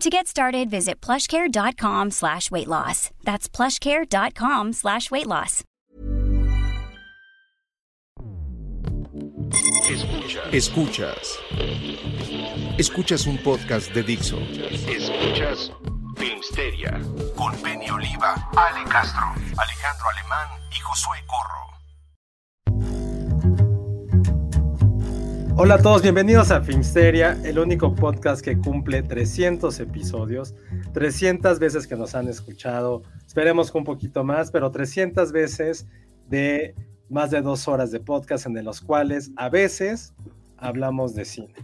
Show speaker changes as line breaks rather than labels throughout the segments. To get started, visit plushcare.com slash weight loss. That's plushcare.com slash weight loss.
Escuchas. Escuchas. Escuchas un podcast de Dixo.
Escuchas Filmsteria con Penny Oliva, Ale Castro, Alejandro Alemán y Josué Corro.
Hola a todos, bienvenidos a Filmsteria, el único podcast que cumple 300 episodios, 300 veces que nos han escuchado, esperemos que un poquito más, pero 300 veces de más de dos horas de podcast en los cuales a veces hablamos de cine.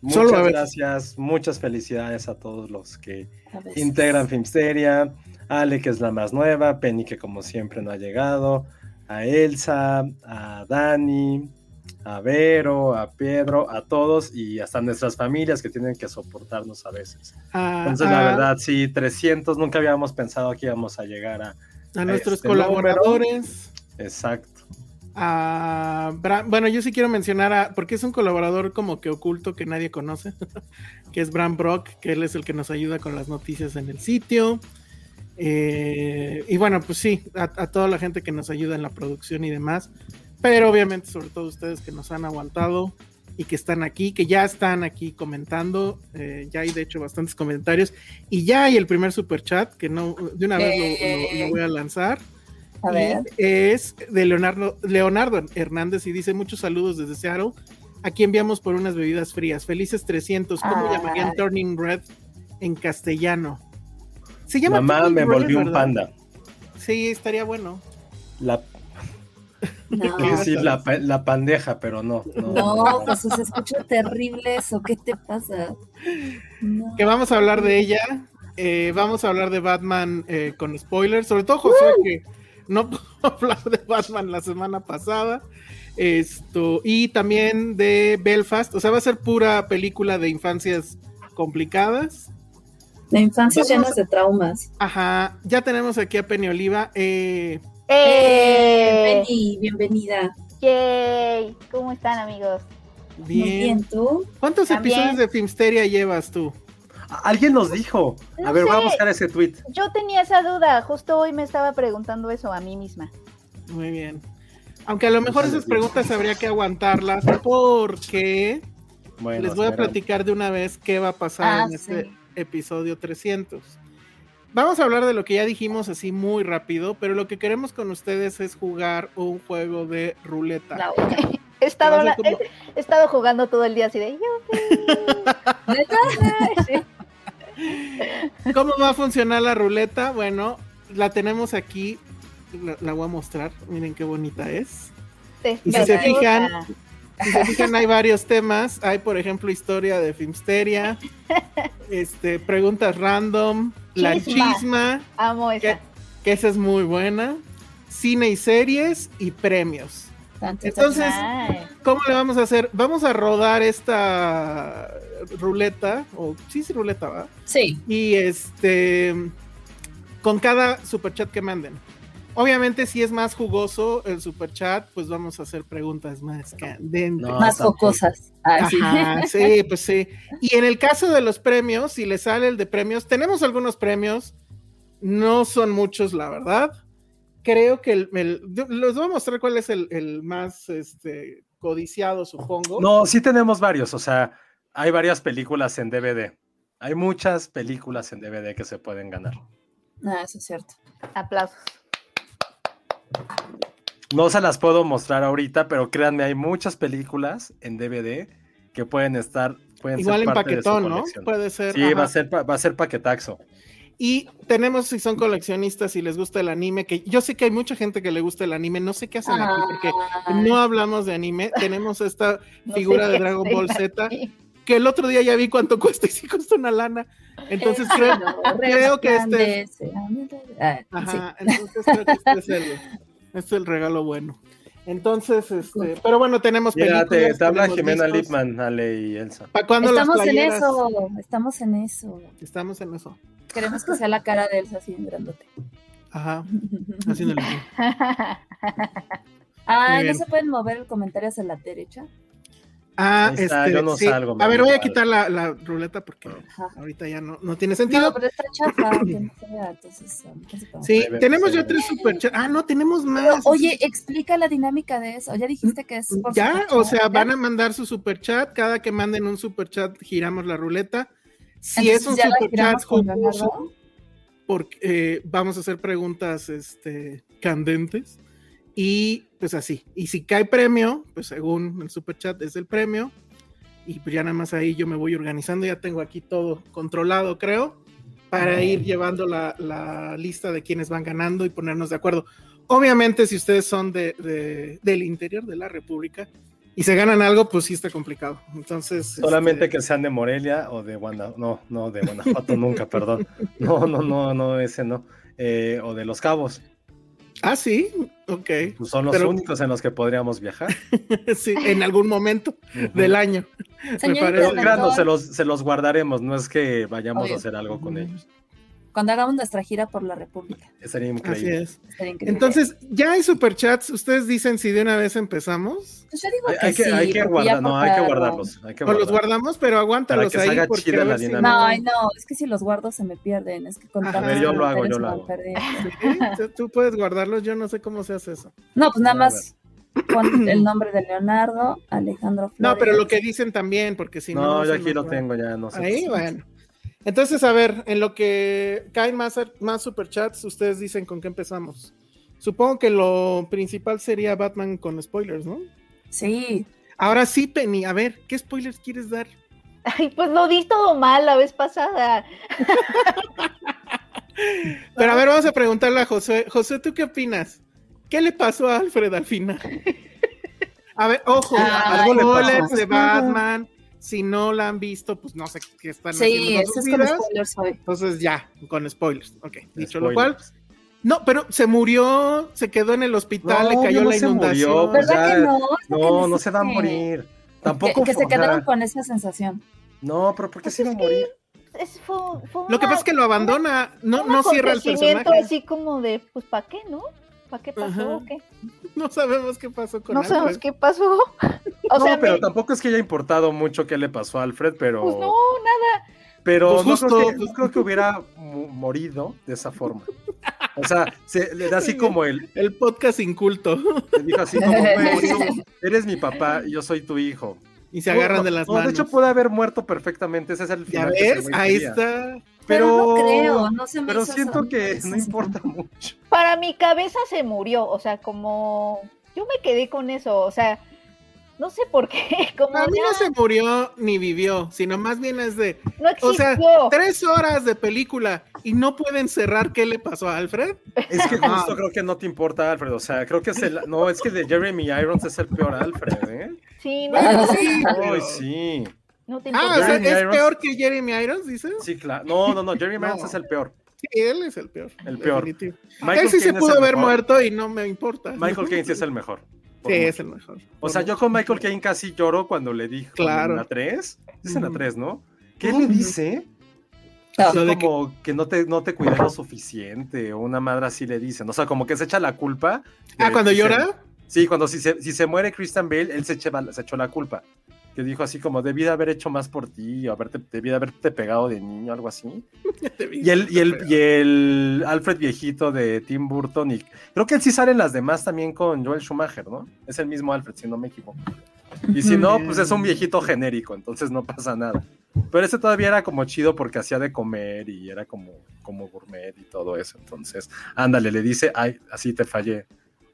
Muchas Solo gracias, muchas felicidades a todos los que integran Filmsteria, Ale que es la más nueva, Penny que como siempre no ha llegado, a Elsa, a Dani, a Vero, a Pedro, a todos y hasta nuestras familias que tienen que soportarnos a veces. Ah, Entonces ah, la verdad, sí, 300, nunca habíamos pensado que íbamos a llegar a...
A, a nuestros este colaboradores.
Número. Exacto.
A Bra bueno, yo sí quiero mencionar a, porque es un colaborador como que oculto que nadie conoce, que es Bram Brock, que él es el que nos ayuda con las noticias en el sitio. Eh, y bueno, pues sí, a, a, toda la gente que nos ayuda en la producción y demás, pero obviamente sobre todo ustedes que nos han aguantado y que están aquí, que ya están aquí comentando, eh, ya hay de hecho bastantes comentarios y ya hay el primer super chat que no de una vez lo, lo, lo voy a lanzar. A ver. Es de Leonardo, Leonardo Hernández y dice muchos saludos desde Seattle. Aquí enviamos por unas bebidas frías. Felices 300. ¿Cómo ah. llamarían Turning Red en castellano?
Se llama Mamá Turning me Red, volvió ¿verdad? un panda.
Sí, estaría bueno.
La... No. Decir la, la, pandeja, pero no.
No, no pues se escucha terrible eso. ¿Qué te pasa?
No. Que vamos a hablar de ella. Eh, vamos a hablar de Batman eh, con spoilers. Sobre todo José, uh. que no puedo hablar de Batman la semana pasada. Esto, y también de Belfast. O sea, va a ser pura película de infancias complicadas.
De infancias llenas de traumas.
Ajá. Ya tenemos aquí a Penny Oliva. Eh,
eh, Penny, bienvenida.
Yay. ¿Cómo están, amigos?
Bien. Muy bien, ¿tú?
¿Cuántos ¿También? episodios de Filmsteria llevas tú?
Alguien nos dijo. A no ver, sé. voy a buscar ese tweet.
Yo tenía esa duda, justo hoy me estaba preguntando eso a mí misma.
Muy bien. Aunque a lo mejor esas preguntas habría que aguantarlas porque bueno, les voy espera. a platicar de una vez qué va a pasar ah, en este sí. episodio 300. Vamos a hablar de lo que ya dijimos así muy rápido, pero lo que queremos con ustedes es jugar un juego de ruleta. No.
He estado, la,
eh,
como... he, he estado jugando todo el día así de...
sí. ¿Cómo va a funcionar la ruleta? Bueno, la tenemos aquí. La, la voy a mostrar. Miren qué bonita es. Sí, y si se, fijan, si se fijan, hay varios temas. Hay, por ejemplo, historia de Filmsteria, este, preguntas random, chisma. la chisma.
Amo esa.
Que, que, esa es muy buena. Cine y series y premios. Entonces, ¿cómo le vamos a hacer? Vamos a rodar esta ruleta, o sí, sí, ruleta, ¿va?
Sí.
Y este, con cada superchat que manden. Obviamente, si es más jugoso el superchat, pues vamos a hacer preguntas más candentes. No,
más focosas.
Ah, sí. Ajá, sí, pues sí. Y en el caso de los premios, si le sale el de premios, tenemos algunos premios, no son muchos, la verdad creo que el, el, les voy a mostrar cuál es el, el, más este, codiciado, supongo.
No, sí tenemos varios, o sea, hay varias películas en DVD. Hay muchas películas en DVD que se pueden ganar.
No, eso es cierto.
Aplausos.
No se las puedo mostrar ahorita, pero créanme, hay muchas películas en DVD que pueden estar. Pueden
Igual
ser
en
parte de su
paquetón, ¿no?
colección.
Puede ser.
Sí, va a,
ajá.
ser, pa- va a ser paquetaxo.
Y tenemos, si son coleccionistas y les gusta el anime, que yo sé que hay mucha gente que le gusta el anime, no sé qué hacen aquí porque no hablamos de anime. Tenemos esta
No sé
figura de
qué
Dragon
hacer
Ball Z
aquí.
que el otro día ya vi cuánto cuesta y sí cuesta una lana. Entonces
Eh,
creo, creo que este.
Resplandece. Ah, sí.
Ajá, entonces creo que este es el, este es el regalo bueno. Entonces, este, pero bueno, tenemos
Mira, te,
películas.
te habla
tenemos
Jimena
discos.
Lipman, Ale y Elsa.
¿Para cuándo las
Estamos en
playeras?
eso, estamos en eso.
Estamos en eso.
Queremos que sea la cara de Elsa así en grandote.
Ajá, haciéndole.
Ah, ¿no
bien.
se pueden mover el comentario hacia la derecha?
Ah,
Ahí está,
este,
yo no
sí.
salgo, me
A ver,
da
voy a
igual.
quitar la, la ruleta porque
Ajá.
ahorita ya no, no tiene
No,
sentido.
pero está chafa, que no se vea, entonces, um, casi como-
sí,
Ahí vemos,
tenemos
ahí
ya
vemos.
tres superchats. Ah, no, tenemos más.
Oye, explica la dinámica de eso. Ya dijiste que es por
ya,
superchat,
o sea,
¿ya?
van a mandar su superchat. Cada que manden un superchat, giramos la ruleta. Si
Entonces,
es un
¿ya la giramos
superchat
con Leonardo?
jugoso, porque eh, vamos a hacer preguntas este, candentes y pues así. Y si cae premio, pues según el superchat es el premio. Y pues ya nada más ahí yo me voy organizando, ya tengo aquí todo controlado, creo, para ir llevando la, la lista de quienes van ganando y ponernos de acuerdo. Obviamente, si ustedes son de, de- del interior de la República y se ganan algo, pues sí está complicado. Entonces,
Solamente
este,
que sean de Morelia o de Guanajuato. No, no, de Guanajuato nunca, perdón. No, no, no, no, ese no. Eh, o de Los Cabos.
Ah, sí, ok.
Pues son los
Pero-
únicos en los que podríamos viajar.
Sí, en algún momento del año. parece.
Señorita
Pero
Blandón,
créanos, se los, se los guardaremos. No es que vayamos
Obvio.
a hacer algo con ellos.
cuando hagamos nuestra gira por la República.
Sería
Así
increíble.
es.
Estaría increíble.
Entonces, ya hay superchats. Ustedes dicen si de una vez empezamos
Pues yo digo
Hay, hay que,
sí,
hay que
porque ya
guardar- no, hay que
cortaron.
guardarlos. Hay que
o Pues los
guardarlos.
guardamos, pero aguántalos
Para que se
ahí
haga
porque
chida
a
la
ver si
dinámica.
No, ay, no, es que si los guardo se me pierden. Es que contamos.
A ver, yo
los
lo hago,
comentarios
yo lo
se
hago.
van perdiendo.
Sí, tú- Tú puedes guardarlos, yo no sé cómo se hace eso.
No, pues nada
A
más con el nombre de Leonardo, Alejandro
No,
Flores.
pero lo que dicen también, porque si no.
no, yo
se
aquí
nos
lo
va.
tengo, ya no sé.
Ahí, bueno. Entonces, a ver, en lo que caen más, más superchats, ustedes dicen con qué empezamos. Supongo que lo principal sería Batman con spoilers, ¿no?
Sí,
Ahora sí, Penny, a ver, ¿qué spoilers quieres dar?
Ay, pues lo di todo mal la vez pasada.
Pero a ver, vamos a preguntarle a José. José, ¿tú qué opinas? ¿Qué le pasó a Alfred al final? A ver, ojo,
Ay,
algo
no.
de Batman. Si no la han visto, pues no sé qué están
sí,
haciendo con
eso
sus
es con
vidas.
spoilers hoy.
Entonces ya, con spoilers. Ok, dicho
Spoilers.
lo cual. No, pero se murió, se quedó en el hospital,
No,
le cayó
no
la
se murió,
inundación.
Pues
¿Verdad
ya,
que no? Es lo que
No,
les
no se va a
dije.
morir.
Que,
Tampoco
que se
o sea,
quedaron con esa sensación.
No, pero
Pues
¿por qué se iba a morir?
Pues Es- fue- fue
Lo que
una-
pasa es que lo abandona, no,
un
no cierra el
acontecimiento
personaje.
así como de, pues, ¿para qué, no? ¿Para qué pasó?
Ajá.
o qué?
No sabemos qué pasó con
No
Alfred.
sabemos qué pasó. O
no,
sea,
pero
me-
tampoco es que haya importado mucho qué le pasó a Alfred, pero.
pues no, nada.
Pero
Pues
no, creo
justo,
que,
pues-
no creo que hubiera mu- morido de esa forma. O sea, se, le da así como el.
El podcast inculto.
Le dijo así como: "Güey, no, Eres mi papá y yo soy tu hijo.
Y se agarran
No,
de las
no,
manos.
De hecho, puede haber muerto perfectamente. Ese es el
Ya
final. que ese
ves,
güey
ahí
quería.
está.
Pero, no
Pero-
creo, no se me
Pero
hizo
siento
esa-
que
esa
no
sensación.
importa mucho.
Para mi cabeza se murió. O sea, como. Yo me quedé con eso. O sea, no sé por qué. Como
A mí no
ya
se murió ni vivió, sino más bien es de
no
o sea,
existió.
tres horas de película y no pueden cerrar qué le pasó a Alfred.
Es que
Ajá.
justo creo que no te importa, Alfred. O sea, creo que es el. No, es que de Jeremy Irons es el peor Alfred, ¿eh?
Sí, no,
Bueno, sí,
Ay,
pero-
sí.
no te
Ah, o
entiendo.
sea,
Jeremy
es
Irons.
peor que Jeremy Irons, dices.
Sí, claro. No, no, no. Jeremy
No.
Irons es el peor.
Sí, él es el peor.
El peor.
definitivo.
Michael
él sí se
Caine es
pudo
el
haber
mejor.
muerto y no me importa.
Michael Caine sí es el mejor. por
Sí,
mucho.
es el mejor.
O sea, yo con Michael Caine casi lloro cuando le dijo
Claro.
en la 3. Es en la
Ujú.
3, ¿no? ¿Qué
Ujú.
le dice?
Ah.
Lo de que-
Como que no te, no te cuidé lo suficiente, o una madre así le dicen. O sea, como que se echa la culpa. de-
Ah, cuando
si se-
llora.
sí, cuando si se, si se muere Christian Bale, él se, echaba- se echó la culpa. Que dijo así como, debí de haber hecho más por ti, o haberte, debí de haberte pegado de niño, algo así. Y el, y, el, y el Alfred viejito de Tim Burton, y creo que él sí sale en las demás también con Joel Schumacher, ¿no? Es
Mm.
el mismo Alfred, si no me equivoco. Y si no, pues es un viejito genérico, entonces no pasa nada. Pero ese todavía era como chido porque hacía de comer y era como, como gourmet y todo eso. Entonces, ándale, le dice, ay, así te fallé.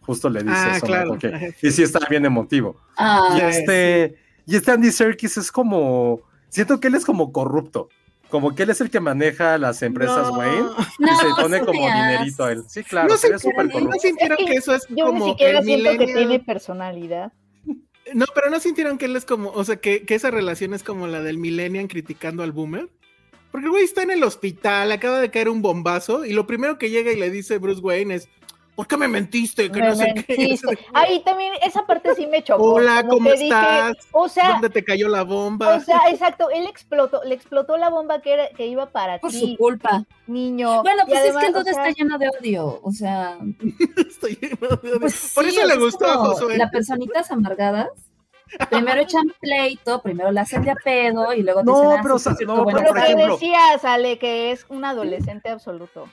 Justo le dice
Ah,
eso. ¿no?
claro.
Porque- y sí está bien emotivo.
Ah,
y, este, y este Andy Serkis es como, siento que él es como corrupto. Como que él es el que maneja las empresas, Wayne.
no, pues
y se pone
se
como
te hace.
dinerito a él. Sí, claro,
no
se ve
sintieron,
súper
no
corrupto.
sintieron
Es que
que eso es
Yo
como
ni siquiera
el
siento que
millennial.
tiene personalidad.
No, pero no sintieron que él es como, o sea, que, que esa relación es como la del millennial criticando al boomer. Porque el güey está en el hospital, acaba de caer un bombazo y lo primero que llega y le dice Bruce Wayne es, ¿por qué me mentiste? Que
Me
no sé
mentiste. Ah,
qué.
Ahí también esa parte sí me chocó.
Hola, ¿cómo
que dije,
estás?
o sea,
¿Dónde te cayó la bomba?
o sea, exacto, él explotó, le explotó la bomba que, era- que iba para
Por
ti,
su culpa.
niño.
Bueno,
Y
pues
además,
es que
o
el dude
sea,
está lleno de odio. O sea,
Estoy lleno de odio.
pues
Por eso
sí, o sea,
le
es
gustó a
como
Josué.
Las personitas amargadas. Primero echan pleito, primero la hacen de a pedo y luego te
No,
dicen, ah,
pero,
sí,
o sea,
sí,
no,
tú, bueno,
Lo
por
que
ejemplo-
decías, Ale, que es un adolescente absoluto.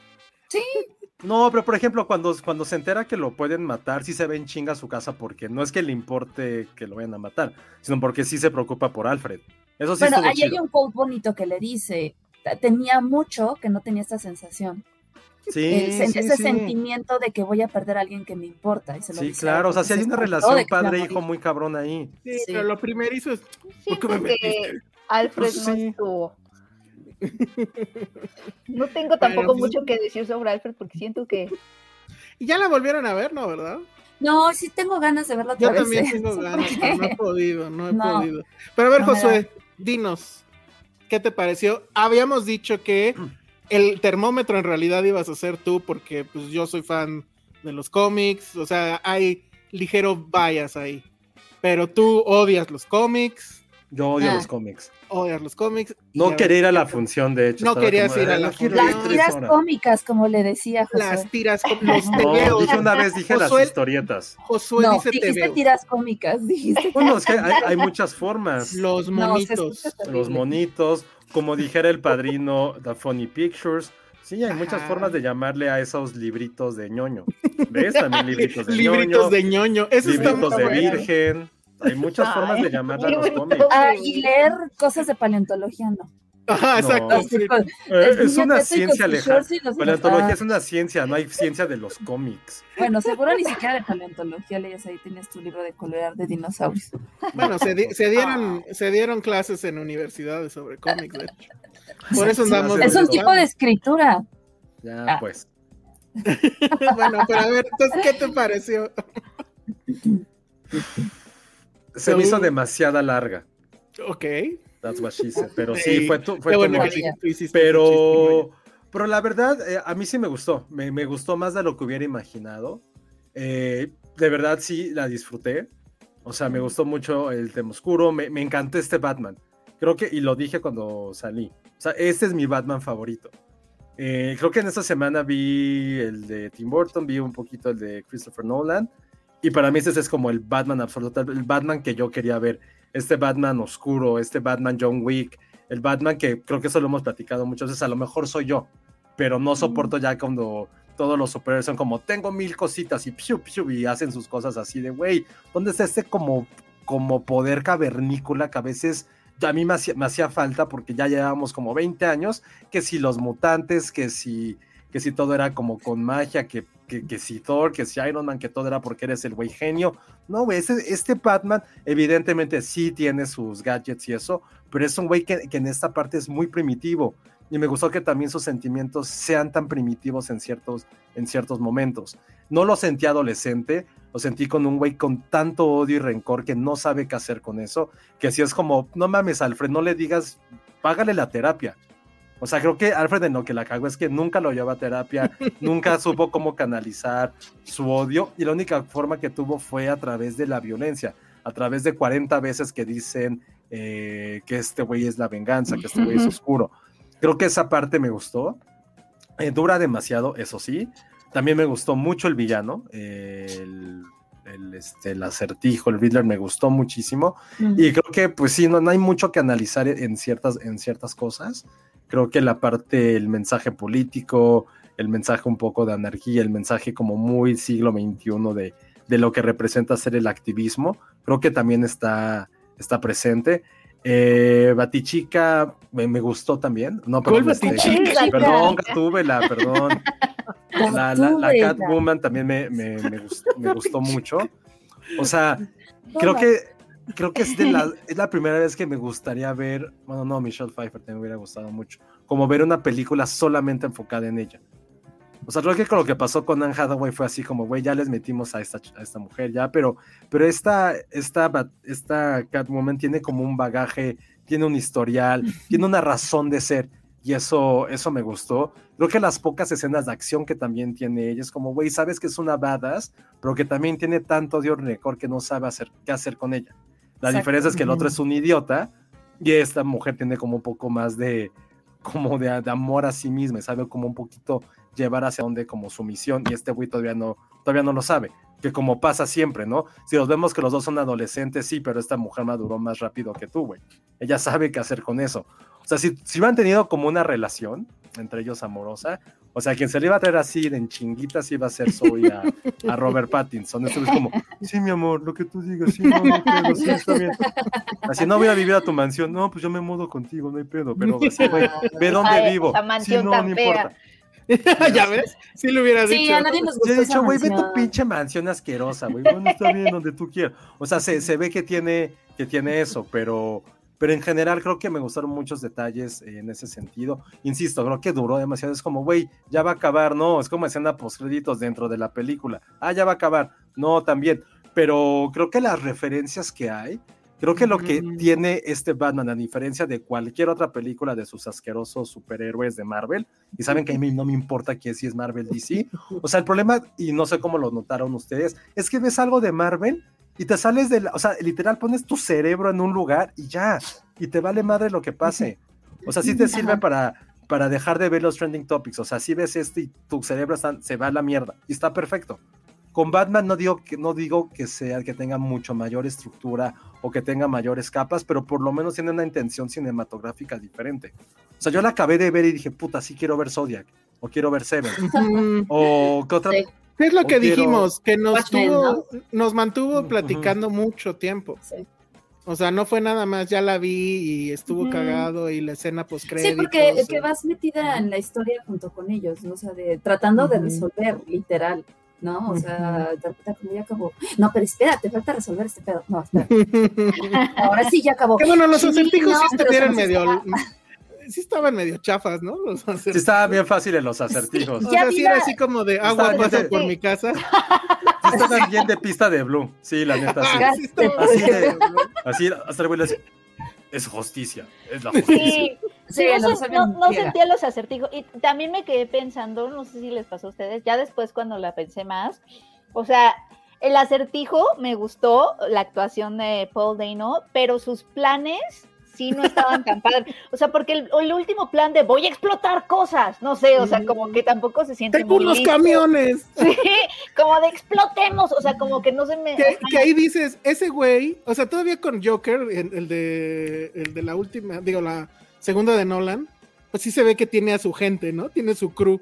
No, pero por ejemplo, cuando, cuando se entera que lo pueden matar, sí se ve en chinga a su casa porque no es que le importe que lo vayan a matar, sino porque sí se preocupa por Alfred. Eso sí
bueno,
estuvo
ahí hay
chido.
un quote bonito que le dice, tenía mucho que no tenía esta sensación,
Sí,
el sen-
sí,
ese
sí.
sentimiento de que voy a perder a alguien que me importa. Y se lo
Sí,
dice
claro, o sea, sí
si
hay una relación padre-hijo muy cabrón ahí.
Sí,
sí.
pero lo primero hizo es,
Siento
me
que Alfred
Pues
no
sí.
estuvo. No tengo tampoco
Pero-
mucho que decir sobre Alfred porque siento que
y ya la volvieron a ver, ¿no? ¿Verdad?
No, sí tengo ganas de verlo otra
Yo
vez,
también
¿eh?
tengo
No
ganas,
sé por
pero no he
qué.
podido, no he
No.
podido. Pero a ver,
No me da.
Josué, dinos, ¿qué te pareció? Habíamos dicho que el termómetro en realidad ibas a ser tú, porque pues yo soy fan de los cómics, o sea, hay ligero bias ahí. Pero tú odias los cómics,
Yo odio
Ah.
los cómics.
odias los cómics. y
No
a
quería
ver,
ir a la función, de hecho.
No
estaba
querías
como de,
ir a
"Ay,
la
no quiero
función".
ir
Las
tres
tiras
horas".
cómicas, como le decía José.
Las tiras, con los
No,
videos.
dije una vez, dije las
Josué-
historietas.
Josué
No,
dice te
dijiste
veo.
tiras cómicas, dijiste.
Bueno, es que hay, hay muchas formas.
Los
No, se escucha
monitos.
terrible.
Los monitos, como dijera el padrino, The Funny Pictures. Sí, hay muchas
Ajá.
formas de llamarle a esos libritos de ñoño. ¿Ves? También libritos de ñoño,
Libritos de ñoño. Eso está muy
libritos de
bueno.
virgen. Hay muchas
Ay,
formas de llamarle a los
librito.
cómics.
Ah, y leer cosas de paleontología, no.
Ajá,
No.
exacto.
Así,
Ah, sí.
con-
Eh,
el
es
niño
una
teto y con
ciencia
sus
lejana.
shorts y los-
Paleontología
Ah,
es una ciencia, no hay ciencia de los cómics.
Bueno, seguro ni siquiera de paleontología leías ahí, tenías tu libro de colorear de dinosaurios.
Bueno, se, di- se dieron,
Ah.
se dieron clases en universidades sobre cómics, de hecho. Por eso andamos.
Ah, Sí,
Es un
bueno.
tipo de escritura.
Ya,
Ah.
pues.
Bueno, pero a ver, entonces, ¿qué te pareció?
Se me hizo demasiada larga.
Ok.
That's what she said. Pero
Sí,
sí, fue tu, fue
Qué
tu
bueno que
motivo.
sí, tú hiciste tu chiste, güey.
Pero, pero la verdad, eh, a mí sí me gustó. Me, me gustó más de lo que hubiera imaginado. Eh, de verdad, sí, la disfruté. O sea, me gustó mucho el tema oscuro. Me, me encantó este Batman. Creo que, y lo dije cuando salí. O sea, este es mi Batman favorito. Eh, creo que en esta semana vi el de Tim Burton, vi un poquito el de Christopher Nolan. Y para mí este es como el Batman absoluto, el Batman que yo quería ver. Este Batman oscuro, este Batman John Wick, el Batman que creo que eso lo hemos platicado muchas veces, a lo mejor soy yo, pero no soporto ya cuando todos los superhéroes son como, tengo mil cositas y piu, piu, y hacen sus cosas así de, güey, ¿dónde está este como, como poder cavernícola que a veces ya a mí me hacía, me hacía falta porque ya llevábamos como 20 años, que si los mutantes, que si, que si todo era como con magia, que, que, que si Thor, que si Iron Man, que todo era porque eres el güey genio. No, güey, este, este Batman evidentemente sí tiene sus gadgets y eso, pero es un güey que, que en esta parte es muy primitivo. Y me gustó que también sus sentimientos sean tan primitivos en ciertos, en ciertos momentos. No lo sentí adolescente, lo sentí con un güey con tanto odio y rencor que no sabe qué hacer con eso, que si es como, no mames, Alfred, no le digas, págale la terapia. O sea, creo que Alfred en lo que la cagó es que nunca lo llevó a terapia, nunca supo cómo canalizar su odio y la única forma que tuvo fue a través de la violencia, a través de 40 veces que dicen eh, que este güey es la venganza, que este güey es oscuro. Creo que esa parte me gustó. Eh, dura demasiado, eso sí. También me gustó mucho el villano, eh, el, el, este, el acertijo, el Riddler, me gustó muchísimo. Y creo que, pues sí, no, no hay mucho que analizar en ciertas, en ciertas cosas. Creo que la parte, el mensaje político, el mensaje un poco de anarquía, el mensaje como muy siglo XXI de, de lo que representa ser el activismo, creo que también está, está presente. Eh, Batichica me, me gustó también. No, perdón,
¿Cuál
este,
Batichica?
Perdón, Gatúbela, perdón. La, la, la
Gatúbela.
Catwoman también me, me- me gustó, me gustó mucho. O sea, creo que creo que es, de la, es la primera vez que me gustaría ver, bueno, no, Michelle Pfeiffer también me hubiera gustado mucho, como ver una película solamente enfocada en ella. O sea, creo que con lo que pasó con Anne Hathaway fue así como, güey, ya les metimos a esta, ch- a esta mujer, ya, pero, pero esta, esta, Bat- esta Catwoman tiene como un bagaje, tiene un historial, tiene una razón de ser, y eso, eso me gustó. Creo que las pocas escenas de acción que también tiene ella es como, güey, sabes que es una badass, pero que también tiene tanto de hornecor que no sabe hacer, qué hacer con ella. La
Exacto.
diferencia es que el otro es un idiota y esta mujer tiene como un poco más de, como de, de amor a sí misma, y sabe como un poquito llevar hacia dónde como su misión y este güey todavía no, todavía no lo sabe, que como pasa siempre, ¿no? Si los vemos que los dos son adolescentes, sí, pero esta mujer maduró más rápido que tú, güey. Ella sabe qué hacer con eso. O sea, si, si hubieran tenido como una relación entre ellos amorosa, o sea, quien se le iba a traer así de en chinguitas iba a ser Zoe a, a Robert Pattinson. Eso es como, sí, mi amor, lo que tú digas, sí, no, no hay pedo, sí, está bien. Así, no voy a vivir a tu mansión, no, pues yo me mudo contigo, no hay pedo, pero así, güey, ve dónde
Ay,
vivo.
esa
Sí,
mansión
no,
tan
no
fea.
importa.
ya ves, si lo hubiera
Sí,
dicho.
a nadie nos
Sí,
gusta
de
esa
hecho, güey, ve tu
mansión.
pinche mansión asquerosa, güey. Bueno, está bien donde tú quieras. O sea, se, se ve que tiene, que tiene eso, pero, pero en general creo que me gustaron muchos detalles eh, en ese sentido. Insisto, creo que duró demasiado. Es como, güey, ya va a acabar. No, es como escena postcréditos dentro de la película. Ah, ya va a acabar. No, también. Pero creo que las referencias que hay, creo que lo que
Ujú.
tiene este Batman, a diferencia de cualquier otra película de sus asquerosos superhéroes de Marvel, y saben que a mí no me importa que si es Marvel DC, o sea, el problema, y no sé cómo lo notaron ustedes, es que ves algo de Marvel y te sales de la, o sea, literal pones tu cerebro en un lugar y ya, y te vale madre lo que pase. O sea, sí te sirve
Ajá.
para, para dejar de ver los trending topics. O sea, si ves esto y tu cerebro está- se va a la mierda y está perfecto. Con Batman no digo que no digo que sea que tenga mucho mayor estructura o que tenga mayores capas, pero por lo menos tiene una intención cinematográfica diferente. O sea, yo la acabé de ver y dije, puta, sí quiero ver Zodiac o quiero ver Seven.
Ujú.
O qué otra.
Sí.
¿Qué es lo que
O quiero-
dijimos? Que nos,
Watchmen,
tuvo- nos mantuvo
Ujú.
platicando mucho tiempo.
Sí.
O sea, no fue nada más, ya la vi y estuvo
Ujú.
cagado y la escena post
Sí, porque
eh,
que vas metida en la historia junto con ellos, ¿no? O sea, de, tratando de
Ujú.
resolver, literal, ¿no? O sea, de repente como ya acabó. No, pero espérate, falta resolver este pedo. No, espera. Ahora sí ya acabó.
Oh,
Qué bueno, los
Sí,
acertijos
no,
sí
pero
estuvieron
se nos
medio.
escapa.
Sí estaban medio chafas, ¿no? Los
Sí,
acertijos.
estaba bien fácil en los acertijos.
O
Ya
sea,
vi
sí era
la-
así como de agua
Estaba-
pasa
sí.
por mi casa.
Sí, estaba bien de pista de Blue. Sí, la neta, sí.
Ah, sí estaba-
Así de- Así, hasta el güey le hace, Es justicia, es la justicia.
Sí,
Sí,
yo
lo
sen-
resuelven
no, no
en friega.
sentía los acertijos. Y también me quedé pensando, no sé si les pasó a ustedes, ya después cuando la pensé más, o sea, el acertijo me gustó, la actuación de Paul Dano, pero sus planes sí no estaban tan padres. O sea, porque el, el último plan de voy a explotar cosas, no sé, o sea, como que tampoco se siente
Mm. Tengo
muy
unos
listo.
camiones.
Sí, como de explotemos, o sea, como que no se me...
Que, que ahí dices, ese güey, o sea, todavía con Joker, el, el de, el de la última, digo, la segunda de Nolan, pues sí se ve que tiene a su gente, ¿no? Tiene su crew.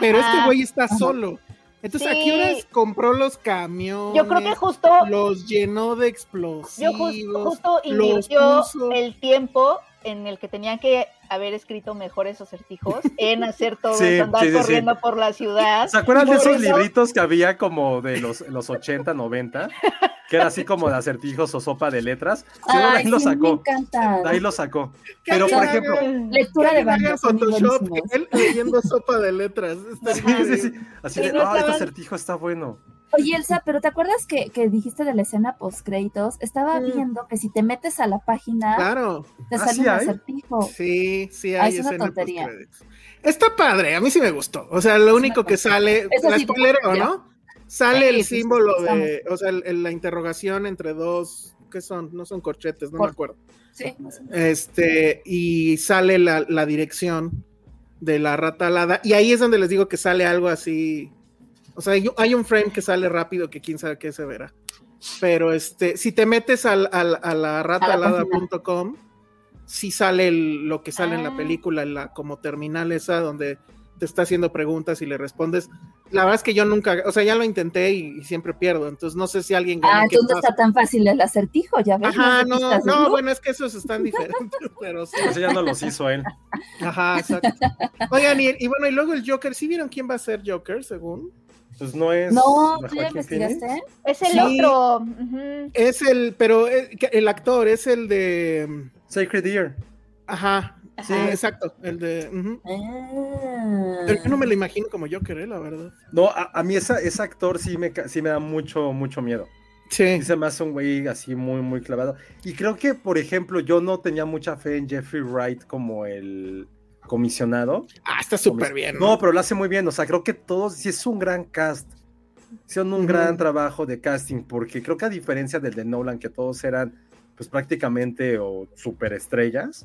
Pero este
Ajá.
güey está solo. Entonces, ¿a
Sí.
qué horas compró los camiones?
Yo creo que justo
los llenó de
Yo
explosivos.
jus- justo
los
invirtió
puso.
el tiempo en el que tenían que haber escrito mejores acertijos en hacer todo
Sí,
eso, andar
sí, sí, sí.
corriendo por la ciudad.
¿Se acuerdan de
Por
esos
eso-
libritos que había como de los, los 80, 90? Que era así como de acertijos o sopa de letras. Seguro
Ay,
ahí lo
sí, me
sacó.
encanta.
De ahí lo sacó.
Que
Pero,
alguien
por
haga-
ejemplo,
Mm.
Lectura
que
de
alguien haga
bandas. son
Photoshop,
buenísimos.
él leyendo sopa de letras. Está
Sí, sí,
increíble.
sí. Así
Y
de,
no
ah, este
estaban-
acertijo está bueno.
Oye, Elsa, pero ¿te acuerdas que, que dijiste de la escena post créditos? Estaba
Mm.
viendo que si te metes a la página,
Claro.
te
¿Ah,
sale
sí
un
hay?
acertijo.
Sí, sí,
Oh. Ah,
hay
es una
escena
tontería.
postcréditos. Está padre, a mí sí me gustó. O sea, lo único que
tontería.
sale,
Eso
la
sí,
spoilereo,
ya.
¿no? Sale
Sí,
el
sí, sí,
símbolo
sí,
de, o sea, el- el- la interrogación entre dos, ¿qué son? No son corchetes, no
Cor-
me acuerdo.
Sí, no sé.
Este, y sale la, la dirección de la rata alada, y ahí es donde les digo que sale algo así. O sea, hay, hay un frame que sale rápido que quién sabe qué se verá. Pero este, si te metes al, al- a la rataalada.com, sí sale el- lo que sale en la
Ah.
película, en la como terminal esa donde te está haciendo preguntas y le respondes. La verdad es que yo nunca, o sea, ya lo intenté y, y siempre pierdo, entonces no sé si alguien gana.
Ah,
¿qué
entonces no
pasa?
está tan fácil el acertijo, ya ves.
Ajá,
las
no,
pistas,
no, bueno, es que esos están diferentes, pero sí.
Eso ya no los hizo él.
Ajá, exacto. Oigan, y, y bueno, y luego el Joker, ¿sí vieron quién va a ser Joker, según?
Pues no es.
No,
de
¿tú ya ¿eh?
Joaquín
investigaste?
Phoenix.
Es el
Sí.
otro. ujú.
Es el, pero eh, que el actor es el de.
Sacred Ear.
Ajá, sí,
Ajá.
exacto, el de. ujú.
Ah.
Pero yo no me lo imagino como Joker, eh, la verdad.
No, a, a mí esa, ese actor sí me, ca- sí me da mucho, mucho miedo.
Sí.
Sí se me hace un güey así muy, muy clavado. Y creo que, por ejemplo, yo no tenía mucha fe en Jeffrey Wright como el comisionado.
Ah, está súper bien.
No, pero lo hace muy bien. O sea, creo que todos, sí es un gran cast. Hicieron un
Ujú.
gran trabajo de casting, porque creo que a diferencia del de Nolan, que todos eran pues prácticamente o superestrellas.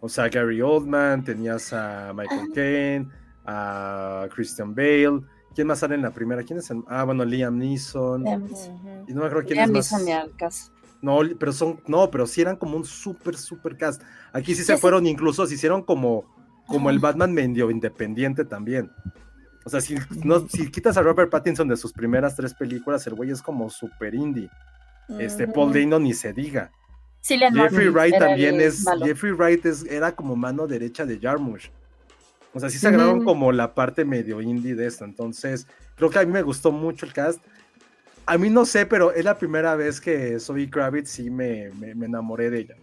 O sea, Gary Oldman, tenías a Michael Caine, a Christian Bale. ¿Quién más sale en la primera? ¿Quién es el- Ah, bueno, Liam Neeson.
Ya me-
Ujú.
Y no me acuerdo quién
ya
es
me
más.
hizo mi al caso.
No, li- pero son, no, pero sí eran como un super, super cast. Aquí sí
Ya
se
sé.
fueron, incluso se hicieron como, como el Batman medio independiente también. O sea, si, no, si quitas a Robert Pattinson de sus primeras tres películas, el güey es como super indie. Este, Paul Dano ni se diga.
Cillian
Jeffrey
Murphy
Wright
era
también
el
es,
malo.
Jeffrey Wright es, era como mano derecha de Jarmusch. O sea, sí se
Ujú.
agarraron como la parte medio indie de esto. Entonces, creo que a mí me gustó mucho el cast. A mí no sé, pero es la primera vez que Zoe Kravitz sí me, me- me enamoré de ella.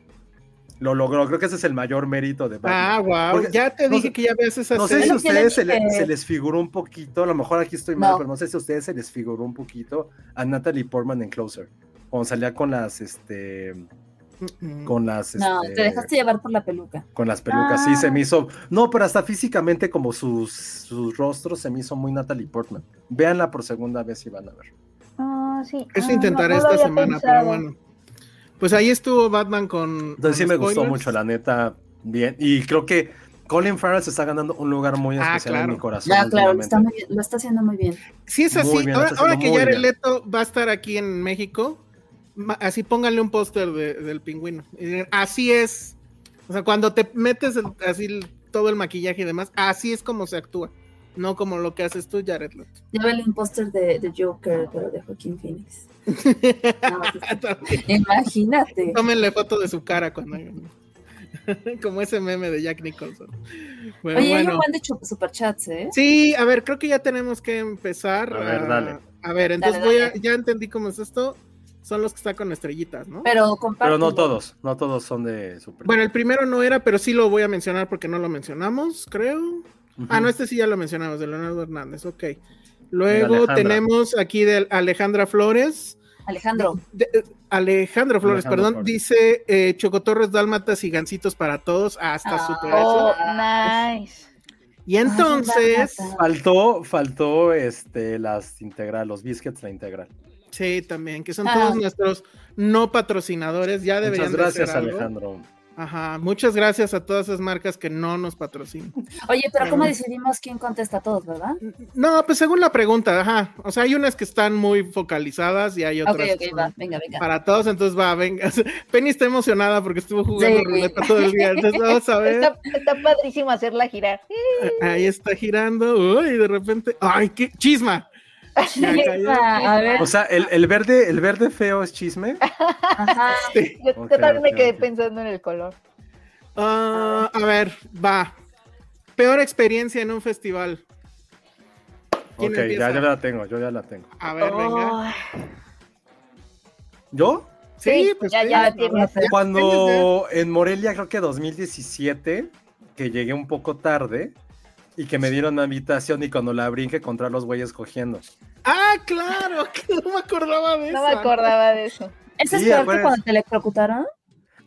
Lo logró, creo que ese es el mayor mérito de
Ah,
Batman.
wow.
Porque-
ya te
no
dije
sé-
que ya veas esa
No sé
serie.
si a
Es lo que le
ustedes se, le-
dije.
se les figuró un poquito, a lo mejor aquí estoy mal,
No.
pero no sé si a ustedes se les figuró un poquito a Natalie Portman en Closer, cuando salía con las, este,
Mm, mm.
con las,
No,
este,
te dejaste llevar por la peluca.
con las pelucas, sí,
Ah.
se me hizo. No, pero hasta físicamente, como sus, sus rostros, se me hizo muy Natalie Portman. Véanla por segunda vez y van a ver.
Ah, sí.
Eso
Ah,
intentaré
no, no lo
esta
había
semana,
pensado.
pero bueno. Pues ahí estuvo Batman con.
Entonces sí
con
me gustó
spoilers.
mucho, la neta, bien. Y creo que Colin Farrell se está ganando un lugar muy
Ah,
especial en
claro.
mi corazón.
No, claro, lo
últimamente.
está, muy bien, lo está haciendo muy bien.
Si es así,
Muy bien,
ahora,
está
ahora
haciendo
que
muy
ya
bien.
Leto va a estar aquí en México, ma- así pónganle un póster de- del pingüino. Y digan, Así es. O sea, cuando te metes el- así el- todo el maquillaje y demás, así es como se actúa. No como lo que haces tú, Jared Leto.
Lleva el impostor de, de Joker, pero de Joaquín Phoenix. No, pues,
Entonces,
imagínate.
Tómenle foto de su cara cuando hagan. como ese meme de Jack Nicholson. Bueno,
Oye, hay
bueno.
un buen de chup- superchats, ¿eh?
Sí, a ver, creo que ya tenemos que empezar.
A ver, dale.
a ver, entonces
Dale,
voy
dale.
a, ya entendí cómo es esto. Son los que están con estrellitas, ¿no?
Pero comparte.
Pero no todos, no todos son de super.
Bueno, el primero no era, pero sí lo voy a mencionar porque no lo mencionamos, creo.
Ujú.
Ah, no, este sí ya lo mencionamos, de Leonardo Hernández, ok.
De
Luego
Alejandra.
tenemos aquí de Alejandra Flores.
Alejandro,
De- eh, Alejandro Flores,
Alejandro
perdón,
Flores.
dice eh, Chocotorres, Dálmatas y Gancitos para todos. Ah, está
Ah.
súper eso.
Oh,
Eso.
nice.
Y entonces,
Dálmatas.
Faltó, faltó este, las integral, los biscuits, la integral.
sí, también, que son
Ah.
todos nuestros no patrocinadores. Ya
Muchas
deberían de
gracias,
hacer algo.
Alejandro.
Ajá, muchas gracias a todas esas marcas que no nos patrocinan.
oye, pero ¿cómo decidimos quién contesta a todos, verdad?
No, pues según la pregunta, ajá. O sea, hay unas que están muy focalizadas y hay otras
Ok,
que
ok,
son
va, venga, venga.
para todos, entonces va, venga. Penny está emocionada porque estuvo jugando
Sí.
ruleta todo el día, entonces vamos a ver.
Está, está padrísimo hacerla girar.
Ahí está girando, uy, y de repente, ay, qué chisma. Ya cayó.
Ah, A ver,
O sea, el, el verde, el verde feo es chisme.
ajá.
Yo, yo
Ok,
también me
ok,
quedé
ok.
pensando en el color.
Ah, a ver, va. Peor experiencia en un festival. ¿Quién
Ok,
empieza?
ya, yo la tengo, yo ya la tengo.
A ver, venga.
Ay,
¿Yo?
Sí, pues
ya,
sí,
ya la
no,
tienes.
Cuando en Morelia, creo que 2017, que llegué un poco tarde y que me dieron habitación y cuando la abrí encontré a los güeyes cogiendo.
Ah, claro, que no me acordaba de eso.
No me acordaba de eso.
¿Eso es
Sí,
peor que
acuérdense.
cuando te electrocutaron?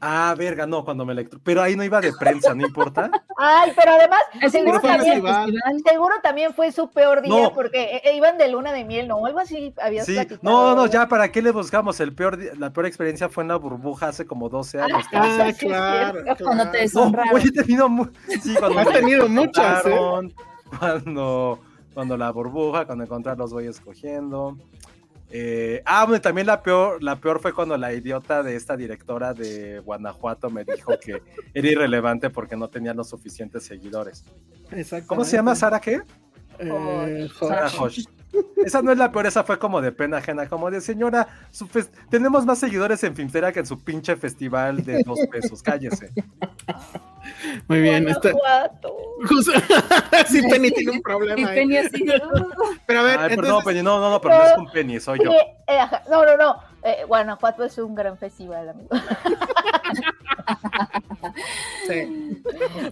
Ah, verga, no, cuando me electro... Pero ahí no iba de prensa, no importa.
Ay, pero además,
Es un
seguro
fue
también,
festival.
seguro también fue su peor día
No.
porque eh, eh, iban de luna de miel, ¿no? Algo así habías
Sí,
platicado.
no, no, ya, ¿para qué le buscamos? El peor, di- la peor experiencia fue en la burbuja hace como 12 años.
Ah,
Ah,
sí, es
claro.
cierto.
claro.
Cuando te
No,
deshonraron.
güey, he tenido, mu- sí, cuando
Has
me
tenido muchas, ¿eh?
encontraron, Cuando, cuando la burbuja, cuando encontré a los güeyes cogiendo. Eh, ah, bueno, también la peor, la peor fue cuando la idiota de esta directora de Guanajuato me dijo que era irrelevante porque no tenía los suficientes seguidores.
Exactamente.
¿Cómo se llama Sara qué?
Eh,
Sara
Jorge.
Hosh. Esa no es la peor, esa fue como de pena ajena, como de señora, su fes- tenemos más seguidores en Filmtera que en su pinche festival de dos pesos, cállese.
Muy bien,
este,
este,
está.
Guanajuato.
Justo- sí, Penny tiene un problema.
Y
eh.
Penny así,
Pero a ver,
Ay, perdón,
entonces-
Penny, no, no, no, pero no es con Penny, soy yo.
Oye, eh, ajá, no, no, no. eh, Guanajuato es un gran festival, amigo.
Sí.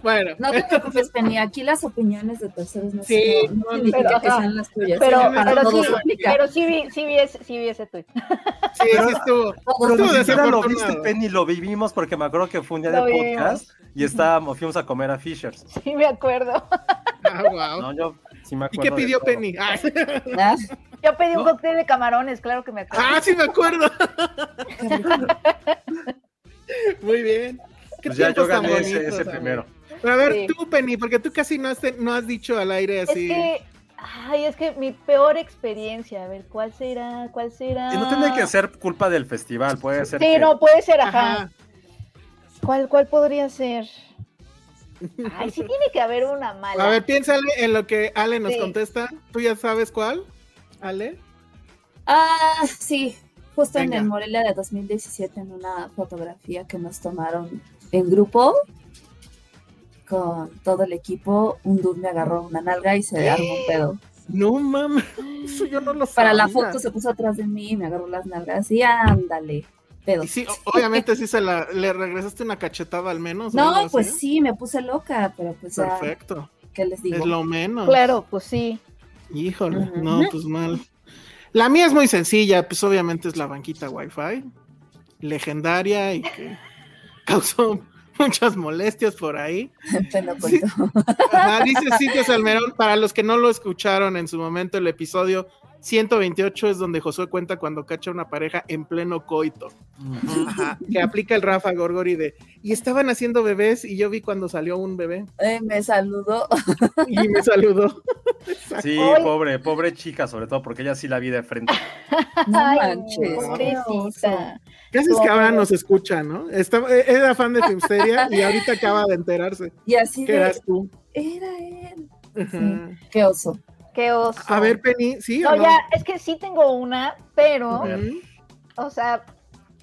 Bueno,
No te preocupes, Penny. Aquí las opiniones de terceros no,
Sí,
son- no
no,
significa
pero,
que
ajá.
sean las tuyas.
Pero,
sino para
pero,
todos
sí,
aplica.
pero sí, vi, sí, vi ese, sí vi ese tuit.
sí, sí estuvo.
Pero ni
Estuvo
siquiera lo viste,
desafortunado.
Penny, lo vivimos porque me acuerdo que fue un día
Lo
de
vimos.
podcast y estábamos, fuimos a comer a Fishers.
Sí, me acuerdo.
Ah, wow.
No, yo sí me
¿Y
acuerdo
qué
de
pidió
todo.
Penny? Ah,
Ah,
Yo pedí un
No.
cóctel de camarones, claro que me acuerdo.
ah, sí me acuerdo.
qué rico.
Muy bien. Qué
Pues ya yo
tiempos tan
gané ese,
bonitos,
ese
amigo.
primero.
Pero a ver,
Sí.
tú, Penny, porque tú casi no has, te- no has dicho al aire
es
así.
que, ay, es que mi peor experiencia, a ver, ¿cuál será? ¿Cuál será?
Y no tiene que ser culpa del festival, puede ser.
Ah. Sí,
que-
no, puede ser, ajá.
Ajá.
¿Cuál, ¿Cuál podría ser? Ay, sí tiene que haber una mala.
A ver, piénsale en lo que Ale nos
Sí.
contesta. ¿Tú ya sabes cuál? Ale.
Ah, sí. Justo
Venga.
en el Morelia de 2017, en una fotografía que nos tomaron en grupo con todo el equipo, un dude me agarró una nalga y se armó un pedo.
No mames, eso yo no lo sabía.
Para la foto se puso atrás de mí, me agarró las nalgas y ándale, pedo.
Y sí, o- obviamente sí se la le regresaste una cachetada al menos. o algo
No,
así.
pues sí, me puse loca, pero pues ya,
Perfecto.
¿qué les digo?
Es lo menos.
Claro, pues sí.
Híjole,
Ujú.
no, pues mal. La mía es muy sencilla, pues obviamente es la banquita Wi-Fi, legendaria y que causó muchas molestias por ahí.
Te lo
Sí.
cuento.
Ajá, dice Sitios Almerón, para los que no lo escucharon en su momento, el episodio 128 es donde Josué cuenta cuando cacha una pareja en pleno coito. Ajá, que aplica el Rafa Gorgori de, y estaban haciendo bebés y yo vi cuando salió un bebé
Eh, me saludó.
y me saludó.
Sí,
Ay.
pobre, pobre chica, sobre todo porque ella sí la vi de frente.
No
Ay,
manches.
pobrecita.
Casi es que ahora nos escucha, ¿no? Estaba, eh, era fan de Filmsteria y ahorita acaba de enterarse
Y así
que
de,
eras tú.
era él.
Ajá.
Qué oso.
Qué oso.
A ver, Penny, ¿sí o
No,
no?
ya, es que sí tengo una, pero,
A ver.
Ujú.
o sea,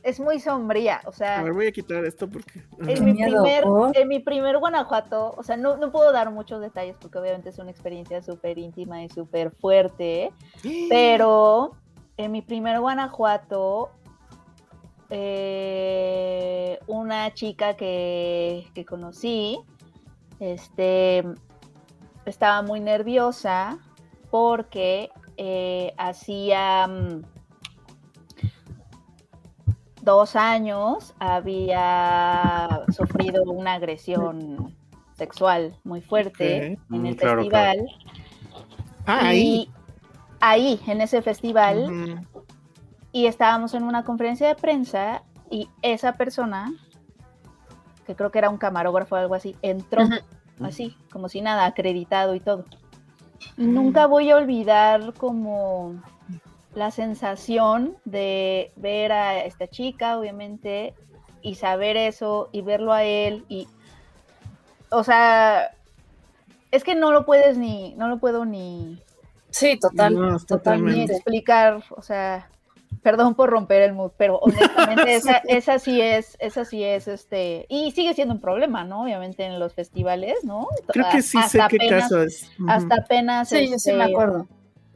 es muy sombría. O sea,
A ver, voy a quitar esto porque...
en
Qué
mi,
miedo,
primer,
¿por?
en mi primer Guanajuato, o sea, no, no puedo dar muchos detalles porque obviamente es una experiencia súper íntima y súper fuerte, pero en mi primer Guanajuato, eh, una chica que, que conocí, este, estaba muy nerviosa porque eh, hacía mm, dos años había sufrido una agresión sexual muy fuerte en
Mm,
el
claro,
festival.
Ah, ahí.
Y ahí, en ese festival,
Ujú.
y estábamos en una conferencia de prensa y esa persona, que creo que era un camarógrafo o algo así, entró así, como si nada, acreditado y todo. Y Nunca voy a olvidar como la sensación de ver a esta chica, obviamente, y saber eso y verlo a él y, o sea, es que no lo puedes ni, no lo puedo ni,
Sí, total.
No,
ni
totalmente.
explicar, o sea, perdón por romper el mood, pero honestamente esa, esa sí es, esa sí es este, y sigue siendo un problema, ¿no? Obviamente en los festivales, ¿no?
Creo que sí sé qué
apenas,
caso es. Ujú.
Hasta apenas,
Sí, yo sí me
este,
acuerdo.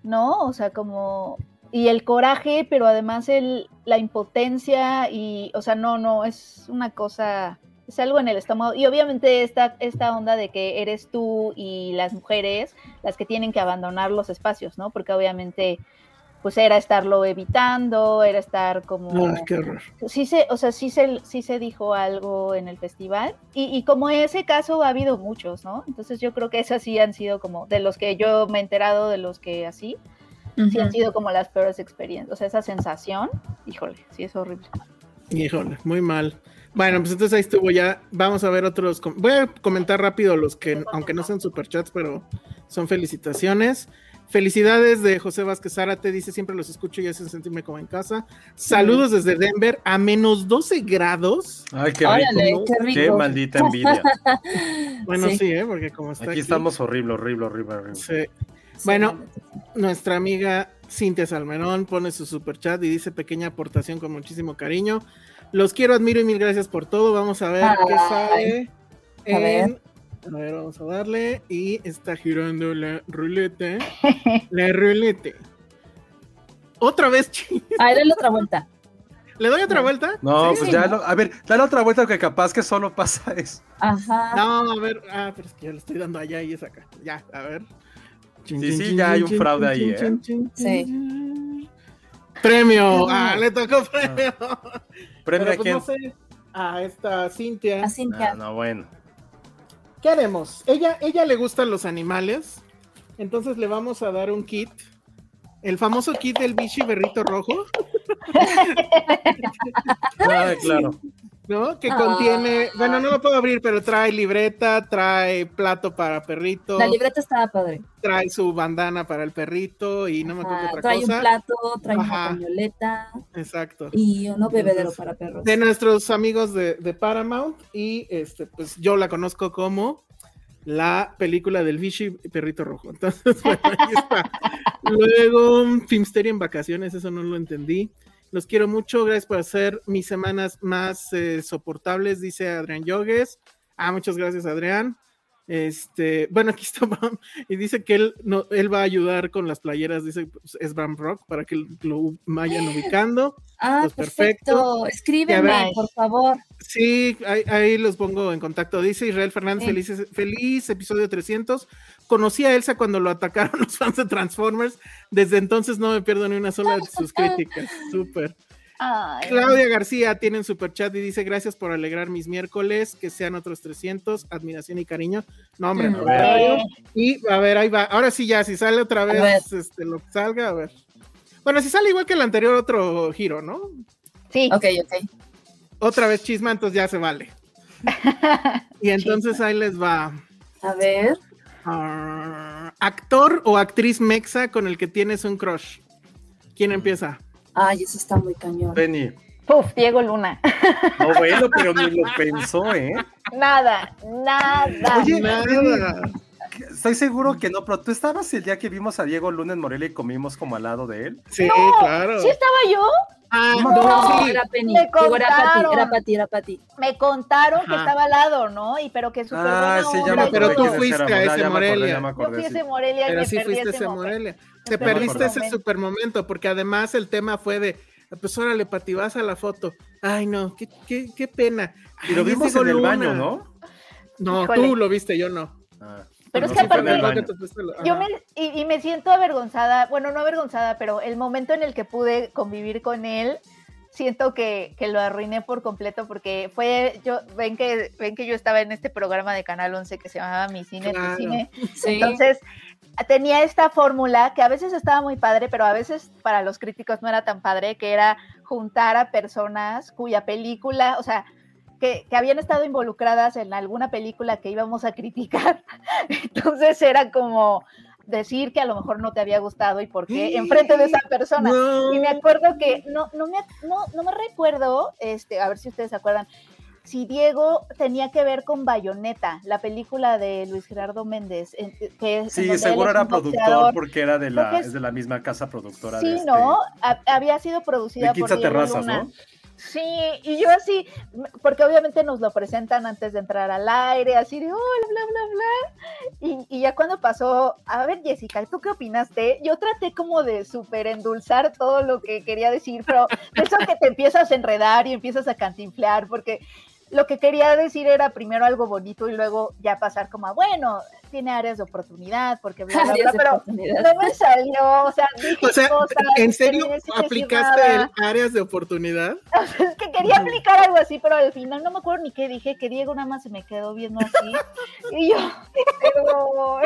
¿no? O sea, como, y el coraje, pero además el, la impotencia y, o sea, no, no, es una cosa, es algo en el estómago. Y obviamente esta, esta onda de que eres tú y las mujeres las que tienen que abandonar los espacios, ¿no? Porque obviamente, pues era estarlo evitando, era estar como
Ay, qué horror.
sí se, o sea, sí se, sí se dijo algo en el festival y, y como ese caso ha habido muchos, ¿no? Entonces yo creo que esas sí han sido como, de los que yo me he enterado, de los que así, sí han sido como las peores experiencias, o sea, esa sensación, híjole, sí es horrible.
Híjole, muy mal. Bueno, pues entonces ahí estuvo ya. Vamos a ver otros. com- Voy a comentar rápido los que, aunque no sean superchats, pero son felicitaciones. Felicidades de José Vázquez Zárate, dice siempre los escucho y hacen sentirme como en casa. Saludos desde Denver a menos 12 grados.
Ay, qué rico.
Órale,
¿no?
qué rico.
maldita envidia.
Bueno, sí,
Sí.
¿eh? porque como está
Aquí estamos horrible, horrible, horrible, horrible.
sí. Bueno, Nuestra amiga Cintia Salmerón pone su superchat y dice pequeña aportación con muchísimo cariño. Los quiero, admiro y mil gracias por todo. Vamos a ver qué
Ay,
sale.
a ver.
en- a ver, vamos a darle. Y está girando la ruleta. La ruleta. Otra vez, chi.
Ahí dale Ah, otra vuelta.
¿Le doy otra vuelta?
No,
Sí,
pues ya,
¿no?
lo- a ver, dale otra vuelta que capaz que solo pasa eso.
Ajá.
No, a ver. Ah, pero es que yo le estoy dando allá y es acá. Ya, a ver. Chin,
Sí,
chin,
sí,
chin,
ya hay
chin,
un
chin,
fraude
chin,
ahí, ¿eh?
chin, chin,
Sí.
chin. Premio. Ah, le tocó premio.
Premio
Pero,
a
pues,
quién.
no sé, a esta Cintia.
Así
Ah,
ya.
no, bueno.
¿Qué haremos? Ella, ella le gustan los animales, entonces le vamos a dar un kit. El famoso kit del bichi berrito rojo,
Ah, claro.
¿no? Que
Ah.
contiene, bueno, no lo puedo abrir, pero trae libreta, trae plato para perrito,
La libreta estaba padre.
trae su bandana para el perrito y no me acuerdo
Ajá,
qué otra
Ah, Trae
cosa.
un plato, trae
Ajá.
una pañoleta
Exacto.
y uno bebedero
Entonces,
para perros.
De nuestros amigos de, de Paramount y este, pues yo la conozco como la película del bichi perrito rojo. Entonces, bueno, ahí está. Luego, mm, Filmsteria en vacaciones, eso no lo entendí. Los quiero mucho, gracias por hacer mis semanas más eh, soportables, dice Adrián Yogues. Ah, muchas gracias, Adrián. Este, bueno, aquí está Bram, y dice que él, no, él va a ayudar con las playeras, dice, pues, es Bram Rock, para que lo vayan ubicando.
Ah,
pues, perfecto.
perfecto.
Ya
Escríbeme,
ves.
por favor.
Sí, ahí, ahí los pongo en contacto. Dice Israel Fernández,
Sí.
felices- feliz episodio 300. Conocí a Elsa cuando lo atacaron los fans de Transformers. Desde entonces no me pierdo ni una sola de sus críticas. Súper.
Ay,
Claudia García tiene un super chat y dice gracias por alegrar mis miércoles, que sean otros 300, admiración y cariño. No, hombre,
Mm.
no.
A ver.
eh,
Y a ver, ahí va. Ahora sí ya, si sale otra
ver.
vez, este, lo que salga, a ver. Bueno, si sale igual que el anterior, otro giro, ¿no?
Sí,
Ok, ok.
Otra vez chisma, entonces ya se vale. Y entonces ahí les va.
A ver.
Ah, actor o actriz mexa con el que tienes un crush. ¿Quién empieza?
Ay, eso está muy cañón.
Penny.
puf, Diego Luna.
No, bueno, pero ni lo pensó, ¿eh?
Nada, nada.
Oye,
Nada.
Estoy seguro que no, pero tú estabas el día que vimos a Diego Luna en Morelia y comimos como al lado de él.
Sí,
No,
claro.
¿Sí estaba yo?
Ah,
No,
No,
Dorothy.
era Penny.
Me
Digo, era para
contaron.
ti, era para ti, era para ti.
Me contaron que
Ajá.
estaba al lado, ¿no? Y pero que súper
Ah,
buena
sí, ya
onda
me
y
Pero
acordé
tú
quiénes
todo.
fuiste
éramos,
a
ya,
ese
ya me acordé,
Morelia.
ya me
Yo fui
acordé,
a
sí.
ese Morelia y
Pero
me
sí
perdí
fuiste
ese
ese
momento.
Morelia.
Me
Te
perdí
perdiste
ese
ese
momento.
super momento porque además el tema fue de, pues órale, Pati, vas a la foto. Ay, no, qué, qué, qué pena.
Y lo
Ay, es
vimos
Diego
en el
Luna.
baño, ¿no?
No,
Híjole.
tú lo viste, yo no.
Ah,
Pero
no,
es que
sí fue en el
aparte-
baño.
Yo me, y, y me siento avergonzada, bueno, no avergonzada, pero el momento en el que pude convivir con él, siento que, que lo arruiné por completo porque fue, yo, ven que, ven que yo estaba en este programa de Canal 11 que se llamaba Mi Cine,
Claro.
Tu Cine.
Sí.
Entonces, tenía esta fórmula que a veces estaba muy padre, pero a veces para los críticos no era tan padre, que era juntar a personas cuya película, o sea, que, que habían estado involucradas en alguna película que íbamos a criticar. Entonces era como decir que a lo mejor no te había gustado y por qué enfrente de esa persona.
No.
Y me acuerdo que no, no me no, no me recuerdo, este, a ver si ustedes se acuerdan, si Diego tenía que ver con Bayonetta, la película de Luis Gerardo Méndez, en- que es- en donde
Sí,
él
seguro
es
era
un
productor
boxeador.
porque era de
Creo que
la,
es-
es de la misma casa productora. de
Sí,
este-
¿no? Ha- había sido
De
producida por
Quinta
Diego
Terrazas,
Luna.
¿no?
Sí, y yo así, porque obviamente nos lo presentan antes de entrar al aire, así de hola, bla, bla, bla. Y, y ya cuando pasó, a ver, Jessica, ¿tú qué opinaste? Yo traté como de súper endulzar todo lo que quería decir, pero eso que te empiezas a enredar y empiezas a cantinflar, porque lo que quería decir era primero algo bonito y luego ya pasar como a, bueno, tiene áreas de oportunidad, porque bla, bla,
Áreas
bla,
de
pero
oportunidad.
no me salió, o sea, dije
O sea,
cosas,
¿en
que
serio
tenía sin decir
aplicaste
nada.
el áreas de oportunidad?
Es que quería aplicar algo así, pero al final no me acuerdo ni qué dije, que Diego nada más se me quedó viendo así. Y yo, perdón.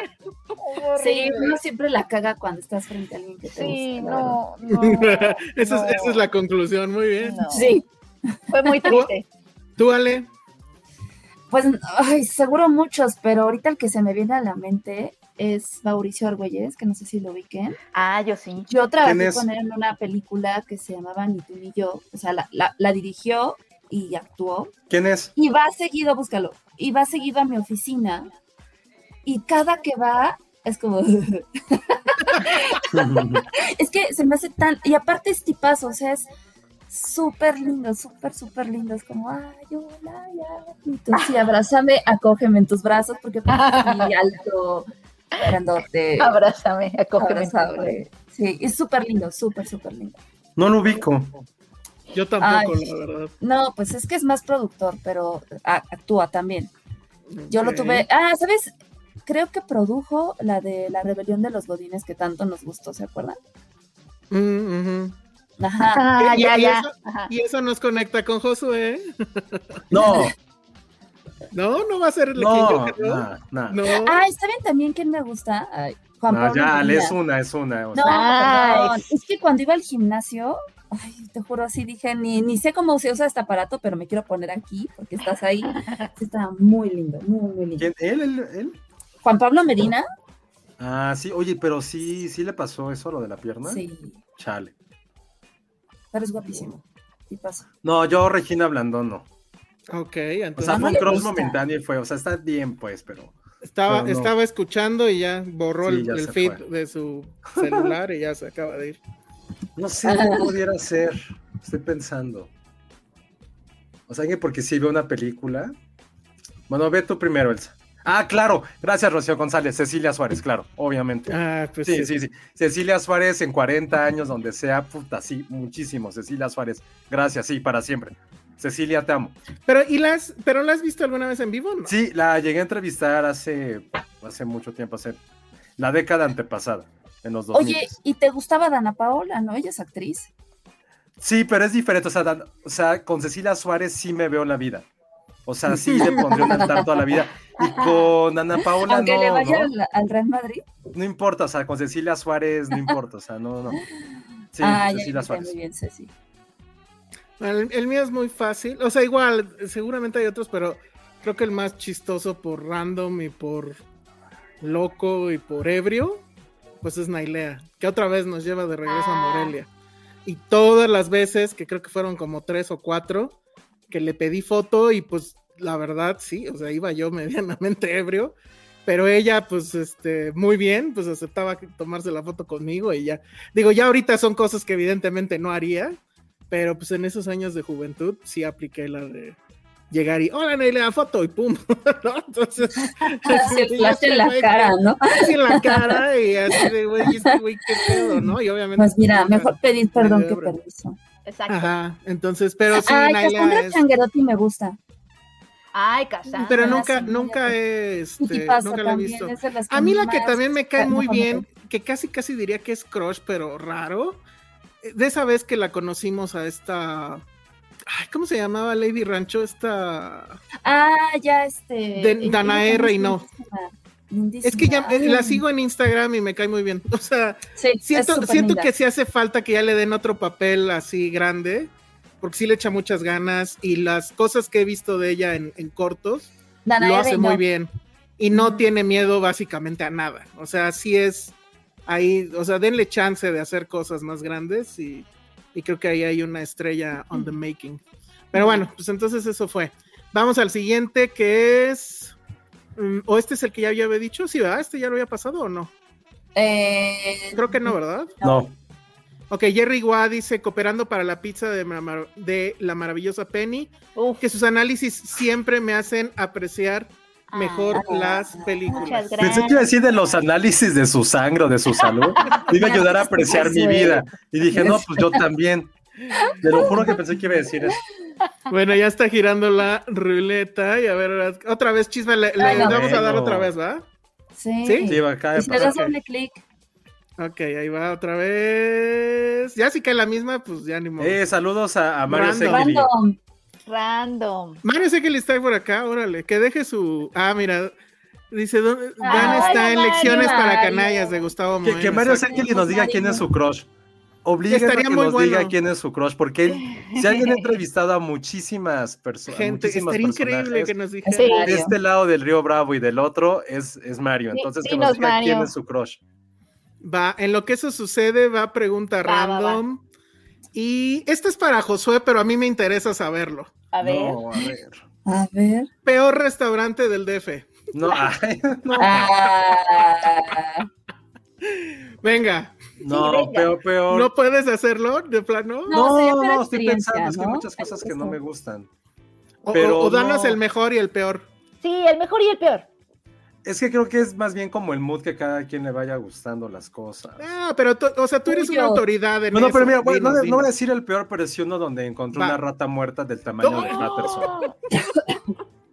fue
Sí,
horrible.
uno siempre la caga cuando estás frente a alguien que te
Sí,
gusta. la verdad.
no, no,
esa, es,
no,
esa es la conclusión, muy bien.
no.
Sí,
Fue muy triste.
Tú, Ale,
pues ay, seguro muchos, pero ahorita el que se me viene a la mente es Mauricio Argüelles, que no sé si lo ubiquen.
Ah, yo sí.
Yo trabajé
es?
con él en una película que se llamaba Ni tú ni yo. O sea, la, la- la dirigió y actuó.
¿Quién es?
Y va seguido, búscalo. Y va seguido a mi oficina. Y cada que va, es como. es que se me hace tan. Y aparte es tipazo, o sea, es súper lindo, súper, súper lindo. Es como, ay, hola, ya. Y tú, sí, abrázame, acógeme en tus brazos, porque pues, sí, alto, grandote.
Abrázame, acógeme.
abrazable. Sí, es súper lindo, súper, súper lindo.
No lo ubico.
Yo tampoco,
Ay.
la verdad.
No, pues es que es más productor, pero a- actúa también. Yo lo
Ok.
tuve. Ah, ¿sabes? Creo que produjo la de la rebelión de los godines que tanto nos gustó, ¿se acuerdan?
Mm, ujú.
Ajá.
Eh,
Ah,
¿Y-
ya,
y
ya.
eso-
Ajá.
Y eso nos conecta con Josué.
No,
No, no va a ser el que yo
no,
creo.
no, no.
No.
Ay, ¿saben Ah, también quién me gusta? Ay, Juan
No,
Pablo
ya, Ale,
Medina.
es una, es una. o
No,
sea,
Ay.
perdón. Es que cuando iba al gimnasio, ay, te juro, así dije, ni, ni sé cómo se usa este aparato, pero me quiero poner aquí porque estás ahí. Sí, Está muy lindo, muy, muy lindo.
¿quién? ¿Él, él, él?
Juan Pablo Medina.
Ah, sí, oye, pero sí, sí le pasó eso lo de la pierna.
Sí,
Chale.
pero es guapísimo. Sí pasa.
No, yo Regina Blandón no.
Ok,
O
entonces
sea, fue
No, no
un
le
cross
gusta.
momentáneo y fue, o sea, está bien, pues, pero.
estaba,
pero no.
estaba escuchando y ya borró
Sí,
el,
ya
el
se
feed
fue.
de su celular y ya se acaba de ir.
No sé qué pudiera ser. Estoy pensando. O sea, que porque sí veo una película. Bueno, ve tú primero, Elsa. Ah, claro. Gracias, Rocío González. Cecilia Suárez, claro, obviamente.
Ah, pues
Sí, sí, sí. Cecilia Suárez en 40 años, donde sea, puta, sí, muchísimo. Cecilia Suárez, gracias, sí, para siempre. Cecilia, te amo.
Pero, ¿y las, pero la has visto alguna vez en vivo? o No?
Sí, la llegué a entrevistar hace, hace mucho tiempo, hace la década antepasada, en los 2000.
Oye, ¿y te gustaba Dana Paola, no? Ella es actriz.
Sí, pero es diferente. O sea, Dan- o sea, con Cecilia Suárez sí me veo la vida. O sea, sí le pondría un altar toda la vida. Y con Ana Paola
Aunque
no,
le vaya
no.
al, al Real Madrid.
No importa, o sea, con Cecilia Suárez no importa, o sea, no, no. Sí,
ah,
con Cecilia
ya entendí,
Suárez.
muy bien, Ceci.
El, el mío es muy fácil. O sea, igual, seguramente hay otros, pero creo que el más chistoso por random y por loco y por ebrio, pues es Nailea, que otra vez nos lleva de regreso
Ah.
a Morelia. Y todas las veces, que creo que fueron como tres o cuatro, que le pedí foto y pues la verdad sí, o sea, iba yo medianamente ebrio. Pero ella, pues, este, muy bien, pues aceptaba que- tomarse la foto conmigo y ya. Digo, ya ahorita son cosas que evidentemente no haría, pero pues en esos años de juventud sí apliqué la de llegar y hola Neila, foto y pum, ¿no? Entonces, así
Se
de,
flasha en la
güey,
cara, ¿no?
así en la cara y así de güey, este güey, qué pedo, ¿no? Y obviamente.
Pues mira,
una-
mejor pedir perdón que
Culebra.
permiso.
Exacto.
Ajá, entonces, pero sí,
Ay,
Naila
Cassandra
es-
Changuerotti me gusta.
Ay, Cassandra.
Pero nunca,
sí,
nunca
ya
he,
Y
este,
tipazo
nunca la he
también,
visto.
es de las
A mí la
más-
que también me cae
Ah,
muy
no,
bien, que casi casi diría que es crush, pero raro, eh, de esa vez que la conocimos a esta, ay, ¿cómo se llamaba Lady Rancho? Esta,
Ah, ya este.
Danae
ella también es
Reynó.
lindísima, lindísima.
es que ya eh, la
Ay,
sigo en Instagram y me cae muy bien, o sea,
sí, es
siento,
súper
siento
linda.
que sí hace falta que ya le den otro papel así grande, porque sí le echa muchas ganas y las cosas que he visto de ella en, en cortos
Danae
lo hace
Reynó.
muy bien y no
Ujú.
tiene miedo básicamente a nada. O sea, sí es ahí, o sea, denle chance de hacer cosas más grandes y, y creo que ahí hay una estrella on the making. Pero bueno, pues entonces eso fue. Vamos al siguiente que es... mm, ¿O este es el que ya había dicho? Sí, ¿verdad? ¿Este ya lo había pasado o no?
Eh,
Creo que no, ¿verdad?
No,
Ok, Jerry Wah dice, cooperando para la pizza de, ma- mar- de la maravillosa Penny,
Uf,
que sus análisis siempre me hacen apreciar mejor
Ah,
las
muchas
películas.
gracias.
pensé que iba a decir de los análisis de su sangre o de su salud. Me iba a ayudar a apreciar mi vida. Y dije, no, pues yo también. Te lo juro que pensé que iba a decir eso.
Bueno, ya está girando la ruleta y a ver, ahora- otra vez chisme, le, le
Ay, no.
vamos a dar
Bueno.
otra vez, ¿va?
Sí.
Sí,
Sí, acá de
Si le das
pasar.
doble clic.
Ok, ahí va otra vez. Ya sí que la misma, pues ya ni modo.
Eh, saludos a, a Mario
Random.
Seguiri.
Random.
Random.
Mario sé que le está por acá, órale, que deje su... Ah, mira, dice, ¿dónde- Dan
Ah,
está
hola,
en lecciones
Mario.
para canallas de Gustavo
Que, que
Moena.
Mario
Exacto.
Sekeli nos diga quién es su crush. Oblíguenlo a
Estaría
que
muy
nos
bueno.
diga quién es su crush, porque él, se hayan entrevistado a muchísimas personas.
Gente,
muchísimas
estaría increíble
personajes.
que nos dijera.
Sí.
De
Mario.
este lado del río Bravo y del otro es, es Mario.
Sí,
Entonces, que
dinos,
nos diga quién
Mario.
es su crush.
Va, en lo que eso sucede, va pregunta
Va, va, va.
random. Y este es para Josué, pero a mí me interesa saberlo.
A ver.
No, a ver.
A ver.
Peor restaurante del DF.
No, ay, no.
Ah,
Venga,
No,
venga.
peor, peor.
¿no puedes hacerlo de plano?
No,
No,
sería por
no, estoy
experiencia,
pensando, es que hay
¿no?
muchas cosas que no me gustan.
O-
pero
o, o danos
no.
el mejor y el peor.
Sí, el mejor y el peor.
Es que creo que es más bien como el mood que cada quien le vaya gustando las cosas.
Ah, pero tú, o sea, tú eres una
Tuyo.
autoridad en
No, no,
eso.
pero mira, bueno, no,
Dinos,
de- no voy a
dinos.
decir el peor, pero sí uno donde encontré
Va.
una rata muerta del tamaño de Patterson.
No.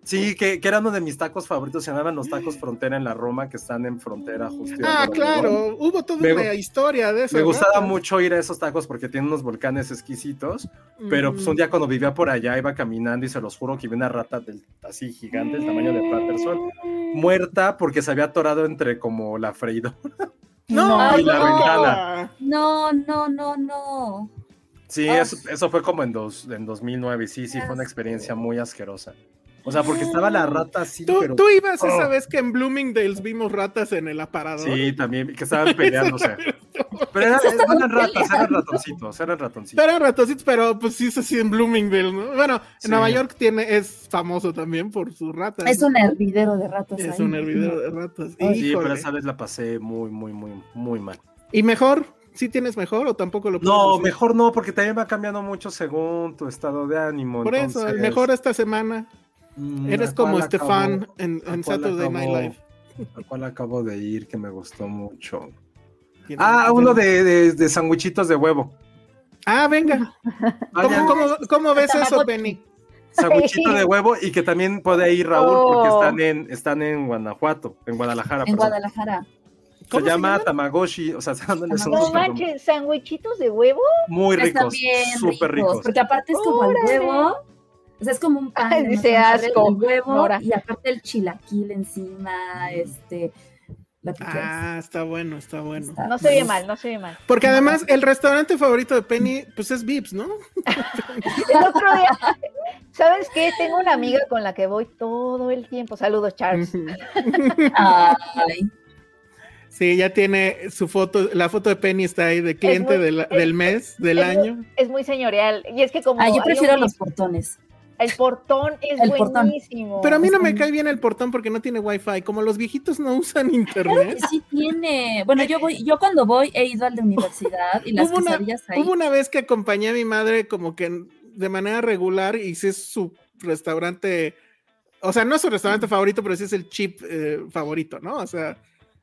Sí, que, que era uno de mis tacos favoritos, se llamaban los tacos frontera en la Roma, que están en frontera justo. en
Ah,
Roma.
claro, hubo toda
Me gu-
una historia de eso.
Me
¿no?
gustaba mucho ir a esos tacos porque tienen unos volcanes exquisitos, pero
Mm.
pues un día cuando vivía por allá iba caminando y se los juro que vi una rata del, así gigante, del tamaño de Patterson, muerta porque se había atorado entre como la freidora.
No,
Ay, la
no.
ventana.
No, no, no, no.
Sí,
Ah.
pues.
eso, eso fue como en, dos, en 2009 y sí, sí, fue una
Asco.
experiencia muy asquerosa. O sea, porque estaba la rata así,
Tú,
pero...
tú ibas esa
Oh.
vez que en Bloomingdale's vimos ratas en el aparador.
Sí, también, que estaban peleándose. Pero eran, no eran ratas, eran ratoncitos, eran ratoncitos.
Pero ratositos, pero pues sí es así en Bloomingdale, ¿no? Bueno, en
Sí.
Nueva York tiene, es famoso también por sus ratas.
Es
¿no?
un hervidero de ratos.
Es
ahí.
un hervidero de ratas.
Sí, pero
Híjole.
esa vez la pasé muy, muy, muy, muy mal.
¿Y mejor? ¿Sí tienes mejor o tampoco lo puedes
No,
decir?
mejor no, porque también va cambiando mucho según tu estado de ánimo. mm,
Por eso, el mejor esta semana. Eres como Estefan en, en Saturday Night Live.
¿A cuál acabo de ir que me gustó mucho?
Tiene-
Ah, uno de, de, de sandwichitos de huevo.
Ah, venga.
Vayan,
¿Cómo, cómo, cómo ves eso,
Tamagotchi.
Penny?
Sanguchito de huevo y que también puede ir Raúl porque
Oh.
están en, están en Guanajuato, en Guadalajara.
En
perdón.
Guadalajara.
se,
¿Cómo se
llama
llaman?
Tamagoshi, o sea, están dándoles
No
unos
No
pero
manches, sandwichitos de huevo.
muy
Están
ricos,
bien
súper ricos.
Porque aparte es como el
¡Órale!
huevo. O sea, es como un pan.
Ay,
¿no?
dice
Con
asco,
el huevo
Nora.
y aparte el chilaquil
Mm.
encima, este, la picada.
Ah, está bueno, está bueno.
No se oye mal, no se oye mal.
Porque además el restaurante favorito de Penny, pues es Vips, ¿no?
El otro día, ¿sabes qué? Tengo una amiga con la que voy todo el tiempo. Saludos, Charles.
Ay,
Sí, ya tiene su foto, la foto de Penny está ahí de cliente
muy-
de la- del mes, del
es muy-
año.
Es muy señorial. Y es que como
Ah, yo
hay
prefiero
un-
los portones.
el portón es
El portón.
buenísimo.
Pero a mí no me
Mm.
cae bien el portón porque no tiene wifi. Como los viejitos no usan internet.
Sí tiene. Bueno, yo voy, yo cuando voy he ido al de universidad y las
Hubo una-
quesadillas ahí.
Hubo una vez que acompañé a mi madre como que en- de manera regular y sí es su restaurante, o sea, no es su restaurante favorito, pero sí es el chip eh, favorito, ¿no? O sea,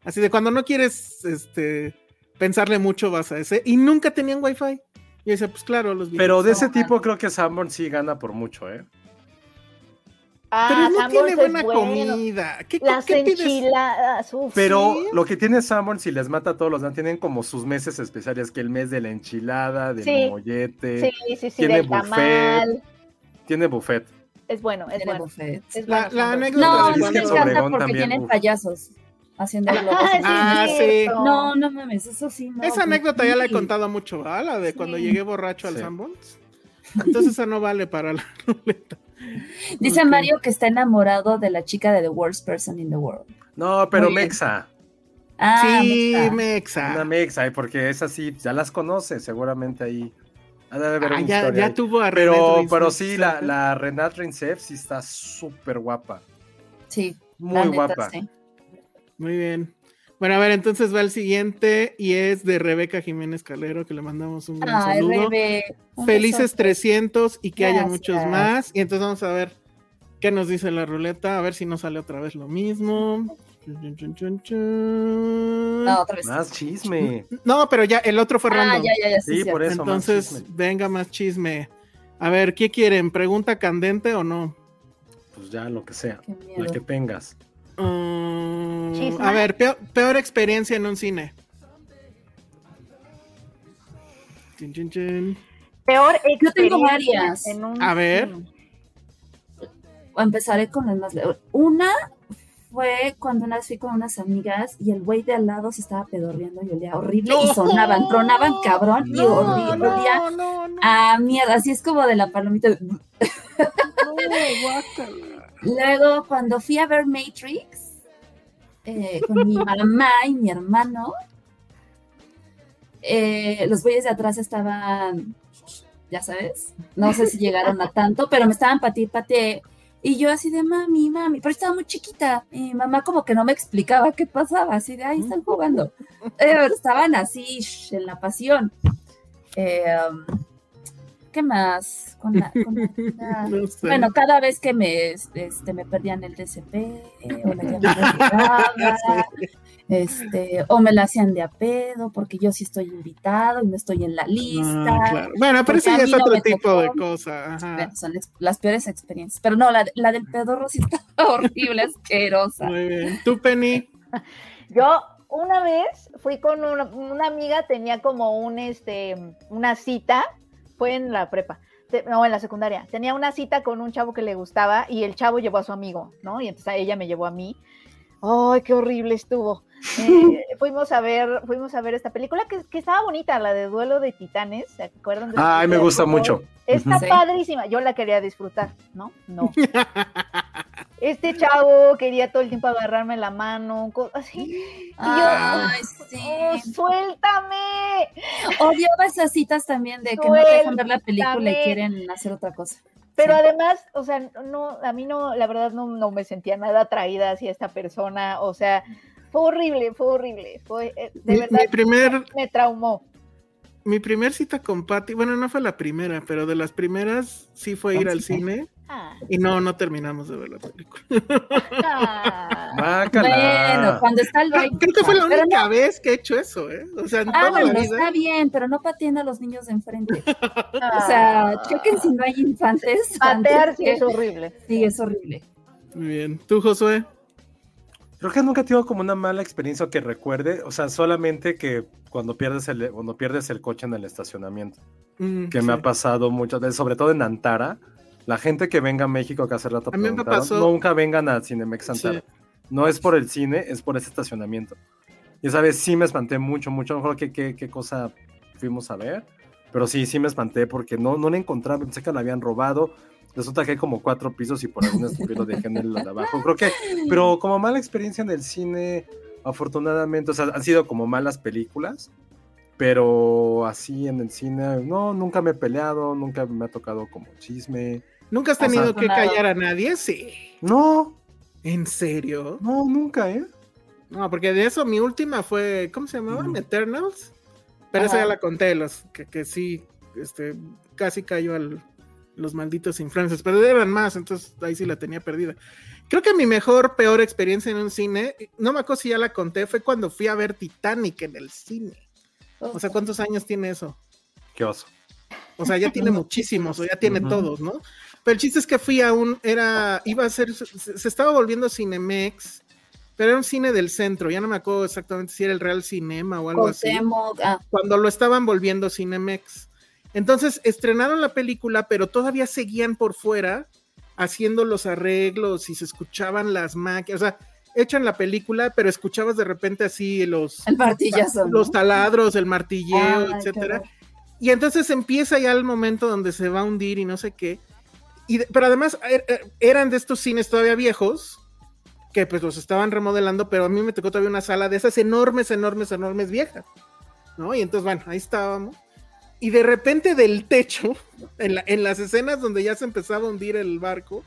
así de cuando no quieres este, pensarle mucho vas a ese. Y nunca tenían wifi. Yo decía, pues claro, los
Pero de
viejitos
ese
no.
tipo creo que Sanborn sí gana por mucho, ¿eh?
Ah,
Pero no
Sanborns
tiene
es
buena
Ah, bueno.
comida. ¿Qué,
Las
qué pides?
enchiladas, uf.
Pero
¿Sí?
lo que tiene Sanborn, si les mata a todos los dan, tienen como sus meses especiales, que el mes de la enchilada, del
Sí.
eh,
mollete,
sí, sí, sí,
tiene
del
buffet.
tamal.
tiene buffet.
Es bueno, es
Tiene
bueno.
buffet.
La-
es bueno,
la
Sanborns.
anécdota
No,
Las
no me
disques
encanta
Obregón
porque
también,
tienen
uf.
payasos haciendo globos. en
Ah, sí,
Ah,
es
sí.
cierto.
No, no mames, eso sí. No,
Esa anécdota ya la he
sí.
contado mucho, ¿verdad? La de cuando
Sí.
llegué borracho al
Sí.
Sanborns. Entonces esa no vale para la ruleta.
Dice
Ok.
Mario que está enamorado de la chica de The Worst Person in the World.
No, pero
Muy bien.
Mexa,
Ah,
sí,
mexa.
Mexa.
una Mexa, ¿eh? porque es así, ya las conoce, seguramente ahí. Ha de haber
Ah,
una
ya,
historia
ya
ahí.
tuvo a René
Pero,
Ruiz,
pero
¿no?
sí, la, la Renat Rinsev sí está súper guapa.
sí. la
Muy
neta,
guapa.
sí.
Muy bien. Bueno, a ver, entonces va el siguiente y es de Rebeca Jiménez Calero, que le mandamos un gran
Ay,
saludo.
Rebe. un
Felices
besote.
300 y que haya muchos
Gracias.
más. Y entonces vamos a ver qué nos dice la ruleta, a ver si no sale otra vez lo mismo. Chun, chun, chun, chun, chun.
No, otra vez.
Más chisme.
No, pero ya, el otro fue
Ah,
Ah, random.
ya, ya, ya.
Sí,
Sí,
por eso. más
entonces,
chisme.
venga más chisme. A ver, ¿qué quieren? ¿Pregunta candente o no?
Pues ya, lo que sea.
Qué
La
miedo.
que tengas.
Mm,
Chisme.
a ver, peor, peor experiencia en un cine. Chin, chin, chin.
Peor
Yo tengo
experiencia
varias.
en un
A ver.
cine.
Empezaré con el más leve. Una fue cuando una vez fui con unas amigas y el güey de al lado se estaba pedorreando y olía horrible y sonaban, tronaban cabrón y
No,
olía, olía
no, no, no.
a Ah, mierda, así es como de la palomita.
No, guácala.
Luego, cuando fui a ver Matrix eh, con mi mamá y mi hermano, eh, los güeyes de atrás estaban, ya sabes, no sé si llegaron a tanto, pero me estaban pati pati Y yo así de mami, mami, pero estaba muy chiquita. Mi mamá como que no me explicaba qué pasaba, así de ahí están jugando. Eh, pero estaban así, sh, en la pasión. Eh, um, ¿Qué más? Con la- con la- con la-
No sé. Ah,
bueno, cada vez que me, este, me perdían el DCP eh, o la llamada privada, este, o me la hacían de a pedo porque yo sí estoy invitado y no estoy en la lista.
Ah, claro. Bueno, pero eso
Porque a
ya
mí
es
no
otro
me
tipo
tocó.
de cosa. Ajá.
Bueno, Ah. son ex- las peores experiencias. Pero no, la, la del pedorro sí está horrible, asquerosa.
Muy bien. ¿Tú, Penny?
Yo una vez fui con una, una amiga, tenía como un este una cita, fue en la prepa, te- no, en la secundaria. Tenía una cita con un chavo que le gustaba y el chavo llevó a su amigo, ¿no? Y entonces ella me llevó a mí. ¡Ay, qué horrible estuvo! Eh, fuimos a ver, fuimos a ver esta película que, que estaba bonita, la de Duelo de Titanes, ¿se acuerdan? De esa
Ay, me
película de
gusta
fútbol?
mucho.
Está
Sí.
padrísima. Yo la quería disfrutar, ¿no? No. Este chavo quería todo el tiempo agarrarme la mano, co- así.
Ay,
¡Oh,
Ah, sí.
suéltame!
Odiaba esas citas también de que no te dejan ver la película y
Suéltame.
quieren hacer otra cosa.
Pero
Sí.
además, o sea, no, a mí no, la verdad no, no me sentía nada atraída hacia esta persona. O sea, fue horrible, fue horrible. Fue, eh, de
Mi,
verdad,
mi primer,
me traumó.
mi primer cita con Patty, bueno, no fue la primera, pero de las primeras sí fue ir al cine
Ah,
y no, no terminamos de ver la película.
ah.
Bueno,
Bácala.
cuando está el
Creo
baile.
creo que fue la
Pero
única vez que he hecho eso, ¿eh? O sea, en
Ah,
toda
bueno,
la
está
vida.
bien, pero no pateen a los niños de enfrente. O sea, chequen si no hay infantes.
Patear
antes
sí
que-
es horrible.
Ah. Sí, es horrible.
Muy bien. ¿Tú, Josué?
Creo que nunca he tenido como una mala experiencia que recuerde, o sea, solamente que cuando pierdes el, cuando pierdes el coche en el estacionamiento.
Mm,
que me
sí.
ha pasado muchas veces, sobre todo en Antara. La gente que venga a México, que hace rato
A mí me
preguntaron,
pasó-
nunca vengan a Cinemex Antara.
Sí.
No es por el cine, es por ese estacionamiento. Y esa vez sí me espanté mucho, mucho. Mejor que qué, qué cosa fuimos a ver. Pero sí, sí me espanté porque no, no la encontraba. Pensé que la habían robado. Resulta que hay como cuatro pisos y por algún estupidez lo dejé en el de abajo. Creo que, pero como mala experiencia en el cine, afortunadamente, o sea, han sido como malas películas, pero así en el cine, no, nunca me he peleado, nunca me ha tocado como chisme.
¿Nunca has
O sea,
tenido que
nada.
callar a nadie? Sí.
No,
¿En serio?
no, nunca, ¿eh?
No, porque de eso mi última fue, ¿cómo se llamaban?
Ujú.
Eternals. Pero esa
Ajá.
ya la conté, de los que, que sí, este, casi cayó al los malditos influencers, pero eran más, entonces ahí sí la tenía perdida. Creo que mi mejor, peor experiencia en un cine, no me acuerdo si ya la conté, fue cuando fui a ver Titanic en el cine. O sea, ¿cuántos años tiene eso?
Qué oso.
O sea, ya tiene muchísimos, o ya tiene
Ujú.
todos, ¿no? Pero el chiste es que fui a un, era, iba a ser, se, se estaba volviendo Cinemex, pero era un cine del centro, ya no me acuerdo exactamente si era el Real Cinema o algo así,
Cuauhtémoc, ah,
cuando lo estaban volviendo Cinemex. Entonces estrenaron la película, pero todavía seguían por fuera haciendo los arreglos y se escuchaban las máquinas, o sea, echan la película, pero escuchabas de repente así los,
el martillazo. ¿no?
los taladros, el martilleo,
Ay,
etcétera.
qué
Y entonces empieza ya el momento donde se va a hundir y no sé qué. Y de- pero además er- er- eran de estos cines todavía viejos que pues los estaban remodelando, pero a mí me tocó todavía una sala de esas enormes, enormes, enormes viejas, ¿no? Y entonces, bueno, ahí estábamos. Y de repente del techo, en, la- en las escenas donde ya se empezaba a hundir el barco,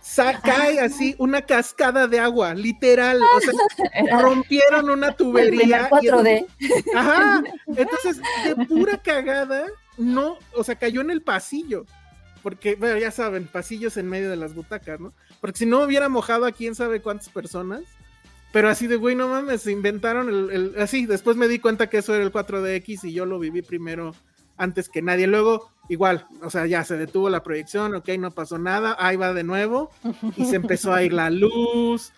sa- cae así una cascada de agua, literal. O sea,
horror. Era
rompieron una
el
tubería.
primer
y
4D.
Ajá. Entonces, de pura cagada, no, o sea, cayó en el pasillo. Porque, bueno, ya saben, pasillos en medio de las butacas, ¿no? Porque si no hubiera mojado a quién sabe cuántas personas. Pero así de, güey, no mames, se inventaron el, el- Así, después me di cuenta que eso era el 4DX y yo lo viví primero antes que nadie. Luego, igual, o sea, ya se detuvo la proyección, ok, no pasó nada, ahí va de nuevo. Y se empezó a ir la luz,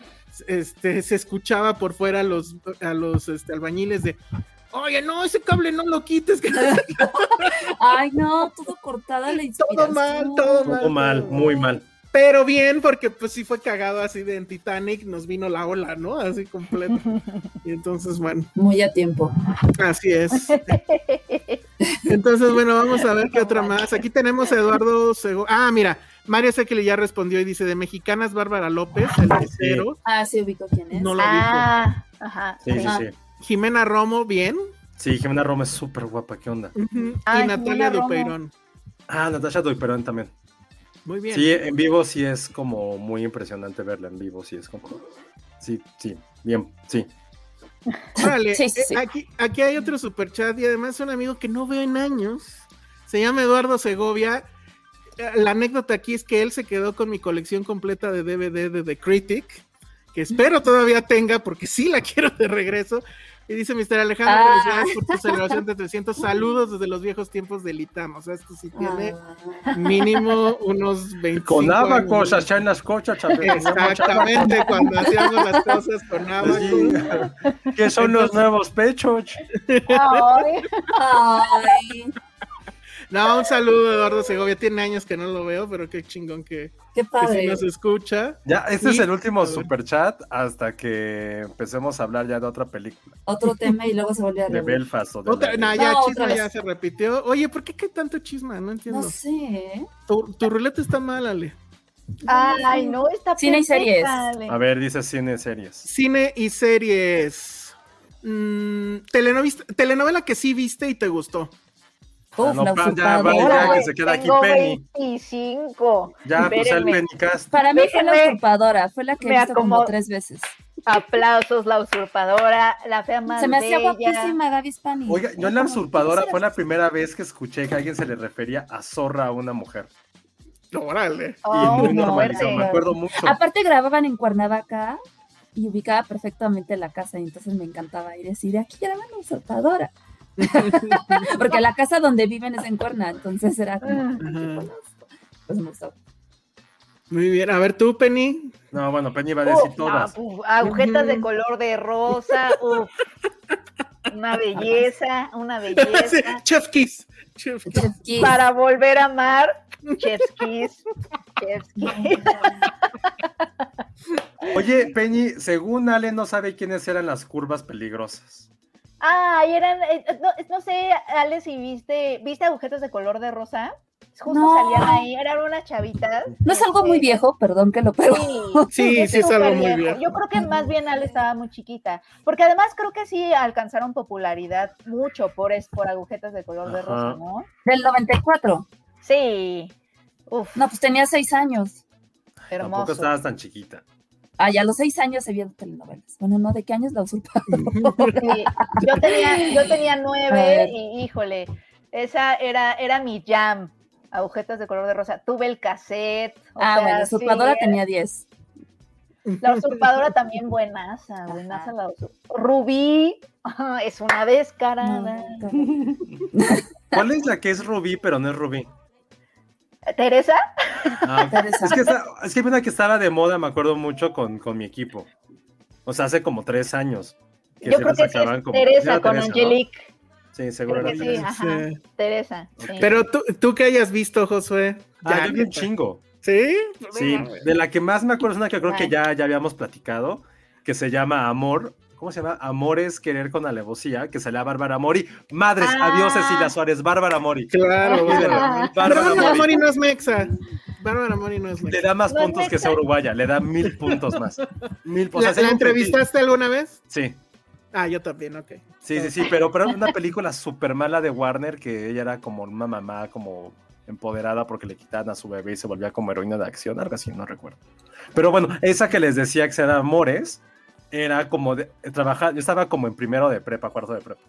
este, se escuchaba por fuera a los, a los este, albañiles de, Oye, no, ese cable no lo quites, que
Ay, no, todo cortada la
todo
inspiración.
mal, todo mal.
Todo mal, muy mal.
Pero bien, porque pues sí fue cagado así de en Titanic, nos vino la ola, ¿no? Así completo. Y entonces, bueno,
Muy a tiempo.
así es. Entonces, bueno, vamos a ver qué otra más. Aquí tenemos a Eduardo Sego. Ah, mira, Mario Sekeli ya respondió y dice de mexicanas Bárbara López, el tercero.
Ah, sí, ubico quién es.
No lo dijo.
Ah, ajá.
Sí, sí,
Ajá.
sí.
Jimena Romo, bien.
Sí, Jimena Roma es súper guapa, ¿qué onda?
Ujú.
Ay,
y Natalia
Jimena Romo.
Dupeirón.
Ah, Natasha Doy Perón también.
Muy bien.
Sí, en vivo sí es como muy impresionante verla en vivo, sí es como. Sí, sí, bien, sí.
Órale,
Sí, sí,
eh,
sí.
Aquí, aquí hay otro superchat y además un amigo que no veo en años. Se llama Eduardo Segovia. Eh, La anécdota aquí es que él se quedó con mi colección completa de DVD de The Critic, que espero todavía tenga porque sí la quiero de regreso. Y dice Mr. Alejandro,
Ah.
felicidades por tu celebración de 300 saludos desde los viejos tiempos del ITAM. O sea, esto sí tiene
Ah,
mínimo unos 25
Con
años.
abacos, allá en las cochas, chaval.
Exactamente, cuando hacíamos las cosas con Abaco.
¿Qué son los
Entonces-
nuevos pechos?
Ay,
Ay,
No, un saludo Eduardo Segovia. Tiene años que no lo veo, pero qué chingón que,
qué
que
padre.
sí nos escucha.
Ya, este es
Sí.
el último
A ver.
superchat hasta que empecemos a hablar ya de otra película,
Otro tema y luego se volvió a
de
reír.
Belfast o de
Otra,
la-
no, ya
No,
chisma
otra
ya
vez.
se repitió. Oye, ¿por qué qué tanto chisma? No entiendo.
No sé. ¿eh?
Tu, tu ruleta está mal, Ale.
ay, no, está
Cine y series.
perfecta, Ale.
A ver, dice cine series.
Cine y series. Mm, telenovista- telenovela que sí viste y te gustó.
Uf,
Ah, no,
la
pa- ya,
usurpadora.
vale, ya,
Ahora,
que se queda aquí
tengo
Penny.
25.
Ya, pues el
Espérenme.
Penicast.
Para mí fue la
Déjenme-
usurpadora, fue la que he
me
visto como
acomodo.
tres veces.
Aplausos, la usurpadora, la fea más
Se me hacía
bella.
guapísima Gaby Spani. ¿eh?
Oiga, yo en la usurpadora fue la primera vez que escuché que alguien se le refería a zorra a una mujer.
Órale.
Oh,
y muy
no,
normalizado,
fuerte.
me acuerdo mucho.
Aparte grababan en Cuernavaca y ubicaba perfectamente la casa y entonces me encantaba ir así de aquí graban la usurpadora. Porque la casa donde viven es en Cuerna, entonces era como,
Mm.
Ajá.
pues me gustaba.
Muy bien. A ver, tú, Penny.
No, bueno, Penny va a decir
Uf,
todas.
no, Uh, ah, uf, agujetas de
Ujú.
color de rosa, uf. una belleza, una
Sí,
belleza.
Chef Kiss. Chef Kiss.
Chef Kiss.
Para volver a amar, chef's kiss, chef's kiss. pues.
Oye, Penny, según Ale no sabe quiénes eran las curvas peligrosas.
Ay, eran, eh, eh, no, no sé, Ale, si viste, ¿viste agujetas de color de rosa? Justo
No.
salían ahí, eran unas chavitas.
No es algo muy
este,
viejo, perdón que lo pego.
Sí, sí es algo
súper
muy
viejo. Yo creo que más bien Ale estaba muy chiquita, porque además creo que sí alcanzaron popularidad mucho por, es, por agujetas de color de rosa,
Ajá.
¿no?
Del 94.
Sí. Uf,
No, pues tenía seis años.
hermoso.
Tampoco estabas tan chiquita.
Ay, a los seis años se vieron telenovelas. Bueno, no, ¿de qué años la usurpadora?
Sí, Yo tenía, yo tenía nueve
ver.
y híjole, esa era, era mi jam. Agujetas de color de rosa. Tuve el cassette. o
Ah,
sea,
bueno, la
sí,
usurpadora
era-
tenía diez.
La usurpadora también buenaza, buenaza la usur- Rubí es una
No,
descarada.
no, no.
¿Cuál es la que es Rubí, pero no es Rubí?
¿Teresa?
Ah, ok.
Teresa.
es, que esa- es que había una que estaba de moda, me acuerdo mucho, con, con mi equipo. O sea, hace como tres años.
Yo creo
las
que sí
sacaban
es
como-
Teresa
era
con
Teresa, ¿no?
Angelique.
Sí, seguro
Creo
era
que sí,
Teresa.
ajá.
Sí.
Teresa. sí.
Pero tú, tú que hayas visto, Josué.
Ah,
Ya,
yo bien chingo.
¿Sí?
Sí, de la que más me acuerdo es una que creo que
Ay.
ya, ya habíamos platicado, que se llama Amor. ¿Cómo se llama? Amor es querer con alevosía, que salía Bárbara Mori. Madres,
Ah.
adiós Cecilia Suárez, Bárbara Mori.
Claro, bueno.
Olvídalo,
Bárbara,
Bárbara Mori
Mori no es mexa. Bárbara Mori no es
le
mexa.
da más
No es
puntos que
neta.
sea uruguaya, le da mil puntos más. Mil, o sea,
¿La,
sería
la
un perfil.
entrevistaste alguna vez?
Sí,
Ah, yo también, ok.
sí, sí, sí, pero, pero era una película súper mala de Warner que ella era como una mamá como empoderada porque le quitaban a su bebé y se volvía como heroína de acción, algo así, no recuerdo. Pero bueno, esa que les decía que era Amores, era como de trabajar, yo estaba como en primero de prepa, cuarto de prepa.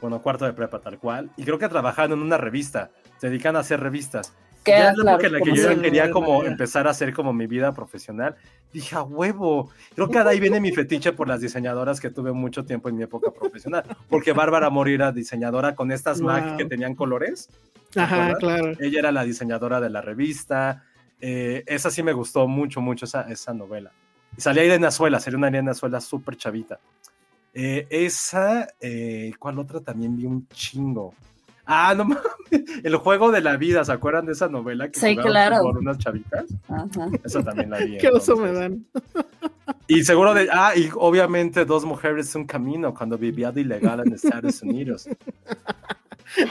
Bueno, cuarto de prepa tal cual, y creo que trabajaban en una revista, se dedican a hacer revistas.
Que
ya
era,
es la época en la
claro,
que yo
como
ya
se-
quería como
María.
empezar a hacer como mi vida profesional. Dije, a huevo. Creo que de ahí viene mi fetiche por las diseñadoras que tuve mucho tiempo en mi época profesional. Porque Bárbara Mori era diseñadora con estas Mac
Wow.
que tenían colores.
Ajá,
acuerdas?
claro.
Ella era la diseñadora de la revista. Eh, esa sí me gustó mucho, mucho esa, esa novela. Y salía Irene Azuela, sería una Irene Azuela súper chavita. Eh, esa, eh, ¿cuál otra también vi un chingo? Ah, no mames. El juego de la vida, ¿se acuerdan de esa novela que
Sí,
jugaban
claro.
por unas chavitas?
Ajá.
Esa también la vi.
Qué oso me
entonces.
dan.
Y seguro de. Ah, y obviamente dos mujeres un camino cuando vivía de ilegal en Estados Unidos.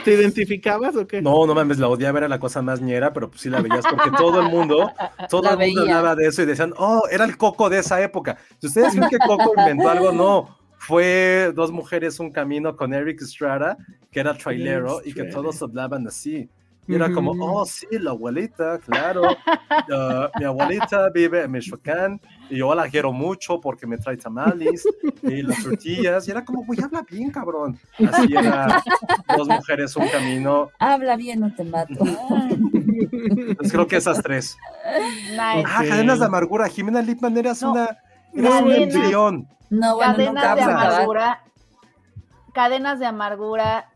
¿Te identificabas o qué?
No, no mames, la odiaba, era la cosa más ñera, pero pues sí la veías porque todo el mundo, todo
La
el mundo
veía.
hablaba de eso y decían, oh, era el coco de esa época. Si ustedes creen que Coco inventó algo, no. Fue Dos Mujeres, un Camino con Eric Estrada, que era trailero y que
Estrada.
todos hablaban así. Y era como,
Ujú.
oh, sí, la abuelita, claro. Ah, mi abuelita vive en Michoacán y yo la quiero mucho porque me trae tamales y las tortillas. Y era como, güey, habla bien, cabrón. Así era Dos Mujeres, un Camino.
Habla bien, no te mato.
Pues creo que esas tres.
Nice.
Ah,
Sí.
Cadenas de Amargura. Jimena Lipman eras
No.
una. Eras un
Cadenas.
embrión.
No, bueno, nunca
Cadenas de
habla.
vamos a acabar.
amargura. Cadenas de amargura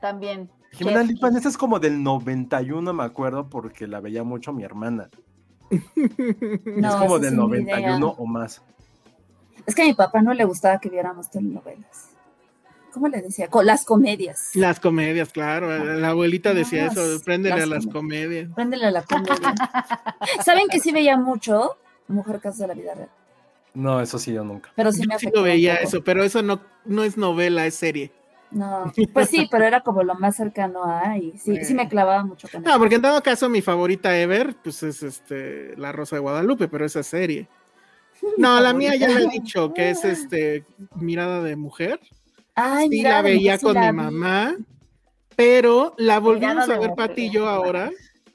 también.
Jimena
Chef.
Lipman, esa es como del 91, me acuerdo, porque la veía mucho mi hermana.
No,
es como
esa
del
es mi
91
idea.
o más.
Es que a mi papá no le gustaba que viéramos telenovelas. ¿Cómo le decía? Co- las comedias.
Las comedias, claro.
Ah.
La abuelita decía
Las-
eso, préndele
las
a las comedias.
Préndele a la comedia. ¿Saben que sí veía mucho? Mujer Casos de la Vida Real.
No, eso sí, yo nunca.
Pero sí
Yo
me
sí
afectó.
lo
un
veía
poco.
eso, pero eso no, no es novela, es serie.
No, pues sí, pero era como lo más cercano a. Y sí, sí me clavaba mucho con
No,
eso.
porque en todo caso mi favorita ever, pues es este La Rosa de Guadalupe, pero esa serie. No, la mía ya la he dicho, que es este Mirada de Mujer.
Ay,
Sí,
mira,
la
de
veía
mujer sí
con
la
mi
vi.
mamá, pero la volvimos
de
a ver
mujer.
Pati y yo ahora,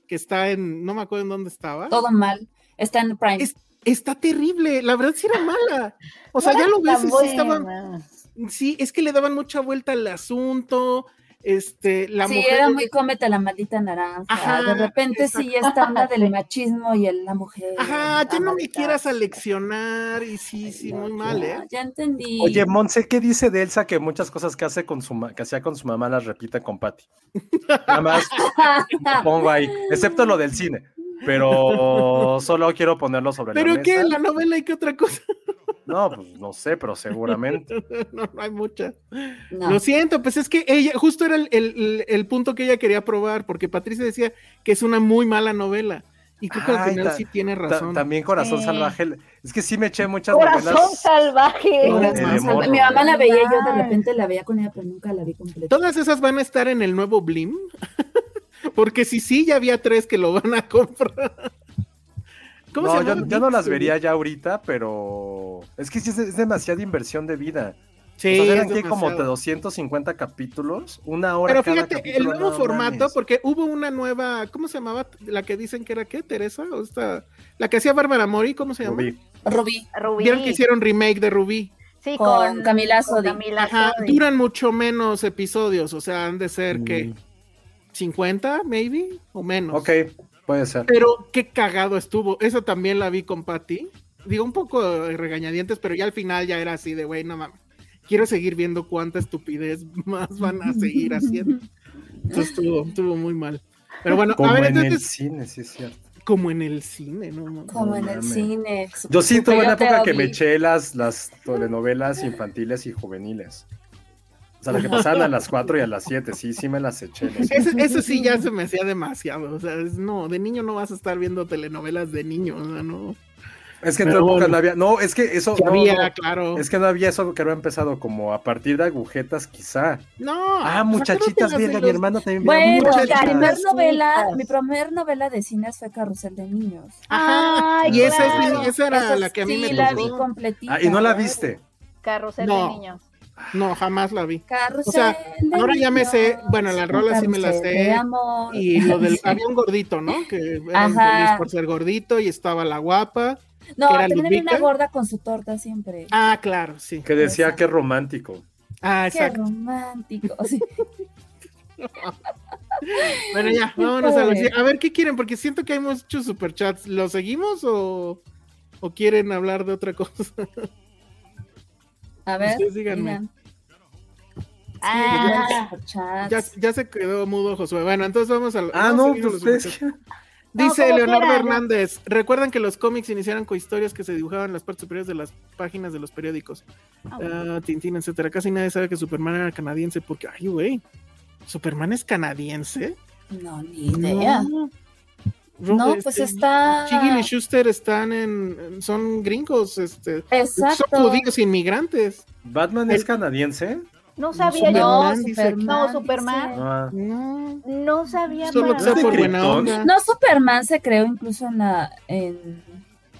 que está en, no me acuerdo en dónde estaba.
Todo mal. Está en Prime.
Es- Está terrible, la verdad sí era mala. O sea, ya lo ves, y
Tan
sí estaba
buena.
Sí, es que le daban mucha vuelta al asunto. Este, la
sí,
mujer.
era muy cómete la maldita naranja.
Ajá,
de repente sí, esta onda del machismo y el, la mujer.
Ajá, ya no me
amargada.
quieras aleccionar. Y sí, sí,
No,
muy
ya,
mal, ¿eh?
Ya entendí.
Oye, Monse, ¿qué dice de Elsa que muchas cosas que hace con su ma- que hacía con su mamá las repite con Patty? Nada más pongo ahí, excepto lo del cine. Pero solo quiero ponerlo sobre la
Pero
mesa.
qué, la novela y qué otra cosa.
No, pues no sé, pero seguramente.
no, no hay mucha.
No.
Lo siento, pues es que ella, justo era el, el- el- el punto que ella quería probar, porque Patricia decía que es una muy mala novela. Y creo que al
Ay,
final
Ah, ta-
sí tiene
Ta-
razón.
también Corazón
Sí.
Salvaje. Es que sí me eché muchas
Corazón
novelas.
salvaje.
No,
Ahora
de
sí, o sea,
morro.
mi mamá la veía, yo de
Ay.
repente la veía con ella, pero nunca la vi completa.
Todas esas van a estar en el nuevo Blim. porque si sí, ya había tres que lo van a comprar. ¿Cómo
No,
se
yo,
llama?
yo no las
Dixie.
vería ya ahorita, pero es que sí es, es demasiada inversión de vida.
Sí,
o sea, eran
es
que como
demasiado.
250 capítulos, una hora.
Pero
cada
fíjate, el
capítulo,
nuevo
no
formato,
mames.
porque hubo una nueva, ¿cómo se llamaba? La que dicen que era qué, Teresa, o esta, la que hacía Bárbara Mori, ¿cómo se llama?
Rubí.
Rubí,
Rubí.
Vieron que hicieron remake de Rubí.
Sí,
con
con
Camila
con
Sodi.
Camila
Ajá,
Sodi.
duran mucho menos episodios, o sea, han de ser que 50, maybe, o menos.
Mm. Ok, puede ser.
Pero qué cagado estuvo. Eso también la vi con Patty. Digo, un poco eh, regañadientes, pero ya al final ya era así de, güey, no mames. Quiero seguir viendo cuánta estupidez más van a seguir haciendo. Entonces estuvo, estuvo muy mal. Pero bueno,
Como
a ver,
en el
entonces,
cine, sí es cierto.
como en el cine, ¿no? mames.
como en el
mames.
cine.
Yo sí tuve una
Coyote
época que me
Ugly.
eché las, las telenovelas infantiles y juveniles. O sea, las que pasaban a las 4 y a las 7, sí, sí me las eché. las-
Eso, eso sí ya se me hacía demasiado. O sea, es- no, de niño no vas a estar viendo telenovelas de niño. O sea, no.
Es que en tu
Pero
época
bueno.
no había. No, es que eso.
Que
no,
había,
no,
claro.
Es que no había eso que había empezado como a partir de agujetas, quizá.
No.
Ah, muchachitas,
acuérdate las de
verga, mi
los-
hermana también veía
Bueno,
muchachitas.
la primer
Muchachitas.
novela, mi primer novela de cines fue Carrusel de Niños.
Ajá.
Ay,
y esa, es mi-
claro.
esa era
Esa
la que a mí
sí
me
la vi
tocó.
completita.
Ah, y no la
¿no?
viste.
Carrusel
No.
de niños.
No, jamás la vi.
Carrusel
O sea,
eh, de
ahora ya me sé-
niños,
bueno, la rola sí me la
carrusel
sé,
de amor.
Y lo del había un gordito, ¿no? Que era
Ajá.
feliz por ser gordito y estaba la guapa.
No,
que era
también había una
Lupita.
gorda con su torta siempre.
Ah, claro, sí.
Que decía
Esa.
que romántico.
Ah,
Qué
exacto.
romántico. Sí.
Bueno, ya, vámonos a
padre.
los. A ver, ¿qué quieren? Porque siento que hay muchos superchats. ¿Los seguimos o, o quieren hablar de otra cosa?
A ver,
Ustedes díganme.
digan.
Ah.
Digan superchats.
Ya, ya se quedó mudo Josué. Bueno, entonces vamos a.
Ah,
vamos a
no,
seguir
pues
los
ustedes.
superchats. Dice
como
Leonardo
quieran.
Hernández, recuerdan que los cómics iniciaron con historias que se dibujaban en las partes superiores de las páginas de los periódicos.
Ah,
Ah, Tintín, etcétera. Casi nadie sabe que Superman era canadiense porque, ay, güey. ¿Superman es canadiense?
No, ni idea.
No.
No, pues está-
Chigil este, y Schuster están en. Son gringos, este.
Exacto.
Son judíos inmigrantes.
¿Batman es canadiense?
No sabía yo.
No,
Superman, dice aquí.
Superman.
No, Superman.
dice.
Ah,
No.
No sabía
Solo que
más.
sea
¿Es de
por buena
Krypton?
onda.
No, Superman se creó incluso en la. En,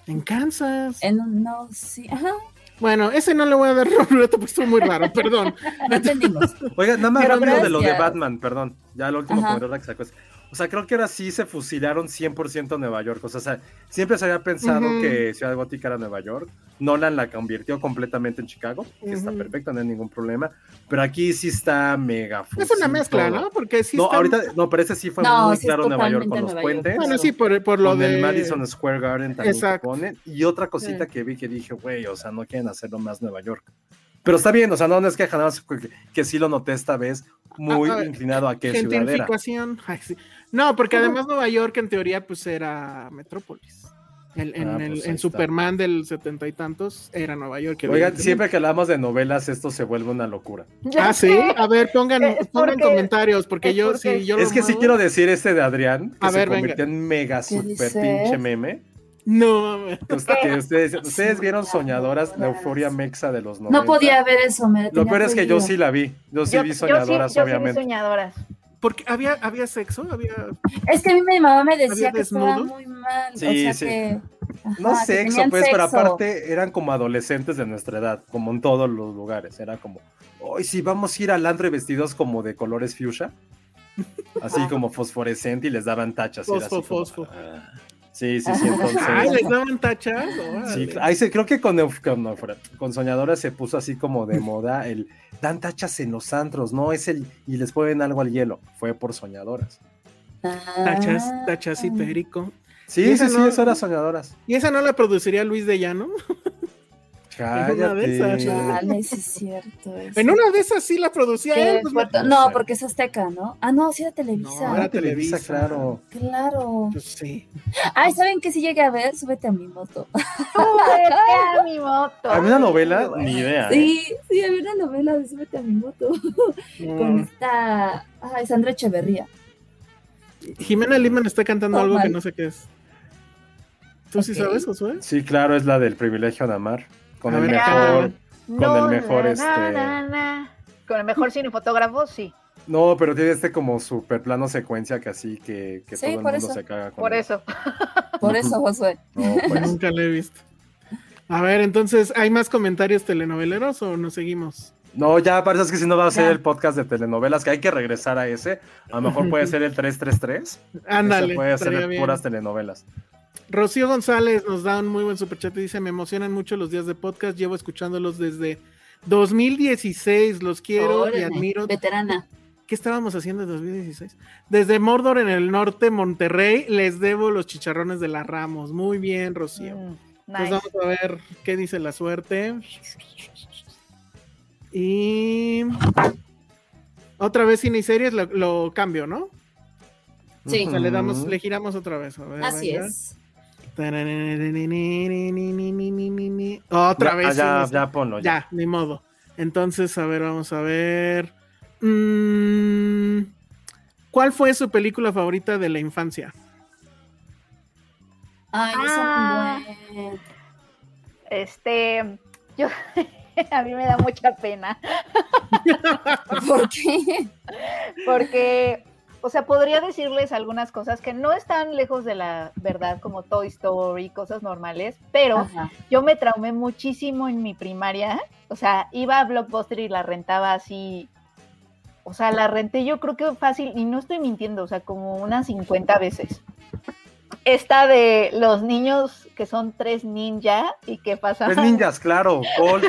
En Kansas.
en un. No, sí. Ajá,
Bueno, ese no le voy a dar ruleta porque estuvo muy raro, perdón.
no entendimos.
Oiga, nada más
Pero
rápido de lo de
gracias.
Batman, perdón. Ya lo último
Ajá.
comentario que sacó es- O sea, creo que ahora sí se fusilaron 100% Nueva York. O sea, siempre se había pensado
Ujú.
que Ciudad Gótica era Nueva York. Nolan la convirtió completamente en Chicago, que está
Ujú.
perfecta, no hay ningún problema. Pero aquí sí está mega
Es
fusión.
una mezcla, ¿no? Porque sí.
no,
están-
ahorita, no, pero ese sí fue
No,
muy
sí es
claro Nueva York
totalmente
con los
Nueva York.
puentes.
Bueno, sí, por, por lo
con
de.
el Madison Square Garden también que
Exacto.
ponen. Y otra cosita
Sí.
que vi que dije, güey, o sea, no quieren hacerlo más Nueva York. Pero está bien, o sea, no, no es queja, nada más que jamás, que, sí lo noté esta vez, muy
Ah, ah,
inclinado a que es ciudadera.
Gentrificación. Ay, sí. No, porque además Nueva York en teoría pues era metrópolis. El- en
Ah,
el-
pues ahí
en
está.
Superman del setenta y tantos era Nueva York.
Oigan, siempre que hablamos de novelas, esto se vuelve una locura.
Ah, sí. A ver, pongan,
Es
pongan
porque-
comentarios porque
es
yo
porque-
sí. Yo
es
lo
que sí
muevo.
quiero decir este de Adrián, que
A
se
ver, venga.
convirtió en mega super
dices?
pinche meme.
No, mames.
Que usted- que ustedes, ustedes vieron Soñadoras, la euforia mexa de los 90.
No podía ver eso, me lo
Lo
tenía
peor es que yo
prohibido.
sí la vi. Yo sí
Yo-
vi
yo
Soñadoras,
yo sí vi
obviamente.
soñadoras.
porque había, había sexo, había.
Es que a mí mi mamá me decía
¿Había
que estaba
desnudos?
muy mal.
Sí,
o sea
sí.
que. ajá,
No
que
sexo,
Ah, tenían
pues, pero
sexo.
aparte eran como adolescentes de nuestra edad, como en todos los lugares. Era como, hoy sí, vamos a ir al antro y vestidos como de colores fuchsia, así como fosforescente y les daban tachas. y era así
Fosfo,
como,
fosfo.
"Ah". Sí, sí, sí, entonces.
Ay, les daban tachas.
Sí,
órale.
ahí se, creo que con, Euf- con, no, fuera, con Soñadora se puso así como de moda el dan tachas en los antros, no es el y les ponen algo al hielo. Fue por Soñadoras.
Ah.
Tachas, tachas y perico. Y
Sí,
esa
sí, sí,
no-
eso era Soñadoras.
¿Y esa no la produciría Luis de Llano? una de esas,
Cállate.
Chale, sí es cierto. eso.
En una de esas sí la producía
Qué
él. pues,
fuerte.
no
No,
sé.
porque es Azteca, ¿no? Ah, no, sí era Televisa.
No,
Ahora Televisa,
Televisa.
claro.
Claro.
pues, sí.
Ay, ¿saben qué? Si llegué a ver, súbete a mi moto.
Súbete a mi moto.
¿Había una novela? Ni idea. ¿eh?
Sí, sí, había una novela de súbete a mi moto. Con esta. Ay, Sandra Echeverría.
Jimena Liman está cantando
Oh,
algo que
mal.
no sé qué es. ¿Tú sí
Ok.
sabes, Josué?
¿eh? Sí, claro, es la del privilegio de amar. Con
A
el
ver,
mejor.
acá.
Con el mejor, este-
na. Con el mejor cinefotógrafo, sí.
No, pero tiene este como super plano secuencia que así que, que
Sí,
todo el
por
mundo
eso.
se caga con
Por
él.
eso.
Por eso, Josué.
No, pues.
Nunca la he visto. A ver, entonces, ¿hay más comentarios telenoveleros o nos seguimos?
No, ya parece que si no va a ser
Ya.
el podcast de telenovelas, que hay que regresar a ese. A lo mejor puede ser el 333.
Ándale.
Ese puede
estaría
ser de
bien.
puras telenovelas.
Rocío González nos da un muy buen superchat y dice, me emocionan mucho los días de podcast, llevo escuchándolos desde 2016, los quiero y
Órale,
admiro.
Veterana.
¿Qué estábamos haciendo en 2016? Desde Mordor en el norte, Monterrey, les debo los chicharrones de la Ramos. Muy bien, Rocío.
Mm,
Pues
nice.
vamos a ver qué dice la suerte. Y otra vez cine y series lo, lo cambio, ¿no?
Sí.
O sea, le damos, le giramos otra vez. a ver,
Así
venga.
es.
Otra vez.
Ya, ya,
cine-
ya ponlo. Ya.
ya, ni modo. Entonces, a ver, vamos a ver. Mm, ¿Cuál fue su película favorita de la infancia?
Ay,
Ah.
eso es muy
Este, yo, a mí me da mucha pena
¿Por qué?
porque, o sea, podría decirles algunas cosas que no están lejos de la verdad, como Toy Story, cosas normales, pero
Ajá.
yo me traumé muchísimo en mi primaria. O sea, iba a Blockbuster y la rentaba así. O sea, la renté yo creo que fácil, y no estoy mintiendo, o sea, como unas 50 veces. Esta de los niños que son tres ninja y que pasan.
Tres ninjas, claro. Col,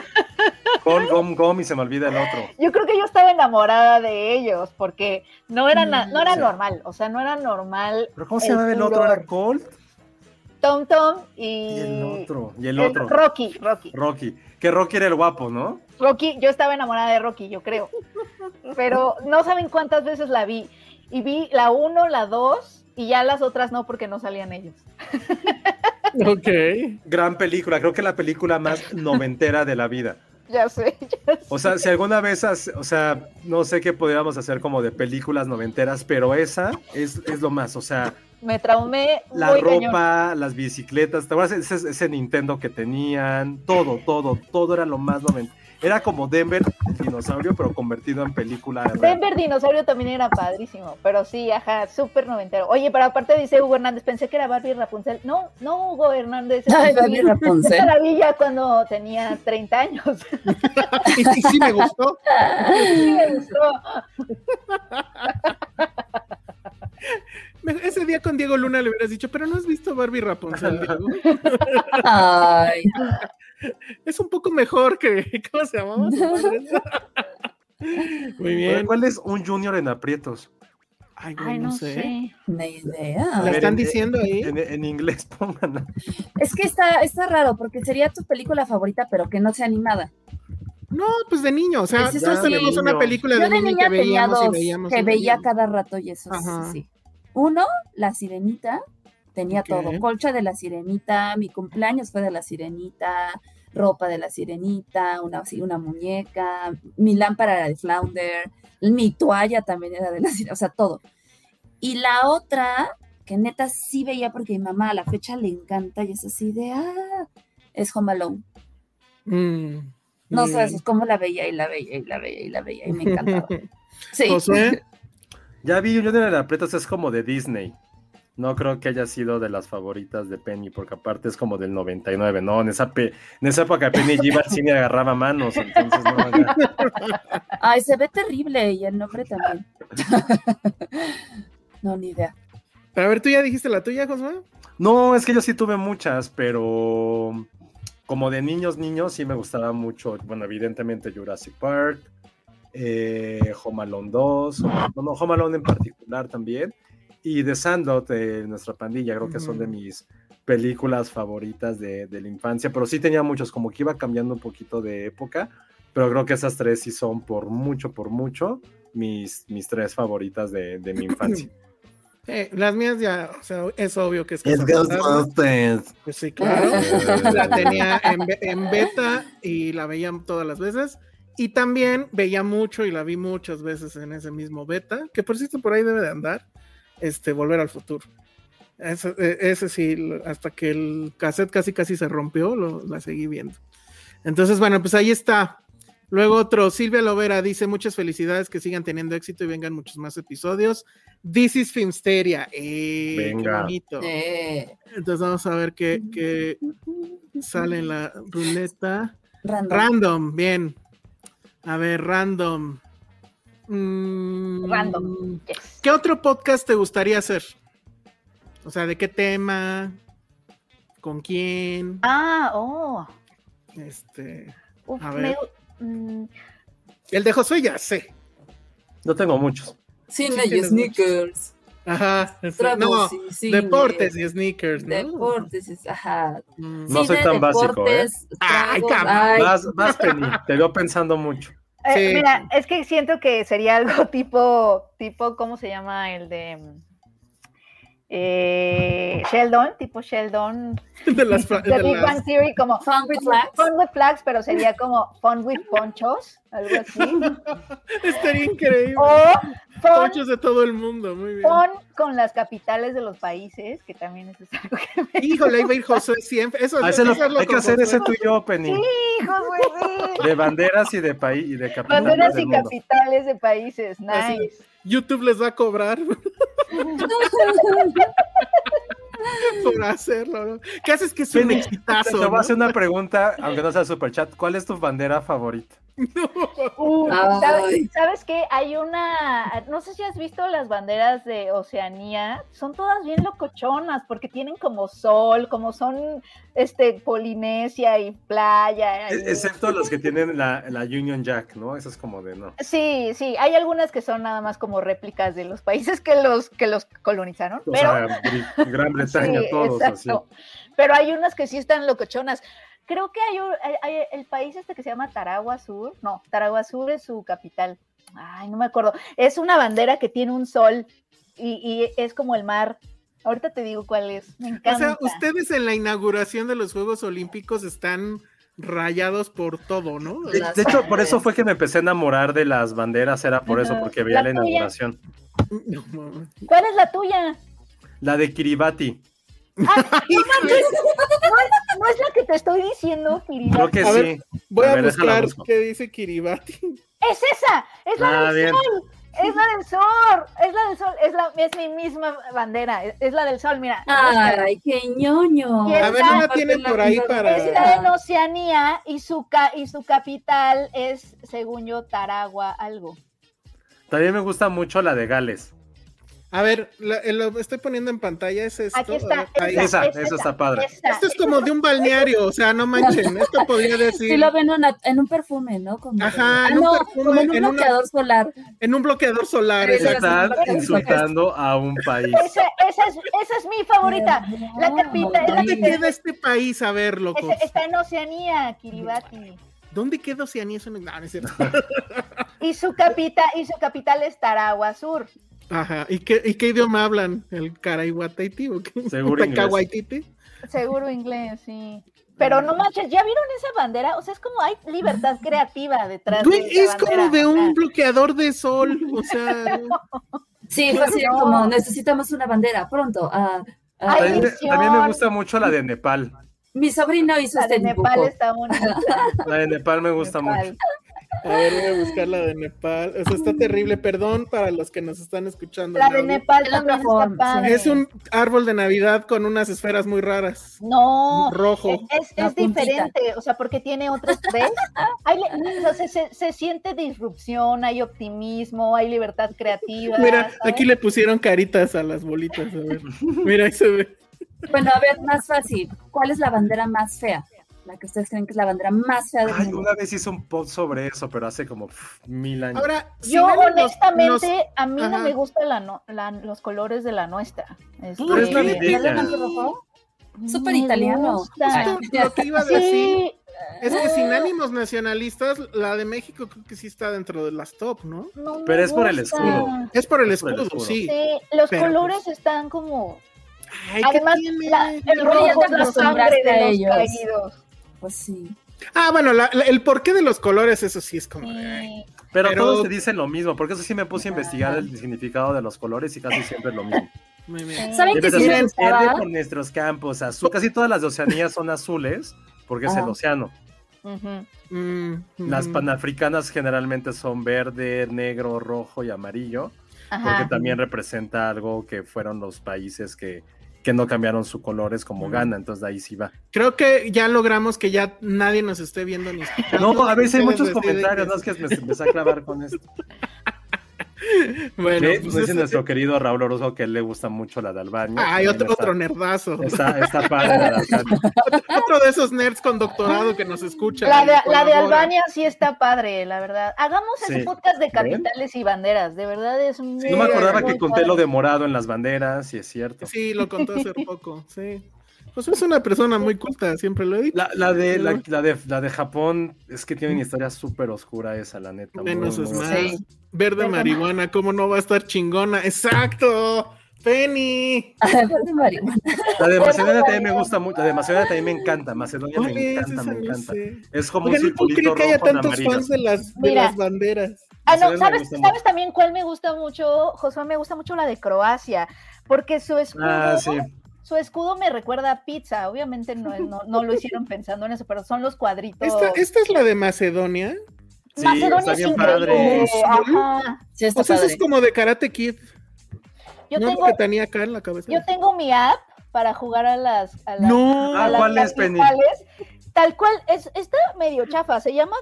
col, gom, gom y se me olvida el otro.
Yo creo que yo estaba enamorada de ellos porque no era, na- no era
Sí.
normal, o sea, no era normal
¿Pero cómo se
El
llamaba el otro?
furor.
¿Era Colt?
Tom Tom y,
Y el otro. Y el
el
otro.
Rocky, Rocky.
Rocky. Que Rocky era el guapo, ¿no?
Rocky, yo estaba enamorada de Rocky, yo creo. Pero no saben cuántas veces la vi. Y vi la uno, la dos, y ya las otras no, porque no salían ellos.
Ok.
Gran película, creo que la película más noventera de la vida.
Ya sé, ya sé.
O sea, si alguna vez, has- o sea, no sé qué podríamos hacer como de películas noventeras, pero esa es, es lo más, o sea,
me traumé
la
muy
ropa,
cañón.
las bicicletas, ¿te acuerdas? Ese, ese Nintendo que tenían, todo, todo, todo era lo más noventa. Era como Denver, el dinosaurio, pero convertido en película. real.
Denver Dinosaurio también era padrísimo, pero sí, ajá, súper noventero. Oye, pero aparte dice Hugo Hernández, pensé que era Barbie Rapunzel. No, no, Hugo Hernández. es
Ay,
Barbie.
Barbie
Qué
Rapunzel.
maravilla cuando tenía 30 años.
Y sí, sí me gustó.
Sí, me gustó.
Me- Ese día con Diego Luna le hubieras dicho, pero no has visto Barbie Rapunzel, Diego.
Ay,
Es un poco mejor que. ¿Cómo se llamaba? su madre? Muy bien.
¿Cuál es un junior en aprietos?
Ay, güey,
Ay,
no, sé.
una
¿La
idea.
ver,
están
en-
diciendo ahí?
En, en inglés, pónganla.
Es que está, está raro, porque sería tu película favorita, pero que no sea animada.
No, pues de niño. O sea,
Pues eso
todos
sí.
tenemos una película
Yo
de,
de
niño que
niña tenía
veíamos y
dos
veíamos.
que
y
veía
veíamos.
cada rato y eso
Ajá.
sí, sí. Uno, La Sirenita, tenía
Ok.
todo, colcha de la Sirenita, mi cumpleaños fue de la Sirenita, ropa de la Sirenita, una, sí, una muñeca, mi lámpara era de Flounder, mi toalla también era de la Sirenita, o sea, todo. Y la otra, que neta sí veía porque mi mamá a la fecha le encanta y es así de, ah, es Home Alone.
Mm,
No
muy
sabes
bien.
cómo la veía y la veía y la veía y la veía y me encantaba. Sí.
Josué,
Ya vi, un junior en aprietos es como de Disney. No creo que haya sido de las favoritas de Penny, porque aparte es como del 99, ¿no? En esa, pe- en esa época Penny ya iba al cine y agarraba manos, entonces no. ya.
Ay, se ve terrible y el nombre también. no, ni idea.
Pero a ver, tú ya dijiste la tuya, Josué.
No, es que yo sí tuve muchas, pero como de niños, niños, sí me gustaba mucho. Bueno, evidentemente Jurassic Park, eh, Home Alone 2, Home Alone- no, Home Alone en particular también, y The Sandlot, eh, nuestra pandilla, creo que son de
Ujú.
mis películas favoritas de, de la infancia, pero sí tenía muchos, como que iba cambiando un poquito de época, pero creo que esas tres sí son por mucho, por mucho, mis, mis tres favoritas de, de mi infancia.
Eh, las mías ya, o sea, es obvio que es
Es
Cazafantasmas.
Ghostbusters.
Pues sí, claro. la tenía en, be- en beta y la veía todas las veces. Y también veía mucho y la vi muchas veces en ese mismo beta, que por cierto por ahí debe de andar, este, volver al futuro. Ese, eh, ese sí, lo- hasta que el cassette casi casi se rompió, lo- la seguí viendo. Entonces, bueno, pues ahí está. Luego otro, Silvia Lovera dice, muchas felicidades, que sigan teniendo éxito y vengan muchos más episodios. This is Filmsteria. Eh, qué
Venga.
bonito.
Eh,
Entonces vamos a ver qué, qué sale en la ruleta.
random.
Random, bien. A ver, random. Mm,
Random. Yes.
¿Qué otro podcast te gustaría hacer? O sea, ¿de qué tema? ¿Con quién?
Ah, oh.
Este,
Uf,
A
me-
ver.
mm,
el de Josué ya sé.
No tengo muchos.
Cine
Sí,
y
tienes
sneakers.
Ajá.
Este,
sí. No,
tragos y cine,
deportes y sneakers, ¿no?
Deportes, es- ajá.
Mm.
No soy tan básico, ¿eh?
básico.
Ay, cabrón.
Vas, vas, Penny, te veo pensando mucho.
eh,
Sí.
Mira, es que siento que sería algo tipo, tipo, ¿cómo se llama el de mm, eh, Sheldon? Tipo Sheldon.
De las, fra-
The
de
Big
las-
Bang Theory, como
Fun with flags.
Fun with Flags, pero sería como Fun with Ponchos, algo así.
Estaría Este increíble.
O Fun
Ponchos de todo el mundo, muy bien.
Pon con las capitales de los países, que también es algo que me
Híjole, ahí va a ir Josué siempre. Eso,
Ah, ese lo-
eso es lo
hay que
con
hacer
Josué.
ese tú y yo, Penny.
dijo, güey. sí.
De banderas y de país y de capitales.
Banderas
del
y
mundo.
capitales de países,
Así
nice.
YouTube les va a cobrar por hacerlo. ¿no? ¿Qué haces que es un
Penny, Te
exitazo?
voy a hacer
¿no?
una pregunta, aunque no sea superchat. ¿Cuál es tu bandera favorita?
Uh,
Ay.
¿sabes, sabes qué? Hay una, no sé si has visto las banderas de Oceanía, son todas bien locochonas porque tienen como sol, como son este Polinesia y playa.
E-
y-
Excepto las que tienen la, la Union Jack, ¿no? Esa es como de no.
Sí, sí, hay algunas que son nada más como réplicas de los países que los que los colonizaron,
O
pero
sea, Bri- Gran Bretaña,
Sí,
todos así.
exacto. Pero hay unas que sí están locochonas. Creo que hay, un- hay- hay el país este que se llama Taragua Sur. No, Taragua Sur es su capital. Ay, no me acuerdo. Es una bandera que tiene un sol y, y es como el mar. Ahorita te digo cuál es. Me
O
encanta.
sea, ustedes en la inauguración de los Juegos Olímpicos están rayados por todo, ¿no?
De, de hecho, por eso fue que me empecé a enamorar de las banderas, era por eso,
Ajá.
porque veía la
La tuya.
inauguración.
No, mames.
¿Cuál es la tuya?
La de Kiribati.
No es la que te estoy diciendo, Kiribati.
Creo que
A ver,
sí.
Voy
A
a,
ver, déjala,
buscar
busco.
qué dice Kiribati.
Es esa, es la
Ah,
del
bien.
sol, es la del sol, es la del sol, es la es mi misma bandera, es, es la del sol, mira.
Ay, qué ñoño.
Y
A ver,
esa-
no la tienen por ahí
Está en
para.
Oceanía y su ca- y su capital es, según yo, Taragua, algo.
También me gusta mucho la de Gales.
A ver, la- eh, lo estoy poniendo en pantalla. Es esto.
Aquí
A
está.
ver, ahí.
esa,
esa,
esa está padre.
esa.
Esto es como de un balneario, o sea, no manchen. Esto podría
Si
decir
lo ven una- en un perfume, ¿no? Como-
Ajá,
Ah,
en un
no,
perfume,
como en un
en una-
bloqueador solar.
en un bloqueador solar.
Esa.
exacto.
Están
sí, sí, sí.
insultando a un país.
Esa, esa es, esa es mi favorita. La capital es la
¿Dónde
que
queda este país? A ver,
Esa-
loco.
está en Oceanía, Kiribati.
¿Dónde queda Oceanía? Eso no- no, no es cierto.
Y su capital, y su capital es Taragua Sur.
Ajá. ¿Y qué, ¿Y qué idioma hablan? ¿El Caraihuataiti o qué?
Seguro inglés.
Tacahuatiti.
Seguro inglés, sí. Pero no manches, ¿ya vieron esa bandera? O sea, es como hay libertad creativa detrás
Güey,
de
es
esa
como
bandera,
de
o sea.
un bloqueador de sol. O sea,
Sí, fue así como necesitamos una bandera pronto. ah, ah,
Ay,
También, me-
visión.
también me gusta mucho la de Nepal.
mi sobrino hizo
La
este
de Nepal
dibujo.
está bonita.
La de Nepal me gusta
Nepal.
mucho.
a ver, voy a buscar la de Nepal. O sea, está terrible. Perdón para los que nos están escuchando.
La
en
de
audio.
Nepal
Es la
también
mejor,
está padre.
Es un árbol de Navidad con unas esferas muy raras.
No, e-,
Rojo.
es,
La
es
puntita.
diferente, o sea, porque tiene otros tres. Hay le- o sea, se, se siente disrupción, hay optimismo, hay libertad creativa.
Mira,
¿sabes?
aquí le pusieron caritas a las bolitas. A ver. Mira, ahí se ve.
Bueno, a ver, más fácil. ¿Cuál es la bandera más fea? La que ustedes creen que es la bandera más fea del
Ay,
mundo.
una vez hice un post sobre eso, pero hace como pf, mil años.
Ahora, si
Yo
vemos los-
honestamente,
los-
a mí
Ajá.
no me gustan la no- la- los colores de la nuestra. Este,
Pero es
¿La bandera
navideña.
blanco-rojo?
me
súper italiano.
gusta.
Justo lo que iba a decir
Sí,
es que sin ánimos nacionalistas, la de México creo que sí está dentro de las top, ¿no?
no me
Pero es por el
gusta.
escudo.
Es por el
Es por el
escudo,
escudo.
sí.
Sí, los
Pero,
colores
pues,
están como.
Ay, ¿qué
Además,
tiene?
la- el
rojo
rojo es
te
la sangre
acostumbraste a
de
ellos.
los caídos.
Pues sí.
Ah, bueno, la- la- el porqué de los colores, eso sí es como. de, ay.
Sí.
Pero,
Pero-
todos te dicen lo mismo, porque eso sí me puse a investigar el significado de los colores y casi siempre es lo mismo.
Muy bien.
¿Saben qué
Debes
sí me
hacer verde
gustaba?
con nuestros campos azul. Casi todas las de Oceanía son azules, porque es
Ajá.
el océano.
Ujú.
Mm,
Las
mm.
panafricanas generalmente son verde, negro, rojo y amarillo, porque
Ajá.
también representa algo que fueron los países que, que no cambiaron sus colores como
Mm.
Ghana, entonces de ahí sí va.
Creo que ya logramos que ya nadie nos esté viendo ni escuchando.
No, a ver si hay muchos
Ustedes deciden
comentarios,
que-
no es que me empecé a clavar con esto.
Bueno,
Que
pues
dice
ese-
nuestro querido Raúl Orozco que le gusta mucho la de Albania.
Ay, otro, Ah, otro
nerd.
nerdazo.
Está, está padre la de Albania.
Otro de esos nerds con doctorado que nos escucha.
La de,
y
la de
colabora.
Albania sí está padre, la verdad. Hagamos ese
Sí.
podcast de
¿Ven?
capitales y banderas, de verdad es
No me
muy,
acordaba
muy
que conté lo
padre.
de morado en las banderas, y es cierto.
Sí, lo contó hace poco, sí. Pues es una persona muy culta, siempre lo he dicho.
La, la de, la, la de, la de Japón es que tiene una historia súper oscura esa, la neta. muy,
Menos es
muy
más.
oscura.
Verde marihuana, ¿cómo no va a estar chingona? ¡Exacto! ¡Penny!
Verde marihuana.
La de Macedonia también me gusta mucho. La de Macedonia también me encanta. Macedonia
¿Cuál
me
es
encanta,
esa?
me
No
encanta.
sé.
Es como
Oigan,
un
no puedo creer
circulito
que haya
rojo en
tantos
amarillo.
fans de las, de
Mira.
las banderas.
Ah,
Esa
no,
vez me
¿sabes,
gusta mucho.
¿sabes también cuál me gusta mucho, Josué? Me gusta mucho la de Croacia, porque su escudo,
Ah, sí.
su escudo me recuerda a pizza. Obviamente no, es- no, no lo hicieron pensando en eso, pero son los cuadritos.
Esta, esta es la de Macedonia.
Sí,
Macedonia
está
es
bien
increíble.
padre.
Ajá.
Sí, está
O sea, eso es
padre.
como de Karate Kid.
Yo,
no
tengo,
que tenía acá en la cabeza.
yo tengo mi app para jugar a las, a las
No.
a
Ah,
las
¿cuál es, Penny?
capitales. Tal cual, es, está medio chafa, se llama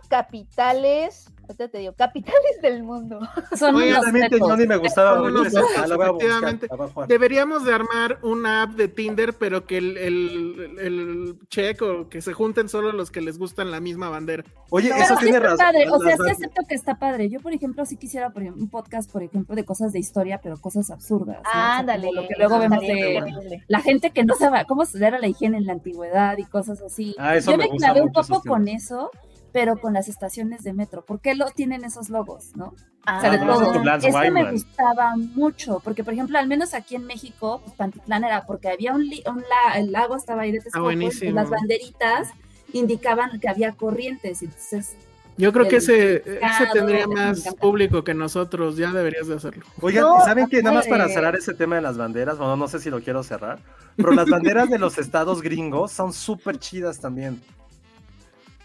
Capitales, ahorita te digo, Capitales del Mundo.
Son
Oigan,
unos
También te-
tecos.
no, ni me gustaba.
Son
oye,
unos
esa- ah, la voy a buscar,
efectivamente.
la voy a jugar.
Deberíamos de armar una app de Tinder, pero que el, el, el check o que se junten solo los que les gustan la misma bandera.
Oye,
Pero
eso
sí
tiene
está
razón.
padre, o
las
sea, sí
ban-
acepto que está padre. Yo, por ejemplo, sí quisiera por ejemplo, un podcast, por ejemplo, de cosas de historia, pero cosas absurdas. ¿no? O sea, como
Ándale.
Lo que luego
eso
vemos
estaría
de
increíble.
la gente que no sabe cómo era la higiene en la antigüedad y cosas así.
Ah, eso
Yo
me
me,
gusta
clavé un
mucho, esos
poco con
temas.
eso, pero con las estaciones de metro. ¿Por qué lo tienen esos logos, no?
Ah,
O sea, de
pero eso es
todo.
con Lance
Eso me
Wyman.
gustaba mucho, porque por ejemplo, al menos aquí en México, pues, Pantitlán era porque había un, li- un la- el lago estaba ahí de Texcoco, y
buenísimo.
las banderitas, indicaban que había corrientes. Entonces,
Yo creo que
El
ese, ese
pescado,
tendría
el
más
pescado.
público que nosotros, ya deberías de hacerlo.
Oigan,
No,
¿saben qué? Nada más para
hombre.
cerrar ese tema de las banderas, bueno, no sé si lo quiero cerrar, pero las banderas de los estados gringos son súper chidas también.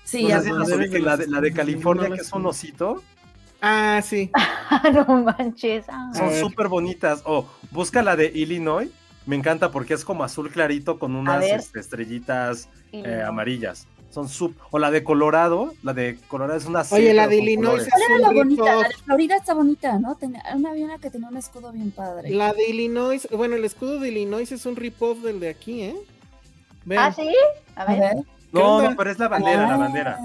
sí,
No sé
ya-
las
si las
banderas
ubiquen,
de
Pues, la,
los
de, la de
estados gringos,
California,
no
que
las
es un
conozco.
osito,
Ah, sí.
no manches. ah.
son
ver.
súper bonitas. O busca la de Illinois, me encanta porque es como azul clarito con unas
ver.
este, estrellitas
Y
eh,
no.
amarillas. Son sub. O la de Colorado, la de Colorado es una. C,
Oye, la
pero
de
con
Illinois
colores.
es
era la
un
bonita, la de
rip-off.
Florida está bonita, ¿no? Tenía una aviona que tenía un escudo bien padre.
La de Illinois, bueno, el escudo de Illinois es un rip-off del de aquí, ¿eh? Vean.
Ah, sí. A
A
ver.
ver.
No,
¿Qué
no,
onda?
pero es la bandera, la
Ah,
bandera.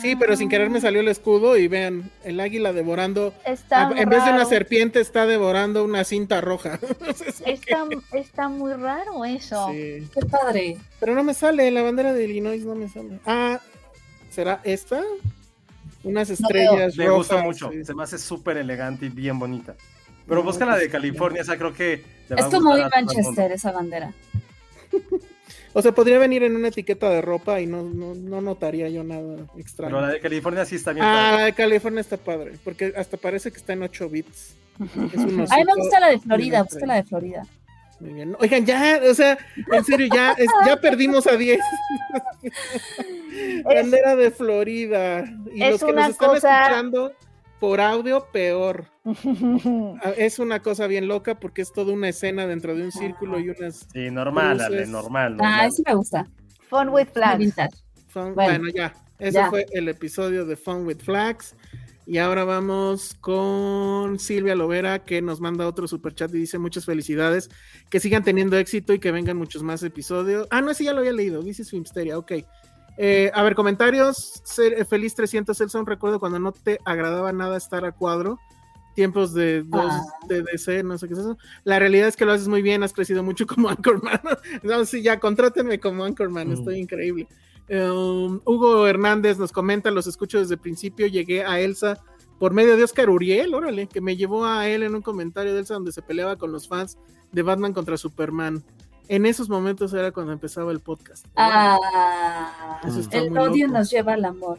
Sí, pero sin
Ah.
querer me salió el escudo y vean, el águila devorando.
Está
Ah, en vez de una
raro.
serpiente, está devorando una cinta roja.
Está, está muy raro eso.
Sí.
Qué padre.
Pero no me sale, la bandera de Illinois no me sale. Ah, ¿será esta? Unas estrellas
Me
rojas.
gusta mucho,
sí.
se me hace súper elegante y bien bonita. Pero
No,
busca la de
pues,
California, esa creo que le va
Es
a
como
gustar
de
a todo el mundo.
Manchester esa bandera.
O sea, podría venir en una etiqueta de ropa y no, no, no notaría yo nada extraño.
Pero la de California sí está bien.
Ah,
padre.
la de California está padre, porque hasta parece que está en 8 bits. Es un
A mí me
osito.
gusta la de Florida,
Bien,
busca la de Florida.
Muy bien. Oigan, ya, o sea, en serio, ya, es- ya perdimos a 10. Bandera de Florida. Y
es
los que
una
nos están
cosa-
escuchando por audio, peor. Ah, Es una cosa bien loca porque es toda una escena dentro de un círculo y unas.
Sí, normal,
Cruces.
Ale, normal.
Ah,
normal.
sí me gusta.
Fun with
La
flags.
vintage.
fun-
Bueno,
Bueno, ya. Ese
ya.
fue el episodio de Fun with Flags. Y ahora vamos con Silvia Lovera, que nos manda otro superchat y dice muchas felicidades, que sigan teniendo éxito y que vengan muchos más episodios. Ah, no, ese ya lo había leído, dice Swimsteria, ok. Eh, a ver, comentarios. Ser- eh, feliz 300, Elsa, un recuerdo cuando no te agradaba nada estar a cuadro. Tiempos de 2
Ah.
DC, no sé qué es eso. La realidad es que lo haces muy bien, has crecido mucho como Anchorman. no, sí, ya, contrátenme como Anchorman,
Mm.
estoy increíble. Um, Hugo Hernández nos comenta, los escucho desde el principio, llegué a Elsa por medio de Oscar Uriel, órale, que me llevó a él en un comentario de Elsa donde se peleaba con los fans de Batman contra Superman. En esos momentos era cuando empezaba el podcast.
Ah,
Mm.
Eso está
el
muy
odio
loco.
nos lleva al amor.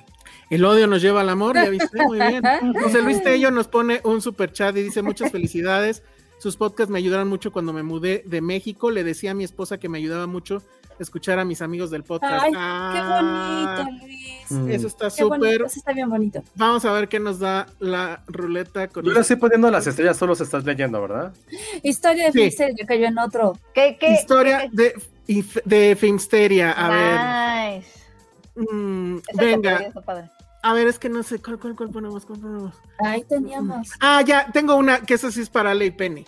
El odio nos lleva al amor, ya viste, muy bien. José Luis Tello nos pone un super chat y dice muchas felicidades. Sus podcasts me ayudaron mucho cuando me mudé de México. Le decía a mi esposa que me ayudaba mucho escuchar a mis amigos del podcast.
Ay,
Ah,
Qué bonito, Luis.
Mm.
Eso está
Qué bonito,
súper.
eso está bien bonito.
Vamos a ver qué nos da la ruleta con
Yo le estoy poniendo las estrellas, solo se estás leyendo, ¿verdad?
Historia de
Sí.
Felicia yo cayó en otro.
¿Qué, qué,
historia
qué-
de, if- de Filmsteria. A
Ah,
ver.
Nice.
mm,
Esa categoría
venga,
está padre.
a ver, es que no sé cuál, cuál, cuál ponemos, cuál ponemos.
Ahí teníamos.
Ah, ya, tengo una que esa sí es para Ley Penny.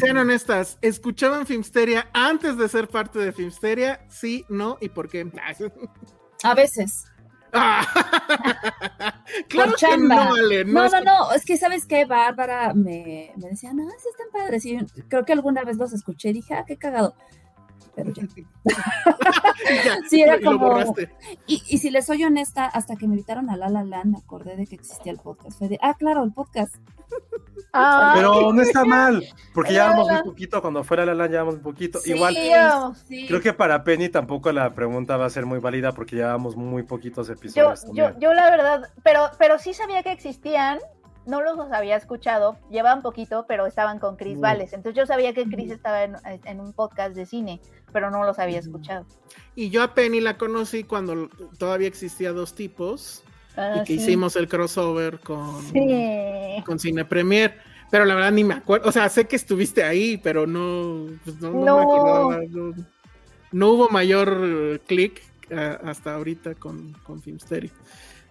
Sean honestas, ¿escuchaban Filmsteria antes de ser parte de Filmsteria? Sí, no, ¿y por qué?
A veces.
Ah. claro
Por
que
chamba.
no, Ale, no,
No,
es
no,
que-
no. Es que, ¿sabes qué? Bárbara me, me decía, no, sí están padres. Y creo que alguna vez los escuché y dije, ah, qué cagado. Pero ya.
Ya,
Sí, era
y lo
como-
borraste.
Y, y si les soy honesta, hasta que me invitaron a La La Land, me acordé de que existía el podcast. Fue de, ah, claro, el podcast.
Ah,
Pero no está mal, porque ya
Ay,
vamos
hola.
muy poquito, cuando fuera la LAN ya vamos muy poquito.
Sí,
Igual,
sí.
creo que para Penny tampoco la pregunta va a ser muy válida porque ya vamos muy poquitos
yo,
episodios
yo,
también.
yo la verdad, pero, pero sí sabía que existían, no los había escuchado, llevaban poquito, pero estaban con Chris
Mm.
Vales. Entonces yo sabía que Chris estaba en, en un podcast de cine, pero no los había escuchado.
Y yo a Penny la conocí cuando l- todavía existía dos tipos
Ah,
y que
sí.
hicimos el crossover con,
Sí.
con Cine Premier. Pero la verdad ni me acuerdo, o sea, sé que estuviste ahí, pero no, pues, no, no
No.
me acordaba. No, no hubo mayor eh, clic eh, hasta ahorita con, con Filmsteria.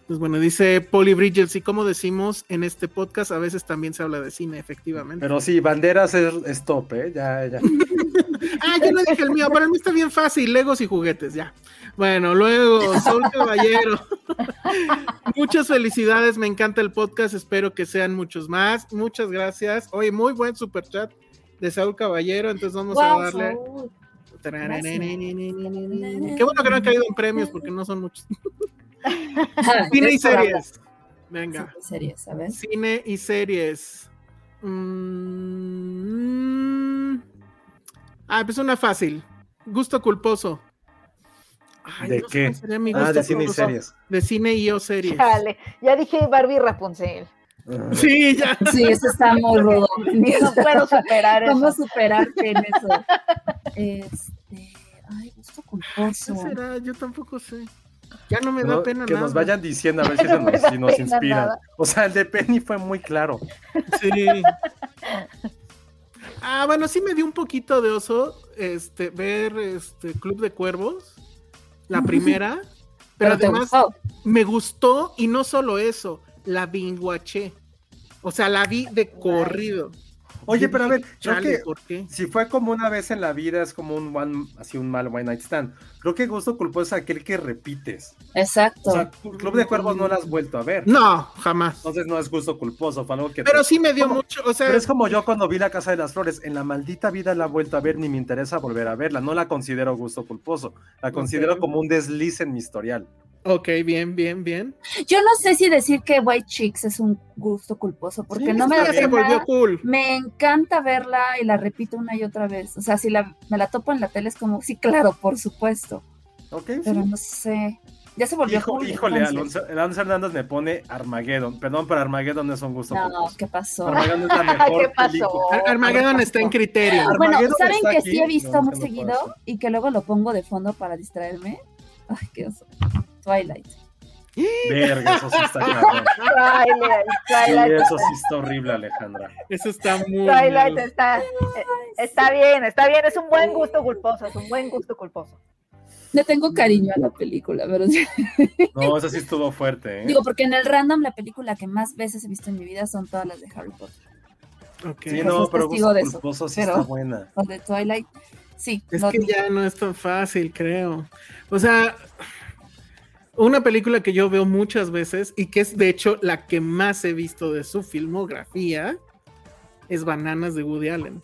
Pues bueno, dice Polly Bridges, y como decimos en este podcast, a veces también se habla de cine, efectivamente.
Pero sí, banderas es, es top, ¿eh? Ya, ya.
Ah, yo no dije el mío, para mí está bien fácil, Legos y juguetes, ya. Bueno, luego, Sol Caballero. Muchas felicidades, me encanta el podcast, espero que sean muchos más. Muchas gracias. Oye, muy buen superchat de Saúl Caballero, entonces vamos
Guau,
a darle.
Saúl.
Qué bueno que no han caído en premios porque no son muchos. Cine y
Es por hablar.
series. Venga.
Sí, series, ¿sabes?
Cine y series. Mm. Ah, pues una fácil. Gusto culposo. Ay,
¿De
no sé
qué?
cuál sería mi
Ah,
gusto
de cine y
culposo.
series.
De cine y o series.
Chale, ya dije Barbie Rapunzel.
Ah.
Sí, ya.
Sí, eso está muy rudo.
No puedo superar
¿Cómo
eso.
superarte en eso? Este, ay, gusto culposo.
¿Qué será? Yo tampoco sé. Ya no me
No,
da pena
que
nada.
nos vayan diciendo a ver si, se
No me
nos,
da
si nos
pena
inspira.
nada.
O sea, el de Penny fue muy claro.
Sí. Ah, bueno, sí me dio un poquito de oso este, ver este Club de Cuervos, la primera, pero
te
además
gustó.
me gustó y no solo eso, la binguaché. O sea, la vi de corrido.
Oye, pero a ver, creo
Chale,
que
¿por qué?
si fue como una vez en la vida, es como un one, así un mal one night stand. Creo que gusto culposo es aquel que repites.
Exacto.
O sea, Club de Cuervos no la has vuelto a ver.
No, jamás.
Entonces no es gusto culposo, fue algo que.
Pero sí me dio mucho, o sea,
Pero es como yo cuando vi La Casa de las Flores, en la maldita vida la he vuelto a ver, ni me interesa volver a verla, no la considero gusto culposo, la considero
Ok.
como un desliz en mi historial.
ok, bien, bien, bien.
Yo no sé si decir que White Chicks es un gusto culposo, porque
Sí,
no me
está
da
Ya se
bien.
pena.
volvió cool.
Me encanta verla y la repito una y otra vez. O sea, si la, me la topo en la tele es como, sí, claro, por supuesto.
¿Ok?
Pero no sé. Ya se volvió
Hijo-
cool,
híjole,
entonces.
Alonso, Alonso Hernández me pone Armageddon. Perdón, pero Armageddon no es un gusto
No,
culposo.
¿qué pasó?
Armageddon es la mejor
¿Qué pasó?
película.
Ar- Armageddon está en criterio.
Armageddon
Ah, Bueno, ¿saben
está
que
aquí?
sí he visto
No,
muy
no puede
seguido y que luego lo pongo de fondo para distraerme? Ay, qué oso. Twilight.
ser. Verga, eso sí está cabrón.
Twilight,
Sí,
Twilight,
eso sí está horrible, Alejandra.
Eso está muy
Twilight
mal.
está, eh, está bien, está bien, es un buen gusto culposo, es un buen gusto culposo.
Le tengo cariño a la película, pero sí.
No, eso sí estuvo fuerte, ¿eh?
digo, porque en el random la película que más veces he visto en mi vida son todas las de Harry Potter.
Ok.
sí,
pues
no,
es
pero
testigo
gusto
de eso,
culposo sí
pero-
está buena.
Las de Twilight, sí.
Es
no-
que ya no es tan fácil, creo. O sea, una película que yo veo muchas veces y que es de hecho la que más he visto de su filmografía es Bananas de Woody Allen.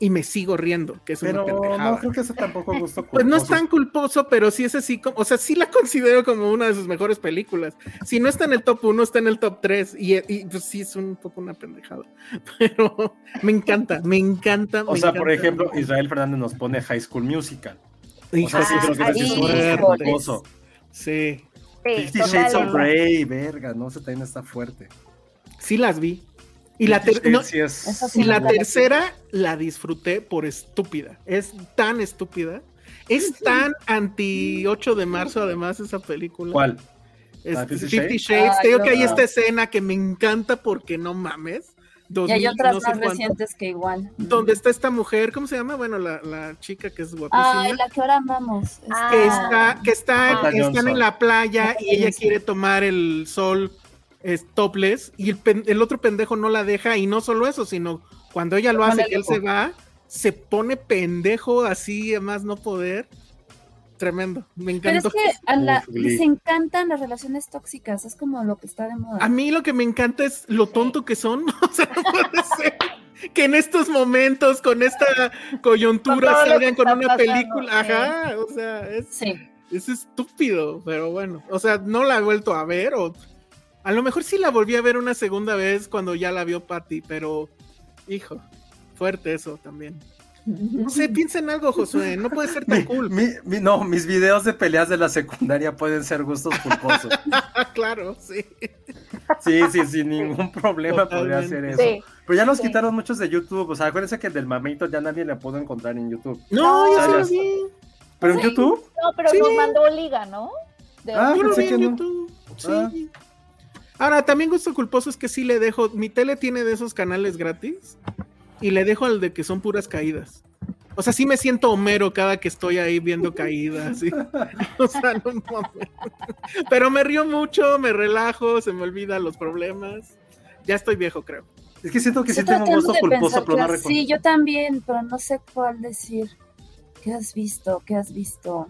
Y me sigo riendo, que es
Pero
una pendejada.
no creo que eso tampoco es gusto culposo.
Pues no es tan culposo, pero sí es así como, o sea, sí la considero como una de sus mejores películas. Si no está en el top 1, está en el top 3 y, y, pues sí es un poco una pendejada. Pero me encanta, me encanta.
O
me
sea, por
encanta.
ejemplo, Israel Fernández nos pone High School Musical. O sea, sí
Ah,
creo que eso sí es un
híjoles.
gusto culposo.
Sí,
Sí,
Fifty Shades of
totalmente.
Grey, verga, no, eso también está fuerte.
sí las vi. Y la, ter-
Fifty
no,
Shades sí es-
Eso sí.
y la
no la-
tercera la disfruté por estúpida. Es tan estúpida. Es tan anti 8 de marzo, además, esa película.
¿Cuál?
Es
Ah, Fifty
50 Shades.
Shades.
Te digo
Ay,
que hay
no.
esta escena que me encanta porque no mames.
Y hay
2000,
otras
no sé
más
cuánto,
recientes que igual.
Donde está esta mujer, ¿cómo se llama? Bueno, la, la chica que es guapísima.
Ay, la que ahora amamos. Este,
Ah,
que está, que está,
Dakota
están
Johnson.
en la playa
Dakota
y ella
Johnson.
quiere tomar el sol es, topless y el, pen- el otro pendejo no la deja y no solo eso, sino cuando ella lo
pone
hace que él
loco.
se va, se pone pendejo así, además no poder. Tremendo, me
Pero es
encantó.
que a la,
Uf, Glee.
les encantan las relaciones tóxicas, es como lo que está de moda.
A mí lo que me encanta es lo tonto que son, o sea, no puede ser que en estos momentos, con esta coyuntura,
Con todo lo
salgan
que
con
está
una
pasando,
película, ajá, o sea, es
Sí.
Es estúpido, pero bueno. O sea, no la he vuelto a ver. O... A lo mejor sí la volví a ver una segunda vez cuando ya la vio Patty, pero hijo, fuerte eso también. No sé, piensa en algo, Josué. No puede ser tan
Mi-
cool.
mi- mi- no, mis videos de peleas de la secundaria pueden ser gustos culposos.
Ah, claro, sí.
Sí, sí, sin ningún problema podría
Totalmente.
hacer eso.
Sí,
Pero ya nos
Sí.
quitaron muchos de YouTube. O sea, acuérdense que el del mamito ya nadie le pudo encontrar en YouTube.
No, yo
No,
sí
ya
lo
está.
vi.
Pero en YouTube,
no, pero
Sí.
nos mandó Liga, ¿no? De-
Ah,
Yo lo
pensé
vi en
que no.
YouTube.
Ah.
Sí. Ahora, también gusto culposo es que sí le dejo. Mi tele tiene de esos canales gratis y le dejo al de que son puras caídas. O sea, sí me siento Homero cada que estoy ahí viendo caídas. sí. O sea, no mames. Pero me río mucho, me relajo, se me olvidan los problemas. Ya estoy viejo, creo.
es que siento que sí
Estoy
tengo un
tratando
gusto
de
culposo,
pensar
pero no
claro,
recuerdo.
Sí, yo también, pero no sé cuál decir. ¿Qué has visto? ¿Qué has visto?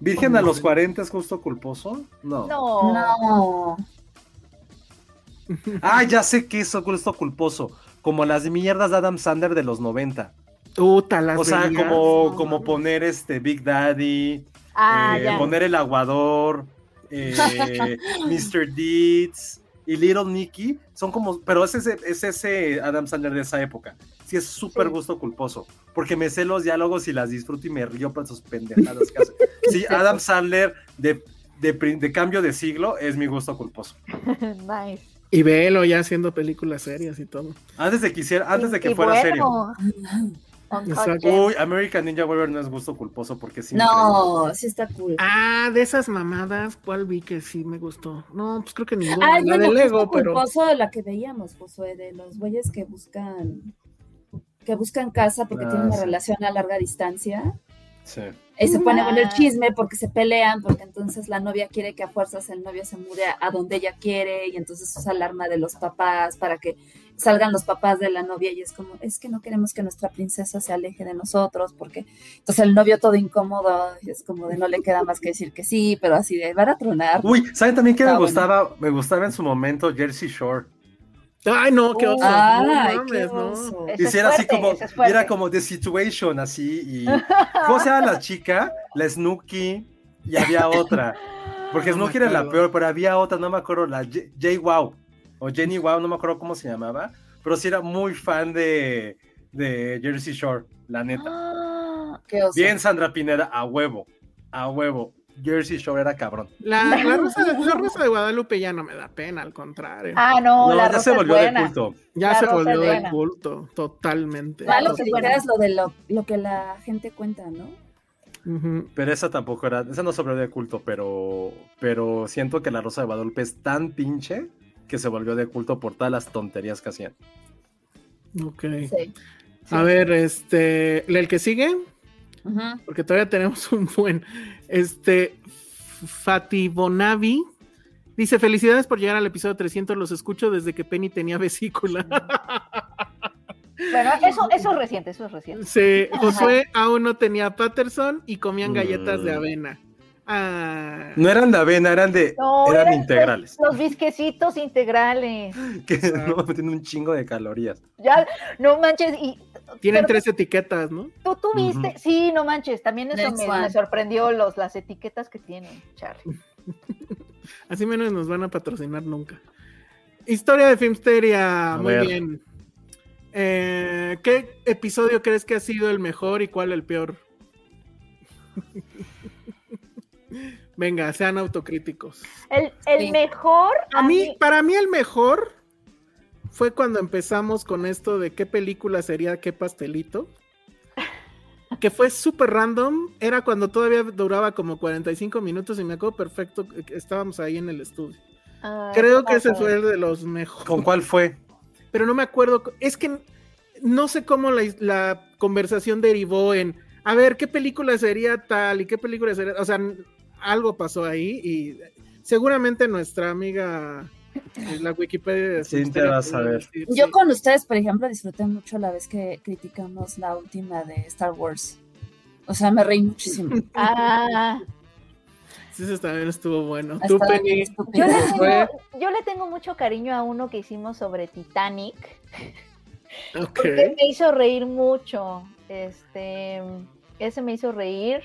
Virgen a los 40 es gusto culposo. No.
No.
No.
Ah, ya sé que es gusto culposo. Como las mierdas de Adam Sandler de los 90.
Puta, las
O sea,
veía.
como,
No,
como
mames.
poner este Big Daddy,
Ah,
eh,
ya.
poner el aguador, eh, Mr. Deeds y Little Nicky. Son como, pero es ese, es ese Adam Sandler de esa época. Sí, es súper
Sí.
gusto culposo. Porque me sé los diálogos y las disfruto y me río para sus pendejadas que hace. Sí, Adam Sandler de, de, pri- de cambio de siglo es mi gusto culposo.
nice.
Y velo ya haciendo películas serias y todo.
Antes de que, hiciera- antes de
Y
que fuera serio.
bueno, Uncut
Exacto.
Gems.
Uy, American Ninja Warrior no es gusto culposo porque sí.
No, sí está cool.
Ah, de esas mamadas, ¿cuál vi que sí me gustó? No, pues creo que ninguna.
Ah,
la
bueno,
de
justo
Lego, pero.
culposo de la que veíamos, Josué, de los güeyes que buscan que buscan casa porque
Ah,
tienen una
sí.
relación a larga distancia.
Sí.
Y Eh, se pone bueno el
Ah.
chisme porque se pelean, porque entonces la novia quiere que a fuerzas el novio se mude a- a donde ella quiere y entonces usa el arma de los papás para que salgan los papás de la novia y es como, es que no queremos que nuestra princesa se aleje de nosotros porque entonces el novio todo incómodo, y es como de no le queda más que decir que sí, pero así de van a tronar.
Uy, ¿saben también que
Ah,
me
bueno.
gustaba? Me gustaba en su momento Jersey Shore.
Ay, no, qué oso.
Ay,
no,
qué
mames, no.
oso.
Ese
Y
es
si era así
fuerte,
como,
ese es
y era
fuerte.
como The Situation, así. Y, ¿Cómo se llama la chica? La Snooki. Y había otra. Porque
No me
Snooki era la
acuerdo.
peor, pero había otra, no me acuerdo, la Ye- Jay Wow. O Jenny Wow, no me acuerdo cómo se llamaba. Pero sí era muy fan de, de Jersey Shore, la neta.
Ah,
Qué oso.
Bien, Sandra Pineda, a huevo. A huevo. Jersey Shore era cabrón.
La, la Rosa de, la Rosa de Guadalupe ya no me da pena, al contrario.
Ah, no,
No, ya
la
se
rosa es
volvió de
buena.
culto.
ya
la
se
Rosa de
volvió de
Guadalupe.
culto, totalmente.
Malo que
Sí, bueno.
dijeras lo de lo, lo que la gente cuenta, ¿no?
Ujú.
Pero esa tampoco era, esa no se volvió de culto, pero, pero siento que la Rosa de Guadalupe es tan pinche que se volvió de culto por todas las tonterías que hacían.
Ok.
Sí.
A ver, este, el que sigue,
Ujú.
porque todavía tenemos un buen, este, Fatibonavi dice, felicidades por llegar al episodio 300, los escucho desde que Penny tenía vesícula.
Bueno, eso, eso es reciente, eso es reciente.
Sí, Josué aún no tenía Patterson y comían galletas de
Mm.
avena. Ah,
No eran de avena, eran de,
No,
eran
eran
integrales.
Los bisquecitos integrales.
Que no, tienen un chingo de calorías.
Ya, no manches, y
tienen
pero-
tres etiquetas, ¿no?
tú tuviste,
Ujú.
sí, no manches, también eso
Next
me,
one.
me sorprendió los, las etiquetas que tienen, Charlie.
Así menos nos van a patrocinar nunca. Historia de Filmsteria,
A
muy
ver.
bien. Eh, ¿Qué episodio crees que ha sido el mejor y cuál el peor? Venga, sean autocríticos.
El, el
Sí.
mejor,
A mí, para mí el mejor fue cuando empezamos con esto de qué película sería qué pastelito. Que fue súper random. Era cuando todavía duraba como 45 minutos y me acuerdo perfecto que estábamos ahí en el estudio.
Ah,
Creo que ese
no,
fue el de los
¿Con
mejores.
cuál fue?
Pero no me acuerdo. co- Es que n- no sé cómo la, his- la conversación derivó en, a ver, ¿qué película sería tal y qué película sería? O sea, n- algo pasó ahí y seguramente nuestra amiga, eh, la Wikipedia. de
Sí, te
Filmsteria
vas a
puede
ver.
decir,
Yo
sí.
con ustedes, por ejemplo, disfruté mucho la vez que criticamos la última de Star Wars. O sea, me reí muchísimo.
Ah,
Sí, eso también estuvo bueno.
Ha
Tú,
estado bien
Penny,
estúpido.
yo, le tengo,
Fue-
yo le tengo mucho cariño a uno que hicimos sobre Titanic.
ok.
Porque me hizo reír mucho. Este, ese me hizo reír.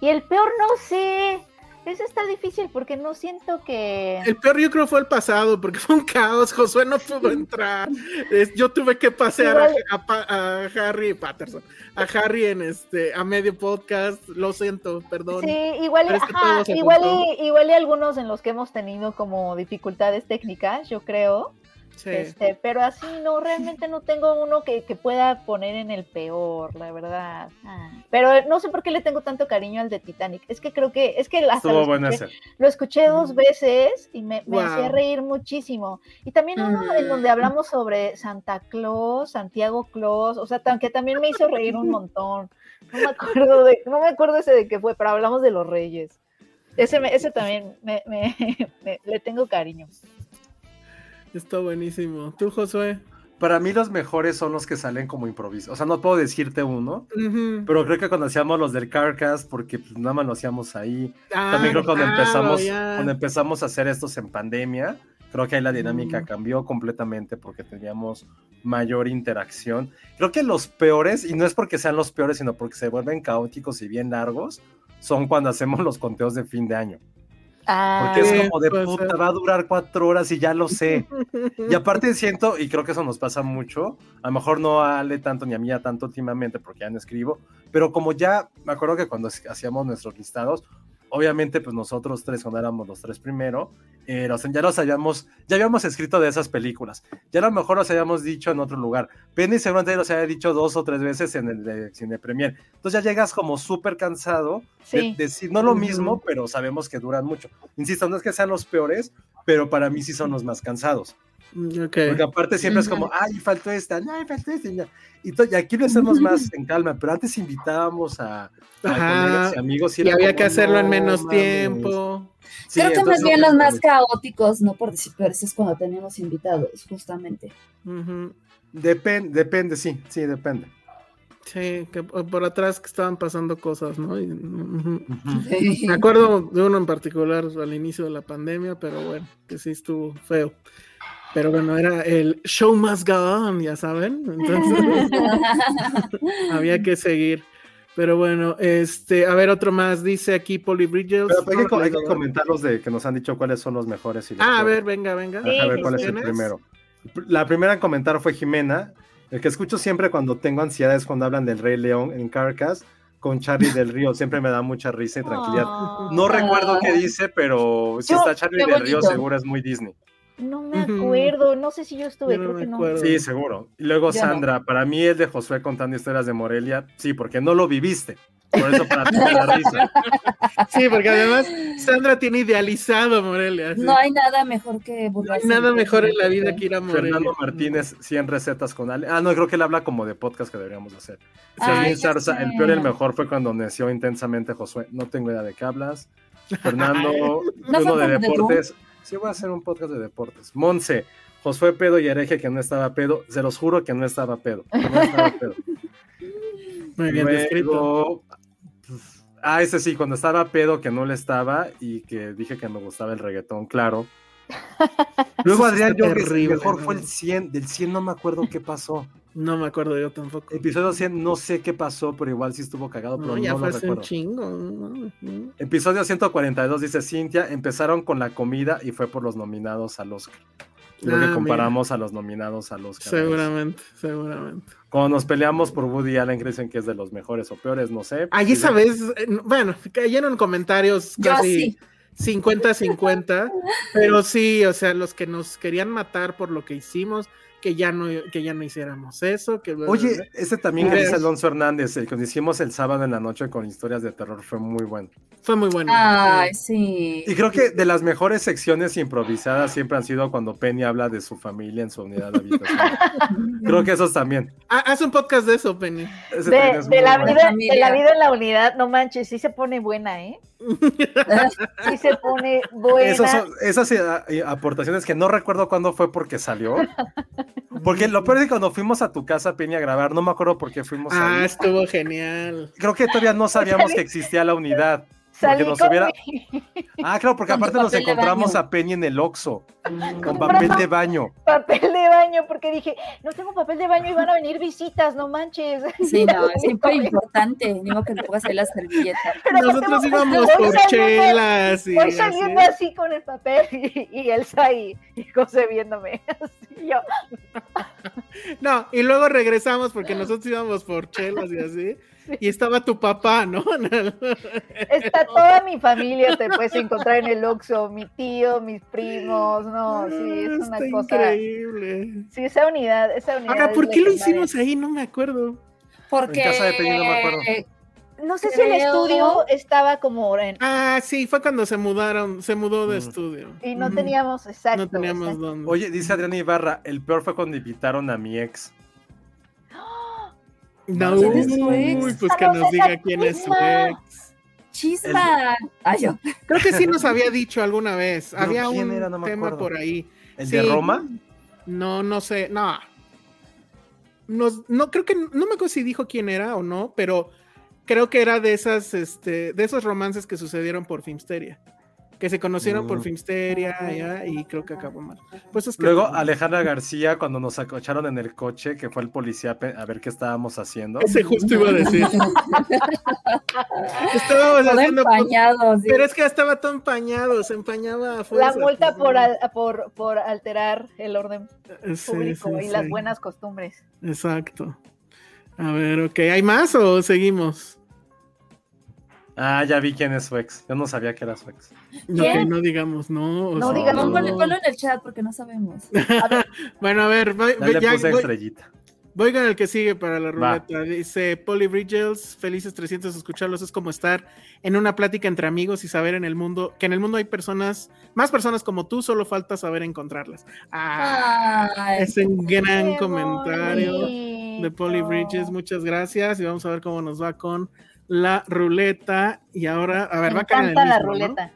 Y el peor no sé. Eso está difícil porque no siento que.
El peor yo creo fue el pasado, porque fue un caos. Josué no pudo entrar. Es- yo tuve que pasear a, a Pa- a Harry Patterson, a Harry en este, a medio podcast. Lo siento, perdón.
Sí, igual, y-
Pero es que
ajá,
todo se
igual,
juntó.
y, igual y algunos en los que hemos tenido como dificultades técnicas, yo creo.
Sí.
Este, pero así no, realmente no tengo uno que, que pueda poner en el peor, la verdad. Ah, Pero no sé por qué le tengo tanto cariño al de Titanic. Es que creo que, es que hasta lo
Estuvo buena
escuché-
esa.
Lo escuché dos
Mm.
veces y me, me
Wow.
hacía reír muchísimo. Y también uno en donde hablamos sobre Santa Claus, Santiago Claus, o sea, tan- que también me hizo reír un montón. No me acuerdo de, no me acuerdo ese de qué fue, pero hablamos de los reyes. Ese, me- ese también me, me- me- le tengo cariño.
Está buenísimo. Tú, Josué.
Para mí los mejores son los que salen como improviso. O sea, no puedo decirte uno,
Ujú.
pero creo que cuando hacíamos los del Carcas, porque pues, nada más lo hacíamos ahí.
Ah,
También creo que cuando
claro,
empezamos,
ya.
cuando empezamos a hacer estos en pandemia, creo que ahí la dinámica
Mm.
cambió completamente porque teníamos mayor interacción. Creo que los peores, y no es porque sean los peores, sino porque se vuelven caóticos y bien largos, son cuando hacemos los conteos de fin de año.
Ah,
Porque es
Sí,
como de
puede
puta,
ser.
va a durar cuatro horas y ya lo sé. Y aparte siento, y creo que eso nos pasa mucho, a lo mejor no a Ale tanto ni a mí a tanto últimamente porque ya no escribo, pero como ya me acuerdo que cuando hacíamos nuestros listados, obviamente pues nosotros tres, cuando éramos los tres primero, eh, los- ya los habíamos, ya habíamos escrito de esas películas, ya a lo mejor los habíamos dicho en otro lugar, Penny seguramente ya los había dicho dos o tres veces en el de Cine Premier, entonces ya llegas como súper cansado de-
sí.
decir, no lo
Ujú.
mismo, pero sabemos que duran mucho. Insisto, no es que sean los peores, pero para mí sí son los más cansados.
Mm, Ok.
Porque aparte siempre es como, ay, faltó esta, ay, faltó esta. Y, ya. Y to- y aquí lo hacemos más en calma, pero antes invitábamos a, a
Ajá.
colegas y amigos.
Y
era
había
como,
que hacerlo en
"No,
menos
mames".
tiempo.
Sí,
Creo que más
entonces,
bien
no,
los más
mames.
caóticos, no por decir, pero eso es cuando tenemos invitados, justamente.
Ujú.
Depen- depende, sí, sí, depende.
Sí, que por por atrás que estaban pasando cosas, ¿no? Y- ujú.
Ujú.
Me acuerdo de uno en particular al inicio de la pandemia, pero bueno, que sí estuvo feo. Pero bueno, era el show must go on, ya saben. Entonces había que seguir. Pero bueno, este, a ver otro más, dice aquí Polly Bridges.
Pero hay que, co- hay que
Rolling Stone.
comentar los de que nos han dicho cuáles son los mejores. Y los
Ah, a
peores.
ver, venga, venga.
Sí,
Ajá, a ver
sí,
cuál
sí.
es el
¿Tienes?
primero. La primera en comentar fue Jimena. El que escucho siempre cuando tengo ansiedad es cuando hablan del Rey León en Carcas con Charlie del Río. Siempre me da mucha risa y tranquilidad.
Ah,
No recuerdo qué dice, pero si
Yo-
está Charlie
qué
del Río,
bonito.
seguro es muy Disney.
No me
Ujú.
acuerdo, no sé si yo estuve,
Yo no
creo
me
que no.
acuerdo.
Sí, seguro. Y luego
Yo no.
Sandra, para mí el de Josué contando historias de Morelia, sí, porque no lo viviste. Por eso para ti te da risa.
Sí, porque además Sandra tiene idealizado Morelia. sí.
No hay nada mejor que
No hay
burlarse.
nada
de-
mejor en la vida que ir a Morelia.
Fernando Martínez, 100 recetas con Ale. Ah, no, creo que él habla como de podcast que deberíamos hacer.
Ay,
Fermín
Ah, ya
Zarza,
sé.
el peor y el mejor fue cuando neció intensamente Josué. No tengo idea de qué hablas. Fernando,
¿No
uno
fue
de
como de
deportes. Sí, voy a hacer un podcast de deportes. Monse, Josué pedo y hereje que no estaba pedo. Se los juro que no estaba pedo. No estaba pedo.
Muy bien descrito.
Luego, pues, ah, ese sí, cuando estaba pedo que no le estaba y que dije que me gustaba el reggaetón, claro. Luego
Eso sí
Adrián
está
York,
terrible,
mejor
¿no?
fue el 100, del 100 no me acuerdo qué pasó.
No me acuerdo yo tampoco.
Episodio 100 no sé qué pasó, pero igual sí estuvo cagado, pero
No,
no,
ya
lo
fue hace un
recuerdo.
chingo. ¿no? Ujú.
Episodio 142 dice Cintia, empezaron con la comida y fue por los nominados al Oscar. Lo
Ah,
que comparamos a los nominados al Oscar.
Seguramente, seguramente.
Cuando nos peleamos por Woody Allen, dicen que es de los mejores o peores, no sé.
Allí esa vez, eh, no- bueno, cayeron comentarios
Yo
casi
sí.
50-50, pero sí, o sea, los que nos querían matar por lo que hicimos, que ya no, que ya no hiciéramos eso, que bla, bla, bla.
Oye, ese también que
Yes.
dice Alonso Hernández, el que nos hicimos el sábado en la noche con historias de terror, fue muy bueno.
fue muy bueno.
Ay, sí.
Y creo que de las mejores secciones improvisadas siempre han sido cuando Penny habla de su familia en su unidad de habitación. creo que esos también.
Ah, haz un podcast de eso, Penny.
Ese también
De,
es
de
muy
la
bueno.
vida, de la
Familia.
vida en la unidad, no manches, sí se pone buena, ¿eh? Sí se pone buena.
Esos son- esas eh, a- eh, aportaciones que no recuerdo cuándo fue porque salió. Porque lo peor es que cuando fuimos a tu casa, Peña, a grabar, no me acuerdo por qué fuimos
Ah,
ahí.
estuvo genial.
Creo que todavía no sabíamos que existía la unidad.
Salí
nos
con
hubiera-
mi-
Ah, claro, porque
Con tu
aparte nos
papel de
encontramos
baño.
a Peña en el Oxxo, con
Comprando-
papel de baño.
papel de baño, porque dije, no tengo papel de baño y van a venir visitas, no manches.
Sí, no, es siempre importante. Digo que le pongas ahí la servilleta.
Pero
Nosotros
tengo-
íbamos
voy
por
saliendo-
chelas y
Voy
así.
saliendo así con el papel y, y Elsa ahí, y José viéndome. Así, yo,
No, y luego regresamos porque nosotros íbamos por chelas y así. Y estaba tu papá, ¿no?
Está toda mi familia, te puedes encontrar en el Oxxo, mi tío, mis primos, no, sí, es una
Ah, Está
cosa.
increíble.
Sí, esa unidad, esa unidad.
Ahora,
es
¿por qué lo
legendaria.
hicimos ahí? No me acuerdo.
Porque.
En casa de Peña, no me acuerdo.
eh,
No sé si el
Creo-
estudio estaba como en-
Ah, sí, fue cuando se mudaron, se mudó de
Mm.
estudio.
y no
Ujú.
teníamos exacto.
No teníamos
exacto.
dónde.
Oye, dice Adrián Ibarra, el peor fue cuando invitaron a mi ex.
¡Oh!
no,
¿quién es su
uy,
ex?
pues que
Ah, no,
nos
es
diga
la
quién es su
misma.
ex.
Chisma. Ay, yo.
Creo que sí nos había dicho alguna vez.
Pero
Había
¿quién
un
era? No me
tema
acuerdo.
por ahí.
¿El
Sí.
de Roma?
No, no sé, no. Nos- no creo que no me acuerdo si dijo quién era o no, pero creo que era de esas, este, de esos romances que sucedieron por Filmsteria. que se conocieron
Mm.
por Filmsteria ya, y creo que acabó mal. Pues es que
Luego Alejandra García, cuando nos acocharon en el coche, que fue el policía pe- a ver qué estábamos haciendo.
ese justo iba a decir. Estábamos
Todo
haciendo
empañado. sí.
pero es que ya estaba todo empañado, se empañaba a
La
fuerza.
multa
pues,
por,
no.
al- por, por alterar el orden
Sí,
público
sí,
y las
sí.
buenas costumbres.
Exacto. A ver, ok, ¿hay más o seguimos?
Ah, ya vi quién es su ex. Yo no sabía que era su ex.
Ok, no digamos, no. o
No
sea,
digamos,
No, ponle- ponlo en el chat porque no sabemos.
Bueno, a ver, voy,
Ya le
ya
puse
voy-
estrellita.
voy con el que sigue para la
pues, Va.
ruleta. Dice Polly Bridges, felices 300 escucharlos. Es como estar en una plática entre amigos y saber en el mundo, que en el mundo hay personas, más personas como tú, solo falta saber encontrarlas. Ah,
Ay,
es un gran
Qué
comentario. de
bonito.
Polly Bridges. Muchas gracias y vamos a ver cómo nos va con la ruleta. Y ahora, a ver,
Me
va a caer en el
encanta la
mismo, ¿no?
ruleta.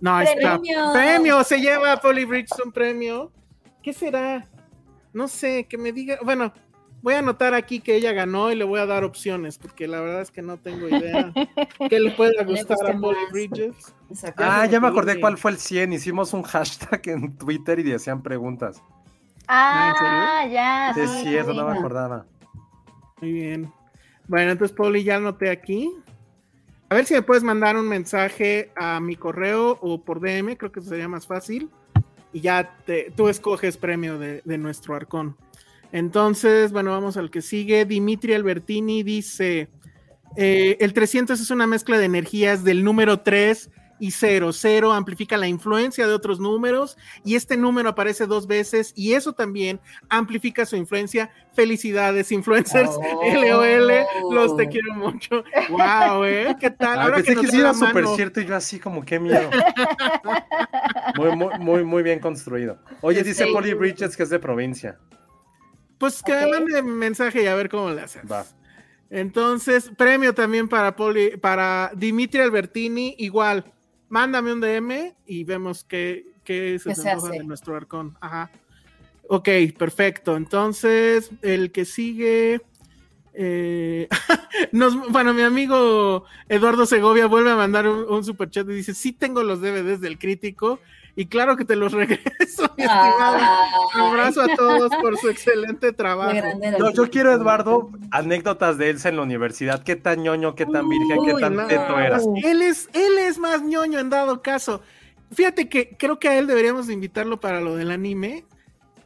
No, ahí está.
Premio.
Premio, se lleva a Polly Bridges un premio. ¿Qué será? No sé, que me diga. Bueno, voy a anotar aquí que ella ganó y le voy a dar opciones porque la verdad es que no tengo idea qué le pueda gustar
gusta
a Polly
más.
Bridges.
Exacto.
Ah, ya me acordé
Sí.
cuál fue el 100. Hicimos un hashtag en Twitter y decían preguntas.
Ah, ya.
Sí, es
sí,
cierto,
sí.
no me
mira.
acordaba.
Muy bien. Bueno, entonces Polly ya anoté aquí. A ver si me puedes mandar un mensaje a mi correo o por DM, creo que sería más fácil. Y ya te- tú escoges premio de, de nuestro arcón. Entonces, bueno, vamos al que sigue. Dimitri Albertini dice, eh, el 300 es una mezcla de energías del número 3 y 0. 0 amplifica la influencia de otros números y este número aparece dos veces y eso también amplifica su influencia. Felicidades, influencers.
Oh.
LOL, los te quiero mucho. Wow, ¿eh? ¿Qué tal?
Ah,
Ahora
pensé
que
que,
nos
sí
da
era
la
súper
mano.
cierto y yo así como qué miedo. Muy, muy, muy, muy bien construido. Oye, dice
Sí.
Polly Bridges que es de provincia.
Pues que
Ok.
mande mensaje y a ver cómo le haces.
Va.
Entonces, premio también para Poli, para Dimitri Albertini, igual. Mándame un DM y vemos qué, qué se,
¿Qué
te
se
antoja
hace?
de nuestro arcón. Ajá. Ok, perfecto. Entonces, el que sigue. eh, nos- bueno, mi amigo Eduardo Segovia vuelve a mandar un, un superchat y dice: Sí, tengo los DVDs del crítico y claro que te los regreso, mi
Ah.
estimado. Un
Ay,
abrazo a todos por su excelente trabajo.
qué grande era el
No, yo
grupo.
quiero, Eduardo, anécdotas de Elsa en la universidad. ¿Qué tan ñoño, qué tan virgen, qué
Uy,
tan
no.
teto era?
Él es, él es más ñoño en dado caso. Fíjate que creo que a él deberíamos de invitarlo para lo del anime.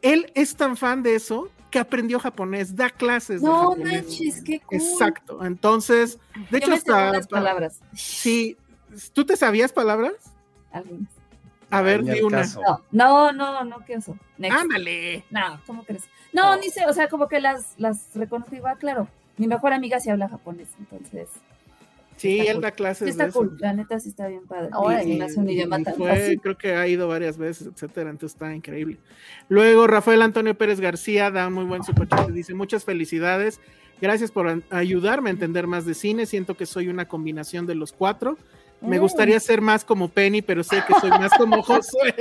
Él es tan fan de eso que aprendió japonés, da clases de
No
japonés.
manches, qué cool.
Exacto. Entonces, de
Yo
hecho,
me sé
hasta.
unas palabras.
Sí. ¿Tú te sabías palabras?
Algunas.
A ver,
Ni al
di una.
caso.
No, no, no, no, ¿qué oso? Next.
Ándale.
No, ¿cómo crees? No, ni sé, o sea, como que las, las reconozco igual, claro. Mi mejor amiga sí habla japonés, entonces.
Sí,
está
él
cool.
da clases
Sí está
de eso.
cool, la neta sí está bien padre.
Ahora
Y se me hace un idioma tan
fue,
fácil.
Creo que ha ido varias veces, etcétera, entonces está increíble. Luego Rafael Antonio Pérez García da un muy buen superchat, y dice muchas felicidades, gracias por an- ayudarme a entender más de cine, siento que soy una combinación de los cuatro, me
Mm.
gustaría ser más como Penny, pero sé que soy más como Josué.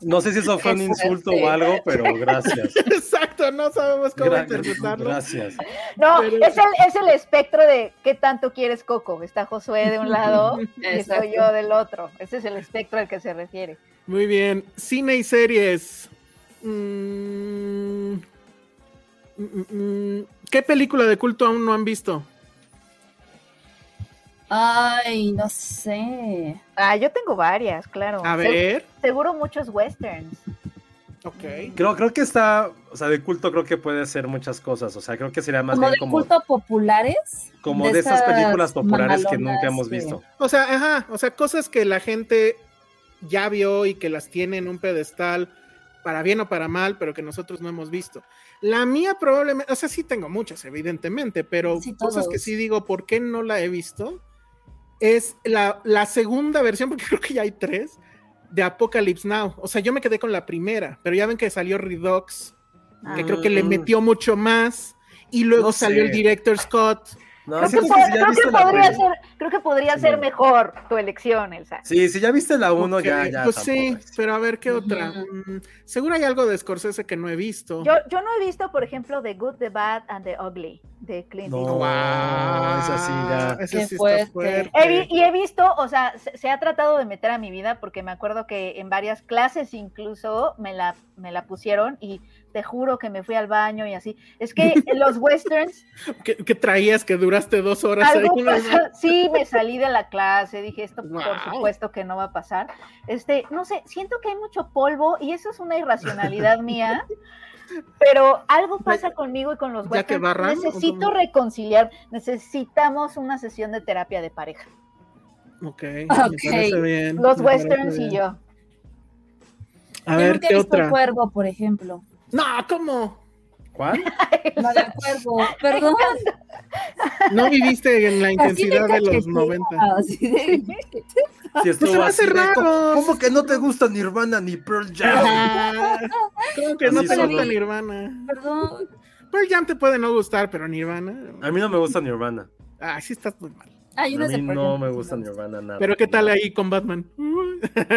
No sé si eso fue un
Qué
insulto
fuerte.
o algo, pero gracias.
Exacto, no sabemos cómo
Gra-
interpretarlo.
gracias.
No,
Pero-
es, el, es el espectro de qué tanto quieres Coco. Está Josué de un lado y
Exacto.
estoy yo del otro. Ese es el espectro al que se refiere.
Muy bien, cine y series. Mm, mm, mm, ¿Qué película de culto aún no han visto?
Ay, no sé.
Ah, yo tengo varias, claro.
A
Se-
ver,
seguro muchos westerns.
ok.
Creo, creo que está, o sea, de culto creo que puede ser muchas cosas. O sea, creo que sería más
como
bien
de
como,
culto populares.
como de, esas películas populares que
mamalonas
nunca hemos
que-
visto.
O sea, ajá, o sea, cosas que la gente ya vio y que las tiene en un pedestal, para bien o para mal, pero que nosotros no hemos visto. La mía probablemente, o sea, sí tengo muchas, evidentemente, pero
Sí,
cosas que
todos.
sí digo, ¿por qué no la he visto? Es la, la segunda versión, porque creo que ya hay tres, de Apocalypse Now. O sea, yo me quedé con la primera, pero ya ven que salió Redox, que creo que le
Ah.
metió mucho más, y luego
No
salió el
sé.
director Scott.
No,
Creo
sí,
que,
sí,
po-
sí, ya
creo
viste
que
la
podría
peli.
ser, creo que podría
Sí,
ser
no.
mejor tu elección, Elsa.
Sí, si ya viste la uno,
Ok,
ya, ya.
Pues
tampoco
sí,
es.
pero a ver qué otra.
Ujú.
Mm, seguro hay algo de Scorsese que no he visto.
Yo, yo no he visto, por ejemplo, The Good, The Bad and The Ugly. de Clint
No,
Eastwood.
esa sí ya.
Eso
Qué
Ah, sí
fuerte.
está fuerte.
He vi- y he visto, o sea, se, se ha tratado de meter a mi vida porque me acuerdo que en varias clases incluso me la, me la pusieron y te juro que me fui al baño y así. Es que en los westerns
¿Qué, qué traías que duraste dos horas ahí?
algo
No,
pasa. Sí, me salí de la clase, dije esto por
Wow.
supuesto que no va a pasar. Este, no sé, siento que hay mucho polvo y eso es una irracionalidad mía. Pero algo pasa conmigo y con los
¿Ya te
westerns.
barran?
Necesito reconciliar, necesitamos una sesión de terapia de pareja.
Ok,
Ok.
me parece bien.
Los
me
westerns
parece
y
bien.
yo.
A
Yo
ver,
nunca he
¿qué
visto
otra?
el cuervo, por ejemplo.
No, ¿cómo?
¿Cuál?
La del cuervo, perdón.
No viviste en la intensidad de los 90.
así de-
Si
Pues se
estuvo
me hace
así de,
raro.
¿cómo, cómo que no te gusta Nirvana ni Pearl Jam?
Ajá. ¿Cómo que no
Así
te
son
gusta
los-
Nirvana?
Perdón.
Pearl Jam te puede no gustar, pero Nirvana.
A mí no me gusta Nirvana.
Ah, sí estás muy mal.
Hay
A
unas
mí
de Pearl
no
Jam
me
que sí
gusta Nirvana nada.
Pero ¿qué tal ahí con Batman?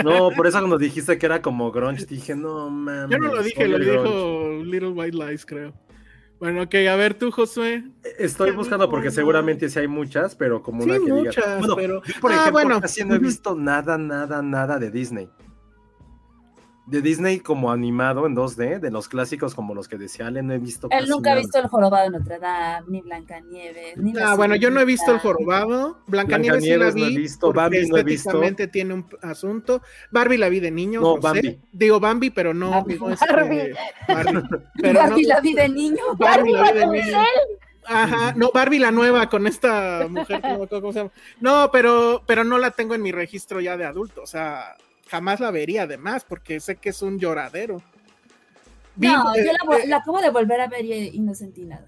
No, por eso cuando dijiste que era como grunge, dije, no mames.
Yo no lo dije,
odio
lo
el grunge.
dijo Little White Lies, creo. Bueno, ok, a ver tú, Josué.
E-, Estoy buscando porque seguramente sí hay muchas, pero como
Sí,
una que diga.
muchas,
Bueno,
pero.
yo, por
Ah,
ejemplo,
bueno.
casi no he visto nada, nada, nada de Disney. De Disney como animado en 2D, de los clásicos como los que decía Ale, no he visto
Él
casi
nunca ha
nada.
visto el jorobado de Notre Dame, ni Blancanieves, ni la
Ah, bueno, yo no he visto el
Sirenita.
jorobado. Blancanieves sí la
Blancanieves
vi.
no he visto,
porque
Bambi no he visto.
estéticamente tiene un asunto. Barbie la vi de niño.
No,
lo sé.
Bambi.
Digo Bambi, pero no.
Bambi.
no, este,
Barbie.
Barbie. Pero
Barbie
no-
la vi de niño.
Barbie la vi de
Barbie
niño. Ajá, no, Barbie la nueva con esta mujer que no me acuerdo cómo se llama. No, pero, pero no la tengo en mi registro ya de adulto. O sea, jamás la vería además, porque sé que es un lloradero. Vi,
No, yo la, vo-
eh,
la acabo de volver a ver y, y no sentí nada.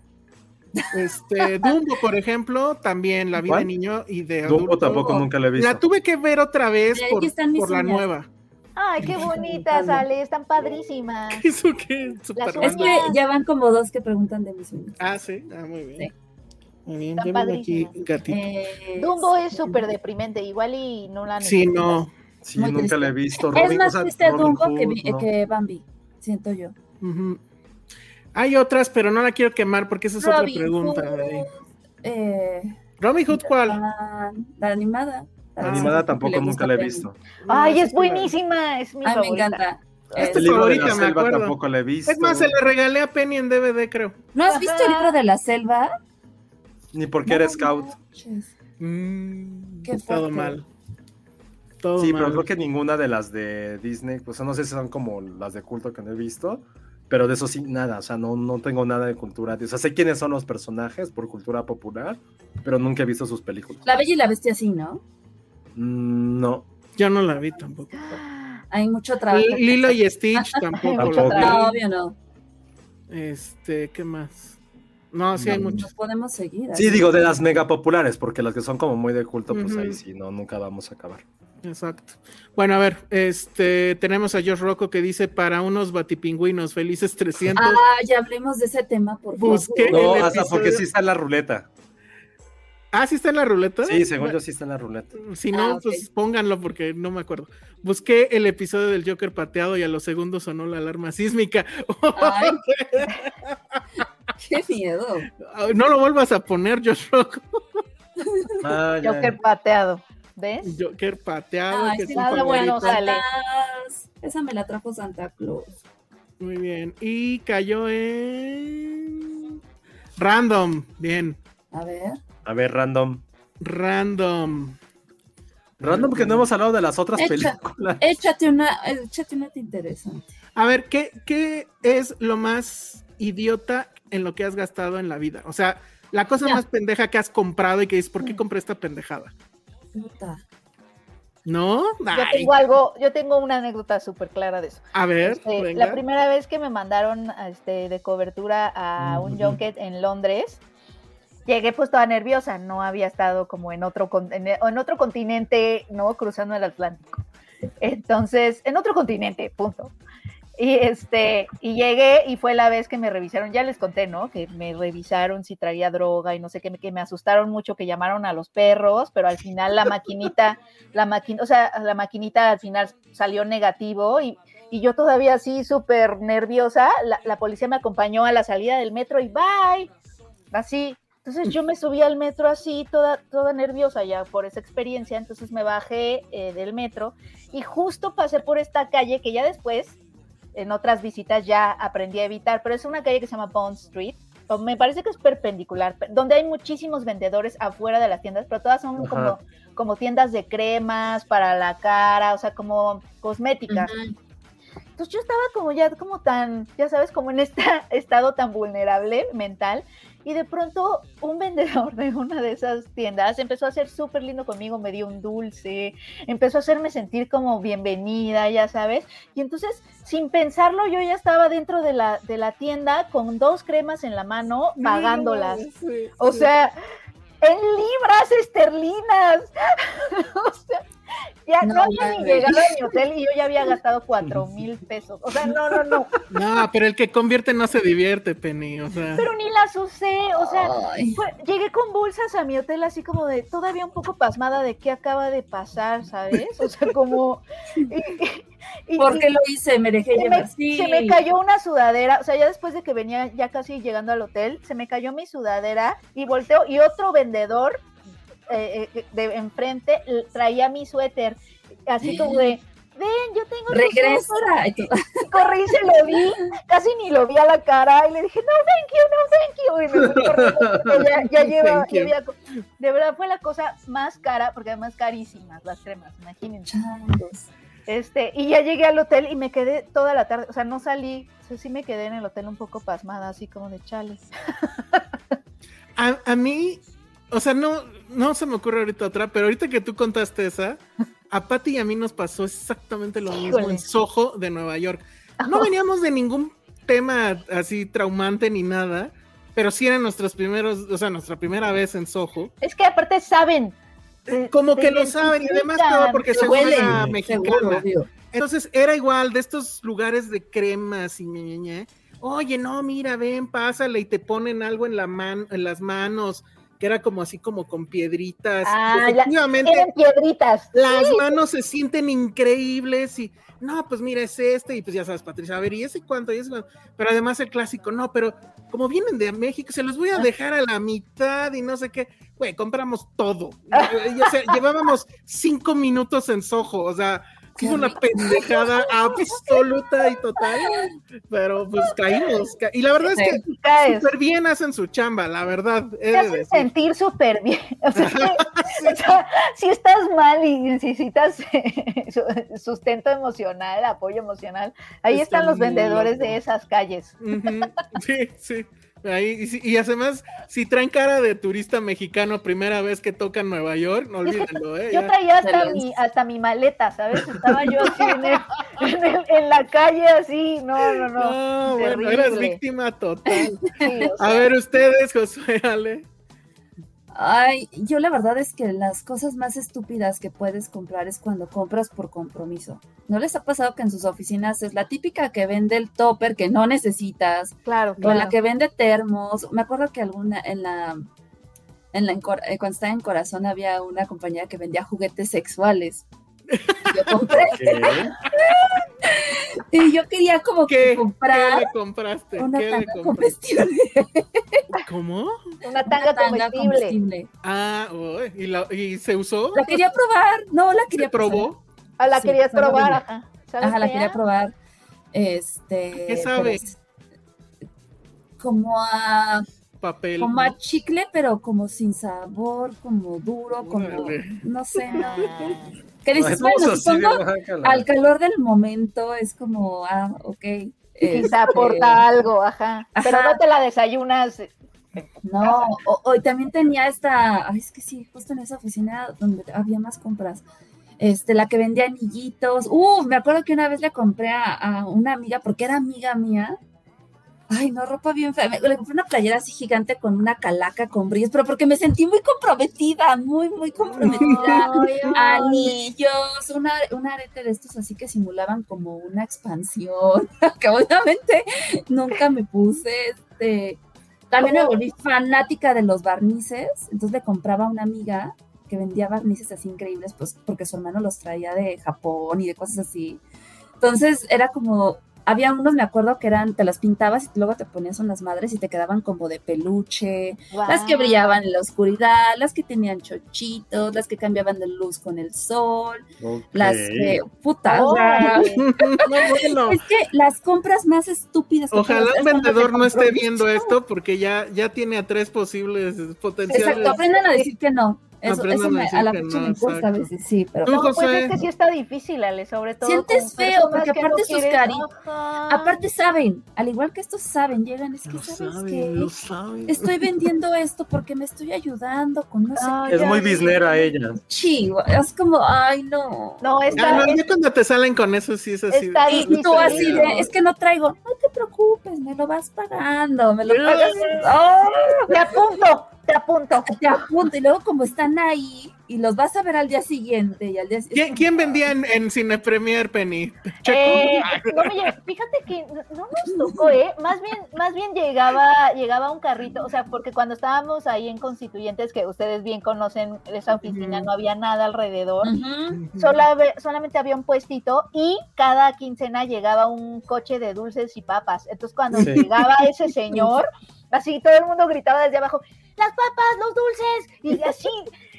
Este, Dumbo, por ejemplo, también la vi de
¿Cuál?
niño y de
Dumbo
adulto.
tampoco nunca la he visto.
La tuve que ver otra vez
Y ahí
por,
están mis
por la
uñas.
nueva.
Ay, qué bonitas, Ale, están padrísimas.
Eso que
Las
Es
uñas.
Superman.
que ya van como dos que preguntan de mis uñas.
Ah, sí, ah, muy bien.
Sí.
Muy bien,
Están
ya vino aquí
padrísimas.
gatito.
Eh,
Dumbo es súper deprimente, igual y no la
sí,
necesitas.
no.
Sí,
Muy
nunca
triste.
la he visto.
Es
Robin- o
más
sea,
triste
Robin
Dumbo que,
Hood,
vi-
no.
que Bambi, siento yo.
Ujú. Hay otras, pero no la quiero quemar porque esa es otra
Robin
pregunta.
Hood,
ahí.
eh,
Robin Hood, ¿cuál?
la, la animada.
La
Ah,
Animada
sí, que
tampoco
le
nunca
gusta
la he
Penny.
visto.
Ay,
Ah,
No,
es
sí, claro.
buenísima, es mi
Ay, me
favorita.
encanta.
Este
Es-
tu
libro de la
favorita, me
selva
acuerdo.
tampoco la he visto.
Es más, se la regalé a Penny en DVD, creo.
¿No has visto el libro de la selva?
Ni porque era
No
scout.
manches. Qué
Todo
fuerte.
Mm, mal. Todo
Sí,
mal.
pero creo que ninguna de las de Disney, pues no sé si son como las de culto que no he visto, pero de eso sí, nada, o sea, no, no tengo nada de cultura, o sea, sé quiénes son los personajes por cultura popular, pero nunca he visto sus películas.
La Bella y la Bestia sí, ¿no?
Mm, No,
Yo no la vi tampoco.
Hay mucho trabajo.
L- Lilo y Stitch tampoco. la
Tampoco.
vi.
No, obvio no.
Este, ¿qué más? No, sí hay
No.
No
muchos.
podemos seguir. así.
sí digo de las mega populares, porque las que son como muy de culto, pues
Ujú.
ahí sí, no, nunca vamos a acabar.
Exacto. Bueno, a ver, este, tenemos a Josh Rocco que dice para unos batipingüinos felices 300.
Ah, ya hablemos de ese tema, por favor.
Busqué.
No,
El
hasta porque
episodio-
sí está en la ruleta.
Ah, sí está en la ruleta.
Sí, según yo sí está en la ruleta.
Si no,
Ah, ok.
pues pónganlo porque no me acuerdo. Busqué el episodio del Joker pateado y a los segundos sonó la alarma sísmica.
Ay, qué miedo.
no lo vuelvas a poner, Josh Rocco.
Ah, ya.
Joker pateado, ¿ves?
Joker pateado.
Ay,
que es
sí,
mi
nada
nada
bueno
bueno,
favorito.
sale.
Esa me la trajo Santa Claus.
Muy bien. Y cayó en random. Bien.
A ver.
A ver, random.
Random.
Random que no hemos hablado de las otras
Echa.
películas.
Échate una, échate una interesante.
A ver, ¿qué, ¿qué es lo más idiota en lo que has gastado en la vida? O sea, la cosa
Ya.
más pendeja que has comprado y que dices, ¿por qué compré esta pendejada?
Puta.
¿No?
Yo
Ay,
tengo algo, yo tengo una anécdota súper clara de eso.
a ver,
Este,
venga.
la primera vez que me mandaron a este, de cobertura
Mm,
a un
Ujú.
junket en Londres, llegué pues toda nerviosa, no había estado como en otro, con- en, en otro continente, ¿no? Cruzando el Atlántico. Entonces, en otro continente, punto. Y este, y llegué y fue la vez que me revisaron, ya les conté, ¿no? Que me revisaron si traía droga y no sé qué, que me asustaron mucho, que llamaron a los perros, pero al final la maquinita, la maquinita, o sea, la maquinita al final salió negativo y, y yo todavía así súper nerviosa, la, la policía me acompañó a la salida del metro y bye, así, Entonces yo me subí al metro así, toda, toda nerviosa ya por esa experiencia, entonces me bajé eh, del metro y justo pasé por esta calle que ya después, en otras visitas, ya aprendí a evitar, pero es una calle que se llama Bond Street, o me parece que es perpendicular, pe- donde hay muchísimos vendedores afuera de las tiendas, pero todas son
Ajá.
como, como tiendas de cremas para la cara, o sea, como cosméticas. Entonces yo estaba como ya, como tan, ya sabes, como en este estado tan vulnerable mental. Y de pronto un vendedor de una de esas tiendas empezó a ser súper lindo conmigo, me dio un dulce, empezó a hacerme sentir como bienvenida, ya sabes. Y entonces, sin pensarlo, yo ya estaba dentro de la, de la tienda con dos cremas en la mano, pagándolas.
Sí,
O
sí.
sea, en libras esterlinas. o sea, ya no,
No
había ni
mames.
llegado a mi hotel y yo ya había gastado cuatro mil pesos. O sea, no, no, no.
No, pero el que convierte no se divierte, Penny. O sea,
Pero ni las usé. O sea,
Ay.
fue- llegué con bolsas a mi hotel así como de todavía un poco pasmada de qué acaba de pasar, ¿sabes? O sea, como... y- y-
¿Por
y-
qué lo hice? Me dejé
se me,
llevar. Sí.
se me cayó una sudadera, o sea, ya después de que venía ya casi llegando al hotel, se me cayó mi sudadera y volteo y otro vendedor eh, eh, de enfrente l- traía mi suéter, así como de, ven, yo tengo tu
Regresa. Ay, tú-
suéter". corrí, se lo di, casi ni lo vi a la cara y le dije, no, thank you, no, thank you. Y me fui corriendo, porque ya, ya lleva-
Thank you.
ya había co- de verdad fue la cosa más cara, porque además carísimas las cremas, imagínense.
Changos.
Este, y ya llegué al hotel y me quedé toda la tarde, o sea, no salí, o sea, sí me quedé en el hotel un poco pasmada, así como de chales.
a, a mí, o sea, no, no se me ocurre ahorita otra, pero ahorita que tú contaste esa, a Patty y a mí nos pasó exactamente lo mismo
Híjole.
en Soho de Nueva York. No veníamos de ningún tema así traumante ni nada, pero sí eran nuestros primeros, o sea, nuestra primera vez en Soho.
Es que aparte saben, Te-
Como
te
que lo saben y además
identifican,
peor porque
te
se
huelen,
huele
Seguro,
mexicana.
obvio.
Entonces era igual de estos lugares de cremas y ñe, ñe, ñe. Oye, no, mira, ven, pásale y te ponen algo en la man, en las manos, que era como así como con piedritas.
Ah,
Y
la-
efectivamente,
tienen piedritas.
las manos se sienten increíbles y no, pues mira, es este, y pues ya sabes, Patricia, a ver, y ese cuánto, y ese cuánto, pero además el clásico, no, pero como vienen de México, se los voy
Ah.
a dejar a la mitad y no sé qué, güey, compramos todo. Y, o sea, llevábamos cinco minutos en Soho, o sea,
Qué
fue una
rico.
pendejada absoluta y total, pero pues caímos, ca- y la verdad es que
caes.
súper bien hacen su chamba, la verdad. he
Te
de
hacen
decir.
sentir súper bien. O sea, es que- o sea, si estás mal y necesitas eh, su- sustento emocional, apoyo emocional, ahí
Está
están los
muy
vendedores
loco.
de esas calles.
Ujú, Sí, sí. Ahí, y, sí- y además, si traen cara de turista mexicano primera vez que tocan Nueva York, no olvídenlo, ¿eh?
Yo
Ya.
traía hasta
Excelente.
mi, hasta mi maleta, ¿sabes? Estaba yo así en, el- en el- en la calle, así, no, no, no.
No, bueno, eras
terrible.
víctima total.
Sí, o
A
sea,
ver, ustedes, Josué, Ale.
Ay, yo la verdad es que las cosas más estúpidas que puedes comprar es cuando compras por compromiso. ¿No les ha pasado que en sus oficinas es la típica que vende el topper que no necesitas?
claro,
O la
claro.
que vende termos. Me acuerdo que alguna en la en la en Cor- eh, cuando estaba en Corazón había una compañía que vendía juguetes sexuales. Yo compré y yo quería como
¿Qué?
que
¿Qué
comprar
le compraste?
una
Este, ¿Qué le
tanga
compraste?
comestible,
¿Cómo?
Una
una
tanga
tanga
comestible.
comestible.
Ah, uy, ¿y, la- y se usó?
La quería probar, no la
¿Se
quería probar.
probó?
Ah, la
Sí,
querías
estaba
probar,
horrible.
ajá. ¿Sabes
Ajá, la
qué?
quería probar. Este.
¿Qué sabe?
pero es- Como a,
Papel.
como
¿no?
a chicle, pero como sin sabor, como duro, como.
Órale.
No sé, no.
Ah,
¿Qué dices?
Vamos así
Bueno,
de
supongo
guácala.
al calor del momento es como, ah, ok. este,
Quizá aporta algo, ajá. Pero
Ajá.
no te la desayunas.
No, o, o- y también tenía esta, ay, es que sí, justo en esa oficina donde había más compras, este, la que vendía anillitos, uh, me acuerdo que una vez le compré a, a una amiga, porque era amiga mía, ay, no, ropa bien fea, me- le compré una playera así gigante con una calaca con brillos, pero porque me sentí muy comprometida, muy, muy comprometida,
Ay, ay.
anillos, una, un arete de estos así que simulaban como una expansión, que obviamente nunca me puse, este... También me
¿Cómo?
volví fanática de los barnices, entonces le compraba a una amiga que vendía barnices así increíbles, pues porque su hermano los traía de Japón y de cosas así. Entonces era como, Había unos, me acuerdo, que eran, te las pintabas y luego te ponías unas madres y te quedaban como de peluche,
Guau.
las que brillaban en la oscuridad, las que tenían chochitos, las que cambiaban de luz con el sol, las que, puta,
Oh,
o sea,
Órale.
No, bueno.
es que las compras más estúpidas. que
Ojalá el
puedas hacer son las
vendedor
que
no esté
compró.
viendo esto porque ya, ya tiene a tres posibles potenciales.
Exacto, aprendan a decir que no. Eso,
Aprendan
eso
a
me-
decir
a la
que
fecha
no,
me cuesta a
exacto.
veces, sí, pero
Tú,
No, pues
José.
es que sí está difícil, Ale, sobre todo.
Sientes
con
feo,
personas
porque
que no
aparte sus
quieren-
cari-
Ajá.
aparte saben, al igual que estos saben, llegan, es que
Lo
sabes
sabe,
que
lo sabe.
estoy vendiendo esto porque me estoy ayudando con no sé
Ay,
Es
ya
muy
vi.
biznera ella.
qué chihuahua. Es como, ay, no.
No,
Ah,
está,
no, ya cuando te salen con eso sí es así.
Está
Y
difícil.
tú así de, es que no traigo, no te preocupes, me lo vas pagando, me lo pagas. ¡Oh!
¡Ah! te apunto, te apunto.
te apunto y luego como están ahí y los vas a ver al día siguiente y al día
¿Quién, quién vendía en, en Cine Premier, Penny? Checo.
Eh, no, oye, fíjate que no no nos tocó, ¿eh? Más bien, más bien llegaba, llegaba un carrito, o sea, porque cuando estábamos ahí en Constituyentes, que ustedes bien conocen esa oficina,
Ujú.
no había nada alrededor.
Ujú.
Sola- solamente había un puestito y cada quincena llegaba un coche de dulces y papas. Entonces cuando
Sí.
llegaba ese señor, así todo el mundo gritaba desde abajo, las papas, los dulces, y así,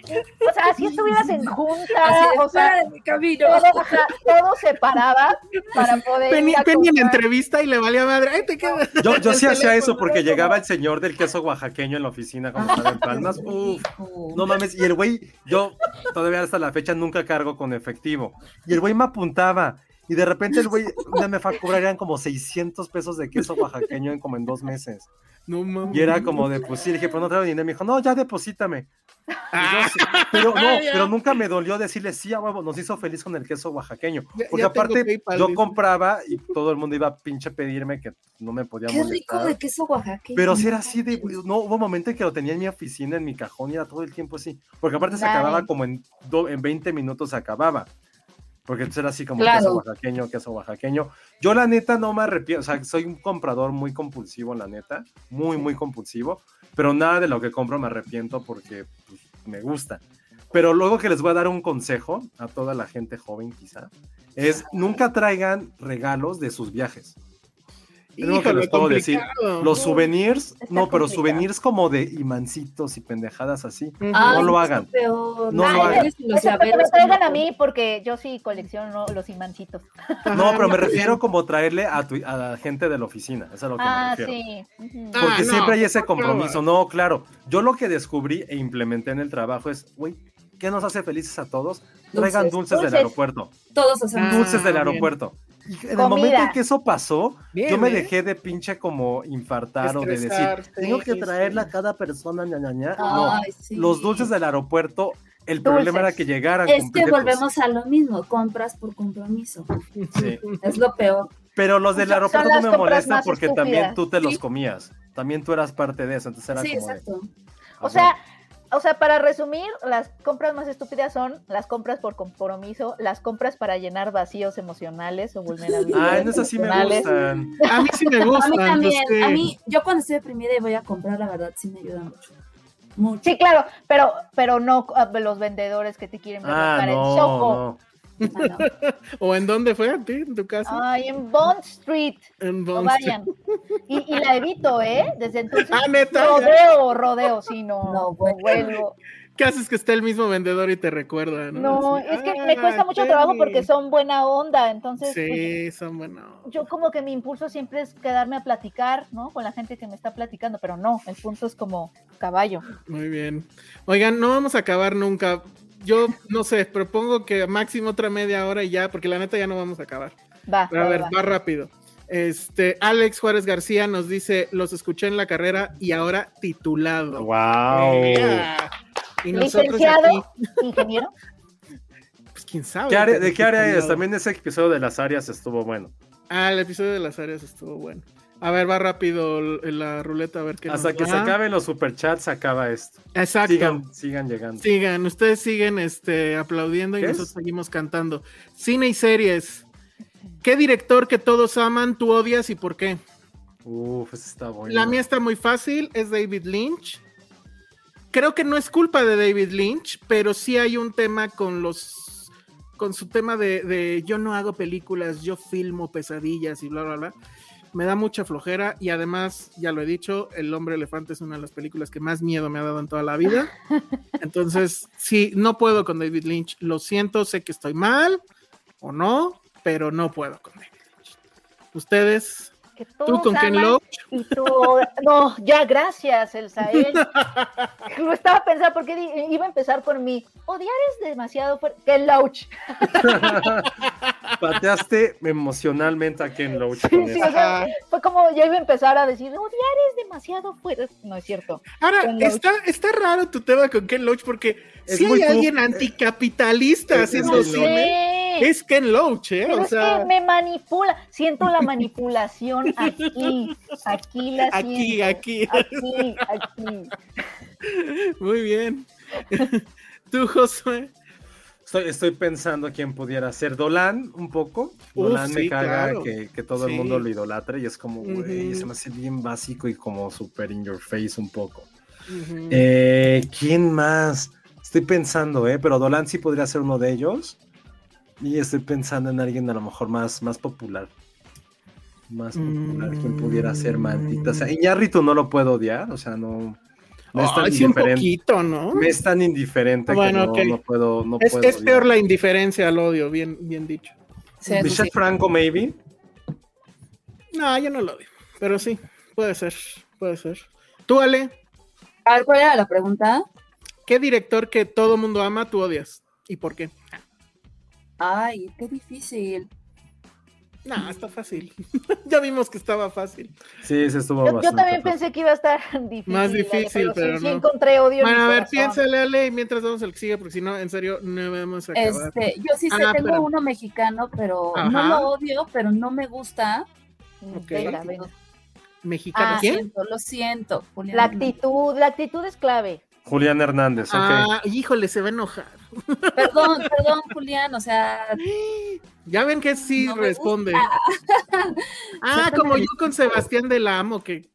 y- o sea, así estuvieras en junta,
Así de
o sea,
Ah, fuera de mi camino.
todo, ajá, todo se paraba para poder...
Penny,
ir a
Penny en
comprar.
entrevista y le valía madre. ¡Ay, te quedas!
Yo, yo
El
sí hacía
teléfono
eso porque
era como-
llegaba el señor del queso oaxaqueño en la oficina como estaba en Palmas. Uf,
Hijo.
no mames. Y el güey, yo todavía hasta la fecha nunca cargo con efectivo. Y el güey me apuntaba. Y de repente el güey ya me fue a cobrar, eran como 600 pesos de queso oaxaqueño en como en dos meses.
No mames.
Y era como de, pues sí, le dije, pero no traigo dinero. Y me dijo, no, ya deposítame.
Ah,
Pero no,
Ay, ya.
pero nunca me dolió decirle sí a huevo, nos hizo feliz con el queso oaxaqueño.
Ya-
Porque
ya tengo
aparte
PayPal,
yo
dice.
compraba y todo el mundo iba a pinche pedirme que no me podía
Qué rico
molestar.
de queso oaxaqueño.
Pero sí era así de, güey, no, hubo un momento en que lo tenía en mi oficina, en mi cajón, y era todo el tiempo así. Porque aparte se
Nice.
acababa como en, do- en 20 minutos se acababa. Porque entonces era así como
Claro.
queso oaxaqueño, queso oaxaqueño. Yo la neta no me arrepiento, o sea, soy un comprador muy compulsivo, la neta, muy, muy compulsivo, pero nada de lo que compro me arrepiento porque pues, me gusta. Pero luego que les voy a dar un consejo a toda la gente joven quizá, es nunca traigan regalos de sus viajes. Es lo que
híjole,
les puedo decir.
complicado.
Los
Uy,
souvenirs,
está
no, pero
complicado.
souvenirs como de imancitos y pendejadas así.
Ujú.
Ah,
Ay,
no lo hagan.
es peor.
No
Ay,
lo hagan.
tienes los
Eso que me
llaveros
traigan
como-
a mí porque yo sí colecciono los imancitos.
Ajá,
No, pero me
muy
refiero como traerle a, tu- a la gente de la oficina, eso es a lo que
Ah,
me refiero.
sí. Ujú.
Ah,
Porque
no,
siempre hay ese
por favor.
compromiso, no, claro. Yo lo que descubrí e implementé en el trabajo es, güey, ¿qué nos hace felices a todos? Traigan dulces, del
Dulces.
aeropuerto,
Todos hacemos.
Ah,
dulces del
bien.
aeropuerto. Y en
Comida.
el momento en que eso pasó,
Bien,
yo me
¿eh?
dejé de pinche como infartar o de decir,
Estresarte,
tengo que
sí,
traerla a
sí.
cada persona, ña, ña, ña". No,
Ay, sí.
los dulces del aeropuerto, el problema era
Dulces.
que llegaran
Es que
completos.
volvemos a lo mismo, compras por compromiso.
Sí.
Es lo peor.
Pero los del
Son-
aeropuerto
son las
no me
compras
molestan
más
porque
estúpidas.
también tú te los
Sí.
comías. También tú eras parte de eso, entonces era
Sí,
como de,
exacto.
ah,
O sea, o sea, para resumir, las compras más estúpidas son las compras por compromiso, las compras para llenar vacíos emocionales o
bueno.
vulnerabilidades.
Ah, en esas sí me
emocionales.
gustan.
A mí sí me
A mí
gustan.
también,
pues,
a
sí.
mí, yo cuando estoy deprimida y voy a comprar, la verdad sí me ayuda mucho. Mucho.
Sí, claro, pero, pero no ah, los vendedores que te quieren vender
Ah,
para el Soho.
no, no.
Ah, no.
¿O en dónde fue a ti? ¿En tu casa?
Ay, en Bond Street,
en
Ah, no
Bond Street.
vayan. Y, y la evito, ¿eh? Desde entonces.
Ah, neta.
Rodeo, rodeo, sí, no.
No,
No,
bueno.
vuelvo.
¿Qué haces que esté el mismo vendedor y te recuerda? No,
No,
Así,
es que
"Ah,
me cuesta mucho trabajo
Penny".
porque son buena onda, entonces. pues,
Sí, son buenos.
yo como que mi impulso siempre es quedarme a platicar, ¿no? Con la gente que me está platicando, pero no, el punto es como caballo.
Muy bien. Oigan, no vamos a acabar nunca. Yo no sé, propongo que máximo otra media hora y ya, porque la neta ya no vamos a acabar.
Va,
Pero a
va,
ver,
va.
más rápido. Este, Alex Juárez García nos dice, los escuché en la carrera y ahora titulado.
Wow.
Yeah. Y nosotros
Licenciado,
aquí,
ingeniero.
pues quién sabe.
¿Qué área- ¿De qué área es?
Titulado.
También ese episodio de las áreas estuvo bueno.
Ah, el episodio de las áreas estuvo bueno. A ver, va rápido l- la ruleta a ver qué nos
Hasta que se
da.
acaben los superchats, se acaba esto.
Exacto.
Sigan, sigan llegando.
Sigan, ustedes siguen este, aplaudiendo y
¿Qué
nosotros
es?
seguimos cantando. Cine y series. ¿Qué director que todos aman, tú odias y por qué?
Uf, eso está bueno.
La mía está muy fácil, es David Lynch. Creo que no es culpa de David Lynch, pero sí hay un tema con los con su tema de, de yo no hago películas, yo filmo pesadillas y bla, bla, bla, me da mucha flojera y además, ya lo he dicho, El hombre elefante es una de las películas que más miedo me ha dado en toda la vida. Entonces, sí, no puedo con David Lynch. Lo siento, sé que estoy mal o no, pero no puedo con David Lynch. Ustedes,
Que
tú
todos
con Ken
aman
Loach,
Y tú, no, ya, gracias, Elsa. eh. Lo estaba pensando porque di- iba a empezar por mí. Odiar es demasiado fuerte. Que Loach.
Pateaste emocionalmente a Ken Loach. con
Sí,
eso.
o sea,
Ajá.
fue como yo iba a empezar a decir, odiar es demasiado fuerte. No es cierto.
Ahora,
Ken Loach.
está, está raro tu tema con Ken Loach porque
Es
si
muy
hay
pro-
alguien anticapitalista
es-
haciendo
es muy
cine, es Ken Loach, ¿eh?
Pero
o sea,
es que me manipula, siento la manipulación aquí, aquí la
aquí,
siento,
aquí.
aquí, aquí.
Muy bien. tú, Josué.
Estoy, estoy pensando quién pudiera ser. Dolan, un poco.
Uf,
Dolan me
sí,
carga
claro.
que, que todo
Sí.
el mundo lo idolatra y es como, güey,
Ujú.
se me hace bien básico y como super in your face un poco. Eh, ¿Quién más? Estoy pensando, ¿eh? Pero Dolan sí podría ser uno de ellos. Y estoy pensando en alguien a lo mejor más, más popular. Más popular. ¿Quién pudiera ser maldita? O sea, Iñárritu no lo puedo odiar. O sea, no. No es tan
Mm. Ay, sí, un
indiferente.
poquito, ¿no?
Me es tan indiferente
Bueno,
que no,
ok.
no puedo. No
Es,
puedo
es peor
odiar.
la indiferencia al odio, bien, bien dicho.
Sí, eso
Michelle
sí.
Franco, maybe.
No, yo no lo odio, pero sí, puede ser, puede ser. Tú, Ale,
A ver, ¿cuál era la pregunta?
¿qué director que todo mundo ama tú odias? ¿Y por qué?
Ay, qué difícil.
No, está fácil. ya vimos que estaba fácil.
Sí, se estuvo
Yo, yo
bastante.
también
fácil.
pensé que iba a estar difícil.
Más
Ale,
difícil,
sí-
pero
sí,
no.
encontré odio. en mi
Bueno, a ver,
corazón.
piénsale, Ale, y mientras vamos al que sigue, porque si no, en serio, no vamos a acabar.
Este, yo sí sé,
Ah,
tengo
espérame.
uno mexicano, pero no
Ajá.
lo odio, pero no me gusta.
Mm,
Ok.
venga, venga.
¿Mexicano
Ah,
quién?
siento, lo siento, Julián.
La actitud, la actitud es clave.
Julián Hernández, ok.
Ah, híjole, se va a enojar.
Perdón, perdón, Julián, o sea,
Ya ven que sí
No me
responde. Ah,
Suéltame
como
el
yo con Sebastián de la Amo, que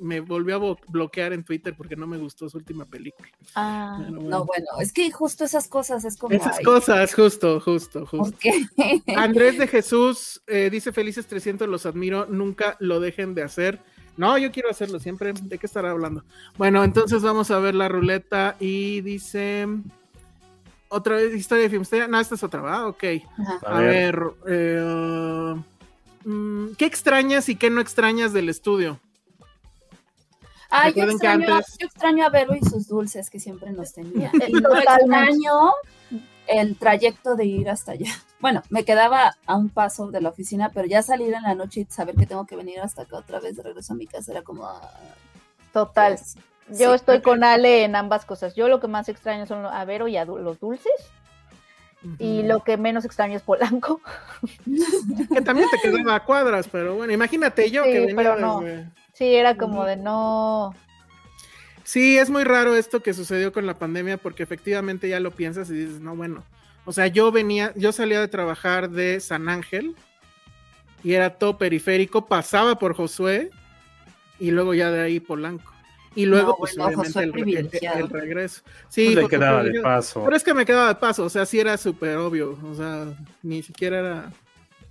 me volvió a bo- bloquear en Twitter porque no me gustó su última película.
Ah,
Pero bueno.
no, bueno, es que justo esas cosas es como.
Esas
ay,
cosas, justo, justo,
¿Por
justo.
qué?
Andrés de Jesús eh, dice Felices 300, los admiro, nunca lo dejen de hacer. No, yo quiero hacerlo siempre. ¿De qué estará hablando? Bueno, entonces vamos a ver la ruleta y dice... Otra vez, historia de Filmsteria. No, esta es otra, ¿va? Ok.
Ajá.
A
A
ver.
ver, eh, mm, ¿qué extrañas y qué no extrañas del estudio?
Ay, yo
Recuerden que
extraño, a-
antes-
yo extraño a Vero y sus dulces que siempre nos tenía.
Es
Y no
Eh, totalmente.
extraño el trayecto de ir hasta allá. Bueno, me quedaba a un paso de la oficina, pero ya salir en la noche y saber que tengo que venir hasta acá otra vez de regreso a mi casa era como. ah,
total.
pues,
Yo
sí.
estoy con Ale en ambas cosas. Yo lo que más extraño son a Vero y a du- los dulces. Y lo que menos extraño es Polanco.
Que también te quedaba a cuadras, pero bueno, imagínate yo
Sí,
que venía
pero no.
desde-
Sí, era como
Ujú.
de no.
Sí, es muy raro esto que sucedió con la pandemia porque efectivamente ya lo piensas y dices, no, bueno. O sea, yo venía, yo salía de trabajar de San Ángel y era todo periférico, pasaba por Josué y luego ya de ahí Polanco. Y luego,
No,
pues,
bueno,
obviamente,
Josué
el, re-
privilegiado.
el- el regreso.
Pues
Sí,
le
Josué
quedaba de
privilegiado.
paso.
Pero es que me quedaba de paso, o sea, sí era súper obvio, o sea, ni siquiera era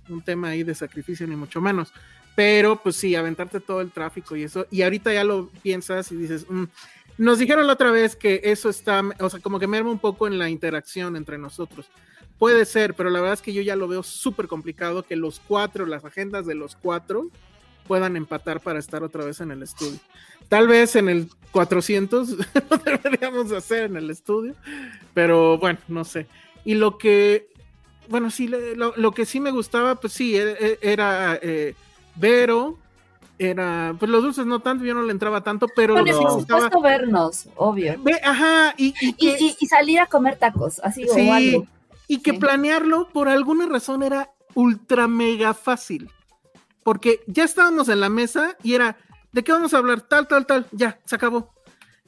un tema ahí de sacrificio, ni mucho menos. Pero pues sí, aventarte todo el tráfico y eso, y ahorita ya lo piensas y dices, "Mm". nos dijeron la otra vez que eso está, o sea, como que merma un poco en la interacción entre nosotros. Puede ser, pero la verdad es que yo ya lo veo súper complicado que los cuatro, las agendas de los cuatro, puedan empatar para estar otra vez en el estudio. Tal vez en el 400 lo deberíamos hacer en el estudio, pero bueno, no sé. Y lo que, bueno, sí, le- lo, lo que sí me gustaba, pues sí, e- e- era eh, Vero, era, pues los dulces no tanto, yo no le entraba tanto, pero lo
Bueno,
que sí
por
me gustaba,
supuesto vernos, obvio.
Ve- ajá, y, y
Y,
que,
y- y salir a comer tacos, así o
sí,
algo.
y que
Sí.
planearlo por alguna razón era ultra mega fácil, porque ya estábamos en la mesa y era, ¿de qué vamos a hablar? Tal, tal, tal, ya, se acabó.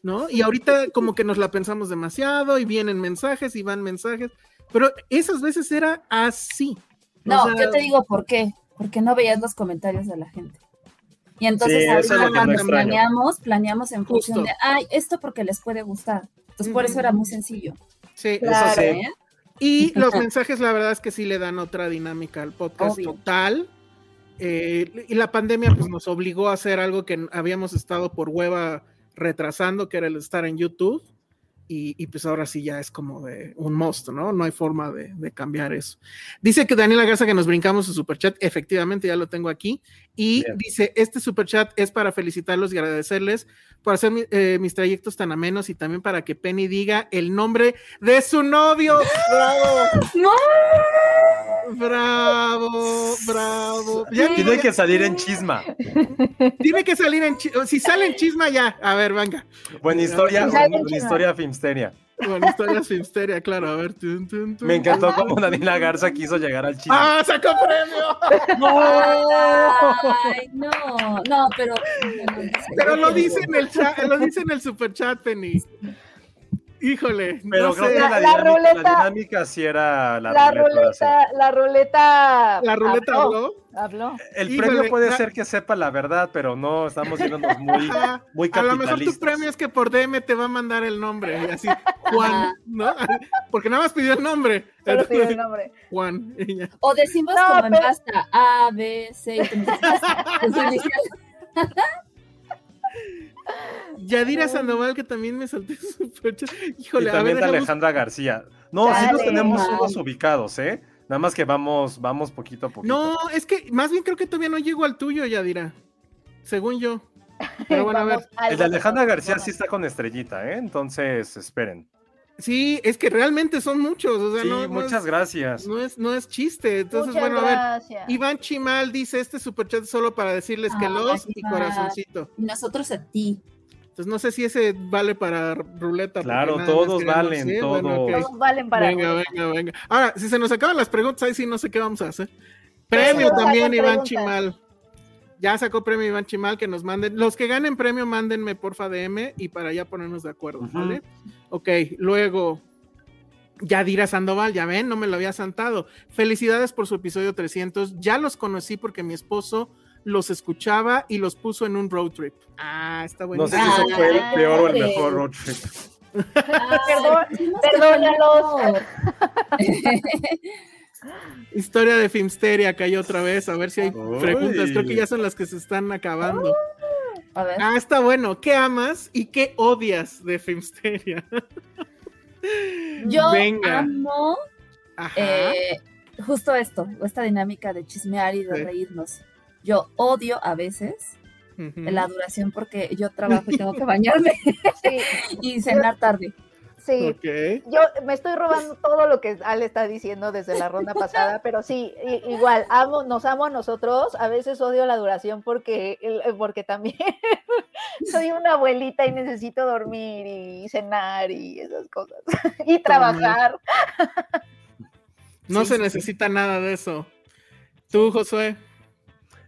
¿No? Y ahorita como que nos la pensamos demasiado y vienen mensajes y van mensajes, pero esas veces era así.
No,
O sea,
yo te digo por qué. Porque no veías los comentarios de la gente. Y entonces
Sí, eso
es lo
ahorita
que
cuando
me extraña.
planeamos, planeamos en función
Justo.
de, ay, esto porque les puede gustar. Entonces por eso
Ujú.
era muy sencillo.
Sí,
Claro.
sí.
¿eh?
Y los mensajes, la verdad es que sí le dan otra dinámica al podcast
Obvio.
total. Eh, y la pandemia pues, nos obligó a hacer algo que habíamos estado por hueva retrasando, que era el estar en YouTube. Y, y, pues ahora sí ya es como de un monstruo, ¿no? No hay forma de, de cambiar eso. Dice que Daniela Garza que nos brincamos su superchat, efectivamente ya lo tengo aquí. Y
Bien.
dice, este superchat es para felicitarlos y agradecerles por hacer mi- eh, mis trayectos tan amenos y también para que Penny diga el nombre de su novio. ¡Bravo!
¡No!
¡Bravo! ¡Bravo! Ya
Tiene
tiene,
que salir en chisma.
tiene que salir en... chi- Si sale en chisma ya. A ver, venga.
Buena historia,
Sale en
buena
chisma.
historia Filmsteria.
Bueno, historias Filmsteria, claro. A ver. tun, tun, tun.
Me encantó cómo Daniela Garza quiso llegar al chisme.
¡Ah, sacó premio!
Ay, no, no, pero.
Pero lo dice en el chat, lo dice en el superchat, Penny. Híjole,
Pero
no
creo
sé.
que la,
La- la
dinámica, la
ruleta-
dinámica sí era la,
La
ruleta. de hacer.
ruleta, la ruleta.
la ruleta
habló.
habló.
habló.
El
Híjole,
premio puede
la-
ser que sepa la verdad, pero no, estamos yéndonos muy,
Ajá.
muy
A lo
capitalistas.
mejor tu premio es que por DM te va a mandar el nombre, y así, Juan, ¿no? Porque nada más pidió el nombre.
Solo pidió el nombre.
Juan. y ya.
O decimos
No,
como en
pero-
pasta: A, B, C, y te metes las iniciales.
Yadira Sandoval, que también me salté su superchat.
Y
Híjole, a ver,
también de
déjame
Alejandra García. No, sí
Dale,
los tenemos
man.
unos ubicados, ¿eh? Nada más que vamos, vamos poquito a poquito.
No, es que más bien creo que todavía no llego al tuyo, Yadira. Según yo. Pero bueno, a ver.
Vamos, algo
El de Alejandra
que nos
García sí
informa.
está con estrellita, ¿eh? Entonces, esperen.
Sí, es que realmente son muchos. O sea,
Sí,
no, no es-
muchas gracias.
no es, no es chiste. Entonces,
Muchas
bueno, a ver.
gracias.
Iván Chimal dice este superchat solo para decirles que
Ah,
los y
Iván.
corazoncito.
Y nosotros a ti.
Entonces no sé si ese vale para ruleta. porque
Claro,
nada
todos
más queremos,
valen,
¿sí? Bueno,
todos.
ok.
Todos valen para
venga,
ruleta.
venga, venga. Ahora, si se nos acaban las preguntas, ahí sí no sé qué vamos a hacer. Premio
nos
también,
hagan
Iván
preguntas.
Chimal. Ya sacó premio Iván Chimal, que nos manden. Los que ganen premio, mándenme porfa DM y para ya ponernos de acuerdo,
Ujú.
¿vale? Ok, luego. Yadira Sandoval, ya ven, no me lo había santado. Felicidades por su episodio 300. Ya los conocí porque mi esposo los escuchaba y los puso en un road trip. Ah, está bueno.
No sé si eso
Ah,
fue el peor o el
hombre.
mejor road trip.
Ah, Perdón,
Tenemos que
perdónalos.
Historia de Filmsteria cayó otra vez. A ver si hay
Uy.
preguntas. Creo que ya son las que se están acabando.
A ver.
Ah, está bueno. ¿Qué amas y qué odias de Filmsteria?
Yo
Venga.
amo
Ajá.
eh, justo esto, esta dinámica de chismear y de
Sí.
reírnos. Yo odio a veces
Ujú.
la duración porque yo trabajo y tengo que bañarme
Sí,
y cenar tarde.
sí.
Ok.
Yo me estoy robando todo lo que Ale está diciendo desde la ronda pasada, pero sí, i- igual, amo, nos amo a nosotros, a veces odio la duración porque, el- eh, porque también soy una abuelita y necesito dormir y cenar y esas cosas, y trabajar.
No
Sí,
se
sí,
necesita nada de eso. Tú, Josué.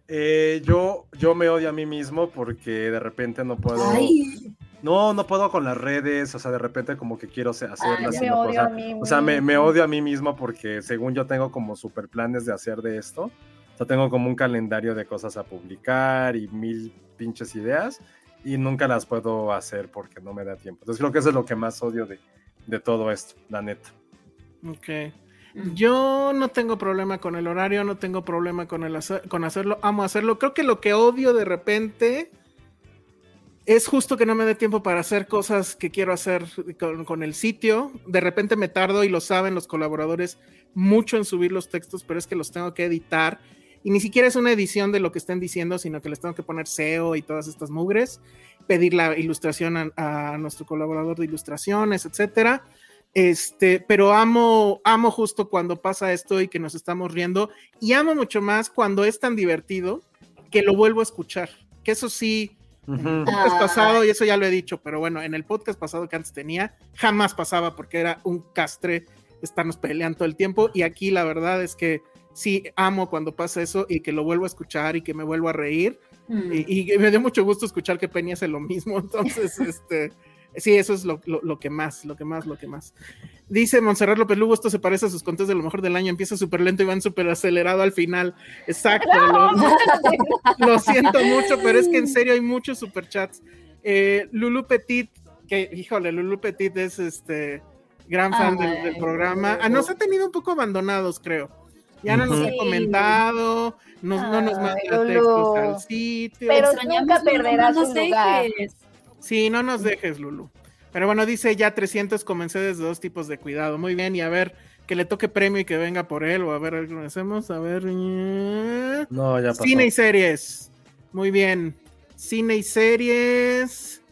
Eh, yo, yo me odio a mí mismo porque de repente no puedo.
Ay,
No, no puedo con las redes, o sea, de repente como que quiero se- hacerlas.
Ay,
y
me
no puedo, o
odio
sea,
a mí
o sea, me, me
mismo.
odio a mí mismo porque según yo tengo como super planes de hacer de esto. O sea, tengo como un calendario de cosas a publicar y mil pinches ideas y nunca las puedo hacer porque no me da tiempo. Entonces creo que eso es lo que más odio de, de todo esto, la neta.
Ok. Yo no tengo problema con el horario, no tengo problema con, el hacer- con hacerlo, amo hacerlo. Creo que lo que odio de repente es justo que no me dé tiempo para hacer cosas que quiero hacer con, con el sitio. De repente me tardo y lo saben los colaboradores mucho en subir los textos, pero es que los tengo que editar. Y ni siquiera es una edición de lo que estén diciendo, sino que les tengo que poner SEO y todas estas mugres, pedir la ilustración a, a nuestro colaborador de ilustraciones, etcétera. Este, pero amo, amo justo cuando pasa esto y que nos estamos riendo. Y amo mucho más cuando es tan divertido que lo vuelvo a escuchar. Que eso sí,
Ujú.
podcast
Ah.
pasado, y eso ya lo he dicho, pero bueno, en el podcast pasado que antes tenía, jamás pasaba porque era un castre estarnos peleando todo el tiempo. Y aquí la verdad es que sí amo cuando pasa eso y que lo vuelvo a escuchar y que me vuelvo a reír.
hmm.
Y, y me dio mucho gusto escuchar que Penny hace lo mismo. Entonces, este, sí, eso es lo, lo- lo que más, lo que más, lo que más. Dice Monserrat López Lugo, esto se parece a sus contes de lo mejor del año. Empieza súper lento y van súper acelerado al final. Exacto. Lo, lo siento mucho, pero es que en serio hay muchos superchats. Eh, Lulu Petit, que híjole, Lulu Petit es este gran fan del,
Ay,
del programa. Ah, nos ha tenido un poco abandonados, creo. Ya no nos
Ujú.
ha
Sí.
comentado, nos- no nos
Ay,
manda
Lolo.
textos al sitio.
Pero
Extrañamos,
nunca
Lulu,
perderás
nos
un lugar.
dejes.
Sí, no nos dejes, Lulu. Pero bueno, dice ya 300 comencé desde dos tipos de cuidado. Muy bien, y a ver, que le toque premio y que venga por él, o a ver, ¿qué hacemos? A ver. eh,
No, ya pasó.
Cine y series. Muy bien. Cine y series.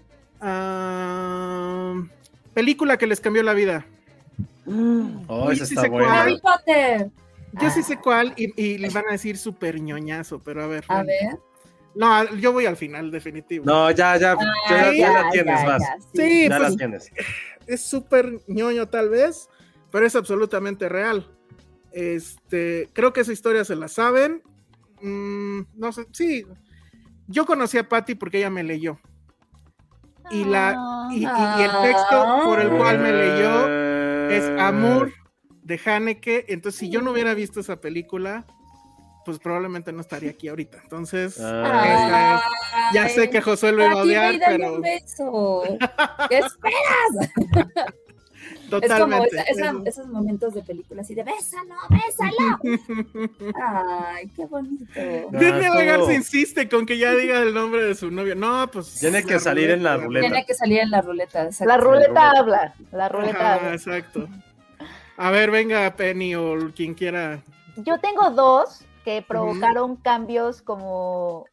Ah, película que les cambió la vida.
Oh, esa
Sí,
está
sé cuál.
buena.
Harry Potter.
Yo sí sé cuál y, y les van a decir súper ñoñazo, pero a ver.
A
bueno.
ver.
No, a- yo voy al final, definitivo.
No, ya, ya, ya,
Ay,
ya
ya,
la tienes
ya,
más.
ya, sí.
sí,
ya
pues,
la tienes.
es súper ñoño tal vez, pero es absolutamente real. Este, creo que esa historia se la saben. Mm, no sé, sí. Yo conocí a Patty porque ella me leyó. Y
Ah.
la y, y- y el texto por el cual me leyó
Ah.
es Amor de Haneke. Entonces, si yo no hubiera visto esa película, pues probablemente no estaría aquí ahorita. Entonces,
Ah.
esa es- ya sé que Josué lo iba a
Aquí me
odiar, pero
un beso. ¿Qué esperas? Es como
totalmente.
esa- esa- esos momentos de películas así de bésalo, bésalo. Ay, qué bonito.
No,
Disney
estuvo-
Lagarde se insiste con que ya diga el nombre de su novio. No, pues.
Tiene que salir en la ruleta.
Tiene que salir en la ruleta. exacto.
La ruleta
ruleta.
habla. La ruleta
Ajá,
habla.
Ah, exacto. A ver, venga, Penny o quien quiera.
Yo tengo dos que provocaron cambios como,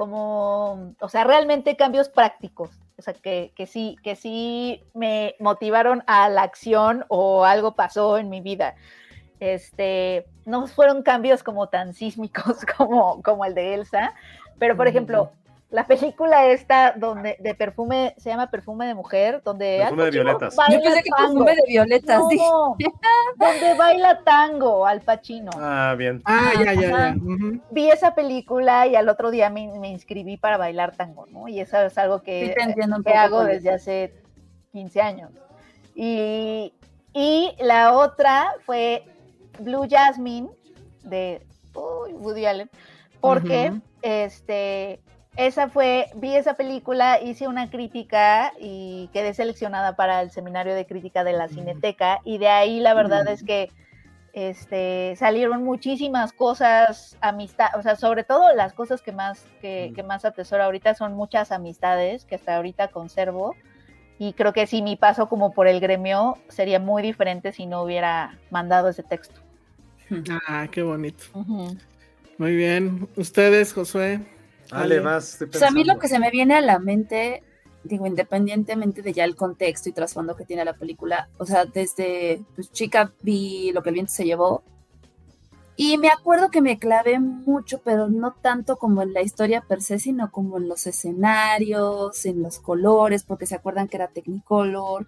como, o sea, realmente cambios prácticos. O sea, que, que sí, que sí me motivaron a la acción o algo pasó en mi vida. Este, no fueron cambios como tan sísmicos como, como el de Elsa, pero por ejemplo, la película esta donde de perfume, se llama Perfume de Mujer, donde Al
Perfume de
Pacino
violetas.
baila
Yo pensé que
tango.
perfume de violetas. dije.
No, donde baila tango Al Pacino
Ah, bien.
Ah, ya, ya, ya.
Ajá.
Ujú.
vi esa película y al otro día me, me inscribí para bailar tango, ¿no? Y eso es algo
Sí,
que,
te entiendo un
que
poco,
eh, hago
Poli.
desde hace 15 años. Y, y la otra fue Blue Jasmine de uy, Woody Allen, porque
Ujú.
este, esa fue, vi esa película, hice una crítica y quedé seleccionada para el seminario de crítica de la
Mm.
Cineteca y de ahí la verdad es que este, salieron muchísimas cosas, amistad, o sea, sobre todo las cosas que más,
Mm.
que, que más atesoro ahorita son muchas amistades que hasta ahorita conservo y creo que sí, mi paso como por el gremio sería muy diferente si no hubiera mandado ese texto.
Ah, qué bonito. Muy bien. Ustedes, Josué.
Ale,
Ale.
Ah, vas. estoy
Pues a mí lo
pensando.
que se me viene a la mente, digo, independientemente de ya el contexto y trasfondo que tiene la película, o sea, desde pues, chica vi lo que el viento se llevó. Y me acuerdo que me clavé mucho, pero no tanto como en la historia per se, sino como en los escenarios, en los colores, porque se acuerdan que era Technicolor.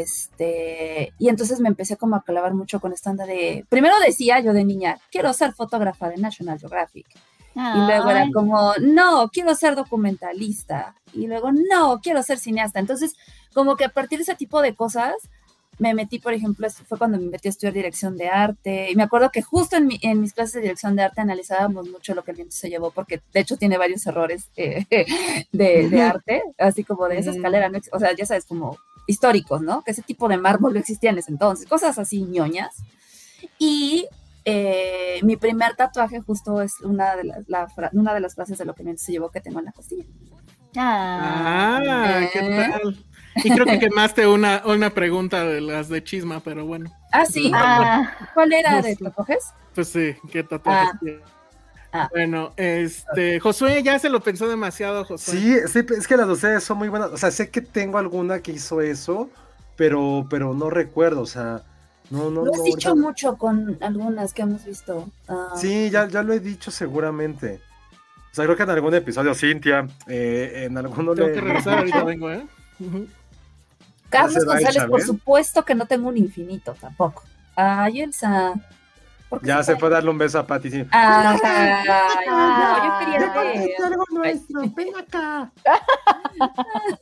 Este, y entonces me empecé como a clavar mucho con esta onda de. Primero decía yo de niña, quiero ser fotógrafa de National Geographic. Y luego era como, no, quiero ser documentalista. Y luego, no, quiero ser cineasta. Entonces, como que a partir de ese tipo de cosas, me metí, por ejemplo, esto fue cuando me metí a estudiar dirección de arte. Y me acuerdo que justo en, mi- en mis clases de dirección de arte analizábamos mucho lo que el viento se llevó, porque de hecho tiene varios errores eh, de, de arte, así como de esa
Ujú.
escalera. no ex- o sea, ya sabes, como históricos, ¿no? Que ese tipo de mármol no existía en ese entonces, cosas así ñoñas. Y eh, mi primer tatuaje justo es una de, las, la fra- una de las frases de lo que me se llevó que tengo en la costilla.
Ah, ¿qué
eh.
tal? Y creo que quemaste una, una pregunta de las de chisma, pero bueno.
Ah, sí.
Ah,
¿Cuál era de
Sí.
tatuajes?
Pues sí, qué tatuajes
Ah.
tienes?
Ah.
Bueno, este, Josué ya se lo pensó demasiado, Josué.
Sí, sí, es que las de ustedes son muy buenas. O sea, sé que tengo alguna que hizo eso, pero, pero no recuerdo. O sea, no, no,
Lo
no,
has dicho
ahorita-
mucho con algunas que hemos visto. Ah,
Sí, ya, ya lo he dicho seguramente. O sea, creo que en algún episodio, Cintia, eh, en alguno
Tengo
le-
que regresar, ahorita vengo, ¿eh? Ujú.
Carlos
Ese va el
González, por
Chabel.
supuesto que no tengo un infinito tampoco. Ay, Elsa. ¿por qué
Ya se
fue?
fue a darle un beso a Patty. Sí.
Ah, Ay, no, yo
Ya
quería ver.
algo nuestro, ven acá.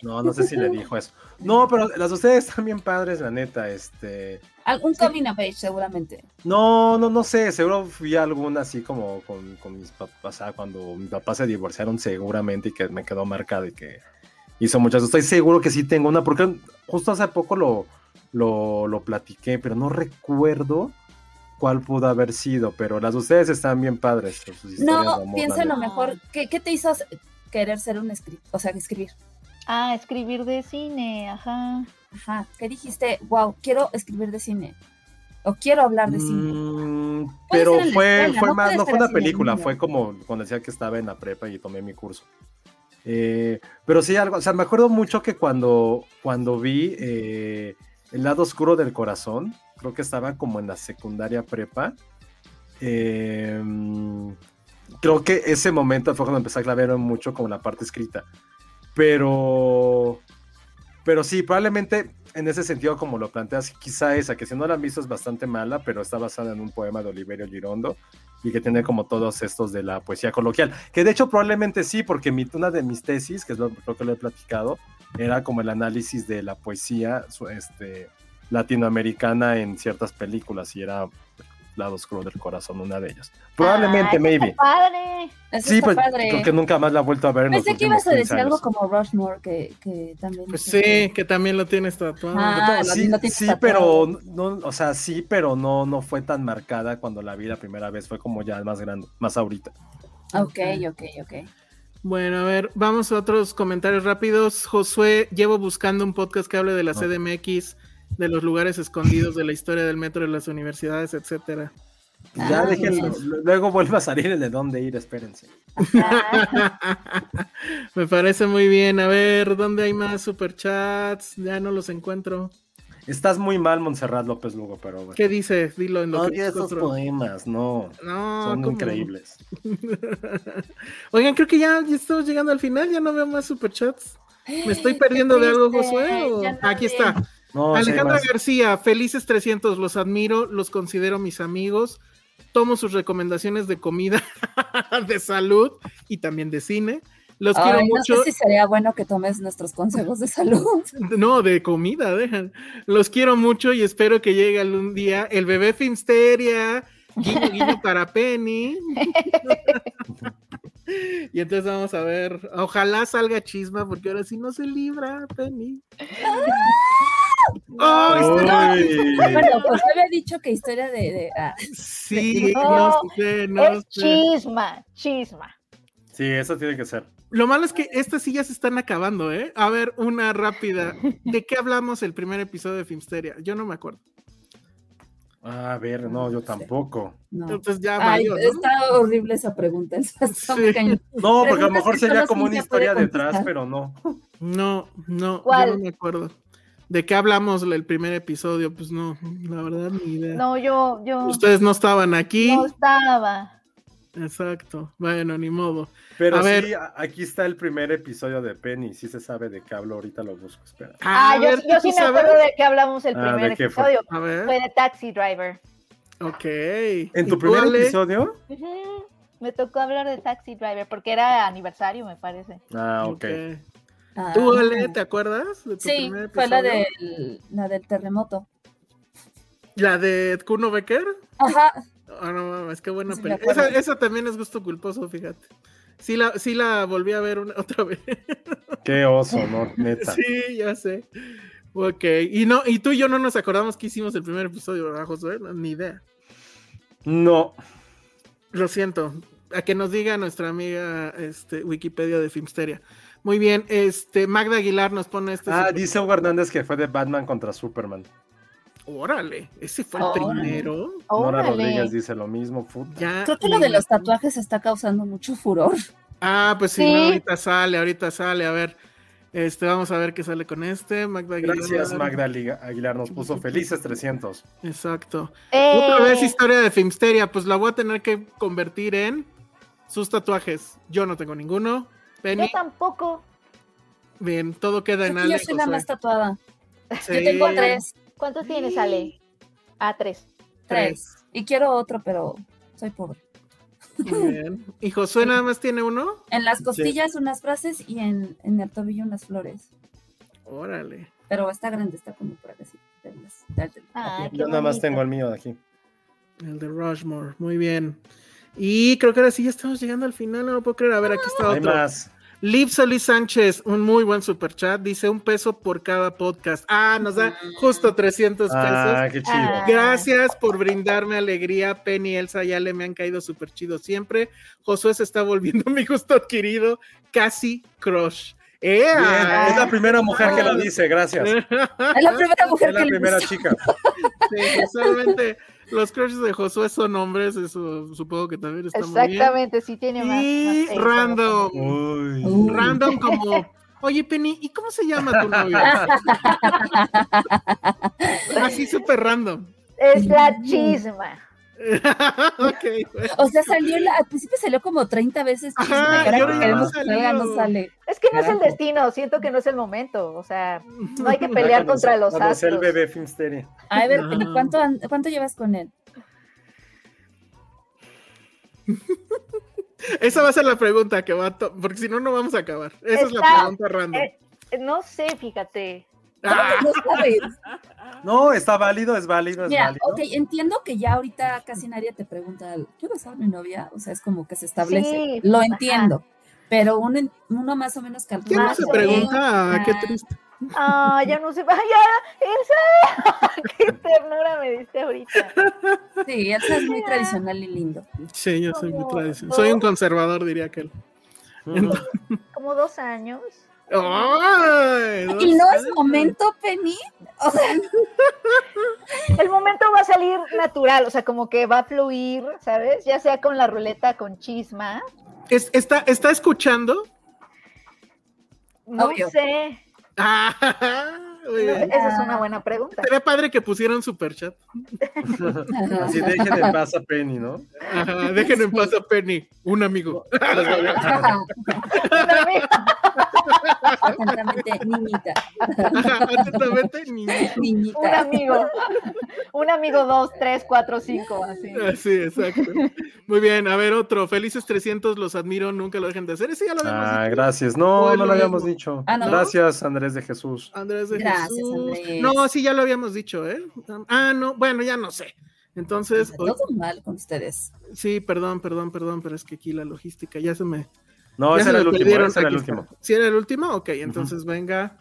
No, no sé si le dijo eso. No, pero las de ustedes están bien padres, la neta. Este.
Algún coming of age, seguramente.
No, no, no sé, seguro fui a alguna así como con, con mis papás, o sea, cuando mis papás se divorciaron seguramente y que me quedó marcado y que hizo muchas. Estoy seguro que sí tengo una, porque justo hace poco lo, lo, lo platiqué, pero no recuerdo cuál pudo haber sido, pero las de ustedes están bien padres. con sus historias de
No,
amor,
piensa
la
lo
neta.
mejor. ¿Qué, qué te hizo hacer- querer ser un escritor? O sea, escribir.
Ah, escribir de cine, ajá.
Ajá. ¿Qué dijiste? Wow, quiero escribir de cine. O quiero hablar de cine.
Mm,
Puede
pero
ser en la
fue,
escuela,
fue
no
más,
puede
no
ser
fue una
así en el
película,
mundo.
fue como cuando decía que estaba en la prepa y tomé mi curso. Eh, pero sí, algo, o sea, me acuerdo mucho que cuando, cuando vi eh, El lado oscuro del corazón, creo que estaba como en la secundaria prepa. eh, creo que ese momento fue cuando empecé a clavar mucho como la parte escrita. Pero, pero sí, probablemente en ese sentido, como lo planteas, quizá esa, que si no la han visto es bastante mala, pero está basada en un poema de Oliverio Girondo y que tiene como todos estos de la poesía coloquial. Que de hecho probablemente sí, porque mi, una de mis tesis, que es lo creo que lo he platicado, era como el análisis de la poesía su- este, latinoamericana en ciertas películas y era Lado Oscuro del Corazón, una de ellas. Probablemente,
Ah, eso está
maybe.
Padre.
Eso
Sí,
está
pues
padre.
creo que pues, nunca más la he vuelto a ver en los
Pensé que
últimos
ibas a
15
decir algo
años.
como Rushmore, que, que también.
Pues sí, que también lo tienes tatuado.
Ah, la
sí,
misma tiene
sí,
tatuado.
pero no, o sea, sí, pero no, no fue tan marcada cuando la vi la primera vez, fue como ya más grande, más ahorita.
Ok, ok, ok.
Bueno, a ver, vamos a otros comentarios rápidos. Josué, llevo buscando un podcast que hable de la
No.
CDMX, de los lugares escondidos, de la historia del metro, de las universidades, etcétera.
Ya
Ah,
déjenlo,
bien.
lu- luego vuelve a salir el de dónde ir, espérense.
Ajá.
Me parece muy bien. A ver, ¿dónde hay más superchats? Ya no los encuentro.
Estás muy mal, Montserrat López Lugo, pero bueno.
¿Qué dice? Dilo en lo que
Odio
busco
esos
otro.
poemas, no.
No,
Son
¿cómo?
increíbles.
Oigan, creo que ya, ya estamos llegando al final, ya no veo más superchats. ¿Me estoy perdiendo de algo,
triste,
Josué? o-
ya no
Aquí
vi.
está.
No, sí hay
Alejandra
más.
García, felices 300, los admiro, los considero mis amigos, tomo sus recomendaciones de comida, de salud y también de cine. Los
Ay,
quiero
no
mucho.
sé si sería bueno que tomes nuestros consejos de salud.
No, de comida, dejan. Los quiero mucho y espero que llegue algún día el bebé Filmsteria, guiño, guiño para Penny. y entonces vamos a ver. Ojalá salga chisma, porque ahora sí no se libra, Penny. ¡Ay,
Uy,
está-
Bueno, pues yo había dicho que historia de. de- ah,
Sí, no,
No,
sé, no
es
sé.
chisma, chisma.
sí, eso tiene que ser.
Lo malo es que estas sí ya se están acabando, ¿eh? A ver, una rápida. ¿De qué hablamos el primer episodio de Filmsteria? Yo no me acuerdo.
Ah, A ver, no, yo
Sí.
tampoco.
no.
Entonces ya
Ay,
valió, ¿no?
está horrible esa pregunta. está
Sí.
cañón.
No, porque a lo
Preguntas
mejor
que
sería
solo
como una
Cintia puede
historia detrás,
contestar.
pero no.
No, no, yo no
¿Cuál?
me acuerdo. ¿De qué hablamos el primer episodio? Pues no, la verdad ni idea.
No, yo, yo
Ustedes no estaban aquí.
no estaba.
Exacto. Bueno, ni modo.
Pero
A
sí,
ver.
a- aquí está el primer episodio de Penny. Sí se sabe de qué hablo, ahorita lo busco, espera.
Ah,
A
yo,
ver,
sí- yo
¿tú
sí me
sabes?
acuerdo de pues que hablamos el
Ah,
primer
¿de qué fue?
episodio.
A
Fue?
ver,
de Taxi Driver.
ok.
¿En
¿Y
tu
tú,
primer
Ale?
episodio?
Ujú, Me tocó hablar de Taxi Driver porque era aniversario, me parece.
Ah, ok.
Ok.
Ah,
¿Tú, Ale, te acuerdas de tu
Sí,
primer
fue la,
episodio?
del, la del terremoto.
¿La de Kuno Becker?
Ajá.
Ah, no mames, qué buena
Sí, me
película. Esa,
acuerdo.
esa también es gusto culposo, fíjate. Sí la, sí la volví a ver una- otra vez.
Qué oso, ¿no? Neta.
Sí, ya sé. Ok, y no, y tú y yo no nos acordamos que hicimos el primer episodio, ¿verdad, Josué? No, Ni idea.
No.
Lo siento. A que nos diga nuestra amiga este, Wikipedia de Filmsteria. Muy bien, este Magda Aguilar nos pone este.
Ah,
super-
dice Hugo Hernández que fue de Batman contra Superman.
Órale, ese fue el
Órale.
primero.
Nora
Órale.
Rodríguez dice lo mismo. puta.
Ya.
Creo que lo de los tatuajes está causando mucho furor.
Ah, pues sí,
Sí.
no, ahorita sale, ahorita sale. A ver, este, vamos a ver qué sale con este. Magda Aguilar.
Gracias, Magda Liga- Aguilar. Nos puso felices 300.
Exacto.
Eh,
Otra vez historia de Filmsteria, pues la voy a tener que convertir en sus tatuajes. Yo no tengo ninguno. Penny,
Yo tampoco.
bien, todo queda
Creo
en
que yo
Ale.
soy la
Josué.
más tatuada. Yo
Sí,
tengo tres,
¿Cuántos tienes, Ale? Ah, tres.
tres. Y quiero otro, pero soy pobre.
Muy bien. ¿Y Josué nada más tiene uno?
En las costillas unas frases y en, en el tobillo unas flores.
Órale.
Pero está grande, está como por acá así. de las- de- de-
Ay, Ah, qué
Yo nada más
bonito.
tengo el mío de aquí.
El de Rushmore. Muy bien. Y creo que ahora sí ya estamos llegando al final, no lo puedo creer. A ver, aquí está
Hay
otro.
más.
Liv Solís Sánchez, un muy buen superchat, dice un peso por cada podcast. Ah, nos da justo 300 pesos.
Ah, qué chido.
Ah.
Gracias por brindarme alegría, Penny, Elsa, ya le me han caído súper chido siempre. Josué se está volviendo mi gusto adquirido, casi crush.
Bien,
¡Ea!
es la primera mujer que lo dice, gracias.
Es la primera mujer
Es
que
la
le
primera
gusta.
chica.
Sí, solamente los crushes de Josué son hombres, eso supongo que también está muy bien.
Exactamente, sí tiene más.
Y
más peso.
random,
Uy.
Uy.
random como, oye Penny, ¿y cómo se llama tu novio? Así súper random.
Es
Mm.
la chisma.
ok, bueno.
O sea, salió la- al principio salió como 30 veces.
Ajá,
chisme,
y
ahora
ahora
que
ya
queremos
no
que salga,
salió.
no sale.
Es que no es el
Carajo.
destino, siento que no es el momento. O sea, no hay que pelear
Cuando
contra
se-
los
cuando sea
astros.
el bebé Finsteria.
A ver,
No.
¿cuánto, an- ¿cuánto llevas con él?
Esa va a ser la pregunta que va a to- porque si no, no vamos a acabar. Esa es la
Está-
pregunta random.
eh, No sé, fíjate.
Ah,
No sabes.
No, está válido, es válido, es
Mira,
válido.
ok, entiendo que ya ahorita casi nadie te pregunta, ¿quieres ser mi novia? O sea, es como que se establece.
Sí,
Lo
ajá.
entiendo. Pero uno, en- uno más o menos
¿Quién no
calcula.
más
se
o
pregunta?
menos.
Qué triste.
Ah, ya no sé. ¡Ay, ya! ¡Elsa! ¡Qué ternura me diste ahorita!
Sí, él es muy tradicional y lindo.
Sí, yo soy muy
Como-
tradicional. Soy un conservador, diría aquel.
Ujú.
Como dos años.
¡Ay!
Y no es momento, Penny. O sea,
El momento va a salir natural, o sea, como que va a fluir, ¿sabes? Ya sea con la ruleta, con chisma.
Es- está, ¿Está escuchando?
No
Obvio.
sé.
Ah, muy
No,
bien.
esa es una buena pregunta.
Sería padre que pusieran superchat.
Así dejen en paz a Penny, ¿no?
Ajá, Dejen en paz a Penny, un amigo.
Un amigo.
Atentamente, niñita.
Ajá, atentamente, niña.
Un
Niñita.
amigo. Un amigo, dos, tres, cuatro, cinco, así.
Así, exacto. Muy bien, a ver otro. Felices 300, los admiro, nunca lo dejen de hacer. Ese ya lo habíamos
Ah,
dicho.
gracias. No,
Hoy
no
lo
lo habíamos
mismo.
dicho.
Ah, ¿no?
Gracias, Andrés de Jesús.
Andrés de
Gracias,
Jesús.
Andrés.
No, sí, ya lo habíamos dicho, ¿eh? Ah, no, bueno, ya no sé. Entonces, hoy-
Todo mal con ustedes.
sí, perdón, perdón, perdón, pero es que aquí la logística ya se me.
No,
ya
ese
se
era
me
el último.
perdieron.
Ese era el
Aquí está.
último.
¿Sí era el último? Ok, entonces venga,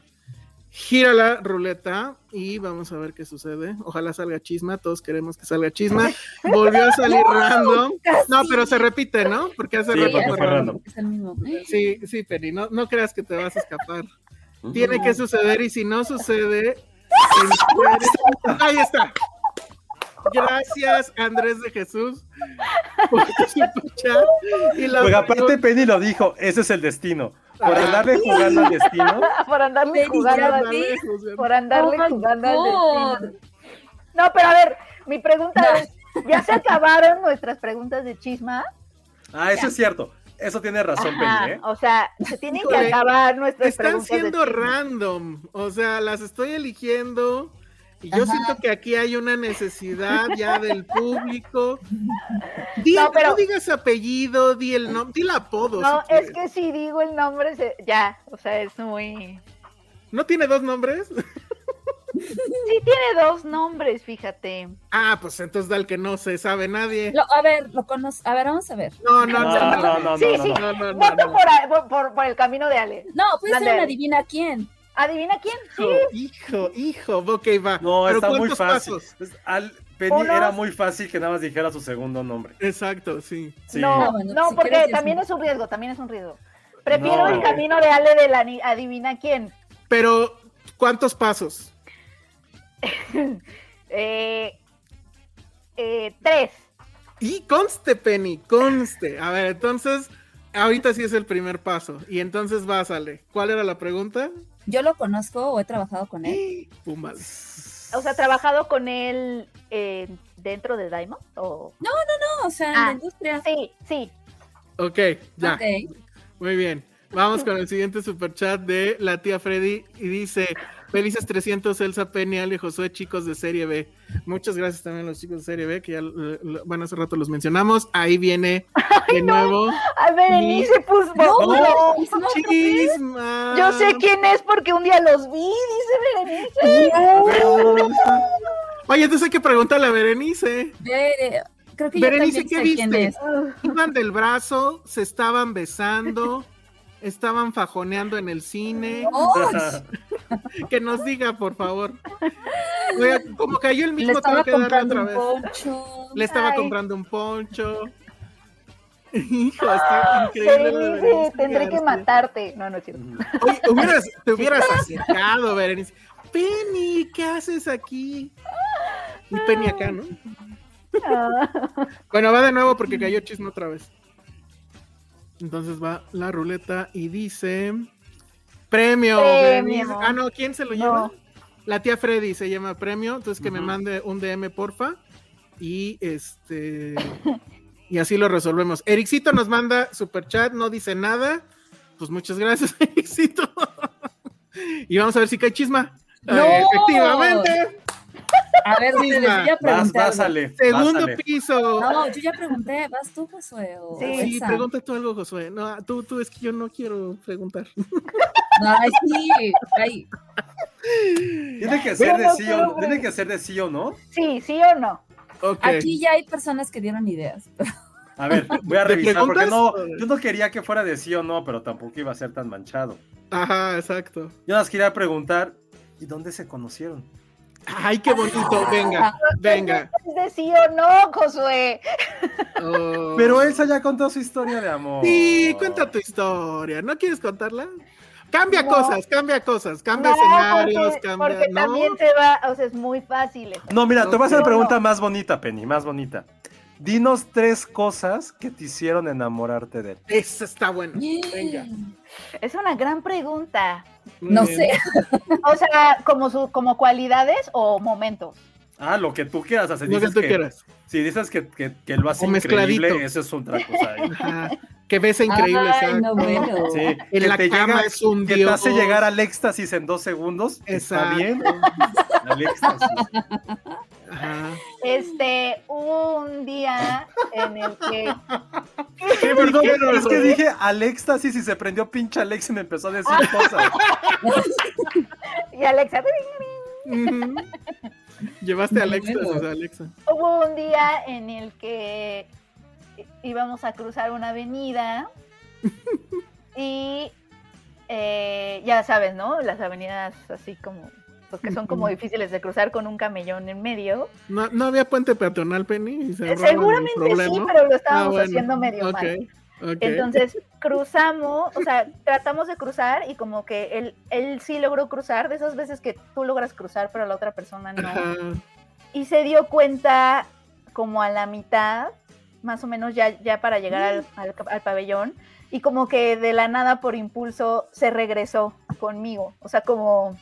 gira la ruleta y vamos a ver qué sucede. Ojalá salga chisma, todos queremos que salga chisma. Volvió a salir random. No, pero se repite, ¿no? Porque hace
Sí,
rato
porque
fue
fue
random.
random.
Es el mismo.
Sí, sí, Penny, no, no creas que te vas a escapar. Tiene que suceder y si no sucede... en- Ahí está. Gracias, Andrés de Jesús, por tu superchat. Y la
Porque Pues, aparte Penny lo dijo, ese es el destino. Por
Ah.
andarle jugando al destino.
Por andarle
Pero
jugando
ya
al
ves.
por andarle
Oh my
jugando al
God.
destino. No, pero a ver, mi pregunta es, ¿ya se acabaron nuestras preguntas de chisma?
Ah, eso es cierto. Eso tiene razón,
Ajá,
Penny, ¿eh?
O sea, se tienen
Híjole,
que acabar nuestras
Están
preguntas de
siendo
chisma.
random, o sea, las estoy eligiendo y yo
Ajá.
siento que aquí hay una necesidad ya del público. Di-
No,
no,
pero-
digas apellido, di el nombre, di el apodo.
No,
si quieres.
es que si digo el nombre, se- ya, o sea, es muy...
¿No tiene dos nombres?
Sí tiene dos nombres, fíjate.
Ah, pues entonces da el que no se sabe nadie.
Lo- a ver, lo conoce. A ver, vamos a ver.
No, no,
No,
no, no.
no, no,
Sí,
no,
sí.
no.
No, no, no,
Voto
no.
por, a- por- por- por el camino de Ale.
No, puede ser
Mande.
una adivina quién.
¿Adivina quién? Sí,
Hijo, hijo, ok, va.
No,
Pero
está muy
¿cuántos
fácil.
pasos?
Es- al- Penny
Unos-
era muy fácil que nada más dijera su segundo nombre.
Exacto, sí.
Sí.
No,
Ah, bueno,
no,
si
porque
quieres ya
también
sí.
es un riesgo, también es un riesgo. Prefiero
No. eh.
el camino de Ale de la ni- adivina quién.
Pero, ¿cuántos pasos?
Eh, eh, tres.
Y conste, Penny, conste. A ver, entonces, ahorita sí es el primer paso. Y entonces va, sale. ¿Cuál era la pregunta?
Yo lo conozco o he trabajado con él.
Pum, vale.
O sea, trabajado con él eh, dentro de Diamond. ¿O...
No, o sea, en
Ah.
la industria.
Sí, sí.
Ok, ya.
Ok.
Muy bien. Vamos con el siguiente superchat de la tía Freddy y dice, felices 300 Elsa Penny, Ale, Josué, chicos de Serie B. Muchas gracias también a los chicos de Serie B, que ya, eh, lo- bueno, hace rato los mencionamos. Ahí viene de nuevo.
A Berenice se puso.
No,
Bueno,
es una otra vez.
Chisma.
Yo sé quién es porque un día los vi, dice Berenice.
Oye, entonces hay que preguntarle a Berenice.
Bere- Creo que yo
Berenice,
también
¿qué
sé quién
viste?
es.
Iban del brazo, se estaban besando. estaban fajoneando en el cine.
¡Oh!
Que nos diga, por favor. Oiga, como cayó el
Le
mismo, tengo
estaba
que darle
comprando
otra
un
vez.
poncho.
Le estaba
Ay.
comprando un poncho. Hijo,
Ah,
está increíble. lo de
Berenice,
Berenice
tendré que
García.
matarte. No, no es cierto.
Oye, hubieras- te hubieras acercado, Berenice. Penny, ¿qué haces aquí? Y Penny acá, ¿no?
Ah,
Bueno, va de nuevo porque cayó chisme otra vez. Entonces va la ruleta y dice: Premio.
Premio.
Berenice". Ah, no, ¿quién se lo
No.
lleva? La tía Freddy se llama Premio. Entonces que me
Ujú.
mande un DM, porfa. Y este. Y así lo resolvemos. Ericito nos manda super chat, no dice nada. Pues muchas gracias, Ericito. y vamos a ver si cae chisma.
¡No!
Efectivamente.
A ver, Josué,
Misma.
yo ya
Vas,
pregunté.
vas,
algo.
Ale.
Segundo
vas, Ale.
piso.
No, yo ya pregunté, vas tú, Josué. o
Sí.
Sí,
Elsa.
pregunta tú algo, Josué. No, ah, tú, tú, es que yo no quiero preguntar.
Ay, sí. Ay,
Tiene que ser
Yo
de
no
sí
quiero
o no. Tiene que ser de sí o no.
sí, sí o no.
Ok.
Aquí ya hay personas que dieron ideas.
A ver, voy a
¿Te
revisar porque no,
preguntas?
yo no quería que fuera de sí o no, pero tampoco iba a ser tan manchado.
Ajá, exacto.
Yo nada más quería preguntar, ¿y dónde se conocieron?
Ay, qué bonito. Venga, venga.
Es de sí o no, Josué.
Oh.
Pero Elsa ya contó su historia de amor.
Sí, cuenta tu historia. ¿No quieres contarla? Cambia
No.
cosas, cambia cosas, cambia
No,
escenarios,
Ah, porque,
cambia.
porque
¿no?
también te va, o sea, es muy fácil. eso.
No, mira, te voy a hacer
No,
una pregunta
no.
más bonita, Penny, más bonita. Dinos tres cosas que te hicieron enamorarte de él.
Eso está bueno. Venga.
Es una gran pregunta.
Muy
No
bien.
sé.
O sea, como su, como cualidades o momentos.
Ah, lo que tú quieras hacer.
Lo que tú quieras.
Si dices que, que, que lo hace
O mezcladito.
increíble, eso es otra cosa. ¿eh?
Ajá. Que besa increíble.
Ay, no,
exacto.
bueno.
Sí,
En
que
la
te
cama
llega-
es un
que te
dios.
hace llegar al éxtasis en dos segundos. Está
Exacto.
bien. Al éxtasis.
Ajá.
Este, hubo un día en el que
Sí, perdón,
¿Qué
pero es
pasó?
que dije al éxtasis y se prendió pinche Alex y me empezó a decir cosas.
y Alexa,
Ujú. Llevaste a Alexa,
Bueno.
o sea, Alexa.
hubo un día en el que íbamos a cruzar una avenida y eh, ya sabes, ¿no? Las avenidas así como, pues que son como
Ujú.
difíciles de cruzar con un camellón en medio.
No, no había puente peatonal, Penny. y se ahorraron el
Eh, Seguramente sí,
problema.
pero lo
Ah,
estábamos
bueno.
haciendo medio mal.
Ok, ok.
Entonces cruzamos, o sea, tratamos de cruzar y como que él, él sí logró cruzar, de esas veces que tú logras cruzar pero la otra persona no.
Ajá.
Y se dio cuenta como a la mitad, más o menos ya, ya para llegar al,
Mm.
al, al pabellón, y como que de la nada por impulso se regresó conmigo. O sea, como,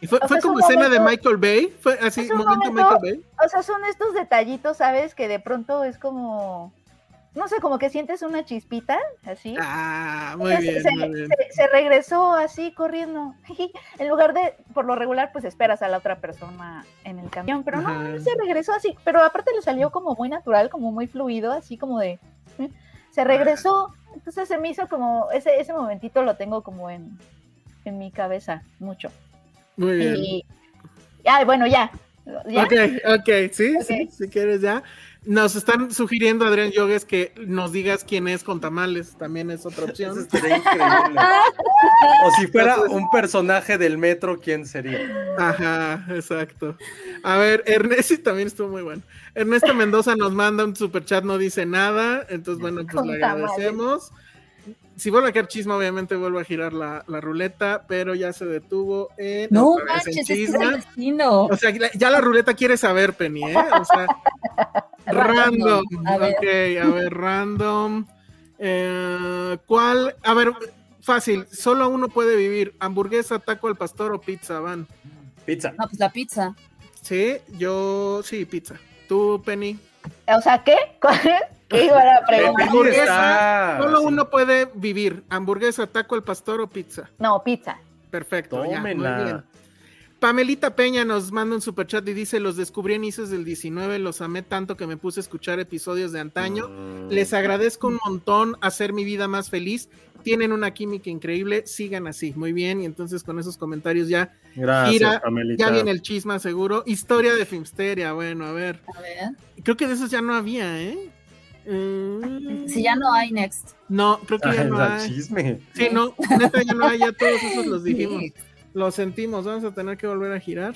Y fue,
o sea,
fue
es
como
un
escena de
momento-
Michael Bay. Fue así,
es un
momento
momento-
Michael Bay.
o sea, son estos detallitos, ¿sabes? Que de pronto es como, no sé, como que sientes una chispita, así.
Ah, muy bien,
Entonces, se,
muy bien.
se- se regresó así corriendo. en lugar de, por lo regular, pues esperas a la otra persona en el camión. Pero no,
Ajá.
él se regresó así. Pero aparte le salió como muy natural, como muy fluido, así como de. ¿eh? Se regresó. Entonces se me hizo como. Ese, ese momentito lo tengo como en, en mi cabeza, mucho.
Muy bien.
Y. Ay, bueno, ya. ya.
Ok, ok, sí, sí,
Ok.
si quieres ya. Nos están sugiriendo, Adrián Yogues, que nos digas quién es con tamales. También es otra
Eso
opción.
estaría increíble. O si fuera un personaje del metro, ¿quién sería?
Ajá, exacto. A ver, Ernesto también estuvo muy bueno. Ernesto Mendoza nos manda un super chat, no dice nada. Entonces, bueno, pues
Con
le
tamales.
agradecemos. Si vuelve a caer chisma, obviamente vuelvo a girar la, la ruleta, pero ya se detuvo en.
No
otra vez en
manches, es que es
chisma.
el destino.
O sea, la- ya la ruleta quiere saber, Penny, ¿eh? O sea, random.
Random, a ver.
Ok, a ver, random. Eh, ¿Cuál? A ver, fácil. Solo uno puede vivir. Hamburguesa, taco al pastor o pizza, van.
Pizza.
No, pues la pizza.
Sí, yo, sí, pizza. Tú, Penny.
O sea, ¿qué? ¿Cuál es? ¿Qué iba a
Pepe
preguntar?
hamburguesa.
está-
Solo
Ah, sí.
uno puede vivir. Hamburguesa, taco al pastor o pizza.
No, pizza.
Perfecto, ya, muy
Tómela.
bien. Pamelita Peña nos manda un superchat y dice, los descubrí a inicios del 19, los amé tanto que me puse a escuchar episodios de antaño.
Mm.
Les agradezco un montón hacer mi vida más feliz. Tienen una química increíble, sigan así. Muy bien, y entonces con esos comentarios ya,
Gracias,
Gira,
Pamelita.
ya viene el chisma seguro. Historia de Filmsteria, bueno, a ver.
A ver.
Creo que de esos ya no había, ¿eh? Mm,
Si ya no hay next.
No, creo que ya
Ay,
no
al
hay.
chisme.
Sí, no, neta ya no hay, ya todos esos los dijimos.
Next.
Lo sentimos, vamos a tener que volver a girar.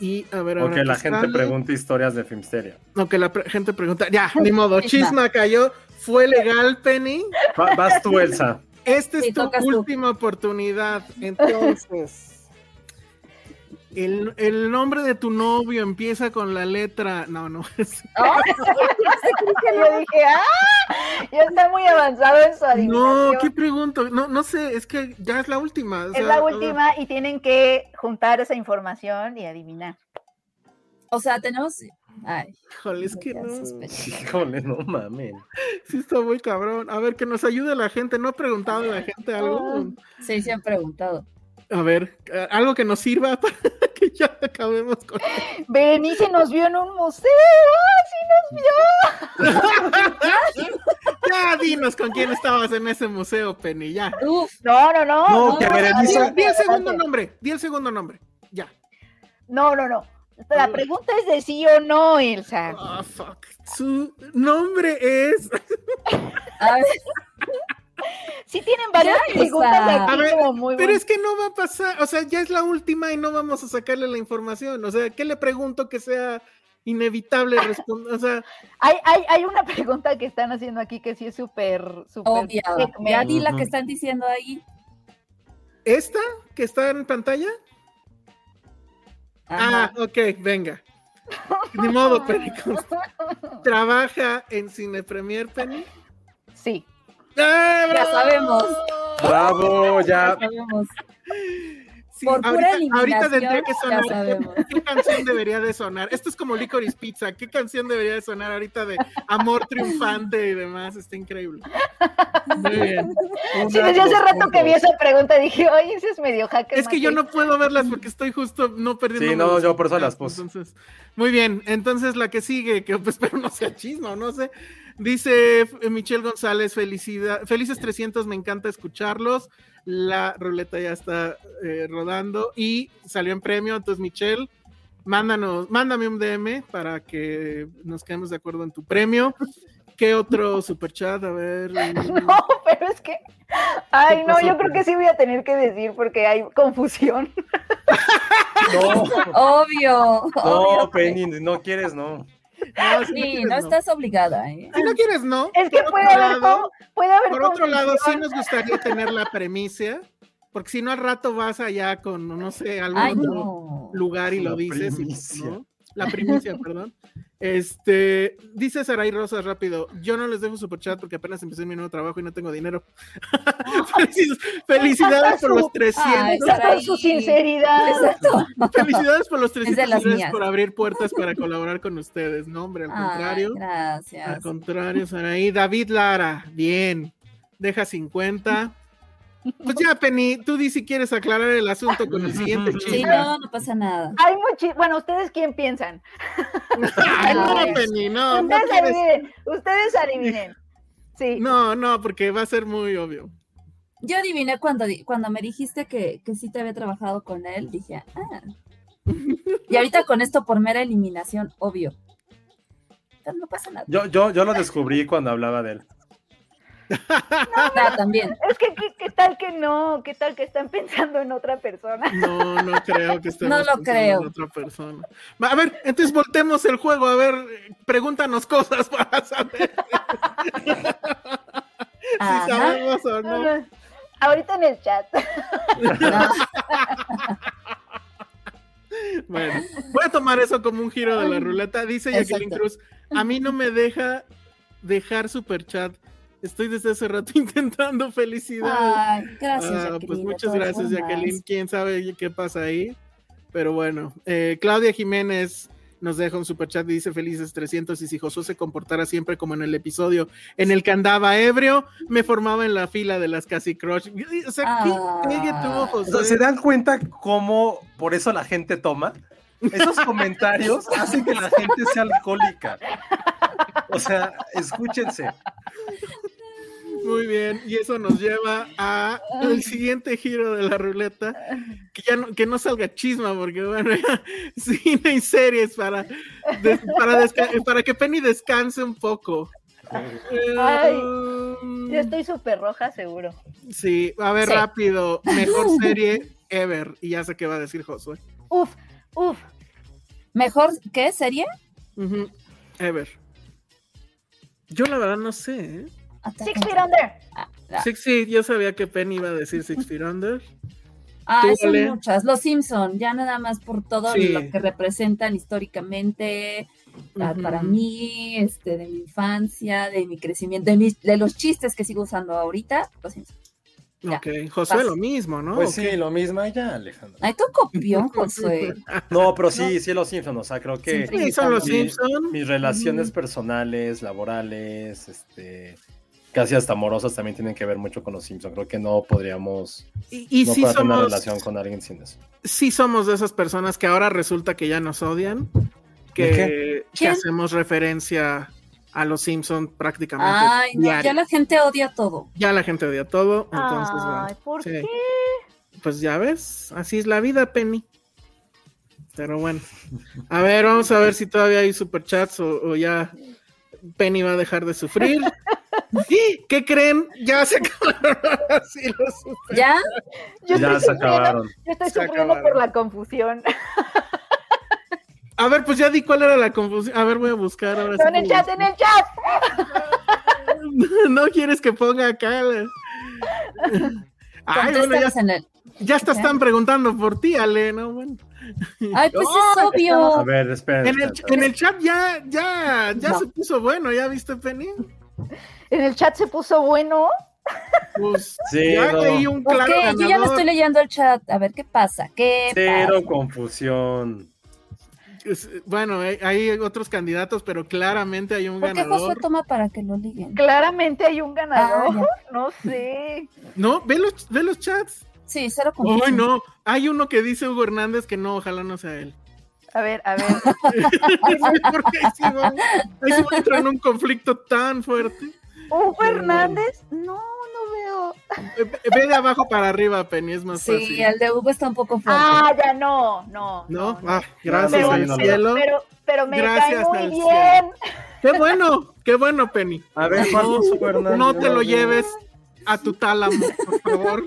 Y a ver ahora.
Porque la
qué
gente
sale.
pregunta historias de Filmsteria.
No, que la pre- gente pregunta. Ya, ni modo. Chisma cayó. Fue legal, Penny.
Va- vas tú, Elsa.
Esta es
Sí,
tu
tocas tú.
última oportunidad. Entonces, el, el nombre de tu novio empieza con la letra. No, no. es-
Oh,
Yo dije, ¡ah! Ya está muy avanzado en su
No,
adivinación.
¿qué pregunto? No, no sé, es que ya es la última. o
Es
sea,
la
a ver.
última y tienen que juntar esa información y adivinar.
o sea, tenemos. Ay,
Híjole, es que
ya
no.
sospeché.
Híjole, no mames.
Sí, está muy cabrón. A ver, que nos ayude la gente. No ha preguntado la gente algo.
Sí, se han preguntado.
A ver, eh, algo que nos sirva para que ya acabemos con.
Berenice nos vio en un museo. ¡Ay, sí nos vio!
Ya dinos con quién estabas en ese museo, Penny. Ya.
Uf,
No, no, no.
No, que
No, no,
Berenice-
di- Di el segundo
adelante.
nombre. Di el segundo nombre. Ya.
No, no, no. La pregunta es de sí o no, Elsa.
Ah, fuck. Su nombre es.
a ver,
Sí tienen varias
Ya,
preguntas
Elsa.
aquí
A ver,
como muy
Pero
buenas.
es que no va a pasar. O sea, ya es la última y no vamos a sacarle la información. O sea, ¿qué le pregunto que sea inevitable responder? O sea,
Hay, hay, hay una pregunta que están haciendo aquí que sí es súper, súper...
obvia.
segment.
Ya di la
Ujú.
que están diciendo ahí.
¿esta que está en pantalla? Ah,
Ajá.
ok, venga. Ni modo, Penny. consta. Trabaja en Cine Premier, Penny.
Sí.
¡Ah,
Ya
bravo!
sabemos.
Bravo, ya.
Ya sabemos.
Sí,
Por pura
ahorita, ahorita
eliminación,
tendría que
ya
sonar.
sabemos.
¿Qué canción debería de sonar? Esto es como Licorice Pizza. ¿Qué canción debería de sonar ahorita de amor triunfante y demás? Está increíble. Muy bien.
Sí, desde hace rato que vi esa pregunta dije, oye, ese es medio hacker.
Es que yo no puedo verlas porque estoy justo no perdiendo.
Sí, no,
los
yo por eso
podcasts,
las puse.
Entonces, muy bien. Entonces, la que sigue, que pues, espero no sea chismo, no sé. Dice eh, Michelle González, felicidad, felices 300, me encanta escucharlos. La ruleta ya está eh, rodando y salió en premio. Entonces, Michelle, mándanos, mándame un DM para que nos quedemos de acuerdo en tu premio. ¿Qué otro superchat? A ver. mm,
No, pero es que... Ay,
¿Qué
no,
pasó,
yo creo
Penny?
que sí voy a tener que decir porque hay confusión.
No,
Obvio.
Oh,
no, Penny, no quieres, no.
no, si no
Sí,
quieres,
no
no.
estás obligada, ¿eh?
Si no quieres, no.
Es que
Por
puede
otro
haber,
lado-
con- puede haber
Por otro lado, sí
confusión.
nos gustaría tener la premicia, porque si no al rato vas allá con, no sé, algún
Ay,
otro
no.
lugar y
La
lo dices. y, pues,
primicia.
¿no? La primicia, perdón. Este, dice Saray Rosas rápido, yo no les dejo superchat porque apenas empecé mi nuevo trabajo y no tengo dinero. Felici- felicidades por los 300.
Ah. Ay,
Hasta
Saray.
su sinceridad.
Exacto.
Felicidades por los 300
de las
gracias
mías.
por abrir puertas para colaborar con ustedes. No, hombre, al
Ay,
contrario. Al
gracias.
contrario, Saraí. David Lara, bien. Deja 50. Pues ya, Penny, tú di si quieres aclarar el asunto con el siguiente chisme.
Sí, no, no pasa nada.
Hay muchi- Bueno, ¿ustedes quién piensan?
Ay, no,
Ay. pues,
Penny, no, no
ustedes
quieres-
adivinen. Ustedes adivinen. Sí.
No, no, porque va a ser muy obvio.
Yo adiviné cuando, di- cuando me dijiste que, que sí te había trabajado con él, dije, ah. Y ahorita con esto por mera eliminación, obvio. Pero no pasa nada.
Yo, yo, yo lo descubrí cuando hablaba de él.
Ah, también.
Es que, ¿qué, qué tal que no? ¿Qué tal que están pensando en otra persona?
No, no creo que estemos
No lo
pensando
creo.
en otra persona. Va, A ver, entonces voltemos el juego, a ver, eh, pregúntanos cosas para saber
Ajá.
si sabemos o no.
Ahorita en el chat.
Bueno, voy a tomar eso como un giro de la ruleta. Dice Jacqueline
Exacto.
Cruz, a mí no me deja dejar superchat. Estoy desde hace rato intentando felicidades.
Ay, gracias,
Ah,
Jacqueline,
pues
de
muchas
todas
gracias,
formas.
Jacqueline. Quién sabe qué pasa ahí. Pero bueno, eh, Claudia Jiménez nos deja un superchat y dice felices 300 y si Josué se comportara siempre como en el episodio en el que andaba ebrio, me formaba en la fila de las casi crush. O sea, ¿qué
Ah.
pegue tuvo
O sea,
Josué?
¿se dan cuenta cómo por eso la gente toma? Esos comentarios hacen que la gente sea alcohólica. O sea, escúchense.
Muy bien, y eso nos lleva a el siguiente giro de la ruleta, que ya no, que no salga chisma, porque bueno, ya, cine y series para, des- para, desca- para que Penny descanse un poco. Um,
Ay,
Mm.
Yo estoy súper roja, seguro.
Sí, a ver
Sí.
rápido. Mejor serie ever. Y ya sé qué va a decir Josué.
Uf, uf.
Mejor, ¿qué? ¿Serie?
Ujú, Ever. Yo la verdad no sé. ¿eh?
Attack
Six
on
feet under.
Ah.
Six Feet, yo sabía que Penny iba a decir Six Feet Under.
Ah,
Tú,
son
Ale.
muchas. Los Simpson, ya nada más por todo
Sí.
lo que representan históricamente, pa-
Ujú.
Ah, para mí, este, de mi infancia, de mi crecimiento, de, mis- de los chistes que sigo usando ahorita. Los Simpson. Ya,
Ok, Josué
vas.
lo mismo, ¿no?
Pues
Ok.
sí, lo mismo ya, Alejandro.
Ay, tú copión, Josué.
No, pero sí, sí, los Simpsons. O sea, creo que
Siempre.
Sí, son los
Sí.
Simpsons.
mis relaciones personales, laborales, este, casi hasta amorosas también tienen que ver mucho con los Simpsons. Creo que no podríamos
Y, y
no
sí,
puedo hacer una
somos,
relación con alguien sin eso.
sí somos de esas personas que ahora resulta que ya nos odian,
¿De
que, que
¿Quién?
hacemos referencia a los Simpsons prácticamente.
Ay, no,
diario.
ya la gente odia todo.
Ya la gente odia todo, entonces
Ay,
bueno,
¿por
sí.
qué?
pues ya ves, así es la vida, Penny. Pero bueno, a ver, vamos a ver si todavía hay superchats o, o ya Penny va a dejar de sufrir. ¡Sí! ¿Qué creen? Ya se acabaron así los super-
¿Ya?
Yo
ya se
estoy sufriendo,
acabaron.
yo estoy
Se
sufriendo por
acabaron.
la confusión.
A ver, pues ya di cuál era la confusión. A ver, voy a buscar ahora. sí
en el
que-
chat, en el chat.
No quieres que ponga acá. la- Ay, bueno, ya,
Contéstanos en el-
ya te
¿eh?
están preguntando por ti, Ale, ¿no? Bueno.
Ay, pues es
A
obvio.
ver, esperen.
En el,
esperen,
en el chat ya, ya, ya
No.
se puso bueno, ¿ya viste, Penny?
En el chat se puso bueno.
Pues
Sí,
ya
no.
hay un
¿Por
claro
qué? Yo ya
ganador.
lo estoy leyendo el chat. A ver qué pasa. ¿Qué
Cero
pasa?
confusión.
Es- Bueno, hay, hay otros candidatos, pero claramente hay un
¿Por qué Josué
ganador.
toma para que lo liguen?
Claramente hay un
Ah,
ganador.
ya.
No sé.
No, ve los, ve los chats.
Sí, cero confusión.
Ay, no. Hay uno que dice Hugo Hernández que no, ojalá no sea él.
A ver, a ver.
Porque ahí sí va- ahí sí va a entrar en un conflicto tan fuerte.
¿Hugo Hernández? No, no veo.
Eh, Ve de abajo para arriba, Penny, es más fácil.
Sí, el de Hugo está un poco fuerte.
Ah, ya no, no.
¿No?
no, no.
Ah, gracias
Pero-
al cielo.
Pero, pero me
Gracias
cae muy
al
bien.
Qué bueno, qué bueno, Penny.
A ver, ¿cuál
No,
puso Hernández?
No te lo
vi.
lleves a tu tálamo, por favor.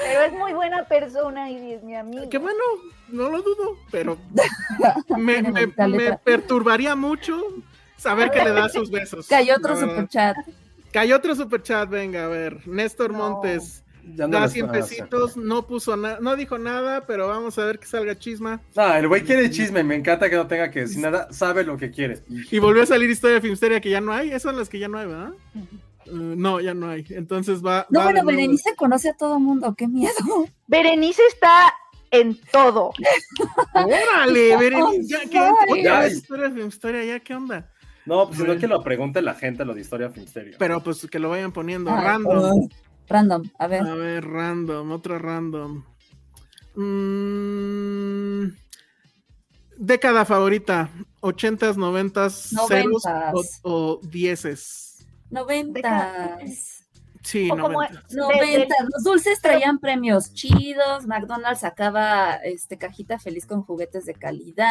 Pero es muy buena persona y es mi amigo.
Qué bueno, no lo dudo, pero me,
Tiene
me-
bonita
me
letra.
perturbaría mucho saber que le da sus besos.
Cayó otro
la verdad.
superchat.
Cayó otro superchat, venga, a ver. Néstor
No.
Montes
Ya no
da
lo
100
esperaba,
pesitos, no puso nada, no dijo nada, pero vamos a ver que salga chisma.
o sea. No, el güey quiere chisme. Me encanta que no tenga que decir nada. Sabe lo que quiere.
Y volvió a salir historia de Filmsteria que ya no hay, esas son las que ya no hay, ¿verdad? Eh, no, ya no hay. Entonces va.
No,
va
bueno,
de nuevo.
Berenice conoce a todo mundo, qué miedo.
Berenice está en todo.
¡Órale! Berenice, ya, ¿qué,
Ay.
otra vez
Ay.
historia de Filmsteria, ya, ¿qué onda?
No, pues no que lo pregunte la gente, lo de historia Finsterio.
Pero pues que lo vayan poniendo
Ay, oh.
random.
ay. Random, a ver.
A ver, random, otra random. Mm, década favorita, 80s, 90s, ceros o,
Noventas.
o dieces.
Noventas.
Sí,
O como-
90.
de-
Noventas. Los dulces traían premios chidos. McDonald's sacaba este cajita feliz con juguetes de calidad.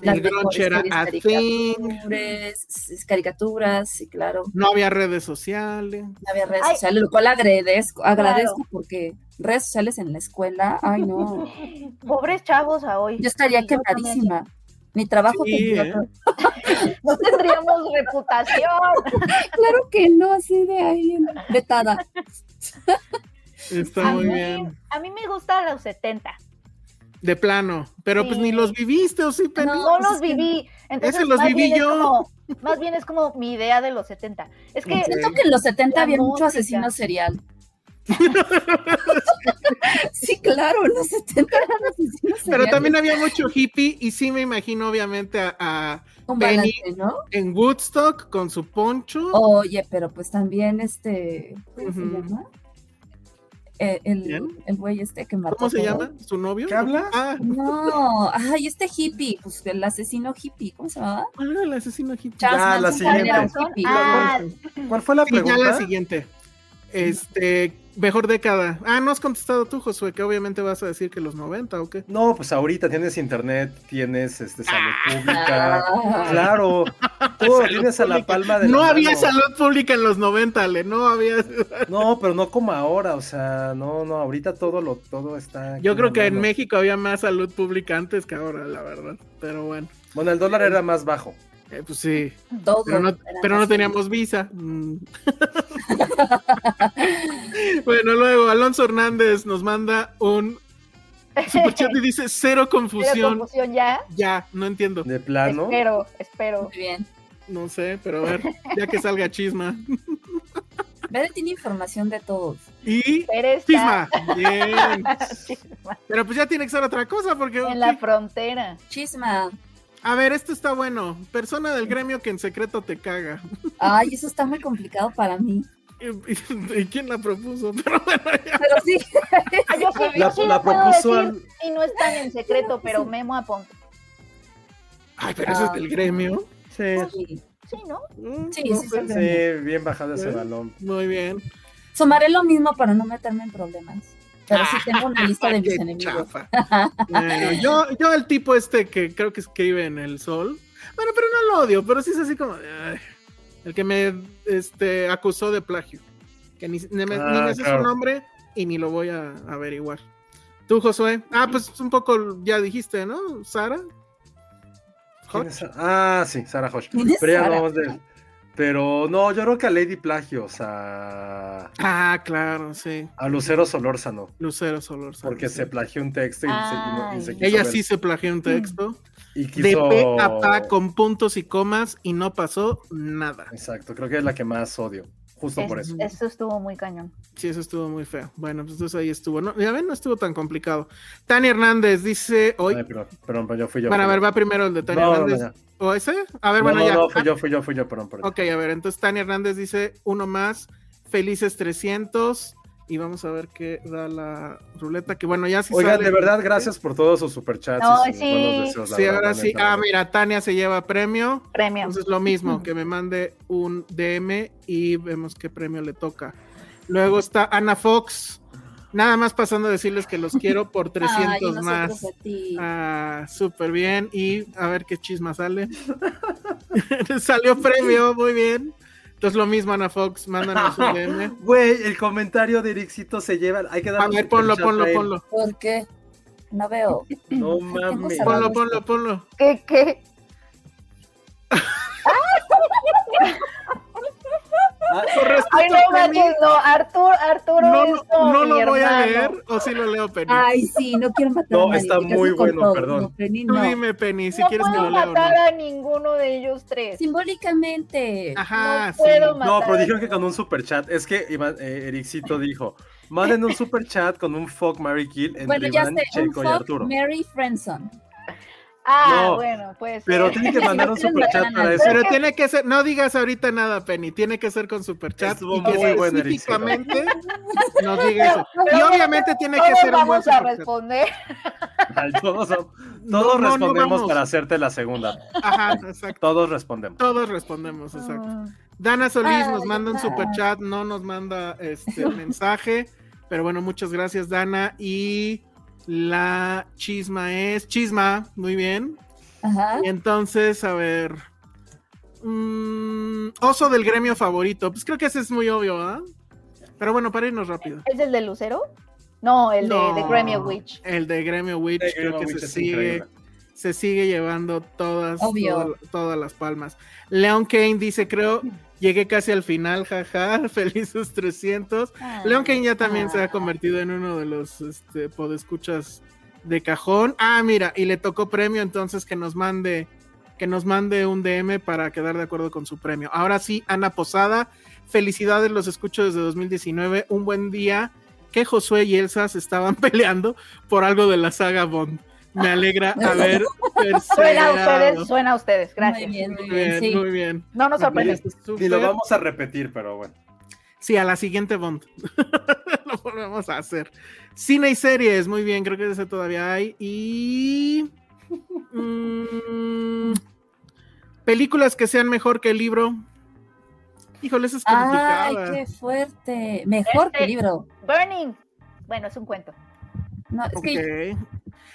Las
El
mejores
grunge era
series
a thing.
caricaturas, s- caricaturas, sí, claro.
No había redes sociales.
No había redes
Ay.
sociales, lo cual agradezco, agradezco porque redes sociales en la escuela, ay no.
Pobres chavos a hoy.
Yo estaría
Y yo también.
quebradísima. Mi trabajo
Sí,
tendría
¿eh?
todo.
No tendríamos reputación.
Claro que no, así de ahí en- vetada.
Está muy
mí-
bien.
A mí me gusta los 70.
De plano. Pero pues
Sí.
ni los viviste, ¿o sí, Penny?
No,
No
pues
los
es que-
viví. Entonces,
Ese los
más
viví
bien es
yo.
como- más bien es como mi idea de los 70. Es que
Siento que en los 70
La
había mucho
música.
asesino serial. sí, claro, en los 70 eran asesinos
Pero
seriales.
también había mucho hippie y sí me imagino obviamente a- a,
un
Penny.
balance, ¿no?
en Woodstock con su poncho.
Oye, pero pues también este, ¿cómo se
Ujú.
llama? Eh, El,
¿Quién?
el güey este que mató.
¿Cómo se
todo.
llama? ¿Su novio?
¿Qué habla?
Ah,
No, ay, este hippie, pues el asesino hippie, ¿cómo se llamaba?
¿Cuál era el asesino hippie?
Charles
Ya, la
Manson
siguiente.
también era un hippie.
Ah,
¿Cuál fue la
Sí, ya
pregunta?
la siguiente. Este, Mejor década. Ah, no has contestado tú, Josué, que obviamente vas a decir que los 90 o qué.
No, pues ahorita tienes internet, tienes este, salud
Ah.
pública.
Ah.
Claro, tú tienes a la palma de la
No había
mano.
salud pública en los 90, Ale, no había.
No, pero no como ahora, o sea, no, no, ahorita todo lo, todo está. aquí
Yo creo que en
mano.
México había más salud pública antes que ahora, la verdad. Pero bueno,
Bueno, el dólar era más bajo.
eh, pues sí.
Todo
Pero no,
era
pero no
así.
teníamos visa. Mm. bueno, luego Alonso Hernández nos manda un superchat y dice cero
Pero
confusión.
confusión ya.
Ya, no entiendo.
De plano.
Espero, espero.
Muy bien.
No sé, pero a ver, ya que salga chisma.
Vere tiene información de todos.
Y
Pérez está
chisma. Bien. Pero pues ya tiene que ser otra cosa porque...
en la frontera.
Chisma.
A ver, esto está bueno. Persona del gremio que en secreto te caga.
Ay, eso está muy complicado para mí.
¿Y quién la propuso? Pero bueno, ya.
Pero sí.
Ah, yo sí,
La,
sí
la
puedo
propuso
decir,
al-
Y no están en secreto, pero Memo apuntó.
Ay, pero eso es del gremio.
Sí,
Sí.
Sí, ¿no?
Mm,
Sí,
no
sí,
sé.
sí.
sí, bien bajado ese balón.
Muy bien.
Sumaré lo mismo para no meterme en problemas. Pero sí tengo una lista de mis
Ah, Qué
enemigos.
chafa. Bueno, yo, yo el tipo este que creo que escribe en el sol. Bueno, pero no lo odio, pero sí es así como. de, ay, el que me este, acusó de plagio. Que ni, ni me, ni
Ah,
me sé
claro.
su nombre y ni lo voy a averiguar. Tú, Josué. Ah, pues un poco ya dijiste, ¿no? Sara.
¿Quién
Hot.
es Sa- Ah, sí, Sarah Hodge.
¿Quién es
Pero ya
Sarah?
hablamos de él. Pero no, yo creo que a Lady Plagio, o sea,
Ah, claro, sí.
a Lucero Solórzano,
Lucero Solórzano.
porque se plagió un texto y, se- y no- y se,
Ay.
quiso
Ella
ver-
sí se plagió un texto.
y
De
Mm. quiso...
pe a pa con puntos y comas y no pasó nada.
Exacto, creo que es la que más odio, justo por
Es-
Mm.
eso.
Eso estuvo muy cañón.
Sí, eso estuvo muy feo. Bueno, pues entonces ahí estuvo. No, ya ven, no estuvo tan complicado. Tania Hernández dice hoy.
Ay, perdón, perdón, pero yo fui yo.
Bueno, a
fui yo.
ver, va primero el de Tania
No, no,
Hernández.
no, no.
¿O ese? A ver,
No,
bueno,
no,
ya.
no, fui yo, fui yo, fui yo, perdón,
Ah,
perdón.
ok, a ver, entonces Tania Hernández dice uno más, felices 300. Y vamos a ver qué da la ruleta. Que bueno, ya sí
Oigan,
sale-
de verdad, gracias por todos sus superchats
No,
y sus
sí.
buenos deseos. la
Sí,
verdad,
ahora sí.
neta.
Ah, mira, Tania se lleva premio.
Premio.
Entonces lo mismo, que me mande un DM y vemos qué premio le toca. Luego está Ana Fox. Nada más pasando a decirles que los quiero por 300
Ay, nosotros
más.
a ti.
Ah, súper bien. Y a ver qué chisma sale. Salió premio, muy bien. Entonces lo mismo, Ana Fox, mándanos un DM.
Güey, el comentario de Ericito se lleva. Hay que darle
A
un
ver, ponlo,
superchat a
ponlo,
él.
ponlo.
¿Por qué? No veo.
No mames.
Tengo
Ponlo, ponlo, ponlo.
¿Qué, qué?
Ah,
Con
Ay,
respeto
no,
a Penny,
manches, no, Artur, Arturo
no,
es como
no
mi
lo voy a
hermano.
leer o si lo leo, Penny.
Ay, sí, no quiero matar a
No,
nadie,
está
me caso
muy
con
bueno,
todo.
perdón.
No, Penny,
Tú
no.
dime, Penny, si
no
quieres que lo
puedo
leo. o no.
matar a ninguno de ellos tres.
Simbólicamente.
Ajá,
no puedo matar.
No, pero
a-
dijeron que con un superchat. Es que Iván, eh, Ericito dijo: manden un superchat con un fuck Mary Kill entre
Bueno, ya
Iván,
sé, un
Checo y
fuck
Arturo.
Mary Friendson.
Ah,
No,
bueno, pues.
Pero tienen que mandar un
Ustedes
superchat
mandan
para
al-
eso.
Pero tiene que ser, no digas ahorita nada, Penny, tiene que ser con superchat
Estuvo
y que
muy bueno, Eric,
específicamente nos diga eso. Y obviamente tiene que ser un buen
vamos a
superchat.
responder.
Ay, Todos, todos
no, no
respondemos
vamos.
para hacerte la segunda.
Ajá, exacto.
Todos respondemos.
Todos
Ah.
respondemos, exacto.
Mm,
Dana Solís nos manda un
Ay,
superchat, no nos manda este mensaje, pero bueno, muchas gracias Dana y la chisma es chisma, muy bien.
Ajá.
Y entonces, a ver. mm, oso del gremio favorito. Pues creo que ese es muy obvio, ¿ah? Pero bueno, para irnos rápido.
¿Es el de Lucero? No, el
No.
de, de Gremio Witch.
El de gremio Witch,
Sí,
creo que
Witch
se
es
sigue,
increíble.
se sigue llevando todas,
Obvio.
toda- todas las palmas. Leon Kane dice, creo, llegué casi al final, jaja, felices 300. Leon Kane ya
Ah,
también se ha convertido en uno de los este, podescuchas de cajón. Ah, mira, y le tocó premio, entonces que nos mande que nos mande un DM para quedar de acuerdo con su premio. Ahora sí, Ana Posada, felicidades, los escucho desde 2019, un buen día que Josué y Elsa se estaban peleando por algo de la saga Bond. Me alegra haber
Suena a
perseverado.
ustedes, suena a ustedes, gracias.
Muy bien, muy
Muy
bien,
bien,
sí.
muy bien.
No nos
Bueno,
sorprende.
esto es
Y
súper.
lo vamos a repetir, pero bueno.
Sí, a la siguiente Bond. lo volvemos a hacer. Cine y series, muy bien, creo que ese todavía hay. Y. mm, películas que sean mejor que el libro. Híjole, eso es
Ay,
complicado. ¿eh?
qué fuerte. Mejor
Este-
que libro.
Burning. Bueno, es un cuento.
No, es que
Ok.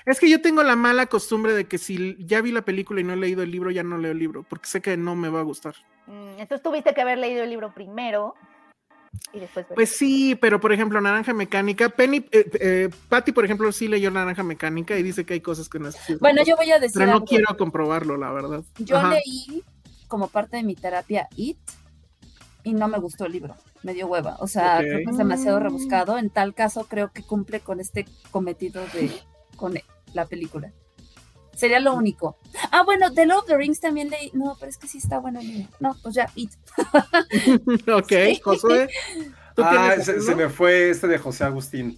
Es que yo tengo la mala costumbre de que si ya vi la película y no he leído el libro, ya no leo el libro, porque sé que no me va a gustar.
Mm, Entonces tuviste que haber leído el libro primero y después. ver.
Pues sí, pero por ejemplo, Naranja Mecánica, Penny, eh, eh, Patty, por ejemplo, sí leyó Naranja Mecánica y dice que hay cosas que no es
Bueno, yo voy a decir
Pero no
algo.
quiero comprobarlo, la verdad.
Yo
Ajá.
leí como parte de mi terapia IT y no me gustó el libro, me dio hueva. O sea,
Ok.
creo que es demasiado rebuscado. En tal caso, creo que cumple con este cometido de con la película. Sería lo único. Ah, bueno, The Lord of the Rings también leí. No, pero es que sí está bueno el libro. No, pues ya, IT.
ok, Josué. ¿tú
Ah,
tienes
se, se
alguno?
me fue este de José Agustín.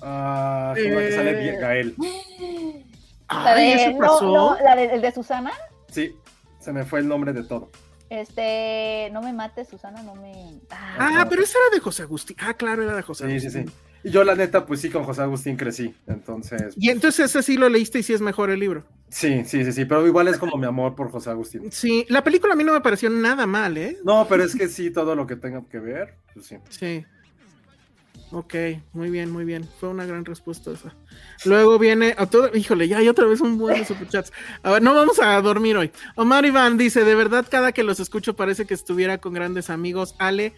Ah, ¿cómo es que sale
Eh.
bien, Gael.
La
Ay,
de-
¿eso
no,
pasó?
no, la de- el de Susana.
Sí, se me fue el nombre de todo.
Este, no me mates, Susana, no me.
Ah, pero esa era de José Agustín. Ah, claro, era de José
Sí, sí,
Agustín.
sí. Y yo, la neta, pues sí, con José Agustín crecí. Entonces,
Y entonces ese sí lo leíste y sí es mejor el libro.
sí, sí, sí, sí. Pero igual es como mi amor por José Agustín.
Sí, la película a mí no me pareció nada mal, ¿eh?
No, pero es que sí, todo lo que tenga que ver, pues sí.
Sí. Ok, muy bien, muy bien. Fue una gran respuesta esa. Luego viene, a todo, híjole, ya hay otra vez un buen de superchats. A ver, no vamos a dormir hoy. Omar Iván dice, de verdad, cada que los escucho parece que estuviera con grandes amigos. Ale,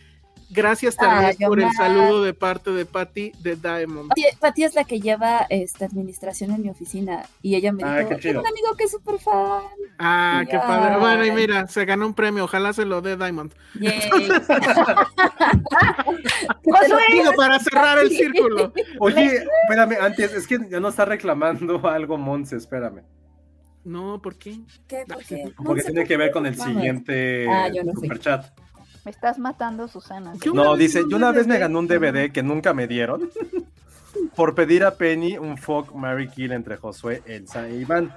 gracias también
Ay,
por el
Omar.
saludo de parte de Patty de Diamond.
Oye, Pati es la que lleva esta administración en mi oficina y ella me
Ah,
dijo,
qué chido.
tengo un amigo que es súper fan.
Ah, qué padre.
Ay.
Bueno, y mira, se ganó un premio. Ojalá se lo dé Diamond.
Yay.
Josué,
Digo, para cerrar el
Pues Sí.
círculo.
Oye, espérame, antes, es que ya no está reclamando algo, Monse, espérame.
No, ¿por qué?
¿Qué? ¿Por qué? No
Porque
sé
tiene
por
que
qué
ver con el
reclamas.
siguiente
Ah, yo no fui.
superchat.
me estás matando, Susana.
Yo una
No,
vez
dice,
vi
yo una vez me
DVD.
ganó un DVD que nunca me dieron por pedir a Penny un fuck, Mary kill entre Josué, Elsa e Iván.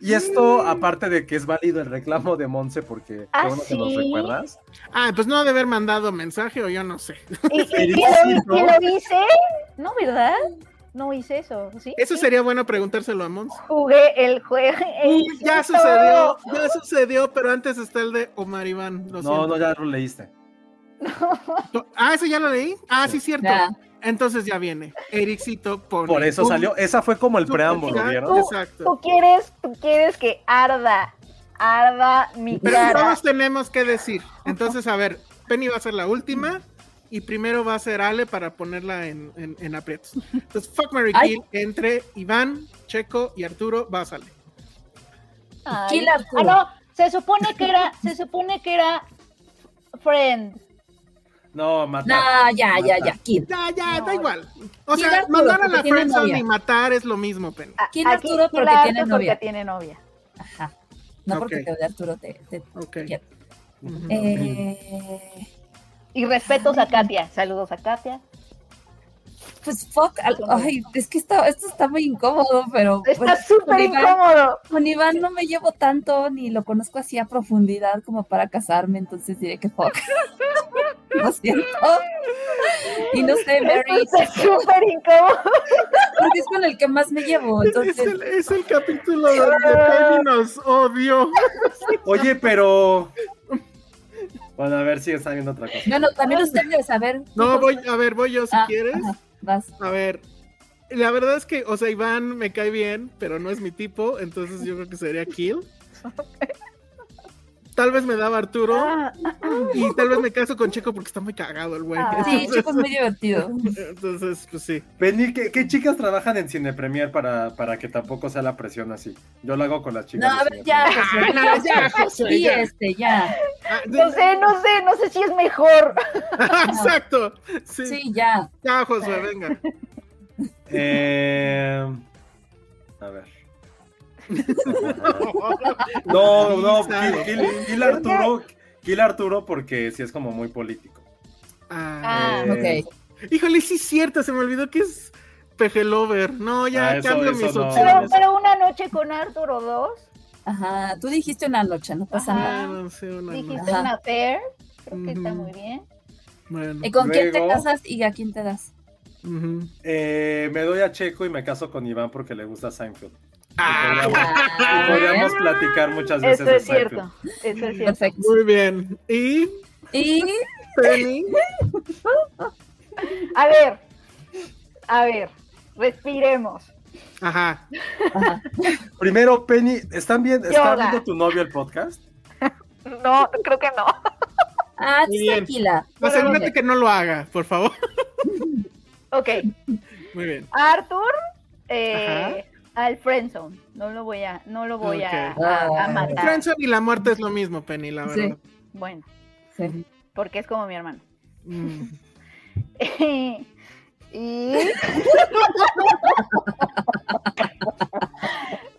Y esto, aparte de que es válido el reclamo de Monse, porque qué
¿Ah,
bueno que nos
sí?
recuerdas.
Ah, pues no ha de haber mandado mensaje o yo no sé.
¿Y, y-
Feliz
y lo,
ciclo.
y lo hice? No, ¿verdad? No hice eso, ¿sí?
Eso sería bueno preguntárselo a Mons.
Jugué el juego.
Y ya sucedió, ya sucedió, pero antes está el de Omar Iván. Lo
No, no,
siento.
ya lo leíste.
Ah, eso ya lo leí. Ah, sí, cierto.
Ya.
Entonces ya viene. Ericito pone.
Por eso
un
salió. Esa fue como el
super
preámbulo,
chat.
¿vieron?
Exacto.
Tú quieres, tú quieres que arda, arda mi
Pero
cara.
todos tenemos que decir. Entonces, a ver, Penny va a ser la última. Y primero va a ser Ale para ponerla en, en- en aprietos. Entonces, fuck Mary
Ay.
Kill entre Iván, Checo y Arturo va a salir.
Ay.
Kill Arturo.
Ah, no, se supone que era, se supone que era friend.
No, mata.
No, ya, ya, ya. Kill.
Ya, ya,
No.
da igual. O
Kill
sea,
Arturo,
mandar a
porque
la
tiene
friendzone
novia.
y matar es lo mismo, Penny.
A-
Kill
aquí
Arturo
Kill
porque
Arturo
tiene novia.
porque tiene novia.
Ajá. No porque
Ok.
te odia Arturo. Te, te-
Ok.
Ya.
Ujú.
eh,
Y respetos a Katia. Saludos a Katia.
pues fuck. al- ay, es que está, esto está muy incómodo, pero.
Está
pues,
súper
con Iván-
incómodo.
Con Iván no me llevo tanto ni lo conozco así a profundidad como para casarme, entonces diré que fuck. Lo siento. Y no sé, Mary,
Está súper incómodo.
porque es con el que más me llevo. Entonces,
Es el, es el capítulo donde Penny nos odió.
Oye, pero. Bueno, a ver si está viendo otra cosa.
bueno, también usted debe saber.
No, voy, a ver, voy yo si
Ah,
quieres.
ajá, vas.
A ver, la verdad es que, o sea, Iván me cae bien, pero no es mi tipo, entonces yo creo que sería Kill. Tal vez me daba Arturo
Ah,
y tal vez me caso con Checo porque está muy cagado el güey.
Ah.
Sí, chicos, muy divertido.
Entonces, pues sí.
Penny, ¿qué, qué chicas trabajan en Cine Premier para, para que tampoco sea la presión así? Yo lo hago con las
No,
chicas. de
a ver,
Cine
ya,
Premier.
Josué,
no,
ya,
ya,
Josué,
Josué,
sí,
ya.
este, ya,
Ah,
no sé, no sé, no sé si es mejor.
Exacto. Sí.
sí, Ah. ya.
Ya, Josué, venga.
Eh, a ver. No, no, kill, kill- kill Arturo. Kill Arturo porque sí es como muy político.
Ah.
Ah,
Eh,
ok.
Híjole, sí es cierto, se me olvidó que es Pejelover. No, ya
Ah, eso-
cambio
eso
mis
no.
Pero,
opciones.
pero una noche con Arturo 2,
Ajá, tú dijiste una noche, no pasa
Ajá.
nada.
Ah, no sé, una más.
dijiste
Ajá.
una fair. Creo que está
Ujú.
muy bien.
Bueno.
¿Y con quién te
Luego-
casas y a quién te das?
ujú.
eh, me doy a Checo y me caso con Iván porque le gusta Seinfeld.
Ah,
Y
Ah,
podríamos platicar muchas veces
Eso
de
es
Seinfeld.
cierto. Eso es cierto.
Perfecto.
muy bien. Y
Y
Penny.
A ver, a ver, respiremos.
Ajá.
Primero, Penny, ¿están bien, ¿está
Yoga.
viendo tu novio el podcast?
No, creo que no.
ah,
Muy
pues,
bien.
tranquila.
Asegúrate que no lo haga, por favor.
Ok,
Muy bien.
Arthur eh, al friendzone. No lo voy a, no lo voy a,
Ok.
a- a
Ah.
El
matar.
friendzone y la muerte es lo mismo, Penny, la
Sí.
verdad.
Bueno,
Sí.
porque es como mi hermano.
Mm.
y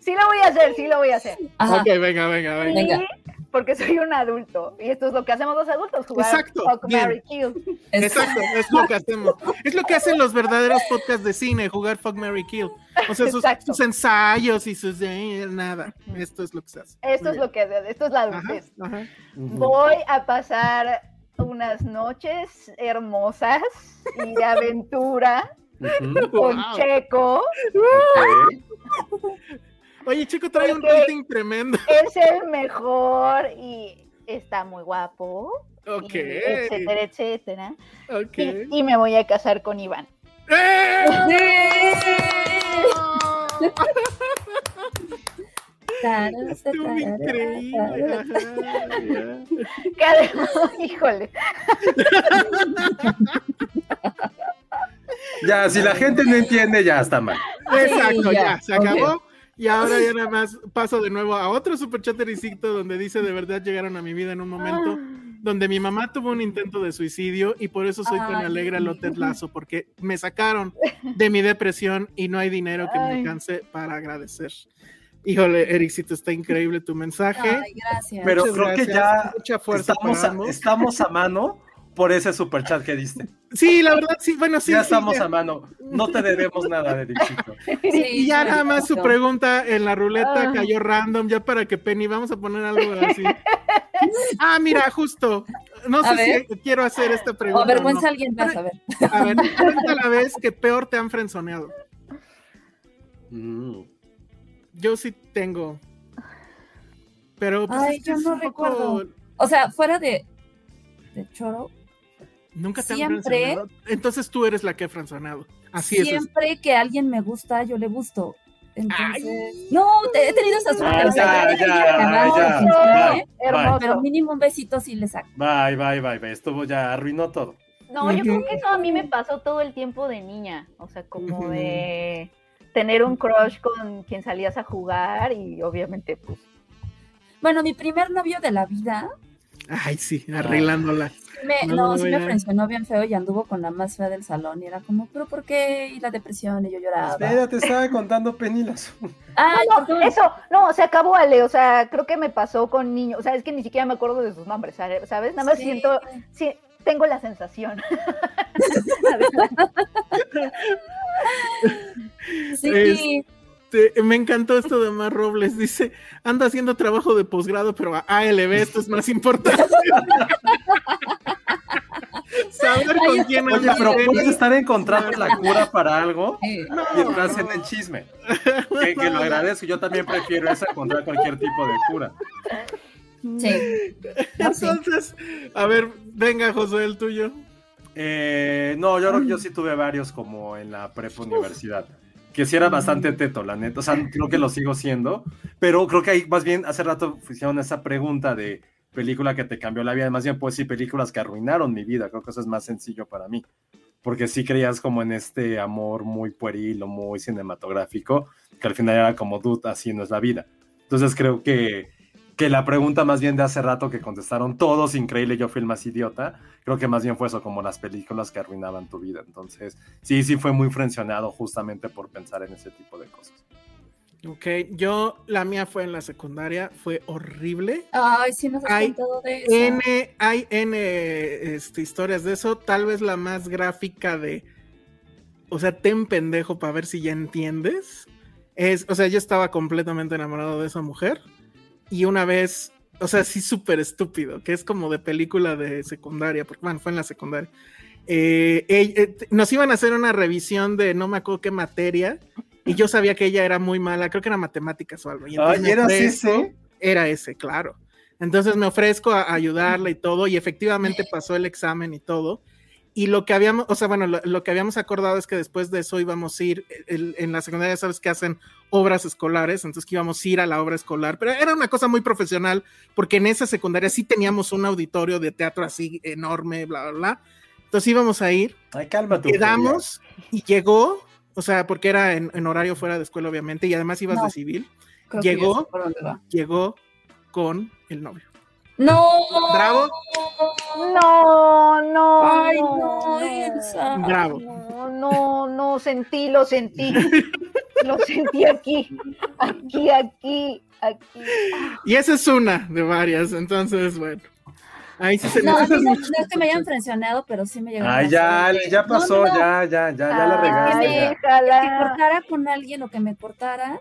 sí lo voy a hacer, sí lo voy a hacer.
Ajá.
Ok, venga, venga,
Y-
venga.
Venga.
Porque soy un adulto. Y esto es lo que hacemos los adultos, jugar
Exacto,
Fuck,
bien.
Marry, Kill.
Exacto, es lo que hacemos. Es lo que hacen los verdaderos podcasts de cine, jugar Fuck Mary Kill. O sea, sus,
Exacto.
sus ensayos y sus eh, nada. Esto es lo que se hace.
Esto
Muy
es lo que esto es la
bien. Ajá,
adultez.
ajá.
Voy a pasar unas noches hermosas y de aventura
Ujú.
con
Wow.
Checo.
Ok.
Oye, chico, trae un
Porque-
rating tremendo.
Es el mejor y está muy guapo. y
Ok.
etcétera, etcétera.
Ok.
Y, y me voy a casar con Iván.
¡Eh!
Tarara,
Estuvo
tarara,
increíble.
tarara.
ajá, ya.
Que además, híjole,
Ya, si la gente no entiende, ya está mal.
Exacto,
ya,
ya, se
ok.
acabó. Y ahora ya nada más paso de nuevo a otro superchatericito donde dice de verdad llegaron a mi vida en un momento donde mi mamá tuvo un intento de suicidio y por eso soy tan
Ay.
alegre a lo Ted Lasso, porque me sacaron de mi depresión y no hay dinero que me
Ay.
alcance para agradecer. Híjole, Ericito, está increíble tu mensaje.
Ay, gracias.
Pero
Muchas
creo que ya
mucha fuerza
estamos
para
a,
ambos.
estamos a mano por ese superchat que diste.
Sí, la verdad, sí, bueno, sí.
ya
sí,
estamos
ya.
a mano. No te debemos nada, Derechito.
Sí,
Y ya nada más su
exacto.
pregunta en la ruleta
Ah.
cayó random, ya para que Penny, vamos a poner algo así. Ah, mira, justo. No
A
sé si quiero hacer esta
O
pregunta. o no.
vergüenza alguien más, a ver.
A ver, cuenta la vez que peor te han frenzoneado.
Mm.
Yo sí tengo. Pero pues,
Ay,
es que
yo
es
no
un poco-
recuerdo. O sea, fuera de, de choro,
Nunca te han
Siempre-
frenzonado. Entonces tú eres la que ha frenzonado. Así es. es.
siempre que alguien me gusta, yo le gusto. Entonces, no, te- he tenido esa suerte.
Ah,
o sea,
ya, ya,
no,
ya.
no,
Bye,
¿eh?
bye,
Pero mínimo un besito sí le saco.
bye, bye, bye, bye. Estuvo ya, arruinó todo.
No, yo creo
Ujú.
que eso a mí me pasó todo el tiempo de niña. O sea, como de tener un crush con quien salías a jugar y obviamente, pues.
Bueno, mi primer novio de la vida,
Ay, sí, arreglándola.
me,
No,
no, sí
mira.
me frencionó bien feo y anduvo con la más fea del salón. Y era como, ¿pero por qué? Y la depresión, y yo lloraba.
Espera, te estaba contando penilas.
Ay,
No,
¿por qué me-
eso, no, se acabó Ale, o sea, creo que me pasó con niños, o sea, es que ni siquiera me acuerdo de sus nombres, ¿sabes? ¿Sabes? Nada más
Sí.
siento, sí, tengo la sensación.
Sí,
Te- Este, me encantó esto de Omar Robles. Dice, anda haciendo trabajo de posgrado, pero a ALB esto es más importante. Saber
Ay,
con
yo-
quién
Oye, eh,
andas.
pero
Penny.
puedes estar encontrando la cura para algo
sí.
y entras en el chisme. Que, que lo agradezco. Yo también prefiero esa contra cualquier tipo de cura.
Mm.
Sí. No, sí.
Entonces, a ver, venga, José, el tuyo.
Eh, no, yo creo que yo sí tuve varios como en la prepa universidad. Que sí era bastante teto, la neta. O sea, creo que lo sigo siendo. Pero creo que ahí más bien hace rato hicieron esa pregunta de película que te cambió la vida. Más bien, pues sí, películas que arruinaron mi vida. Creo que eso es más sencillo para mí. Porque sí creías como en este amor muy pueril o muy cinematográfico, que al final era como, dude, así no es la vida. Entonces creo que, que la pregunta más bien de hace rato que contestaron todos, increíble, yo fui el más idiota, creo que más bien fue eso, como las películas que arruinaban tu vida. Entonces, sí, sí fue muy frencionado justamente por pensar en ese tipo de cosas.
Ok, yo, la mía fue en la secundaria, fue horrible.
Ay, sí nos has
Ay,
contado de eso.
N, hay N este, historias de eso, tal vez la más gráfica de, o sea, ten pendejo para ver si ya entiendes. Es, o sea, yo estaba completamente enamorado de esa mujer y una vez, o sea, sí súper estúpido, que es como de película de secundaria, porque bueno, fue en la secundaria. Eh, ell- eh, t- nos iban a hacer una revisión de no me acuerdo qué materia y yo sabía que ella era muy mala, creo que era matemáticas o algo. y entonces me fresco- era ese, claro. Entonces me ofrezco a ayudarla y todo, y efectivamente pasó el examen y todo. Y lo que habíamos, o sea, bueno, lo, lo que habíamos acordado es que después de eso íbamos a ir, el- en la secundaria sabes que hacen obras escolares, entonces que íbamos a ir a la obra escolar, pero era una cosa muy profesional, porque en esa secundaria sí teníamos un auditorio de teatro así enorme, bla, bla, bla. Entonces íbamos a ir
Ay, calma tú.
quedamos y llegó, o sea, porque era en, en horario fuera de escuela, obviamente, y además ibas
No.
de civil,
Creo que
Llegó.
ya sé por dónde va.
llegó con el novio.
No.
Bravo.
No, no.
Ay,
Oh,
no, Elsa.
Bravo.
No, no, no, sentí, lo sentí. Lo sentí aquí. Aquí, aquí, aquí.
Y esa es una de varias, entonces, bueno. Ahí sí se
No, a mí
necesitan
no,
muchos-
no es que me hayan presionado, pero sí me llegaron.
Ay,
a
ya,
hacer
Ale,
que-
ya pasó,
No, no, no,
ya, ya, ya, ya la
Ah,
regaste.
sí.
ya.
Que
déjala.
cortara con alguien o que me cortara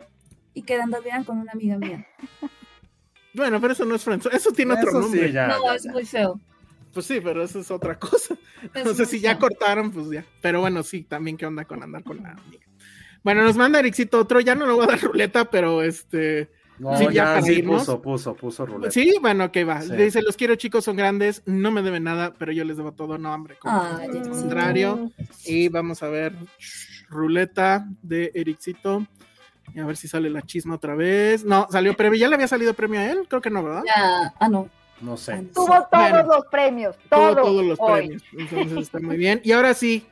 y quedando bien con una amiga mía.
Bueno, pero eso no es francés, eso tiene otro
Eso
nombre.
sí, ya.
No,
ya,
es
ya.
muy feo.
Pues sí, pero eso es otra cosa.
Es
No sé
muy
si ya
feo.
cortaron, pues ya. Pero bueno, sí, también qué onda con andar con la amiga. Bueno, nos manda Ericito otro, ya no le voy a dar ruleta, pero este,
No,
Sí, ya
ya,
para
sí,
irnos.
puso, puso, puso ruleta.
Sí, bueno, ok, va.
Sí.
Le Dice, los quiero chicos, son grandes, no me deben nada, pero yo les debo todo, no, hombre. como
Ay,
al
Mm.
Ericito.
contrario. Y vamos a ver, ruleta de Ericito. Y a ver si sale la chisma otra vez. No, salió premio. ¿Ya le había salido premio a él? Creo que no, ¿verdad?
Ya, ah, no.
No
ah,
sé.
no.
Tuvo todos
Bueno.
los premios.
Tuvo
Todos,
todos los
hoy.
premios. Entonces está muy bien. Y ahora sí,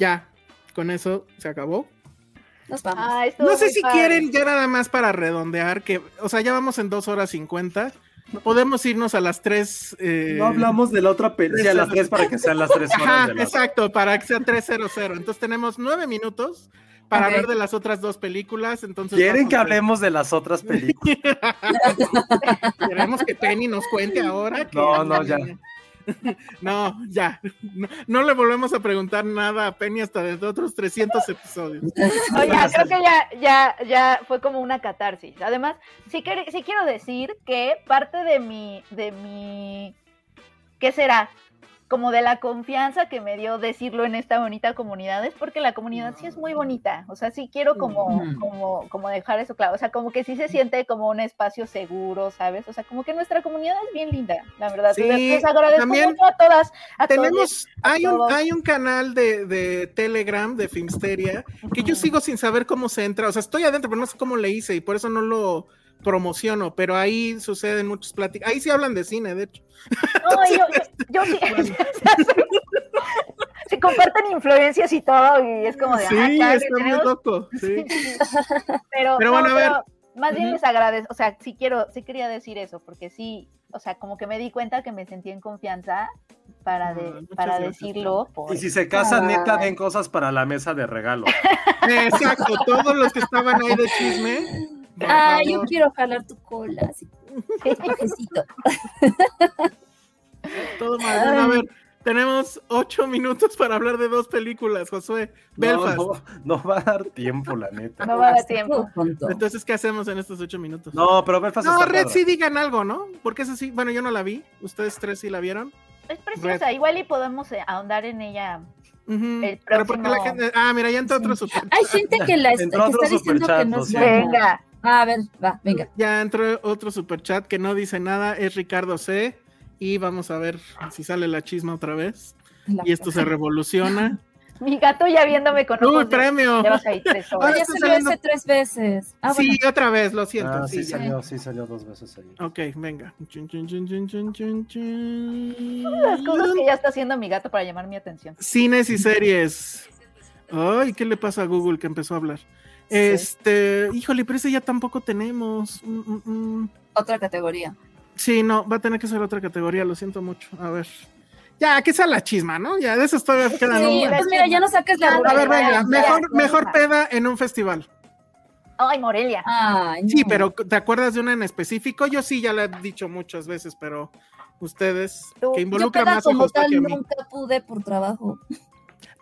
ya. Con eso se acabó.
Nos vamos.
Ah, estuvo
No sé
muy
si
padre.
quieren ya nada más para redondear, que, o sea, ya vamos en dos horas 50. Podemos irnos a las tres. eh,
No hablamos de la otra película. Sí, a las tres para que sean las tres horas
Ajá,
de la otra.
exacto, para que sea 300. Entonces tenemos nueve minutos para
Ok.
ver de las otras dos películas. Entonces
¿Quieren
vamos
que
a-
hablemos de las otras películas?
Queremos que Penny nos cuente ahora. que-
No, no, ya.
No, ya. No, no le volvemos a preguntar nada a Penny hasta dentro de otros 300 episodios.
No, ya, creo que ya, ya, ya fue como una catarsis. Además, sí, que, sí quiero decir que parte de mi, de mi, ¿qué será? Como de la confianza que me dio decirlo en esta bonita comunidad, es porque la comunidad sí es muy bonita. O sea, sí quiero como,
Ujú.
como, como dejar eso claro. O sea, como que sí se siente como un espacio seguro, ¿sabes? O sea, como que nuestra comunidad es bien linda, la verdad.
Sí,
O sea, les agradezco
también
mucho a todas. A todos.
Tenemos, hay un,
todos.
hay un canal de, de Telegram de Filmsteria que yo sigo sin saber cómo se entra. O sea, estoy adentro, pero no sé cómo le hice y por eso no lo promociono, pero ahí suceden muchos pláticas. Ahí sí hablan de cine, de hecho.
No, yo, yo, yo sí. Se comparten influencias y todo, y es como de. ah,
Sí,
chale,
está muy
tenemos-
loco. sí.
Pero,
Pero
no,
bueno, a ver.
pero Más bien
Ujú.
les agradezco. O sea, sí quiero, sí quería decir eso, porque sí, o sea, como que me di cuenta que me sentí en confianza para, de-
Ah, muchas
para
gracias.
decirlo. por-
Y si se casan,
Ay.
neta, den cosas para la mesa de regalo.
Exacto, todos los que estaban ahí de chisme. por
Ay, Ah, yo
favor.
quiero jalar tu cola. Así, cafecito.
Todo mal. Bueno, a ver, tenemos ocho minutos para hablar de dos películas, Josué.
No,
Belfast.
no, no va a dar tiempo, la neta.
No va a dar tiempo.
Todo junto.
Entonces, ¿qué hacemos en estos ocho minutos?
No, pero Belfast
No,
está
Red
padre.
sí digan algo, ¿no? Porque es así. Bueno, yo no la vi. Ustedes tres sí la vieron.
Es preciosa, igual y podemos eh, ahondar en ella.
Ujú.
El
Pero porque la
próximo-
gente. Ah, mira, ya entra otro super.
Hay gente que, la
Entró
está, que
otro
está diciendo
superchat,
que no
lo
es
siento.
buena. Ah,
Venga.
A ver, va, venga.
Ya entró otro super chat que no dice nada. Es Ricardo C. Y vamos a ver si sale la chisma otra vez.
La-
Y esto se revoluciona.
Mi gato ya viéndome con
¡Uy,
ojos. de-
premio!
Llevas ahí tres
Ah,
horas.
Ahora
ya
está
salió
saliendo-
ese tres veces. Ah, bueno.
Sí, otra vez, lo siento.
Ah, sí,
sí, ya.
salió, sí salió dos veces ahí.
Ok, venga. Chun, chun, chun, chun, chun, chun, chun.
Las cosas que ya está haciendo mi gato para llamar mi atención.
Cines y series. Ay, ¿qué le pasa a Google que empezó a hablar? Este, híjole, pero ese ya tampoco tenemos. Mm, mm, mm.
Otra categoría.
Sí, no, va a tener que ser otra categoría, lo siento mucho. A ver. Ya, que sea la chisma, ¿no? Ya, de eso todavía quedan
Sí,
un-
pues mira, ya no saques la
A ver,
burra.
venga,
ya,
mejor,
ya,
mejor
ya.
peda en un festival.
Ay, Morelia.
Ay, no.
Sí, pero ¿te acuerdas de una en específico? Yo sí, ya la he dicho muchas veces, pero ustedes,
Tú-
que
yo
Yo
involucra
peda
más a
como
José
tal
que a mí.
nunca pude por trabajo.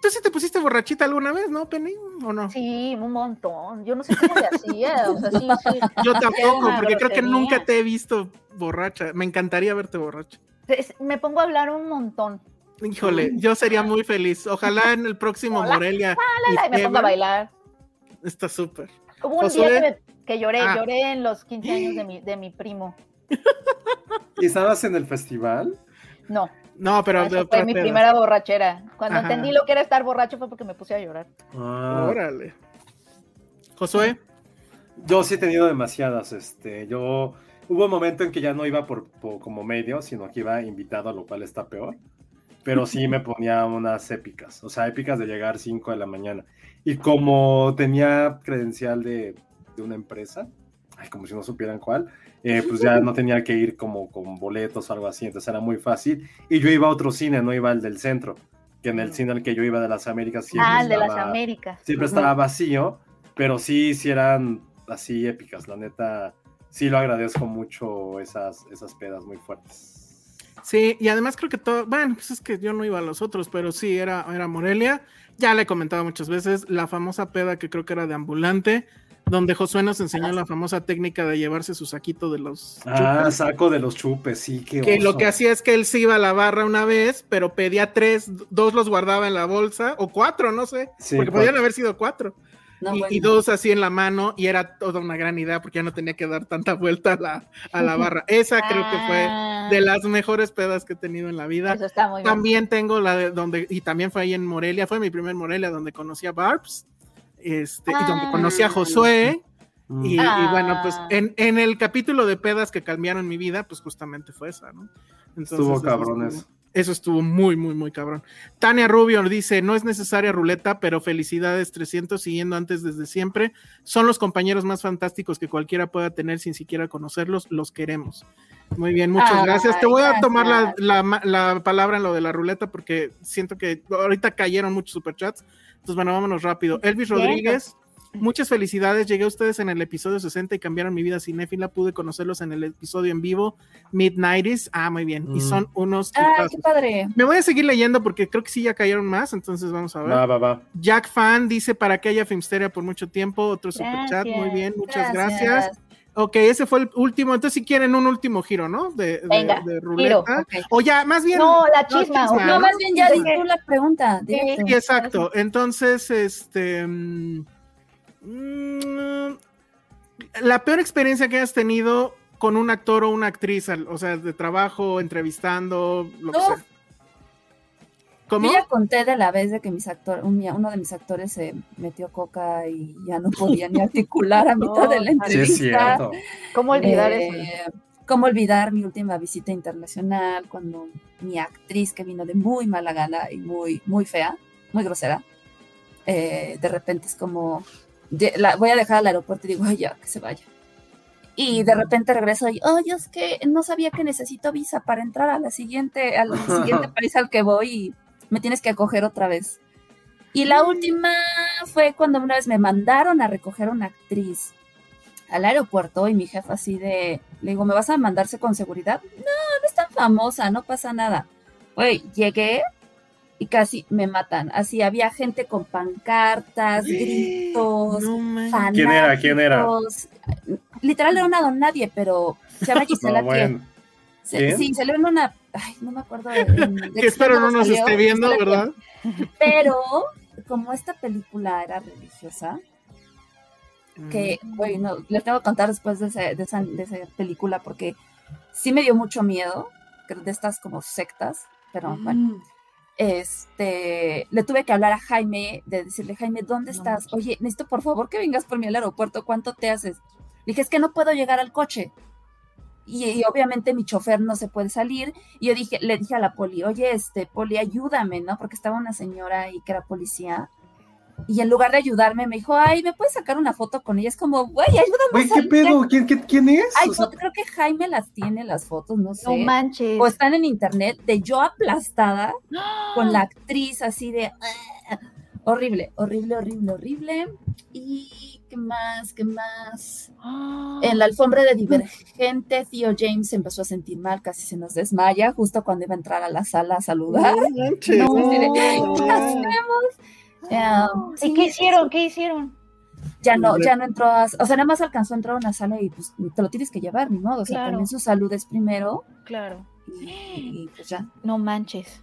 ¿Tú sí te pusiste borrachita alguna vez, no, Penny? ¿O no?
Sí, un montón. Yo no sé cómo le hacía. O sea, sí, sí.
Yo tampoco,
una
porque creo que
grosería.
nunca te he visto borracha. Me encantaría verte borracha.
Es- Me pongo a hablar un montón.
Híjole, yo sería muy feliz. Ojalá en el próximo
Hola.
Morelia.
Y Ah, me pongo a
Fever.
bailar.
Está súper.
Hubo un
Josué.
día que, me- que lloré,
Ah.
lloré en los 15 años de mi, de mi primo.
¿Y estabas en el festival?
No,
No, pero
esa
de
Ah, fue
otra
mi
peda.
primera borrachera. Cuando
Ajá.
entendí lo que era estar borracho fue porque me puse a llorar.
Ah,
Órale. Josué,
Yo sí he tenido demasiadas, este, yo hubo un momento en que ya no iba por, por- como medio, sino que iba invitado, lo cual está peor. Pero sí me ponía unas épicas, o sea, épicas de llegar 5 de la mañana. Y como tenía credencial de, de una empresa, ay, como si no supieran cuál, eh, pues ya no tenía que ir como con boletos o algo así, entonces era muy fácil. Y yo iba a otro cine, no iba al del centro, que en el cine al que yo iba de las Américas siempre
ah, el de las
estaba-
Américas.
siempre
Ujú.
estaba vacío, pero sí, sí eran así épicas, la neta. Sí lo agradezco mucho esas, esas pedas muy fuertes.
sí, y además creo que todo, bueno, pues es que yo no iba a los otros, pero sí, era, era Morelia. Ya le he comentado muchas veces la famosa peda que creo que era de ambulante, donde Josué nos
Ah,
enseñó la famosa técnica de llevarse su saquito de los
Ah,
chupes.
saco de los chupes, sí, qué
Que lo
oso.
que hacía es que él se iba a la barra una vez, pero pedía tres, dos los guardaba en la bolsa, o cuatro, no sé,
Sí, cuatro.
porque podían haber sido cuatro,
No,
y,
bueno.
y dos así en la mano, y era toda una gran idea porque ya no tenía que dar tanta vuelta a la, a la barra. Esa creo que fue
Ah,
de las mejores pedas que he tenido en la vida.
Eso está muy bien.
También tengo la de donde, y también fue ahí en Morelia, fue mi primer Morelia donde conocí a Barbs, este, y donde
Ah.
conocí a Josué,
Mm.
y, y
Ah.
bueno, pues en, en el capítulo de pedas que cambiaron mi vida, pues justamente fue esa, ¿no? Entonces, este,
Estuvo
eso
cabrón
estuvo-
eso.
Eso estuvo muy, muy, muy cabrón. Tania Rubio dice, no es necesaria ruleta, pero felicidades 300 siguiendo antes desde siempre. Son los compañeros más fantásticos que cualquiera pueda tener sin siquiera conocerlos. Los queremos. Muy bien, muchas
Ay,
gracias. Te voy a
gracias.
tomar la, la ma- la palabra en lo de la ruleta porque siento que ahorita cayeron muchos superchats. Entonces, bueno, vámonos rápido. Elvis
Bien.
Rodríguez, Muchas felicidades, llegué a ustedes en el episodio 60 y cambiaron mi vida cinéfila, pude conocerlos en el episodio en vivo, Mid-90s, ah, muy bien, y
Mm.
son unos...
Ay,
tipazos.
qué padre.
Me voy a seguir leyendo porque creo que sí ya cayeron más, entonces vamos a ver.
Va, va, va.
Jack Fan dice, para que haya Filmsteria por mucho tiempo, otro superchat, muy
Gracias,
bien, muchas gracias. Ok, ese fue el último, entonces si quieren un último giro, ¿no? De, de-
Venga,
de
Giro,
ruleta.
ok.
O ya, más bien...
No, la chisma.
chisma,
¿no?
No, más bien ya di
Porque-
tú la pregunta. directo.
Sí, exacto. Entonces, este. mm, mm, la peor experiencia que has tenido con un actor o una actriz, al- o sea, de trabajo, entrevistando, lo que
No.
sea. ¿Cómo?
Yo ya conté de la vez de que mis actor, un- uno de mis actores se metió coca y ya no podía ni articular a mitad de la
Sí, es
entrevista.
cierto.
¿Cómo olvidar
Eh,
eso?
¿Cómo olvidar mi última visita internacional cuando mi actriz que vino de muy mala gana y muy, muy fea, muy grosera, eh, de repente es como, de- la, voy a dejar al aeropuerto y digo, ay, ya, que se vaya. Y de repente regreso y, oye, es que no sabía que necesito visa para entrar a la siguiente, al siguiente país al que voy y me tienes que acoger otra vez. Y la
Mm.
última fue cuando una vez me mandaron a recoger a una actriz al aeropuerto y mi jefa así de, le digo, ¿me vas a mandarse con seguridad? No, no es tan famosa, no pasa nada. Güey, llegué y casi me matan. Así había gente con pancartas, gritos,
No manches.
fanáticos.
¿Quién era? ¿Quién era?
Literal era una don nadie, pero se llama Gisela
No,
Tie.
bueno.
Se-
¿Quién?
Sí, salió en una. Ay, no me acuerdo. de- de-
Que espero no
cómo
nos
salió,
esté viendo,
Gisela Tie.
¿verdad?
Pero como esta película era religiosa, que, güey, no, les tengo que contar después de, ese- de esa, de esa película porque sí me dio mucho miedo que- de estas como sectas, pero bueno. Este, le tuve que hablar a Jaime, de decirle, Jaime, ¿dónde
No
estás? Oye, necesito por favor que vengas por mí al aeropuerto, ¿cuánto te haces? Le dije, es que no puedo llegar al coche. Y, y obviamente mi chofer no se puede salir. Y yo dije, le dije a la poli, oye, este, poli, ayúdame, ¿no? Porque estaba una señora ahí que era policía. Y en lugar de ayudarme, me dijo, ay, ¿me puedes sacar una foto con ella? Es como, güey, ayúdame.
Güey,
a
¿qué
salir de
pedo? ¿Quién, qué- quién es?
Ay,
O sea,
no, creo que Jaime las tiene las fotos, no sé.
No manches.
o están en internet de yo aplastada
¡Ah!
Pues, con la actriz así de "Ah". horrible, horrible, horrible, horrible. Y qué más, qué más.
¡Ah!
En la alfombra de Divergente, Theo James se empezó a sentir mal, casi se nos desmaya justo cuando iba a entrar a la sala a saludar.
No
Oh,
manches.
No, mire, ¿Qué
No.
hacemos?
Ah, ¿Y
Sí,
qué hicieron? ¿Qué hicieron?
Eh, Ya no, ya no entró, a- o sea, nada más alcanzó a entrar a una sala y pues te lo tienes que llevar, ni modo. O sea,
Claro.
también su salud es primero
Claro.
y- y pues ya.
No manches.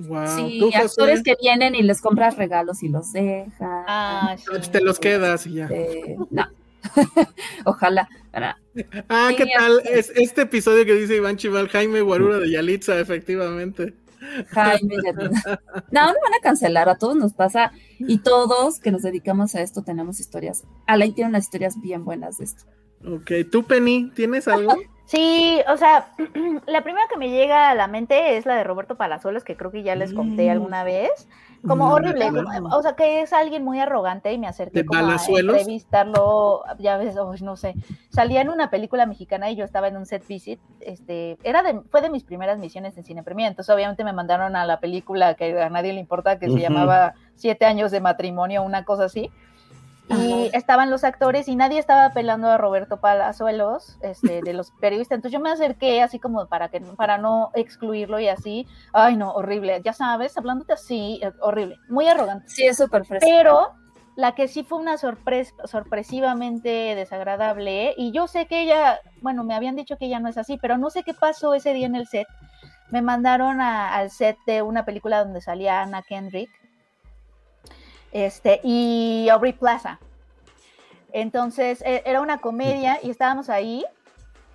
Wow.
Sí,
Ah, Tú, Josué,
actores que vienen y les compras regalos y los dejan.
Ah, sí.
Te los quedas y ya.
eh, no, Ojalá. Para-
Ah,
Sí,
¿qué
es-
tal? Es, este episodio que dice Iván Chival, Jaime Guarura de Yalitza, efectivamente.
Jaime, ya- No, no van a cancelar, a todos nos pasa y todos que nos dedicamos a esto tenemos historias. Alain tiene unas historias bien buenas de esto.
Ok, tú, Penny, ¿tienes algo?
Sí, o sea, la primera que me llega a la mente es la de Roberto Palazuelos, que creo que ya les conté
Mm.
alguna vez. Como
No
horrible,
recuerdo.
como- o sea, que es alguien muy arrogante y me acerqué
¿De
como a
Palazuelos?
entrevistarlo, ya ves, ay, no sé. Salía en una película mexicana y yo estaba en un set visit, este, era de, fue de mis primeras misiones en cine premier, entonces obviamente me mandaron a la película que a nadie le importa, que
Ujú.
se llamaba Siete años de matrimonio, una cosa así y estaban los actores y nadie estaba apelando a Roberto Palazuelos, este, de los periodistas. Entonces yo me acerqué así como para que para no excluirlo y así. Ay, no, horrible. Ya sabes, hablándote así, eh, horrible, muy arrogante.
Sí, es súper fresco.
Pero la que sí fue una sorpresa sorpresivamente desagradable y yo sé que ella, bueno, me habían dicho que ella no es así, pero no sé qué pasó ese día en el set. Me mandaron a- al set de una película donde salía Anna Kendrick este, y Aubrey Plaza. Entonces, e- era una comedia y estábamos ahí.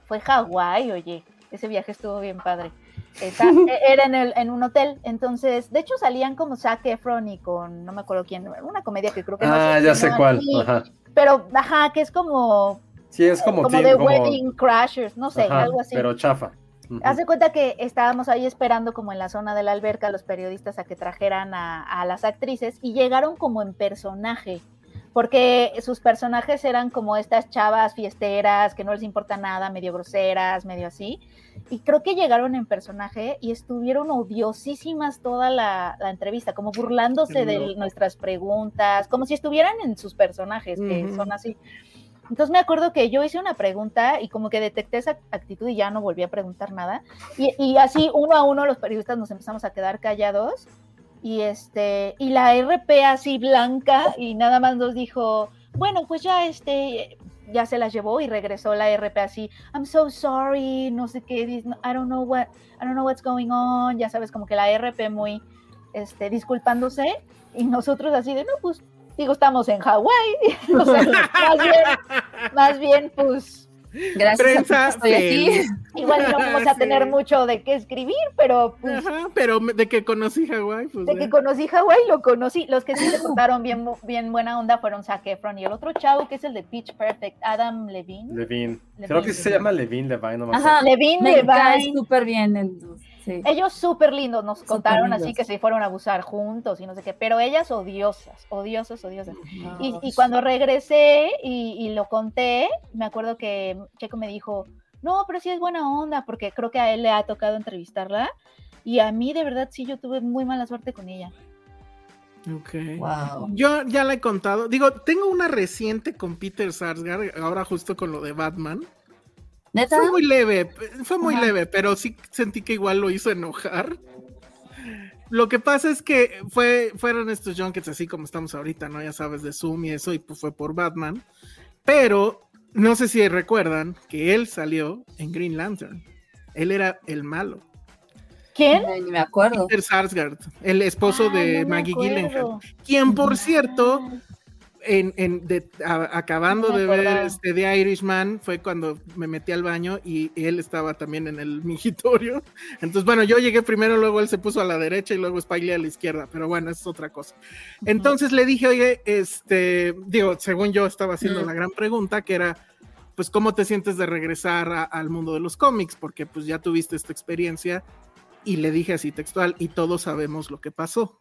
Fue Hawái, oye. Ese viaje estuvo bien padre. Está- e- era en, el- en un hotel. Entonces, de hecho, salían como Zac Efron y con, no me acuerdo quién, una comedia que creo que no
Ah,
se
ya sé
estrenó
cuál.
aquí,
Ajá.
Pero, ajá, que es como,
Sí, es como,
como,
teen,
de
como-
Wedding Crashers, no sé,
ajá,
algo así.
Pero chafa. Ujú.
Hace cuenta que estábamos ahí esperando como en la zona de la alberca a los periodistas a que trajeran a, a las actrices y llegaron como en personaje, porque sus personajes eran como estas chavas fiesteras que no les importa nada, medio groseras, medio así, y creo que llegaron en personaje y estuvieron odiosísimas toda la, la entrevista, como burlándose de
Loco.
nuestras preguntas, como si estuvieran en sus personajes, que
Ujú.
son así. Entonces me acuerdo que yo hice una pregunta y como que detecté esa actitud y ya no volví a preguntar nada. Y, y así uno a uno los periodistas nos empezamos a quedar callados y este y la RP así blanca y nada más nos dijo, "Bueno, pues ya este ya se las llevó y regresó la RP así, "I'm so sorry, no sé qué, dis- I don't know what I don't know what's going on." Ya sabes, como que la RP muy este disculpándose y nosotros así de, "No, pues digo, estamos en Hawái." O sea, más bien más bien, pues,
Gracias a
Prensa
ti que estoy aquí.
feliz.
igual no vamos a
Sí.
tener mucho de qué escribir, pero pues,
Ajá, pero me- de que conocí Hawái, pues.
de
ya.
que conocí Hawái, lo conocí. Los que sí se portaron bien, bu- bien buena onda fueron Zac Efron y el otro chavo que es el de Pitch Perfect, Adam Levine.
Levine.
Levine.
Creo que se llama Levine, Levine, no Ah, me acuerdo.
Ajá,
Levine
me cae
Levine.
súper bien el dude, sí.
Eh,
Ellos súper lindos, nos contaron así
lindos.
que se fueron a abusar juntos y no sé qué, pero ellas odiosas, odiosas, odiosas. Y,
No,
y cuando regresé y, y lo conté, me acuerdo que Checo me dijo, no, pero sí es buena onda, porque creo que a él le ha tocado entrevistarla. Y a mí, de verdad, sí, yo tuve muy mala suerte con ella.
Ok.
Wow.
Yo ya la he contado. Digo, tengo una reciente con Peter Sarsgaard, ahora justo con lo de Batman.
¿Neta?
Fue muy leve, p- fue muy
Ajá.
leve, pero sí sentí que igual lo hizo enojar. Lo que pasa es que fue, fueron estos junkets así como estamos ahorita, ¿no? Ya sabes, de Zoom y eso, y pues fue por Batman. Pero no sé si recuerdan que él salió en Green Lantern. Él era el malo.
¿Quién?
No, Ni me acuerdo.
Peter Sarsgaard, el esposo
Ah,
de
no me
Maggie
acuerdo. Ah.
Gyllenhaal. Quien, por cierto, en, en- de- a- acabando
No me
de ver
acordaba.
este The Irishman fue cuando me metí al baño y él estaba también en el mingitorio. Entonces, bueno, yo llegué primero, luego él se puso a la derecha y luego Spiley a la izquierda, pero bueno, eso es otra cosa. Entonces le dije, oye, este, digo, según yo estaba haciendo
Ujú.
la gran pregunta, que era, pues, ¿cómo te sientes de regresar a- al mundo de los cómics? Porque pues ya tuviste esta experiencia y le dije así textual, y todos sabemos lo que pasó.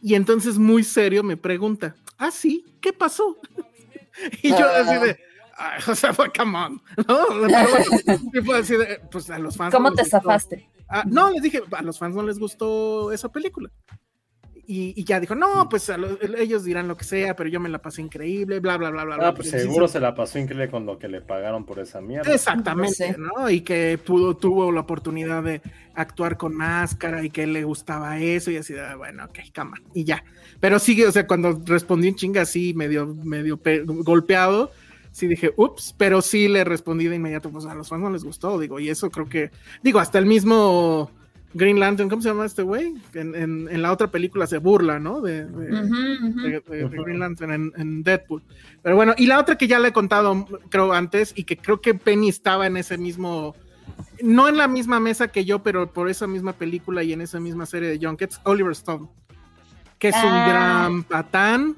Y entonces muy serio me pregunta, ¿ah, sí? ¿Qué pasó? y yo
Ah.
así de, "Ay, o sea, fue come on, ¿no? Pero bueno, y fue así de, pues a los fans. no
¿Cómo
les
te
gustó.
zafaste?
Ah, no, les dije, a los fans no les gustó esa película. Y, y ya dijo,
Mm.
no, pues a los- ellos dirán lo que sea, pero yo me la pasé increíble, bla, bla, bla, bla.
Ah,
bla".
pues
Y sí,
seguro
sí.
se la pasó increíble con lo que le pagaron por esa mierda.
Exactamente,
Sí.
¿no? Y que pudo, tuvo la oportunidad de actuar con máscara y que le gustaba eso y así, de, "Ah, bueno, ok, cama, y ya. Pero sí, o sea, cuando respondí en chinga así, medio, medio pe- golpeado, sí dije, ups, pero sí le respondí de inmediato, pues a los fans no les gustó, digo, y eso creo que, digo, hasta el mismo Green Lantern, ¿cómo se llama este güey? En, en- en la otra película se burla, ¿no? De, de-
Ujú, ujú.
de- de- de Green Lantern en, en Deadpool. Pero bueno, y la otra que ya le he contado, creo, antes, y que creo que Penny estaba en ese mismo, no en la misma mesa que yo, pero por esa misma película y en esa misma serie de Junkets, Oliver Stone, que es un
Ah.
gran patán,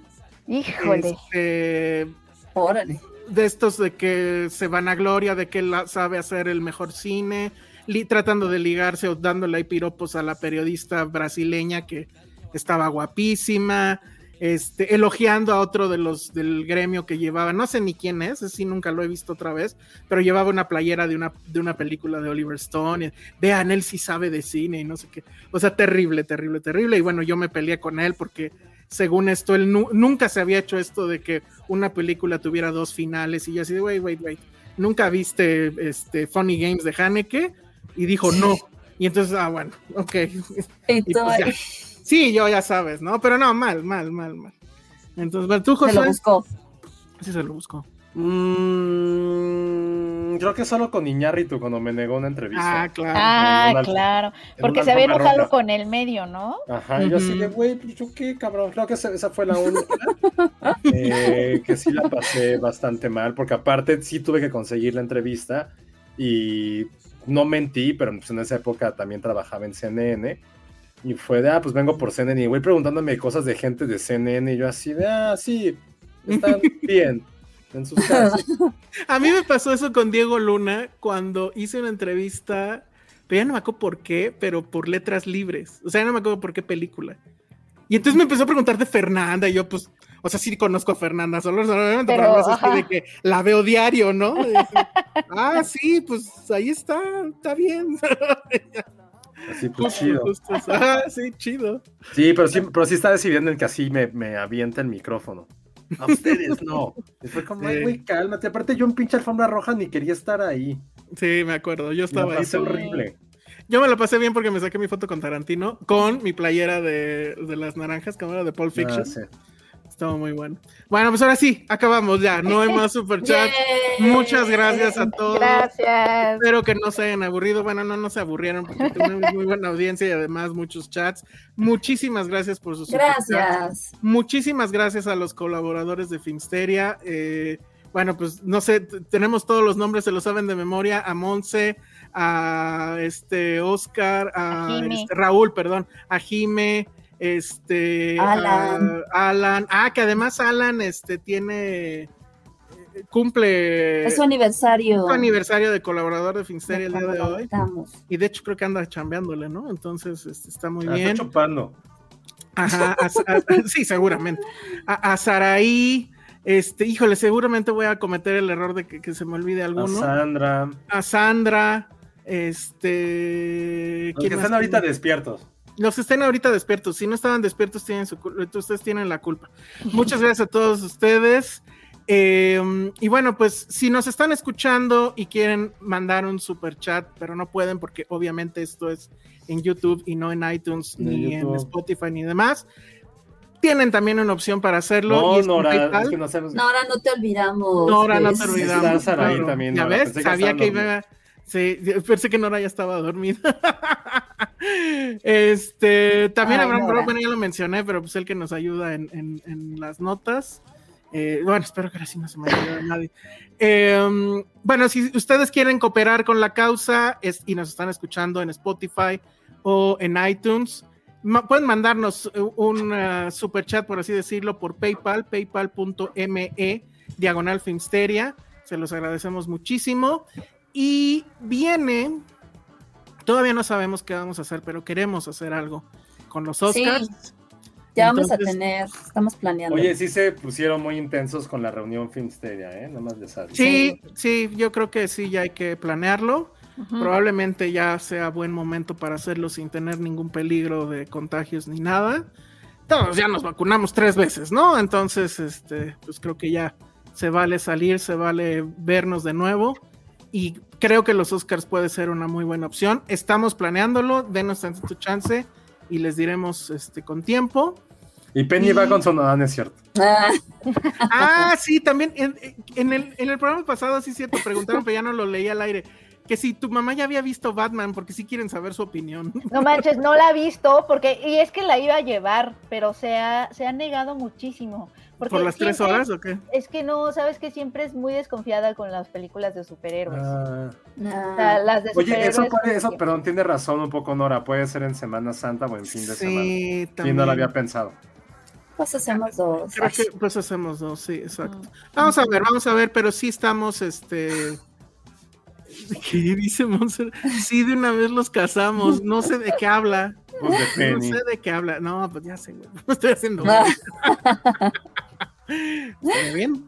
Híjole.
este,
Órale.
de estos de que se van a gloria, de que la sabe hacer el mejor cine, li- tratando de ligarse o dándole ahí piropos a la periodista brasileña que estaba guapísima, este, elogiando a otro de los del gremio que llevaba, no sé ni quién es, así nunca lo he visto otra vez, pero llevaba una playera de una, de una película de Oliver Stone, y, vean, él sí sabe de cine y no sé qué, o sea, terrible, terrible, terrible, y bueno, yo me peleé con él porque según esto, él nu- nunca se había hecho esto de que una película tuviera dos finales y yo así de, wait, wait, wait, nunca viste este Funny Games de Haneke y dijo no. Y entonces, ah, bueno, ok. Y pues ya.
Entonces,
Sí, yo ya sabes, ¿no? Pero no, mal, mal, mal, mal. Entonces, bueno, tú,
se lo
José,
buscó.
sí se lo busco.
Mm, creo que solo con Iñárritu cuando me negó una entrevista.
Ah, claro.
Ah,
en un alfa-
claro.
en
Porque
un
se había
alfombra
enojado
roja.
con el medio, ¿no?
Ajá, y yo así de,
Ujú.
güey, pues, yo qué, cabrón. Creo que esa, esa fue la única eh, que sí la pasé bastante mal, porque aparte sí tuve que conseguir la entrevista y no mentí, pero pues, en esa época también trabajaba en CNN. Y fue de, ah, pues vengo por CNN. Y güey, preguntándome cosas de gente de CNN. Y yo así de, ah, sí, están bien en sus casas.
A mí me pasó eso con Diego Luna cuando hice una entrevista, pero ya no me acuerdo por qué, pero por letras libres. O sea, ya no me acuerdo por qué película. Y entonces me empezó a preguntar de Fernanda y yo pues, o sea, sí conozco a Fernanda Solor, solamente
Pero,
pero, no es así
ajá.
este de que la veo diario, ¿no? Y así, ah, sí, pues ahí está, está bien.
Así, pues
Justo,
chido.
justo, ah, sí, chido.
Sí, pero sí, pero sí está decidiendo el que así me, me avienta el micrófono. A ustedes no. Y fue como, ay,
Sí.
güey, cálmate. Aparte, yo en pinche alfombra roja ni quería estar ahí.
Sí, me acuerdo, yo
Me
estaba ahí.
pasé
seguro.
horrible.
Yo me la pasé bien porque me saqué mi foto con Tarantino, con mi playera de, de las naranjas, que era de Pulp Fiction.
Ah, sí.
Estaba muy bueno. Bueno, pues ahora sí, acabamos ya. No hay más superchat.
Yay.
Muchas gracias a todos. Este
Gracias.
Espero que no se hayan aburrido. Bueno, no, no se aburrieron porque tenemos muy buena audiencia y además muchos chats. Muchísimas gracias por sus superchats.
Gracias.
Muchísimas gracias a los colaboradores de Filmsteria. Eh, bueno, pues no sé, t- tenemos todos los nombres, se lo saben de memoria, a Monse, a este Oscar, a,
A Jime.
este, Raúl, perdón, a Jime, este a
Alan.
Alan. Ah, que además Alan este tiene eh, cumple
Es su aniversario.
Eh, su aniversario de colaborador de Filmsteria el día de
Lo
hoy.
cantamos.
Y de hecho creo que anda chambeándole, ¿no? Entonces este, está muy
Ah,
bien.
está chupando.
Ajá, a Sa- a- sí, seguramente. A, a Saraí, este, híjole, seguramente voy a cometer el error de que, que se me olvide
A
alguno.
Sandra.
A Sandra, este.
Los
¿quién
que
más
están ahorita
tengo?
despiertos.
Los que estén ahorita despiertos, si no estaban despiertos, tienen su cul- entonces ustedes tienen la culpa. Muchas gracias a todos ustedes. Eh, y bueno, pues si nos están escuchando y quieren mandar un super chat, pero no pueden porque obviamente esto es en YouTube y no en iTunes
En
ni en
YouTube.
Spotify ni demás, tienen también una opción para hacerlo. y
No,
es con
Nora,
PayPal.
es que no sabemos.
No, ahora no te olvidamos.
Nora, no
¿ves?
te
Está
olvidamos.
Saraí
claro.
también,
ya
Nora,
ves,
pensé que
sabía que
estaban
iba. Sí, pensé que Nora ya estaba dormida. este, también
Ay,
habrá un
Nora.
bueno, ya lo mencioné, pero pues el que nos ayuda en, en- en las notas. Eh, bueno, espero que ahora sí no se me olvide a nadie. Eh, bueno, si ustedes quieren cooperar con la causa es- y nos están escuchando en Spotify o en iTunes, ma- pueden mandarnos eh, un eh, super chat, por así decirlo, por PayPal, E, paypal.me, diagonal Filmsteria. Se los agradecemos muchísimo. Y viene, todavía no sabemos qué vamos a hacer, pero queremos hacer algo con los
Sí,
Oscars.
ya vamos a
Entonces-
tener, estamos planeando.
Oye, sí se pusieron muy intensos con la reunión Filmsteria, ¿eh? Nada más les aviso.
Sí, sí, yo creo que sí, ya hay que planearlo.
Mm.
Probablemente ya sea buen momento para hacerlo sin tener ningún peligro de contagios ni nada. Todos ya nos vacunamos tres veces, ¿no? Entonces, este, pues creo que ya se vale salir, se vale vernos de nuevo. Y creo que los Oscars puede ser una muy buena opción. Estamos planeándolo, denos tu chance y les diremos este, con tiempo.
Y Penny va con Sonora, no es cierto.
Ah,
Ah, sí, también en, en el, en el programa pasado, sí, cierto, preguntaron, pero ya no lo leí al aire. que si tu mamá ya había visto Batman, porque sí quieren saber su opinión.
No manches, no la ha visto porque y es que la iba a llevar, pero se ha, se ha negado muchísimo. Porque
¿Por las tres
siempre-
horas o qué?
Es que no, sabes que siempre es muy desconfiada con las películas de superhéroes.
Ah.
O sea, las de
Oye,
superhéroes.
eso puede, eso, perdón, tiene razón un poco Nora, puede ser en Semana Santa o en fin de semana.
Sí,
Y
también.
no lo había pensado.
Pues hacemos dos.
Creo que pues hacemos dos, sí, exacto. Vamos a ver, vamos a ver, pero sí estamos, este... ¿Qué dice Monster? Sí, de una vez los casamos, no sé de qué habla.
Pues de
No
Penny.
sé de qué habla. No, pues ya sé, güey. No estoy haciendo.
Ah.
Muy bien.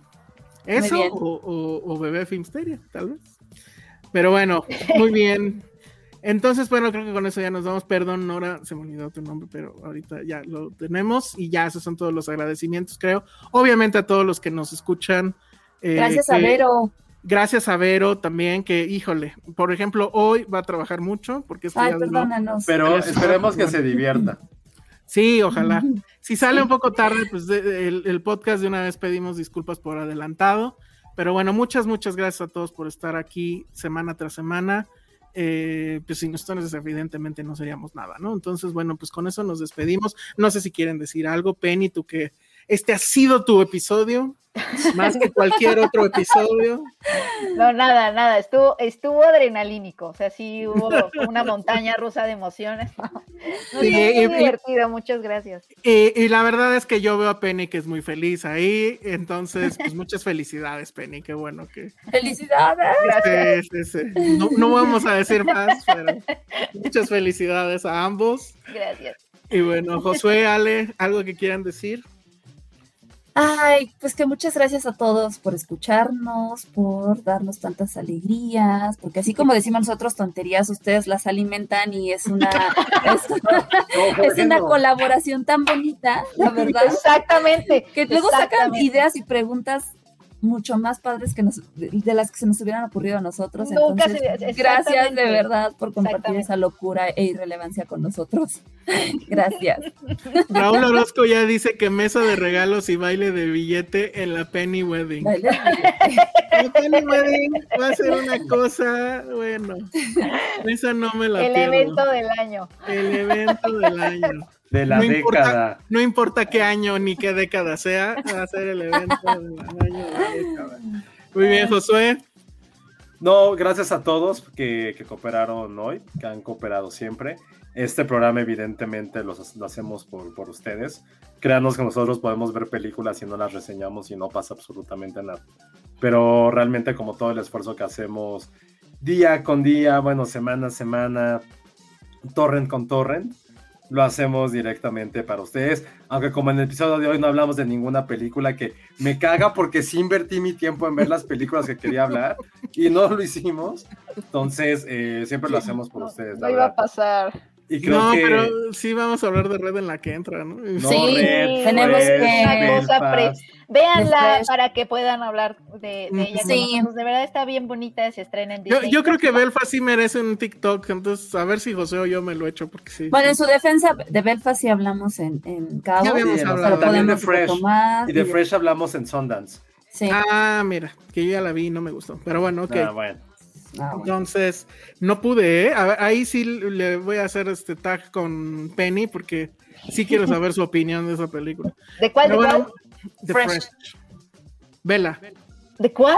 Eso
Muy bien.
O, o- o bebé Filmsteria, tal vez. Pero bueno, muy bien. Entonces, bueno, creo que con eso ya nos vamos. Perdón, Nora, se me olvidó tu nombre, pero ahorita ya lo tenemos y ya esos son todos los agradecimientos, creo. Obviamente a todos los que nos escuchan. eh,
Gracias a
que-
Vero.
Gracias a Vero también, que híjole, por ejemplo, hoy va a trabajar mucho porque esto
Ay,
ya duró-
perdónanos.
Pero esperemos que se divierta.
Sí, ojalá. Si sale un poco tarde, pues de- de- el, el podcast de una vez pedimos disculpas por adelantado. Pero bueno, muchas, muchas gracias a todos por estar aquí semana tras semana. Eh, pues sin ustedes evidentemente no seríamos nada, ¿no? Entonces, bueno, pues con eso nos despedimos. No sé si quieren decir algo, Penny, tú que este ha sido tu episodio, más que cualquier otro episodio.
No, nada, nada, estuvo, estuvo adrenalínico, o sea, sí hubo una montaña rusa de emociones. No,
Sí,
muy
y- y-
divertido, muchas gracias.
Eh, Y, y la verdad es que yo veo a Penny que es muy feliz ahí. Entonces, pues muchas felicidades, Penny. Qué bueno que,
¡Felicidades!
Sí, sí, sí. No, no vamos a decir más, pero muchas felicidades a ambos.
Gracias.
Y bueno, Josué, Ale, algo que quieran decir.
Ay, pues que muchas gracias a todos por escucharnos, por darnos tantas alegrías, porque así como decimos nosotros tonterías, ustedes las alimentan y es una, es, es una colaboración tan bonita, la verdad,
Exactamente.
que luego sacan
exactamente.
ideas y preguntas mucho más padres que nos, de, de las que se nos hubieran ocurrido a nosotros.
Nunca se-
Entonces,
exactamente.
gracias de verdad por compartir
Exactamente.
esa locura e irrelevancia con nosotros. Gracias.
Raúl Orozco ya dice que mesa de regalos y baile de billete en la Penny Wedding.
Dale.
La Penny Wedding va a ser una cosa, bueno, esa no me la
El
pierdo.
evento del año.
El evento del año.
De la
No importa.
década.
No importa qué año ni qué década sea, va a ser el evento del año. de la década. Muy bien, Josué.
No, gracias a todos que, que cooperaron hoy, que han cooperado siempre. Este programa evidentemente los- lo hacemos por, por ustedes. Créanos que nosotros podemos ver películas y no las reseñamos y no pasa absolutamente nada. Pero realmente como todo el esfuerzo que hacemos día con día, bueno, semana a semana, torrent con torrent, lo hacemos directamente para ustedes. Aunque como en el episodio de hoy no hablamos de ninguna película que me caga porque sí invertí mi tiempo en ver las películas que quería hablar y no lo hicimos. Entonces, eh, siempre lo hacemos por
No,
ustedes,
no
la
iba a
verdad.
pasar.
Y creo
No,
que
pero sí vamos a hablar de red en la que entra, ¿no?
no,
Sí,
Red,
tenemos
Red,
que-
Una cosa
Belfast,
Véanla
Después-
para que puedan hablar de, de ella. con
Sí.
nosotros. De verdad está bien bonita, se estrena en
Yo,
Disney.
yo creo que Belfast sí merece un TikTok, entonces a ver si José o yo me lo echo, porque sí.
Bueno, en su defensa de Belfast sí hablamos en, en Cabo.
Ya habíamos
Sí,
pero
hablado.
también de
podemos
Fresh,
retomar
Y de
y de-
Fresh hablamos en Sundance.
Sí.
Ah, mira, que yo ya la vi y no me gustó. Pero bueno, ok.
Ah, bueno.
Ah, bueno.
Entonces, no pude, ¿eh? A ver, ahí sí le voy a hacer este tag con Penny, porque sí quiero saber su opinión de esa película.
¿De cuál?
Pero
¿De cuál?
bueno, The
Fresh.
Fresh. Vela,
¿De cuál?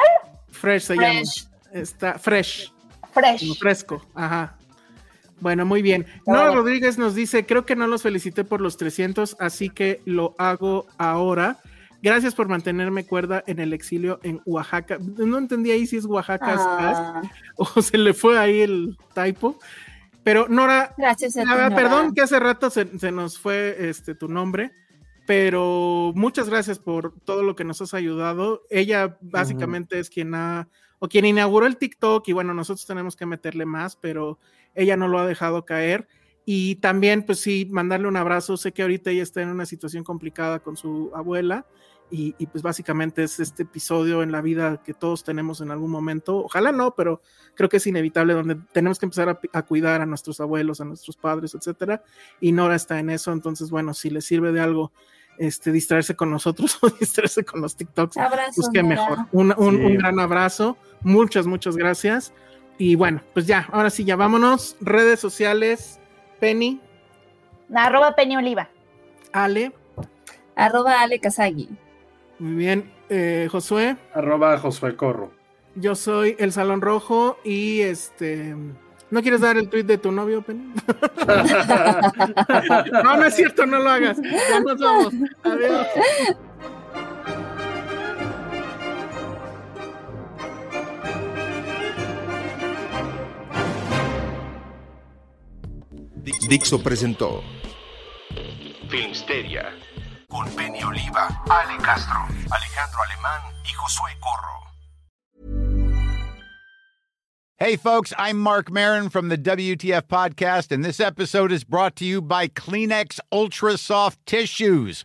Fresh se
Fresh.
llama. Está Fresh. Como
Fresh.
fresco, ajá. Bueno, muy bien.
Ah.
Nora Rodríguez nos dice, creo que no los felicité por los 300, así que lo hago ahora. Gracias por mantenerme cuerda en el exilio en Oaxaca. No entendí ahí si es Oaxaca Stas,
Ah,
o se le fue ahí el typo. Pero Nora,
gracias a ti,
la verdad,
Ah,
Nora.
Ah, perdón que hace rato se, se nos fue este, tu nombre, pero muchas gracias por todo lo que nos has ayudado. Ella básicamente es quien ha, o quien inauguró el TikTok y bueno, nosotros tenemos que meterle más, pero ella no lo ha dejado caer. Y también, pues sí, mandarle un abrazo. Sé que ahorita ella está en una situación complicada con su abuela y, y, pues básicamente es este episodio en la vida que todos tenemos en algún momento. Ojalá no, pero creo que es inevitable donde tenemos que empezar a, pi- a cuidar a nuestros abuelos, a nuestros padres, etcétera. Y Nora está en eso, entonces bueno, si le sirve de algo, este, distraerse con nosotros o distraerse con los TikToks,
Abrazos,
pues qué
Nora.
mejor. Un, un-
Sí.
un gran abrazo, muchas, muchas gracias. Y bueno, pues ya, ahora sí, ya vámonos. Redes sociales, Penny,
Arroba Peña Oliva.
Ale,
Arroba Ale Kazagi.
muy bien, eh, Josué,
Arroba Josué Corro.
yo soy El Salón Rojo y este... ¿No quieres dar el tweet de tu novio, Penny? No, no es cierto, no lo hagas. Ya nos vamos. Adiós.
Dixo presentó
Filmsteria. Con Penny Oliva, Ale Castro, Alejandro Alemán y Josué Corro.
Hey, folks, I'm Mark Marin from the WTF Podcast, and this episode is brought to you by Kleenex Ultra Soft Tissues,